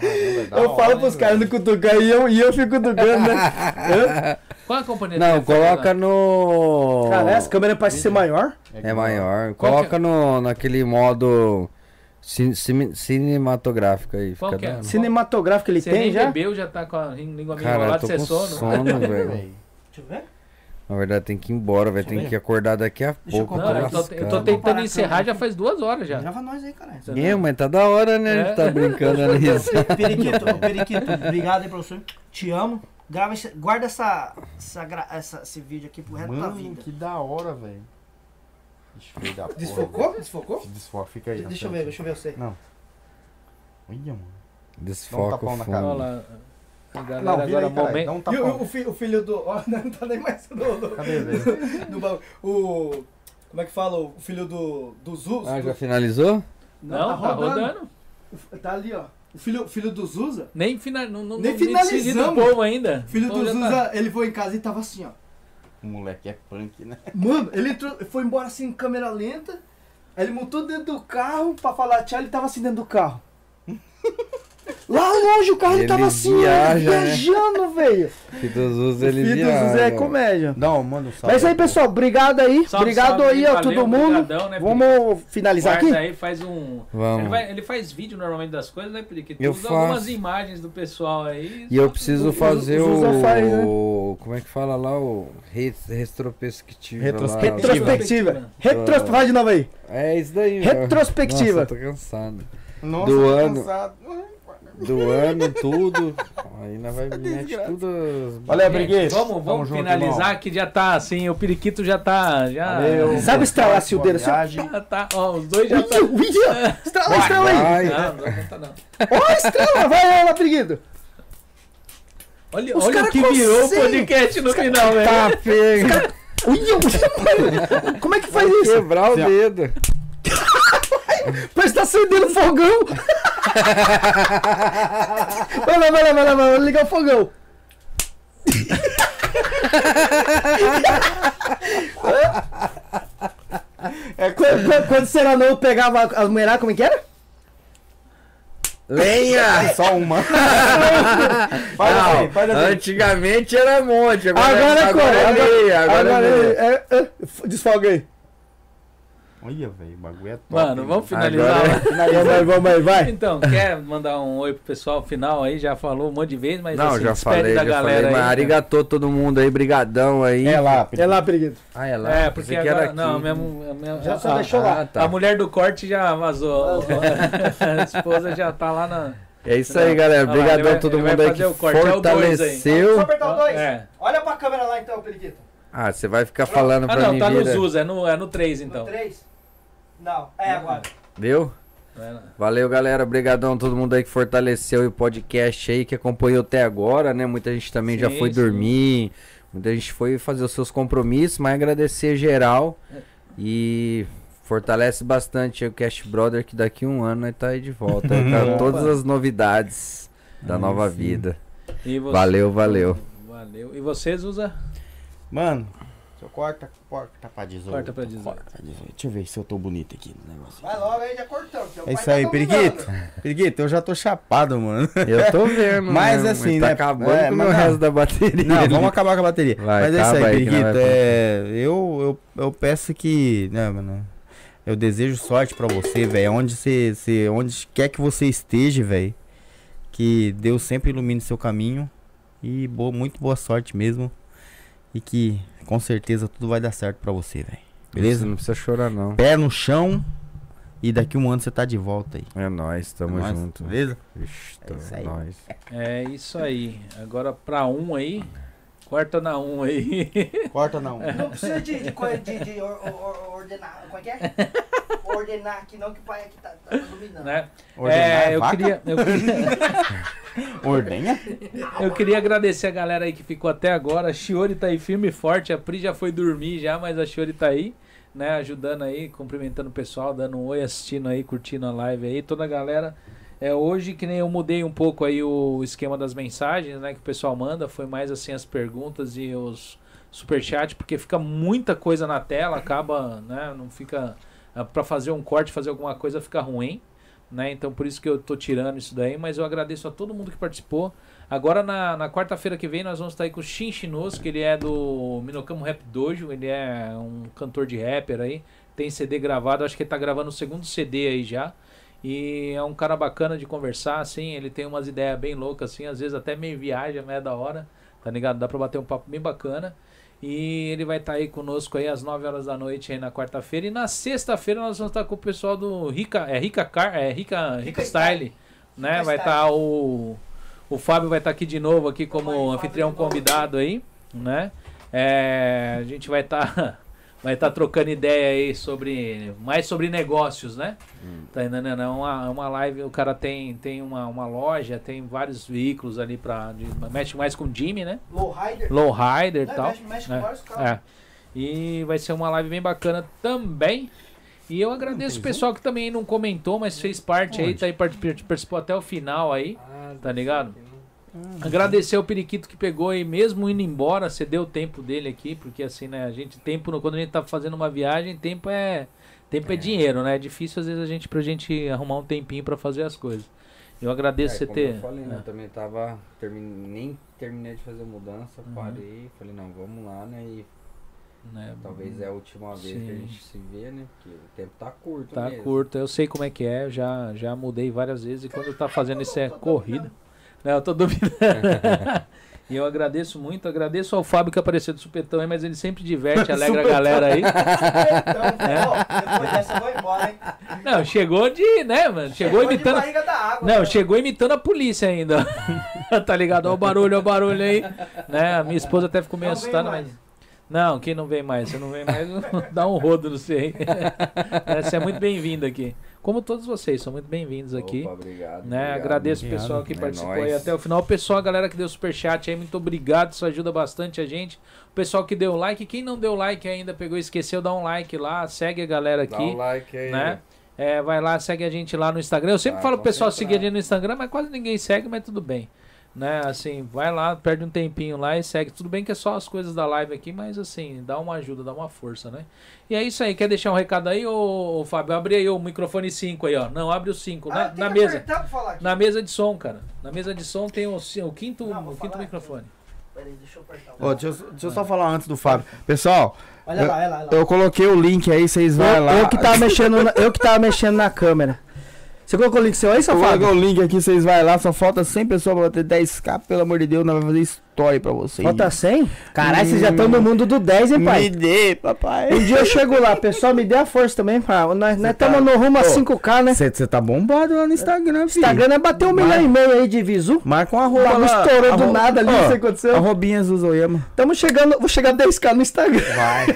D: é
F: eu falo pros caras do cutucar e eu, e eu fico cutucando, né?
A: Qual é a companhia
C: Não,
A: de telefone
C: coloca
A: lá?
C: no...
F: Cara, essa câmera parece ser maior.
C: É maior.
A: Qual que é?
C: Coloca no, naquele modo cin- cin- cinematográfico aí.
A: Qual
C: fica
A: que é?
C: da-
F: Cinematográfico ele
A: Você
F: tem
A: nem
F: já?
A: bebeu, já tá com a língua meio
C: Cara, eu
A: enrolada,
C: tô
A: você é
C: com
A: sono.
C: sono, velho.
F: Deixa eu ver.
C: Na verdade, tem que ir embora, velho. Tem que acordar daqui a
F: eu
C: pouco. tá
A: Não, eu tô, eu tô
C: lascado.
A: tentando encerrar já faz duas horas já.
F: Grava nós aí, caralho.
A: Você
C: É, mas tá da hora, né? A
A: É.
C: gente tá brincando ali.
F: Periquito, ô, Periquito, obrigado aí, professor. Te amo. Grava esse- guarda essa, essa, gra- essa- esse vídeo aqui pro resto da
D: Mano,
F: vida.
D: que da hora, velho. Ixi, filho da porra,
F: Desfocou? Desfocou?
D: velho. Desfoca, fica aí. na
F: Deixa eu ver,
D: frente.
F: deixa eu ver você.
D: Olha, mano. Dá um
C: Desfoca
D: tapão
C: o
A: Olha
D: na
C: fundo.
D: cara.
A: lá. A galera
D: Não, vira
A: agora
D: aí, caralho.
A: momen-
D: Dá um
F: E o,
D: tapão.
F: o fi- o filho do. Ó, não tá nem mais do, do,
D: Cadê, velho?
F: do baú. O. Como é que fala? O filho do. Do Zuza.
C: Ah, já finalizou?
F: Então
A: Não, tá rodando.
F: Tá ali, ó. O filho, o filho do Zuza.
A: Nem, fina... não, não,
F: Nem
A: não decidi do
F: finalizamos.
A: povo ainda.
F: O filho
A: O povo
F: do
A: já tá-
F: Zuza, ele foi em casa e tava assim, ó.
D: O moleque é punk, né?
F: Mano, ele entrou, foi embora assim em câmera lenta. Aí ele montou dentro do carro pra falar tchau, ele tava assim dentro do carro. Lá longe o carro ele
C: Ele
F: tava assim, ó,
C: viaja, né?
F: viajando, velho.
C: Fitos usa ele
F: Filho do
C: viaja,
F: Zuzé é
C: velho.
F: comédia.
D: Não, manda um salve.
F: Mas é isso aí, pessoal. Obrigado aí.
A: Salve,
F: obrigado
A: salve,
F: aí a
A: valeu,
F: todo mundo.
A: brigadão, né,
F: Vamos finalizar
A: Guarda
F: aqui?
A: aí, faz um.
C: Vamos.
A: Ele, vai- ele faz vídeo normalmente das coisas, né, Periquito?
C: Eu
A: Usa algumas
C: faço.
A: imagens do pessoal aí.
C: E eu preciso fazer
F: o Zuza
C: o.
F: faz, né?
C: Como é que fala lá? O. re- Retrospectiva. lá.
D: Retrospectiva.
F: Retrospectiva. Retrospectiva. Vai de novo aí.
C: É isso daí, velho.
F: Retrospectiva.
C: Nossa, eu tô cansado.
D: Nossa,
C: Do
D: tô
C: ano.
D: cansado.
C: Do ano, tudo. Aí nós vai mete tudo.
D: Olha,
A: Gente,
D: Briguês.
A: vamos
D: Tamo
A: vamos
D: junto,
A: finalizar que já tá assim, o Periquito já tá. Já,
D: Valeu.
F: Sabe estralar a sildeira assim?
D: Viagem.
A: já tá. Ó, os dois já
F: Ui,
A: tá.
F: ui, Estrala, estrala aí.
C: Vai.
A: Não, não vai contar, não.
F: Ó, estrala. Vai, Ana Briguido.
A: Olha,
F: Os
A: olha
F: cara
A: o que virou o
F: consegue.
A: podcast no final, velho.
C: Tá feio.
F: Ui, ui, mano. Como é que faz isso?
C: Quebrar o
D: Assim, ó.
C: dedo.
F: Parece que tá acendendo o fogão. vai lá, vai lá, vai lá, vai lá, ligar o fogão. É, quando, quando- quando você era novo, pegava as mulheradas, como é que era?
C: Lenha!
D: É Só uma.
C: Não,
D: Faz assim, faz assim.
C: antigamente era monte. Agora,
F: Agora é como?
C: Agora, é lenha, agora,
F: Agora
C: é lenha.
F: é, é, é, f- desfoga aí.
D: Olha, velho, o bagulho é top.
A: Mano,
D: hein,
A: vamos
D: velho.
A: finalizar.
C: Agora é-
A: lá.
F: Vamos aí, vamos aí, vai.
A: Então, quer mandar um oi pro pessoal final aí? Já falou um monte de vezes, mas
C: Não,
A: assim,
C: já
A: despede
C: falei,
A: da
C: já
A: galera
C: falei. Mas
A: aí. né?
C: arigatô todo mundo aí, brigadão aí.
D: É lá,
F: É lá, periquito.
C: Ah, é lá.
A: É,
C: pensei
A: porque
C: que era
A: agora.
C: aqui.
A: Não, mesmo. mesmo
F: Já
A: a,
F: só
A: a-
F: deixou
C: Ah,
F: lá.
C: tá.
A: a mulher do corte já vazou. a esposa já tá lá na.
C: É isso aí, galera.
A: Olha lá, ele
C: Obrigadão
A: vai-
C: a todo
A: Ah, ele vai
C: mundo aí
A: fazer
C: que
A: o corte, é o dois aí.
C: fortaleceu.
F: apertar
A: É.
F: Olha pra câmera lá então, periquito.
C: Ah, você vai ficar falando
A: Ah,
C: pra
A: não,
C: mim,
A: tá no
C: vira.
A: Zuz, é no, é no 3 então.
F: 3? Não, é agora.
C: Viu?
A: Vai lá.
C: Valeu, galera. Obrigadão a todo mundo aí que fortaleceu o podcast aí, que acompanhou até agora, né? Muita gente também já
A: Sim,
C: foi
A: sim.
C: dormir,
A: É.
C: muita gente foi fazer os seus compromissos, mas agradecer geral. E Fortalece bastante o Cash Brother, que daqui um ano nós tá aí de volta. aí, com todas as novidades da
D: Aí
C: nova
D: sim.
C: vida.
A: E você-
C: Valeu, valeu.
A: Valeu. E vocês usa
D: Mano, se eu corta, corta pra 18.
A: Corta pra 18.
D: Corta pra 18. Deixa eu ver se eu tô bonito aqui no negócio.
E: Vai logo aí, já cortamos. seu
D: É
E: pai
D: isso
E: tá
D: aí,
E: dominando.
D: periquito. Periquito, eu já tô chapado, mano.
C: Eu tô vendo,
D: Mas
C: né?
D: assim,
C: tá
D: né?
C: acabando
D: É,
C: com o
D: mas
C: meu
D: não.
C: resto da bateria.
D: Não,
C: ali.
D: vamos acabar com a bateria.
C: Vai,
D: Mas é isso aí,
C: acaba aí que nós
D: periquito.
C: vai
D: É, eu, eu, eu peço que. Né, mano? Eu desejo sorte pra você, velho. É Onde, você- você- onde quer que você esteja, velho. Que Deus sempre ilumine seu caminho. E boa- muito boa sorte mesmo. E que com certeza tudo vai dar certo pra você, velho.
C: Beleza?
D: Beleza?
C: Não precisa chorar, não.
D: Pé no chão. E daqui um ano você tá de volta aí.
C: É nóis, tamo
D: Nós,
C: junto.
D: Beleza?
C: Ixi, tamo-
D: isso aí.
C: nóis.
A: É isso aí. Agora pra um aí. Corta na um aí.
D: Corta não.
A: É.
E: Não precisa de, de, coisa de, de or- or- ordenar. Como é que é? Ordenar aqui não, que o pai aqui tá, tá dominando.
A: Né?
D: Ordenar
A: é,
D: é
A: eu
D: vaca?
A: queria, eu queria.
D: Ordenha?
A: Eu queria agradecer a galera aí que ficou até agora. A Shiori tá aí firme e forte. A Pri já foi dormir já, mas a Shiori tá aí, né? Ajudando aí, cumprimentando o pessoal, dando um oi, assistindo aí, curtindo a live aí. Toda a galera. É, hoje que nem eu mudei um pouco aí o esquema das mensagens, né? Que o pessoal manda. Foi mais assim as perguntas e os superchat, porque fica muita coisa na tela, acaba, né? Não fica. ah, Pra fazer um corte, fazer alguma coisa, fica ruim. Né? Então por isso que eu tô tirando isso daí, mas eu agradeço a todo mundo que participou. Agora na, na quarta-feira que vem nós vamos estar aí com o Shin Shinosu, que ele é do Minokamo Rap Dojo, ele é um cantor de rapper aí, tem CD gravado, acho que ele tá gravando o segundo CD aí já. E é um cara bacana de conversar, assim, ele tem umas ideias bem loucas, assim, às vezes até meio viaja, mas é da hora, tá ligado? Dá pra bater um papo bem bacana. E ele vai estar aí conosco aí às 9 horas da noite aí na quarta-feira. E na sexta-feira nós vamos estar com o pessoal do Rica, é Rica Car, é Rica, Rica
E: Rica
A: Style, né?
E: Rica
A: vai
E: Style.
A: estar o o Fábio vai estar aqui de novo aqui como
E: Tamo aí, Fábio,
A: anfitrião
E: de novo.
A: convidado aí, né? É, a gente vai estar vai estar trocando ideia aí sobre mais sobre negócios, né? Tá entendendo? É uma, é uma live, o cara tem tem uma, uma loja, tem vários veículos ali para mexe mais com Jimmy, né?
E: Lowrider.
A: Lowrider e
E: Não,
A: tal.
E: mexe- mexe com
A: É,
E: vários carros.
A: É. E vai ser uma live bem bacana também. E eu agradeço o pessoal que também não comentou, mas fez parte aí, tá aí, part- part- participou até o final aí,
E: Ah,
A: tá ligado? Agradecer ao Periquito que pegou e mesmo indo embora, cedeu o tempo dele aqui, porque assim, né, a gente, tempo, no- quando a gente tá fazendo uma viagem, tempo é tempo é, dinheiro, né? É difícil às vezes a gente, pra gente arrumar um tempinho pra fazer as coisas. Eu agradeço
U: É,
A: você
U: como
A: ter... Ah.
U: Eu falei, né? Eu também tava. termi- nem terminei de fazer mudança,
A: Uhum.
U: parei. Falei, não, vamos lá, né? E
A: né,
U: talvez é a última vez que a
A: Sim.
U: gente se vê, né? Porque o tempo tá curto,
A: Tá
U: mesmo.
A: curto, eu sei como é que é, eu já, já mudei várias vezes e quando tá fazendo isso é corrida. Não, eu tô duvidando. e eu agradeço muito, agradeço ao Fábio que apareceu do supetão aí, mas ele sempre diverte, alegra a galera aí.
E: Então,
A: É.
E: ó, depois dessa eu vou embora, hein?
A: Não, chegou de, né, mano? Chegou,
E: de
A: imitando.
E: barriga da água.
A: Não,
E: né?
A: chegou imitando a polícia ainda. tá ligado? Ó o barulho, ó o barulho aí. Né? A minha esposa até ficou meio
E: Não vem
A: assustada,
E: mais.
A: mas. Não, quem não vem mais? Você não vem mais, dá um rodo no seu aí. É, Você é muito bem-vindo aqui. Como todos vocês, são muito bem-vindos aqui.
U: Opa, obrigado.
A: né?
U: obrigado.
A: Agradeço o
D: obrigado.
A: pessoal
E: né?
A: que
U: É
A: participou
U: nóis.
A: aí até o final. O pessoal, a galera que deu superchat aí, muito obrigado, isso ajuda bastante a gente. O pessoal que deu like, quem não deu like ainda, pegou e esqueceu, dá um like lá, segue a galera aqui,
U: Dá um like aí.
A: né? É, vai lá, segue a gente lá no Instagram. Eu
B: Ah,
A: sempre
U: Tá,
A: falo pro pessoal seguir a
B: né?
U: concentrado.
A: gente no Instagram, mas quase ninguém segue, mas tudo bem. Né, assim, vai lá, perde um tempinho lá e segue. Tudo bem que é só as coisas da live aqui, mas assim, dá uma ajuda, dá uma força, né? E é isso aí. Quer deixar um recado aí, ô, ô Fábio? Abre aí o microfone 5 aí, ó. Não, abre o 5,
E: Ah,
A: na,
E: tem
A: na
E: que
A: mesa.
E: apertar pra falar aqui.
A: Na mesa de som, cara. Na mesa de som tem o, si- o quinto,
E: Não, vou
A: o quinto
E: falar.
A: microfone.
E: Peraí, deixa eu apertar. o-
D: Ô, deixa, eu, deixa eu só falar antes do Fábio. Pessoal,
E: Olha lá, olha lá,
I: Então,
E: olha lá.
D: eu coloquei o link aí, vocês vão lá.
I: Eu, eu que tava mexendo na, eu que tava mexendo na câmera. Você colocou o link seu aí,
D: Eu coloquei
I: safado?
D: o link aqui, vocês vão lá. Só falta 100 pessoas pra bater 10k, pelo amor de Deus, nós vamos fazer story pra vocês. Hum.
I: Falta 100? Caralho, vocês já estão no mundo do 10, hein,
D: Me
I: pai?
D: dê, papai.
I: Um dia eu chego lá, pessoal, me dê a força também. pá. Nós
D: Cê
I: estamos no rumo a
D: Ô,
I: 5K, né?
D: Você tá bombado lá no Instagram, filho.
I: Instagram é bater um milhão
D: Vai.
I: e meio aí de visu.
D: Marca um
I: O
D: arroba
I: bagulho
D: lá.
I: estourou do
D: Arroba-
I: nada ali,
D: Ó,
I: não sei o que aconteceu.
D: Arrobinha Zuzoyama.
I: Estamos chegando, vou chegar a 10k no Instagram.
D: Vai,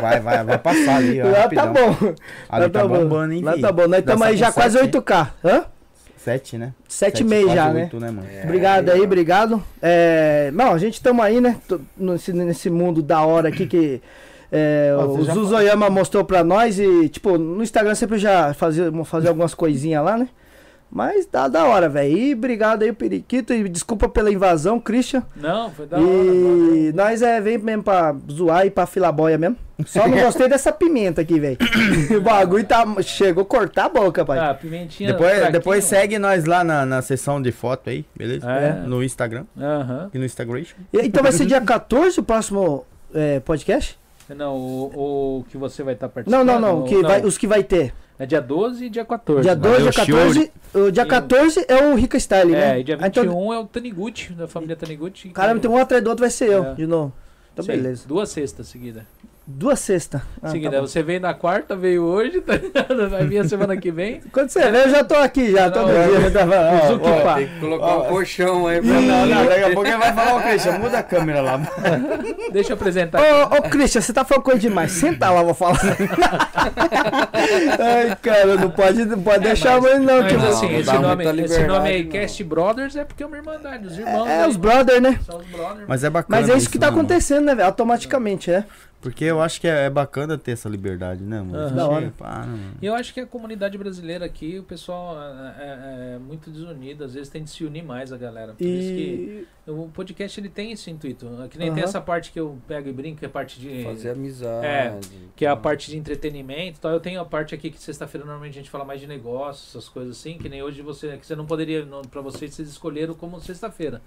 D: vai, vai, vai passar ali, ó.
I: lá
D: É, rapidão.
I: tá bom.
D: Ali
I: lá
D: tá, bombando, hein,
I: Lá
D: filho.
I: tá bom. Nós
D: Dá
I: estamos aí
D: só
I: já
D: com
I: quase
D: sete, hein?
I: 8k. Hã?
D: Sete, né?
I: 7
D: Sete,
I: meio
D: quase
I: já, né?
D: oito, né, mano?
C: É,
I: Obrigado É, aí, obrigado. É, não, a gente estamos aí, né? Tô- Nesse, nesse mundo da hora aqui que É,
H: Ah,
I: o
H: você já fa-
I: Zuzoyama mostrou pra nós e, tipo, no Instagram sempre eu já fazia, fazia algumas coisinhas lá, né? Mas tá da hora, velho. E obrigado aí, Periquito. E desculpa pela invasão, Christian.
A: Não, foi da hora.
I: E nós é, vem mesmo pra zoar e pra filar boia mesmo. Só não gostei dessa pimenta aqui, velho. o bagulho tá, chegou a cortar a boca, pai.
A: Ah, pimentinha.
B: Depois,
A: fraquinha.
B: depois segue né? nós lá na, na sessão de foto aí, beleza?
A: É.
B: No Instagram
A: Aham.
B: e no Instagram.
I: E- Então vai ser dia 14 o próximo é, podcast?
A: Não, o, o que você vai estar
I: Não,
A: participando.
I: não, não. que vai-
A: um
I: os que vai ter.
A: É dia 12 e dia 14.
I: Dia
A: né?
I: 12,
B: Valeu,
I: dia 14. O dia
A: E o-
I: 14 é o Rica Style, né?
A: É, e dia
I: Ah,
A: 21
I: então-
A: é o Taniguchi, da família Taniguchi.
I: Caramba, tem um atrás do outro, vai ser eu,
A: É.
I: de novo. Então,
A: Sim,
I: beleza.
A: Duas sextas seguidas.
I: Duas sextas. Ah,
A: seguida,
I: tá bom.
A: você veio na quarta, veio hoje, tá ligado? Vai vir a semana que vem.
I: Quando você vê, eu já tô aqui, já,
A: Não,
I: todo
A: é.
I: dia. Eu tava, ó,
A: Zuki
I: ó.
A: pá.
C: Tem que colocar um colchão aí pra
B: Não, não, não, daqui a pouco ele vai falar, ô Christian, muda a câmera lá.
A: Deixa eu apresentar.
I: Ô, ô, Christian, você tá falando coisa demais. Senta lá, eu vou falar. Ai, cara, não pode, não pode deixar
A: É, mas-
I: mais não.
A: Mas
I: que-
C: não,
A: assim,
C: não
A: esse
C: dá
A: nome,
C: muita
A: esse nome aí,
C: liberdade, não.
A: Cast Brothers, é porque é uma irmandade, os irmãos.
I: né? é,
A: aí,
I: os brother, né?
A: São os brothers.
B: Mas é bacana.
I: Mas é isso que tá
B: né, mano?
I: acontecendo, né, velho? Automaticamente, é.
B: Porque eu acho que é, é bacana ter essa liberdade, né, mano?
A: Aham.
B: Chega,
I: Da hora.
B: pá, né, mano?
A: E eu acho que a comunidade brasileira aqui, o pessoal é, é- é muito desunido, às vezes tem de se unir mais a galera. Por isso que
I: E.
A: o podcast ele tem esse intuito. né? Que nem tem
I: Aham.
A: essa parte que eu pego e brinco, que é a parte de.
C: fazer amizade.
A: É, que é a parte de entretenimento e tal. Eu tenho a parte aqui que sexta-feira normalmente a gente fala mais de negócios, essas coisas assim, que nem hoje você, que você não poderia, não, pra vocês, vocês escolheram como sexta-feira.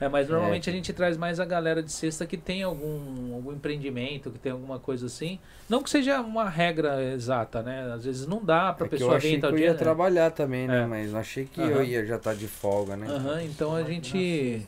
A: É, mas normalmente a gente traz mais a galera de sexta que tem algum, algum empreendimento, que tem alguma coisa assim. Não que seja uma regra exata, né? Às vezes não dá pra
C: É que eu
A: pessoa vir
C: achei
A: em
C: que
A: tal
C: eu
A: dia.
C: ia
A: né?
C: trabalhar também, né?
A: É.
C: Mas não achei que
A: Aham.
C: eu ia já tá de folga, né?
A: Aham, então a gente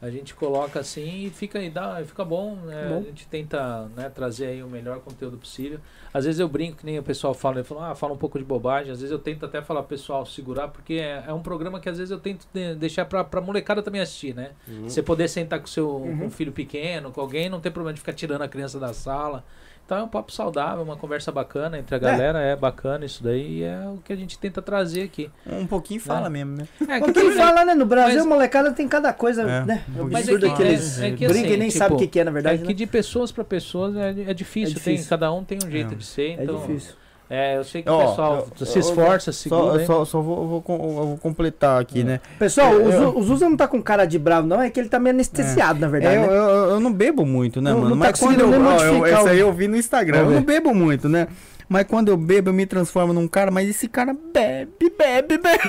A: a gente coloca assim e fica e dá, fica bom, né?
I: Bom.
A: A gente tenta né, trazer aí o melhor conteúdo possível. Às vezes eu brinco que nem o pessoal fala, eu falo, ah, fala um pouco de bobagem. Às vezes eu tento até falar pro pessoal segurar, porque é, é um programa que às vezes eu tento de- deixar pra, pra molecada também assistir, né?
D: Uhum.
A: Você poder sentar com seu com um filho pequeno, com alguém, não tem problema de ficar tirando a criança da sala. Então é um papo saudável, uma conversa bacana entre a galera, é bacana isso daí e é o que a gente tenta trazer aqui.
B: Um pouquinho fala mesmo, né?
A: É,
I: Mas quem
A: tudo bem.
I: fala, né? No Brasil,
A: Mas-
I: molecada tem cada coisa,
B: É.
I: né? É um
B: Mas
A: Mas é que,
I: absurdo
A: é,
I: que eles
A: é que assim,
I: brigam e nem
A: tipo,
I: sabem o que, que é, na
A: é
I: verdade.
A: que
I: né?
A: de pessoas pra pessoas é, é difícil, Tem,
I: difícil.
A: cada um tem um jeito
B: É.
A: de ser.
I: É
A: Então,
I: difícil.
A: É, eu sei que o
B: Ó,
A: pessoal
B: eu-
A: se
B: eu-
A: esforça,
B: Só,
A: segura. hein?
B: só, só vou, vou, com- eu vou completar aqui, né?
I: Pessoal,
B: Eu-
I: o Zu-
B: eu-
I: o Zuza não tá com cara de bravo, não. É que ele tá meio anestesiado, na verdade.
B: É,
I: né?
B: eu, eu, eu não bebo muito, né,
I: Não-
B: mano?
I: não tá
B: Mas quando eu,
I: conseguindo nem
B: ó, eu-
I: modificar
B: Essa
I: o-
B: aí eu vi no Instagram.
I: Vamos
B: Eu não
I: ver.
B: bebo muito, né? Mas quando eu bebo, eu me transformo num cara, mas esse cara bebe, bebe, bebe.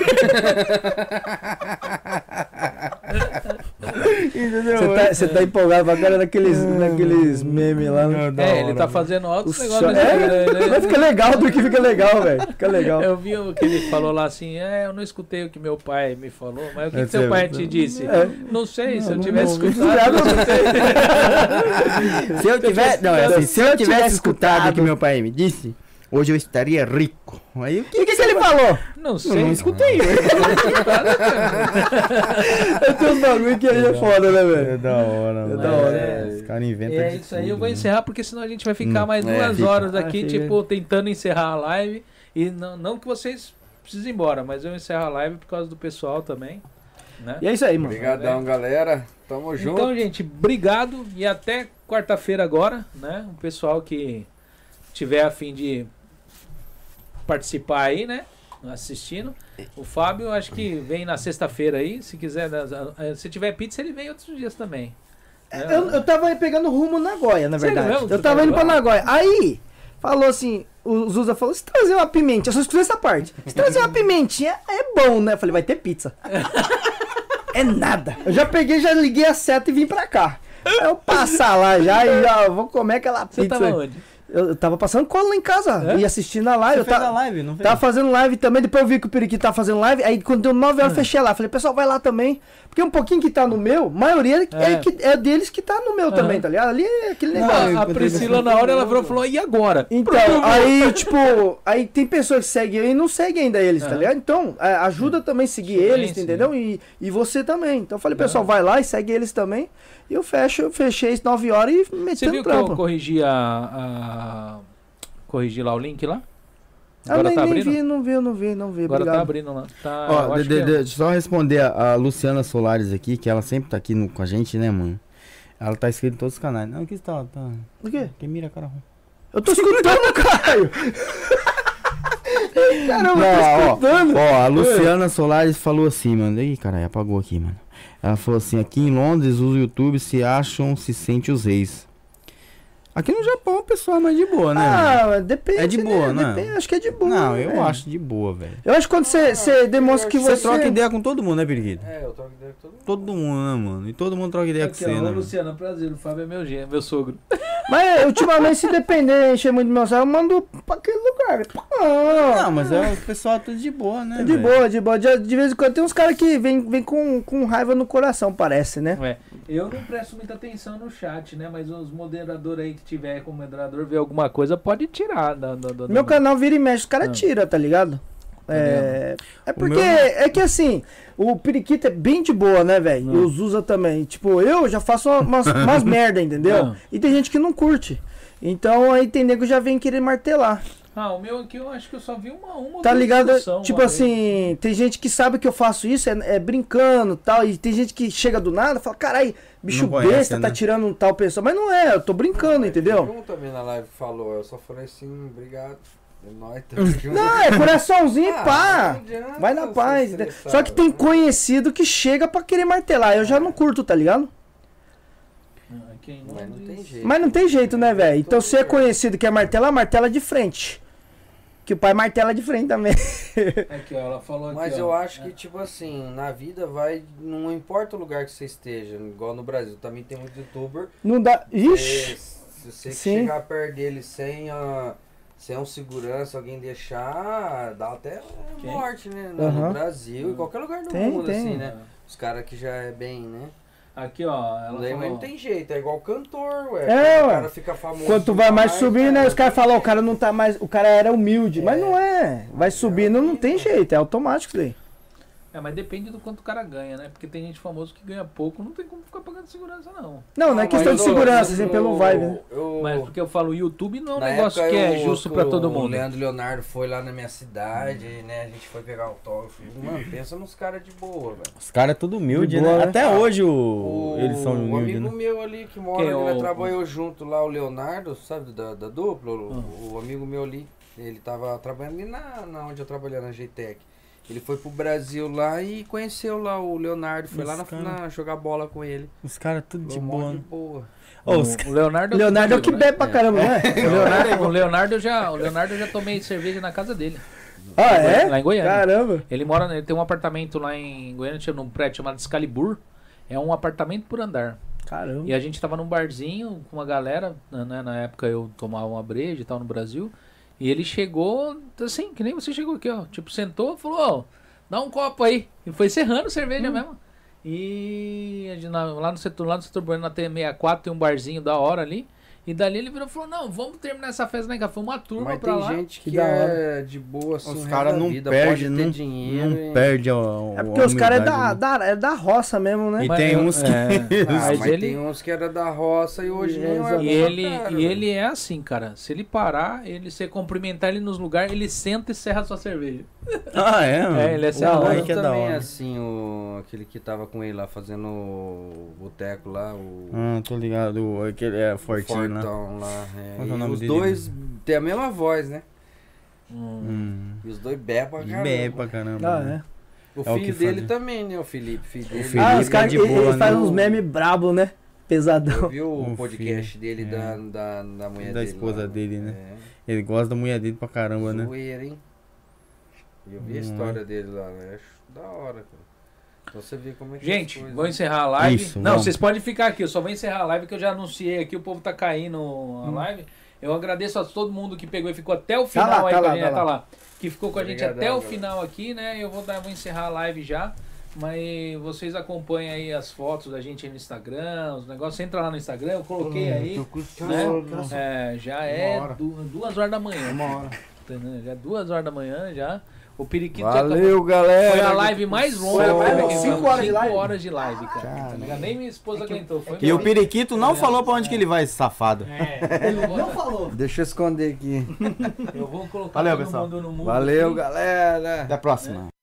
B: Entendeu?
I: Você tá, você tá empolgado pra cara naqueles, naqueles memes lá. né?
B: Não, da
A: É, ele
B: hora,
A: tá
B: mano.
A: fazendo
I: O
A: altos
I: só-
A: negócios. no
I: é,
A: Instagram, né?
I: mas fica legal do que fica legal, velho. Fica legal.
A: Eu vi o que ele falou lá assim, é, eu não escutei o que meu pai me falou, mas o que,
B: É,
A: que seu
B: você-
A: pai te disse?
I: É.
A: Não sei, se
B: Não,
A: eu
B: não-
A: tivesse
B: não,
A: escutado. eu não sei.
B: Se eu tivesse, não, é assim, se eu tivesse escutado o que meu pai me disse, hoje eu estaria rico. Aí o que,
I: E o que, que ele falou?
A: Não
B: eu não
A: sei.
B: escutei.
I: Eu tenho uns bagulho que aí é foda, né, velho?
B: da hora,
I: mano.
B: da hora.
A: É.
B: Os caras
A: E
B: inventam
A: é
B: de
A: isso aí,
B: tudo,
A: eu vou
B: né?
A: encerrar, porque senão a gente vai ficar
B: Hum,
A: mais
C: é,
A: duas
C: fica.
A: horas aqui,
I: Ah, fica.
A: tipo, tentando encerrar a live. E não, não que vocês precisem ir embora, mas eu encerro a live por causa do pessoal também. Né?
I: E é isso aí, mano.
C: Obrigadão, galera. Tamo junto.
A: Então, gente, obrigado e até quarta-feira agora, né? O pessoal que tiver a fim de participar aí, né? Assistindo. O Fábio, acho que vem na sexta-feira aí. Se quiser, das- eh, se tiver pizza, ele vem outros dias também. né?
I: É, Eu, eu tava aí pegando rumo na Nagoya, na
A: Sério
I: verdade.
A: mesmo?
I: Eu
A: Você
I: tava
A: tá
I: indo pra
A: lá?
I: Nagoya. Aí, falou assim, o Zuza falou, se trazer uma pimentinha, eu só escutei essa parte. Se trazer uma pimentinha, é bom, né? Eu falei, vai ter pizza. é nada. Eu já peguei, já liguei a seta e vim pra cá. Eu passar lá já e já vou comer aquela
A: Você
I: pizza.
A: tava onde?
I: eu, eu tava passando cola lá em casa
A: É?
I: e assistindo a live. eu tava,
B: live, não
I: Tava fazendo live também, depois eu vi que o Periquito tava fazendo live, aí quando deu 9
A: É.
I: horas, eu fechei lá. Falei, pessoal, vai lá também. Porque um pouquinho que tá no meu, a maioria é,
A: É.
I: que, é deles que tá no meu
A: Aham.
I: também, tá ligado? Ali é aquele
B: Não,
I: negócio.
B: eu
A: A
B: poderia
A: Priscila, na hora, ela virou e falou: e agora?
I: Então, aí, tipo, aí tem pessoas que seguem eu e não seguem ainda eles, tá
A: Aham.
I: ligado? Então, é, ajuda também a seguir
A: Sim,
I: eles,
A: sim. É.
I: entendeu? E, e você também. Então, eu falei,
A: Não.
I: pessoal, vai lá e segue eles também. E eu fecho, eu fechei às 9 horas e meti
A: Você viu
I: no
A: que eu
I: É trampo.
A: corrigi a. a- Corrigi lá o link lá?
I: Ah,
A: Agora
I: nem,
A: tá
I: nem
A: abrindo?
I: vi, não vi, não vi, não vi.
A: Agora tá
I: obrigado.
A: abrindo lá. Tá, eu
B: Ó,
A: acho
B: de- de-
A: que é.
B: de- só responder a, a Luciana Solares aqui, que ela sempre tá aqui no- com a gente, né, mano? Ela tá escrita em todos os canais. Não, que está, tá.
I: O quê?
B: Que mira, cara. ruim.
I: Eu tô escutando, caralho. Caramba, eu tô
B: Não,
I: escutando.
B: Ó, a Luciana Solares falou assim, mano. Ih, caralho, apagou aqui, mano. Ela falou assim: aqui em Londres, os YouTube se acham, se sentem os reis. Aqui no Japão, o pessoal é mais de boa, né?
I: Ah, mas depende.
B: É de boa,
I: né?
B: né?
I: Depende, acho que é de boa.
B: mano? não, eu
I: velho.
B: acho de boa, velho.
I: Eu acho que quando você você demonstra que
B: Ah, Você
I: você.
B: troca ideia com todo mundo, né, periquito?
C: É, eu troco ideia com todo mundo.
B: Todo mundo, né, mano? E todo mundo troca ideia com
A: Aqui,
B: você,
A: ó,
B: né?
A: ô, Luciano, prazer. O Fábio é meu, gen- meu sogro.
I: Mas ultimamente, se depender, encher muito meu saco, eu mando pra aquele lugar. Ah,
B: Não, mas é, o pessoal é tudo de boa, né?
I: É de
B: velho?
I: boa, de boa. De, de vez em quando tem uns caras que vem, vem com, com raiva no coração, parece, né?
A: Eu não presto muita atenção no chat, né? Mas os moderadores aí que tiver como moderador ver alguma coisa, pode tirar. Da, da, da-
I: Meu
A: da-
I: canal vira e mexe, os
B: Ah.
I: caras tiram, tá ligado? É, é porque é que assim, o periquito é bem de boa, né, velho? E
B: Ah.
I: os usa também. Tipo, eu já faço umas, umas merda, entendeu?
A: Não.
I: E tem gente que não curte. Então aí tem nego que já vem querer martelar.
A: Ah, o meu aqui eu acho que eu só vi uma uma ou
I: Tá
A: duas
I: ligado?
A: discussão,
I: tipo
A: uma
I: assim, tem gente que sabe que eu faço isso, é, é brincando e tal. E tem gente que chega do nada e fala, carai, bicho
B: Não conhece,
I: besta, tá
B: né?
I: tirando um tal pessoa. Mas não é, eu tô brincando, entendeu?
C: Um também na live falou, eu só falei assim, obrigado. É nóis, tamo junto.
I: Não, é coraçãozinho e
C: Ah,
I: pá.
C: não adianta
I: Vai na
C: você
I: paz.
C: estressar,
I: Só que tem
C: né?
I: conhecido que chega pra querer martelar. Eu já não curto, tá ligado?
A: vez. Ah, quem não-
C: Mas não tem jeito.
I: Mas não tem jeito, né, velho? Então se é conhecido que é martelar, martela de frente. Que o pai martela de frente também.
A: Aqui, ó, ela falou aqui.
C: Mas
A: ó.
C: eu acho que, tipo assim, na vida vai. Não importa o lugar que você esteja, igual no Brasil. Também tem muito youtuber.
I: Não dá.
C: que
I: Ixi.
C: É, se você
I: Sim.
C: chegar perto dele sem, a, sem um segurança, alguém deixar, dá até morte, né? No, no
I: Aham.
C: Brasil, em qualquer lugar do
I: Tem,
C: mundo,
I: tem.
C: assim, né? Os caras que já é bem, né?
A: Aqui, ó. Ela
C: Daí, mas
A: falou,
C: não tem jeito, é igual cantor, ué.
I: É,
C: Quando
I: ué.
C: O cara fica é. famoso.
I: Quanto vai
C: demais,
I: mais subindo, né?
C: cara,
I: Os caras falam, ó, o cara não tá mais. O cara era humilde. Mas não é. Vai subindo, não tem jeito. É automático isso aí.
A: É, mas depende do quanto o cara ganha, né? Porque tem gente famoso que ganha pouco, não tem como ficar pagando segurança, não.
I: Não, não é
C: mas
I: questão de
C: eu-
I: segurança,
C: eu-
I: assim, pelo vibe, né?
C: eu-
A: Mas porque eu falo, o YouTube não é um
C: Na
A: negócio
C: época,
A: que é
C: eu-
A: justo pra todo
C: O
A: mundo.
C: Leandro Leonardo foi lá na minha cidade, né? A gente foi pegar autógrafo. Mano, pensa nos caras de boa, velho.
B: Os caras é tudo humilde,
I: De boa,
B: né?
I: né?
B: Até hoje o...
C: O,
B: eles são
C: um
B: humildes,
C: amigo
B: né?
C: meu ali que mora,
A: Quem é
C: ali,
A: o-
C: nós trabalhou junto lá, o Leonardo, sabe, da, da dupla, o,
A: Ah.
C: o amigo meu ali, ele tava trabalhando ali na, na onde eu trabalhava, na GTEC. Ele foi pro Brasil lá e conheceu lá o Leonardo, foi lá
B: Esse
C: na,
B: cara-
C: na- jogar bola com ele.
B: Os caras tudo de
C: Falou, "Mó
B: boa,
C: de
B: né?
C: boa.
B: Ô, os
A: O Leonardo,
I: Leonardo é o que bebe pra caramba, né?
A: O Leonardo, o Leonardo eu já, o Leonardo eu já tomei cerveja na casa dele,
I: Ah, é?
A: lá em Goiânia.
I: Caramba.
A: Ele mora, ele tem um apartamento lá em Goiânia, tinha num prédio chamado Excalibur. É um apartamento por andar.
I: Caramba.
A: E a gente tava num barzinho com uma galera, na- né, na época eu tomava uma breja e tal no Brasil. E ele chegou, assim, que nem você chegou aqui, ó. Tipo, sentou, falou, ó, dá um copo aí. E foi serrando cerveja
C: Hum.
A: mesmo. E a gente na- lá no setor, lá no setor Bueno, na T64, tem um barzinho da hora ali. E dali ele virou e falou, não, vamos terminar essa festa, né, cara? Foi uma turma
C: Mas
A: pra
C: tem
A: lá.
C: gente que,
I: Que da
C: é de boa, assim,
B: Os
C: o
B: caras
C: resto da
B: não
C: vida,
B: perdem,
C: pode ter
B: não,
C: dinheiro.
B: não
C: e-
B: perde a, a
I: É porque os caras é da,
B: humildade, né?
I: da, é da roça mesmo, né?
B: E
A: Mas
B: tem
A: eu-
B: uns que...
A: é.
C: Ah,
A: Mas
C: mas
A: ele-
C: tem uns que era da roça e hoje nem é
A: E ele, e ele é assim, cara. Se ele parar, ele se cumprimentar ele nos lugares, ele senta e serra sua cerveja.
B: ah, é, mano?
A: É, ele é
B: da
A: serrão.
B: hora
C: Mas
B: que é da
C: também
B: hora.
C: assim, o, aquele que tava com ele lá fazendo o boteco lá, o
B: Ah, tô ligado. Aquele é
C: o
B: fortinho, né?
C: Fortão lá. é.
B: Qual que é o
C: E
B: nome
C: os
B: dele?
C: dois têm a mesma voz, né?
B: Hum.
C: E os dois bebem pra caramba.
B: Bebe pra caramba.
I: Ah,
B: né?
I: é.
C: O
B: É o
C: filho
B: que
C: dele
B: faz.
C: também, né? O Felipe. Filho dele.
B: Felipe
I: Ah, os
B: é
I: caras
B: de
I: ele, ele
B: boa, né?
I: faz uns memes brabo, né?
C: Eu
I: Pesadão.
C: vi o
B: O
C: podcast
B: filho,
C: dele
B: é.
C: da, da, da mulher
B: Da
C: dele.
B: esposa
C: lá.
B: dele, né?
C: É.
B: Ele gosta da mulher dele pra caramba, né?
C: Zoeira, hein? Eu vi a
B: Hum.
C: história dele lá, né? Acho da hora, cara. Então você vê como é que
A: Gente,
C: as coisas-
A: vou encerrar a live.
B: Isso,
A: não,
B: vamos.
A: vocês podem ficar aqui. Eu só vou encerrar a live que eu já anunciei aqui. O povo tá caindo a live. Eu agradeço a todo mundo que pegou e ficou até o final
I: lá,
A: aí
I: tá
A: com a
I: lá,
A: gente.
I: tá
A: né?
I: lá.
A: Que ficou com a gente
C: Obrigadão,
A: até o
C: galera.
A: final aqui, né? Eu vou, dar, vou encerrar a live já. Mas vocês acompanham aí as fotos da gente aí no Instagram, os negócios. Entra lá no Instagram, eu coloquei aí. né? É, já é
D: hora.
A: du- duas horas da manhã.
D: Uma hora.
A: Entendeu? Já é duas horas da manhã já. O Periquito já acabou
B: Valeu, galera.
A: Foi a live mais longa.
D: Foi a mais
A: né,
D: longa.
A: que
D: Cinco
A: foi
D: horas de
A: cinco
D: live? É
A: horas de live, cara. Tá ligado? Nem minha esposa aguentou. Foi
B: E o periquito não falou pra onde que ele vai, esse safado.
A: É, eu, vou,
I: falou.
C: Deixa eu esconder aqui.
A: eu vou colocar
B: Valeu,
A: todo
B: pessoal.
A: mundo no mundo.
C: Valeu,
A: aqui.
C: galera.
B: Até a próxima.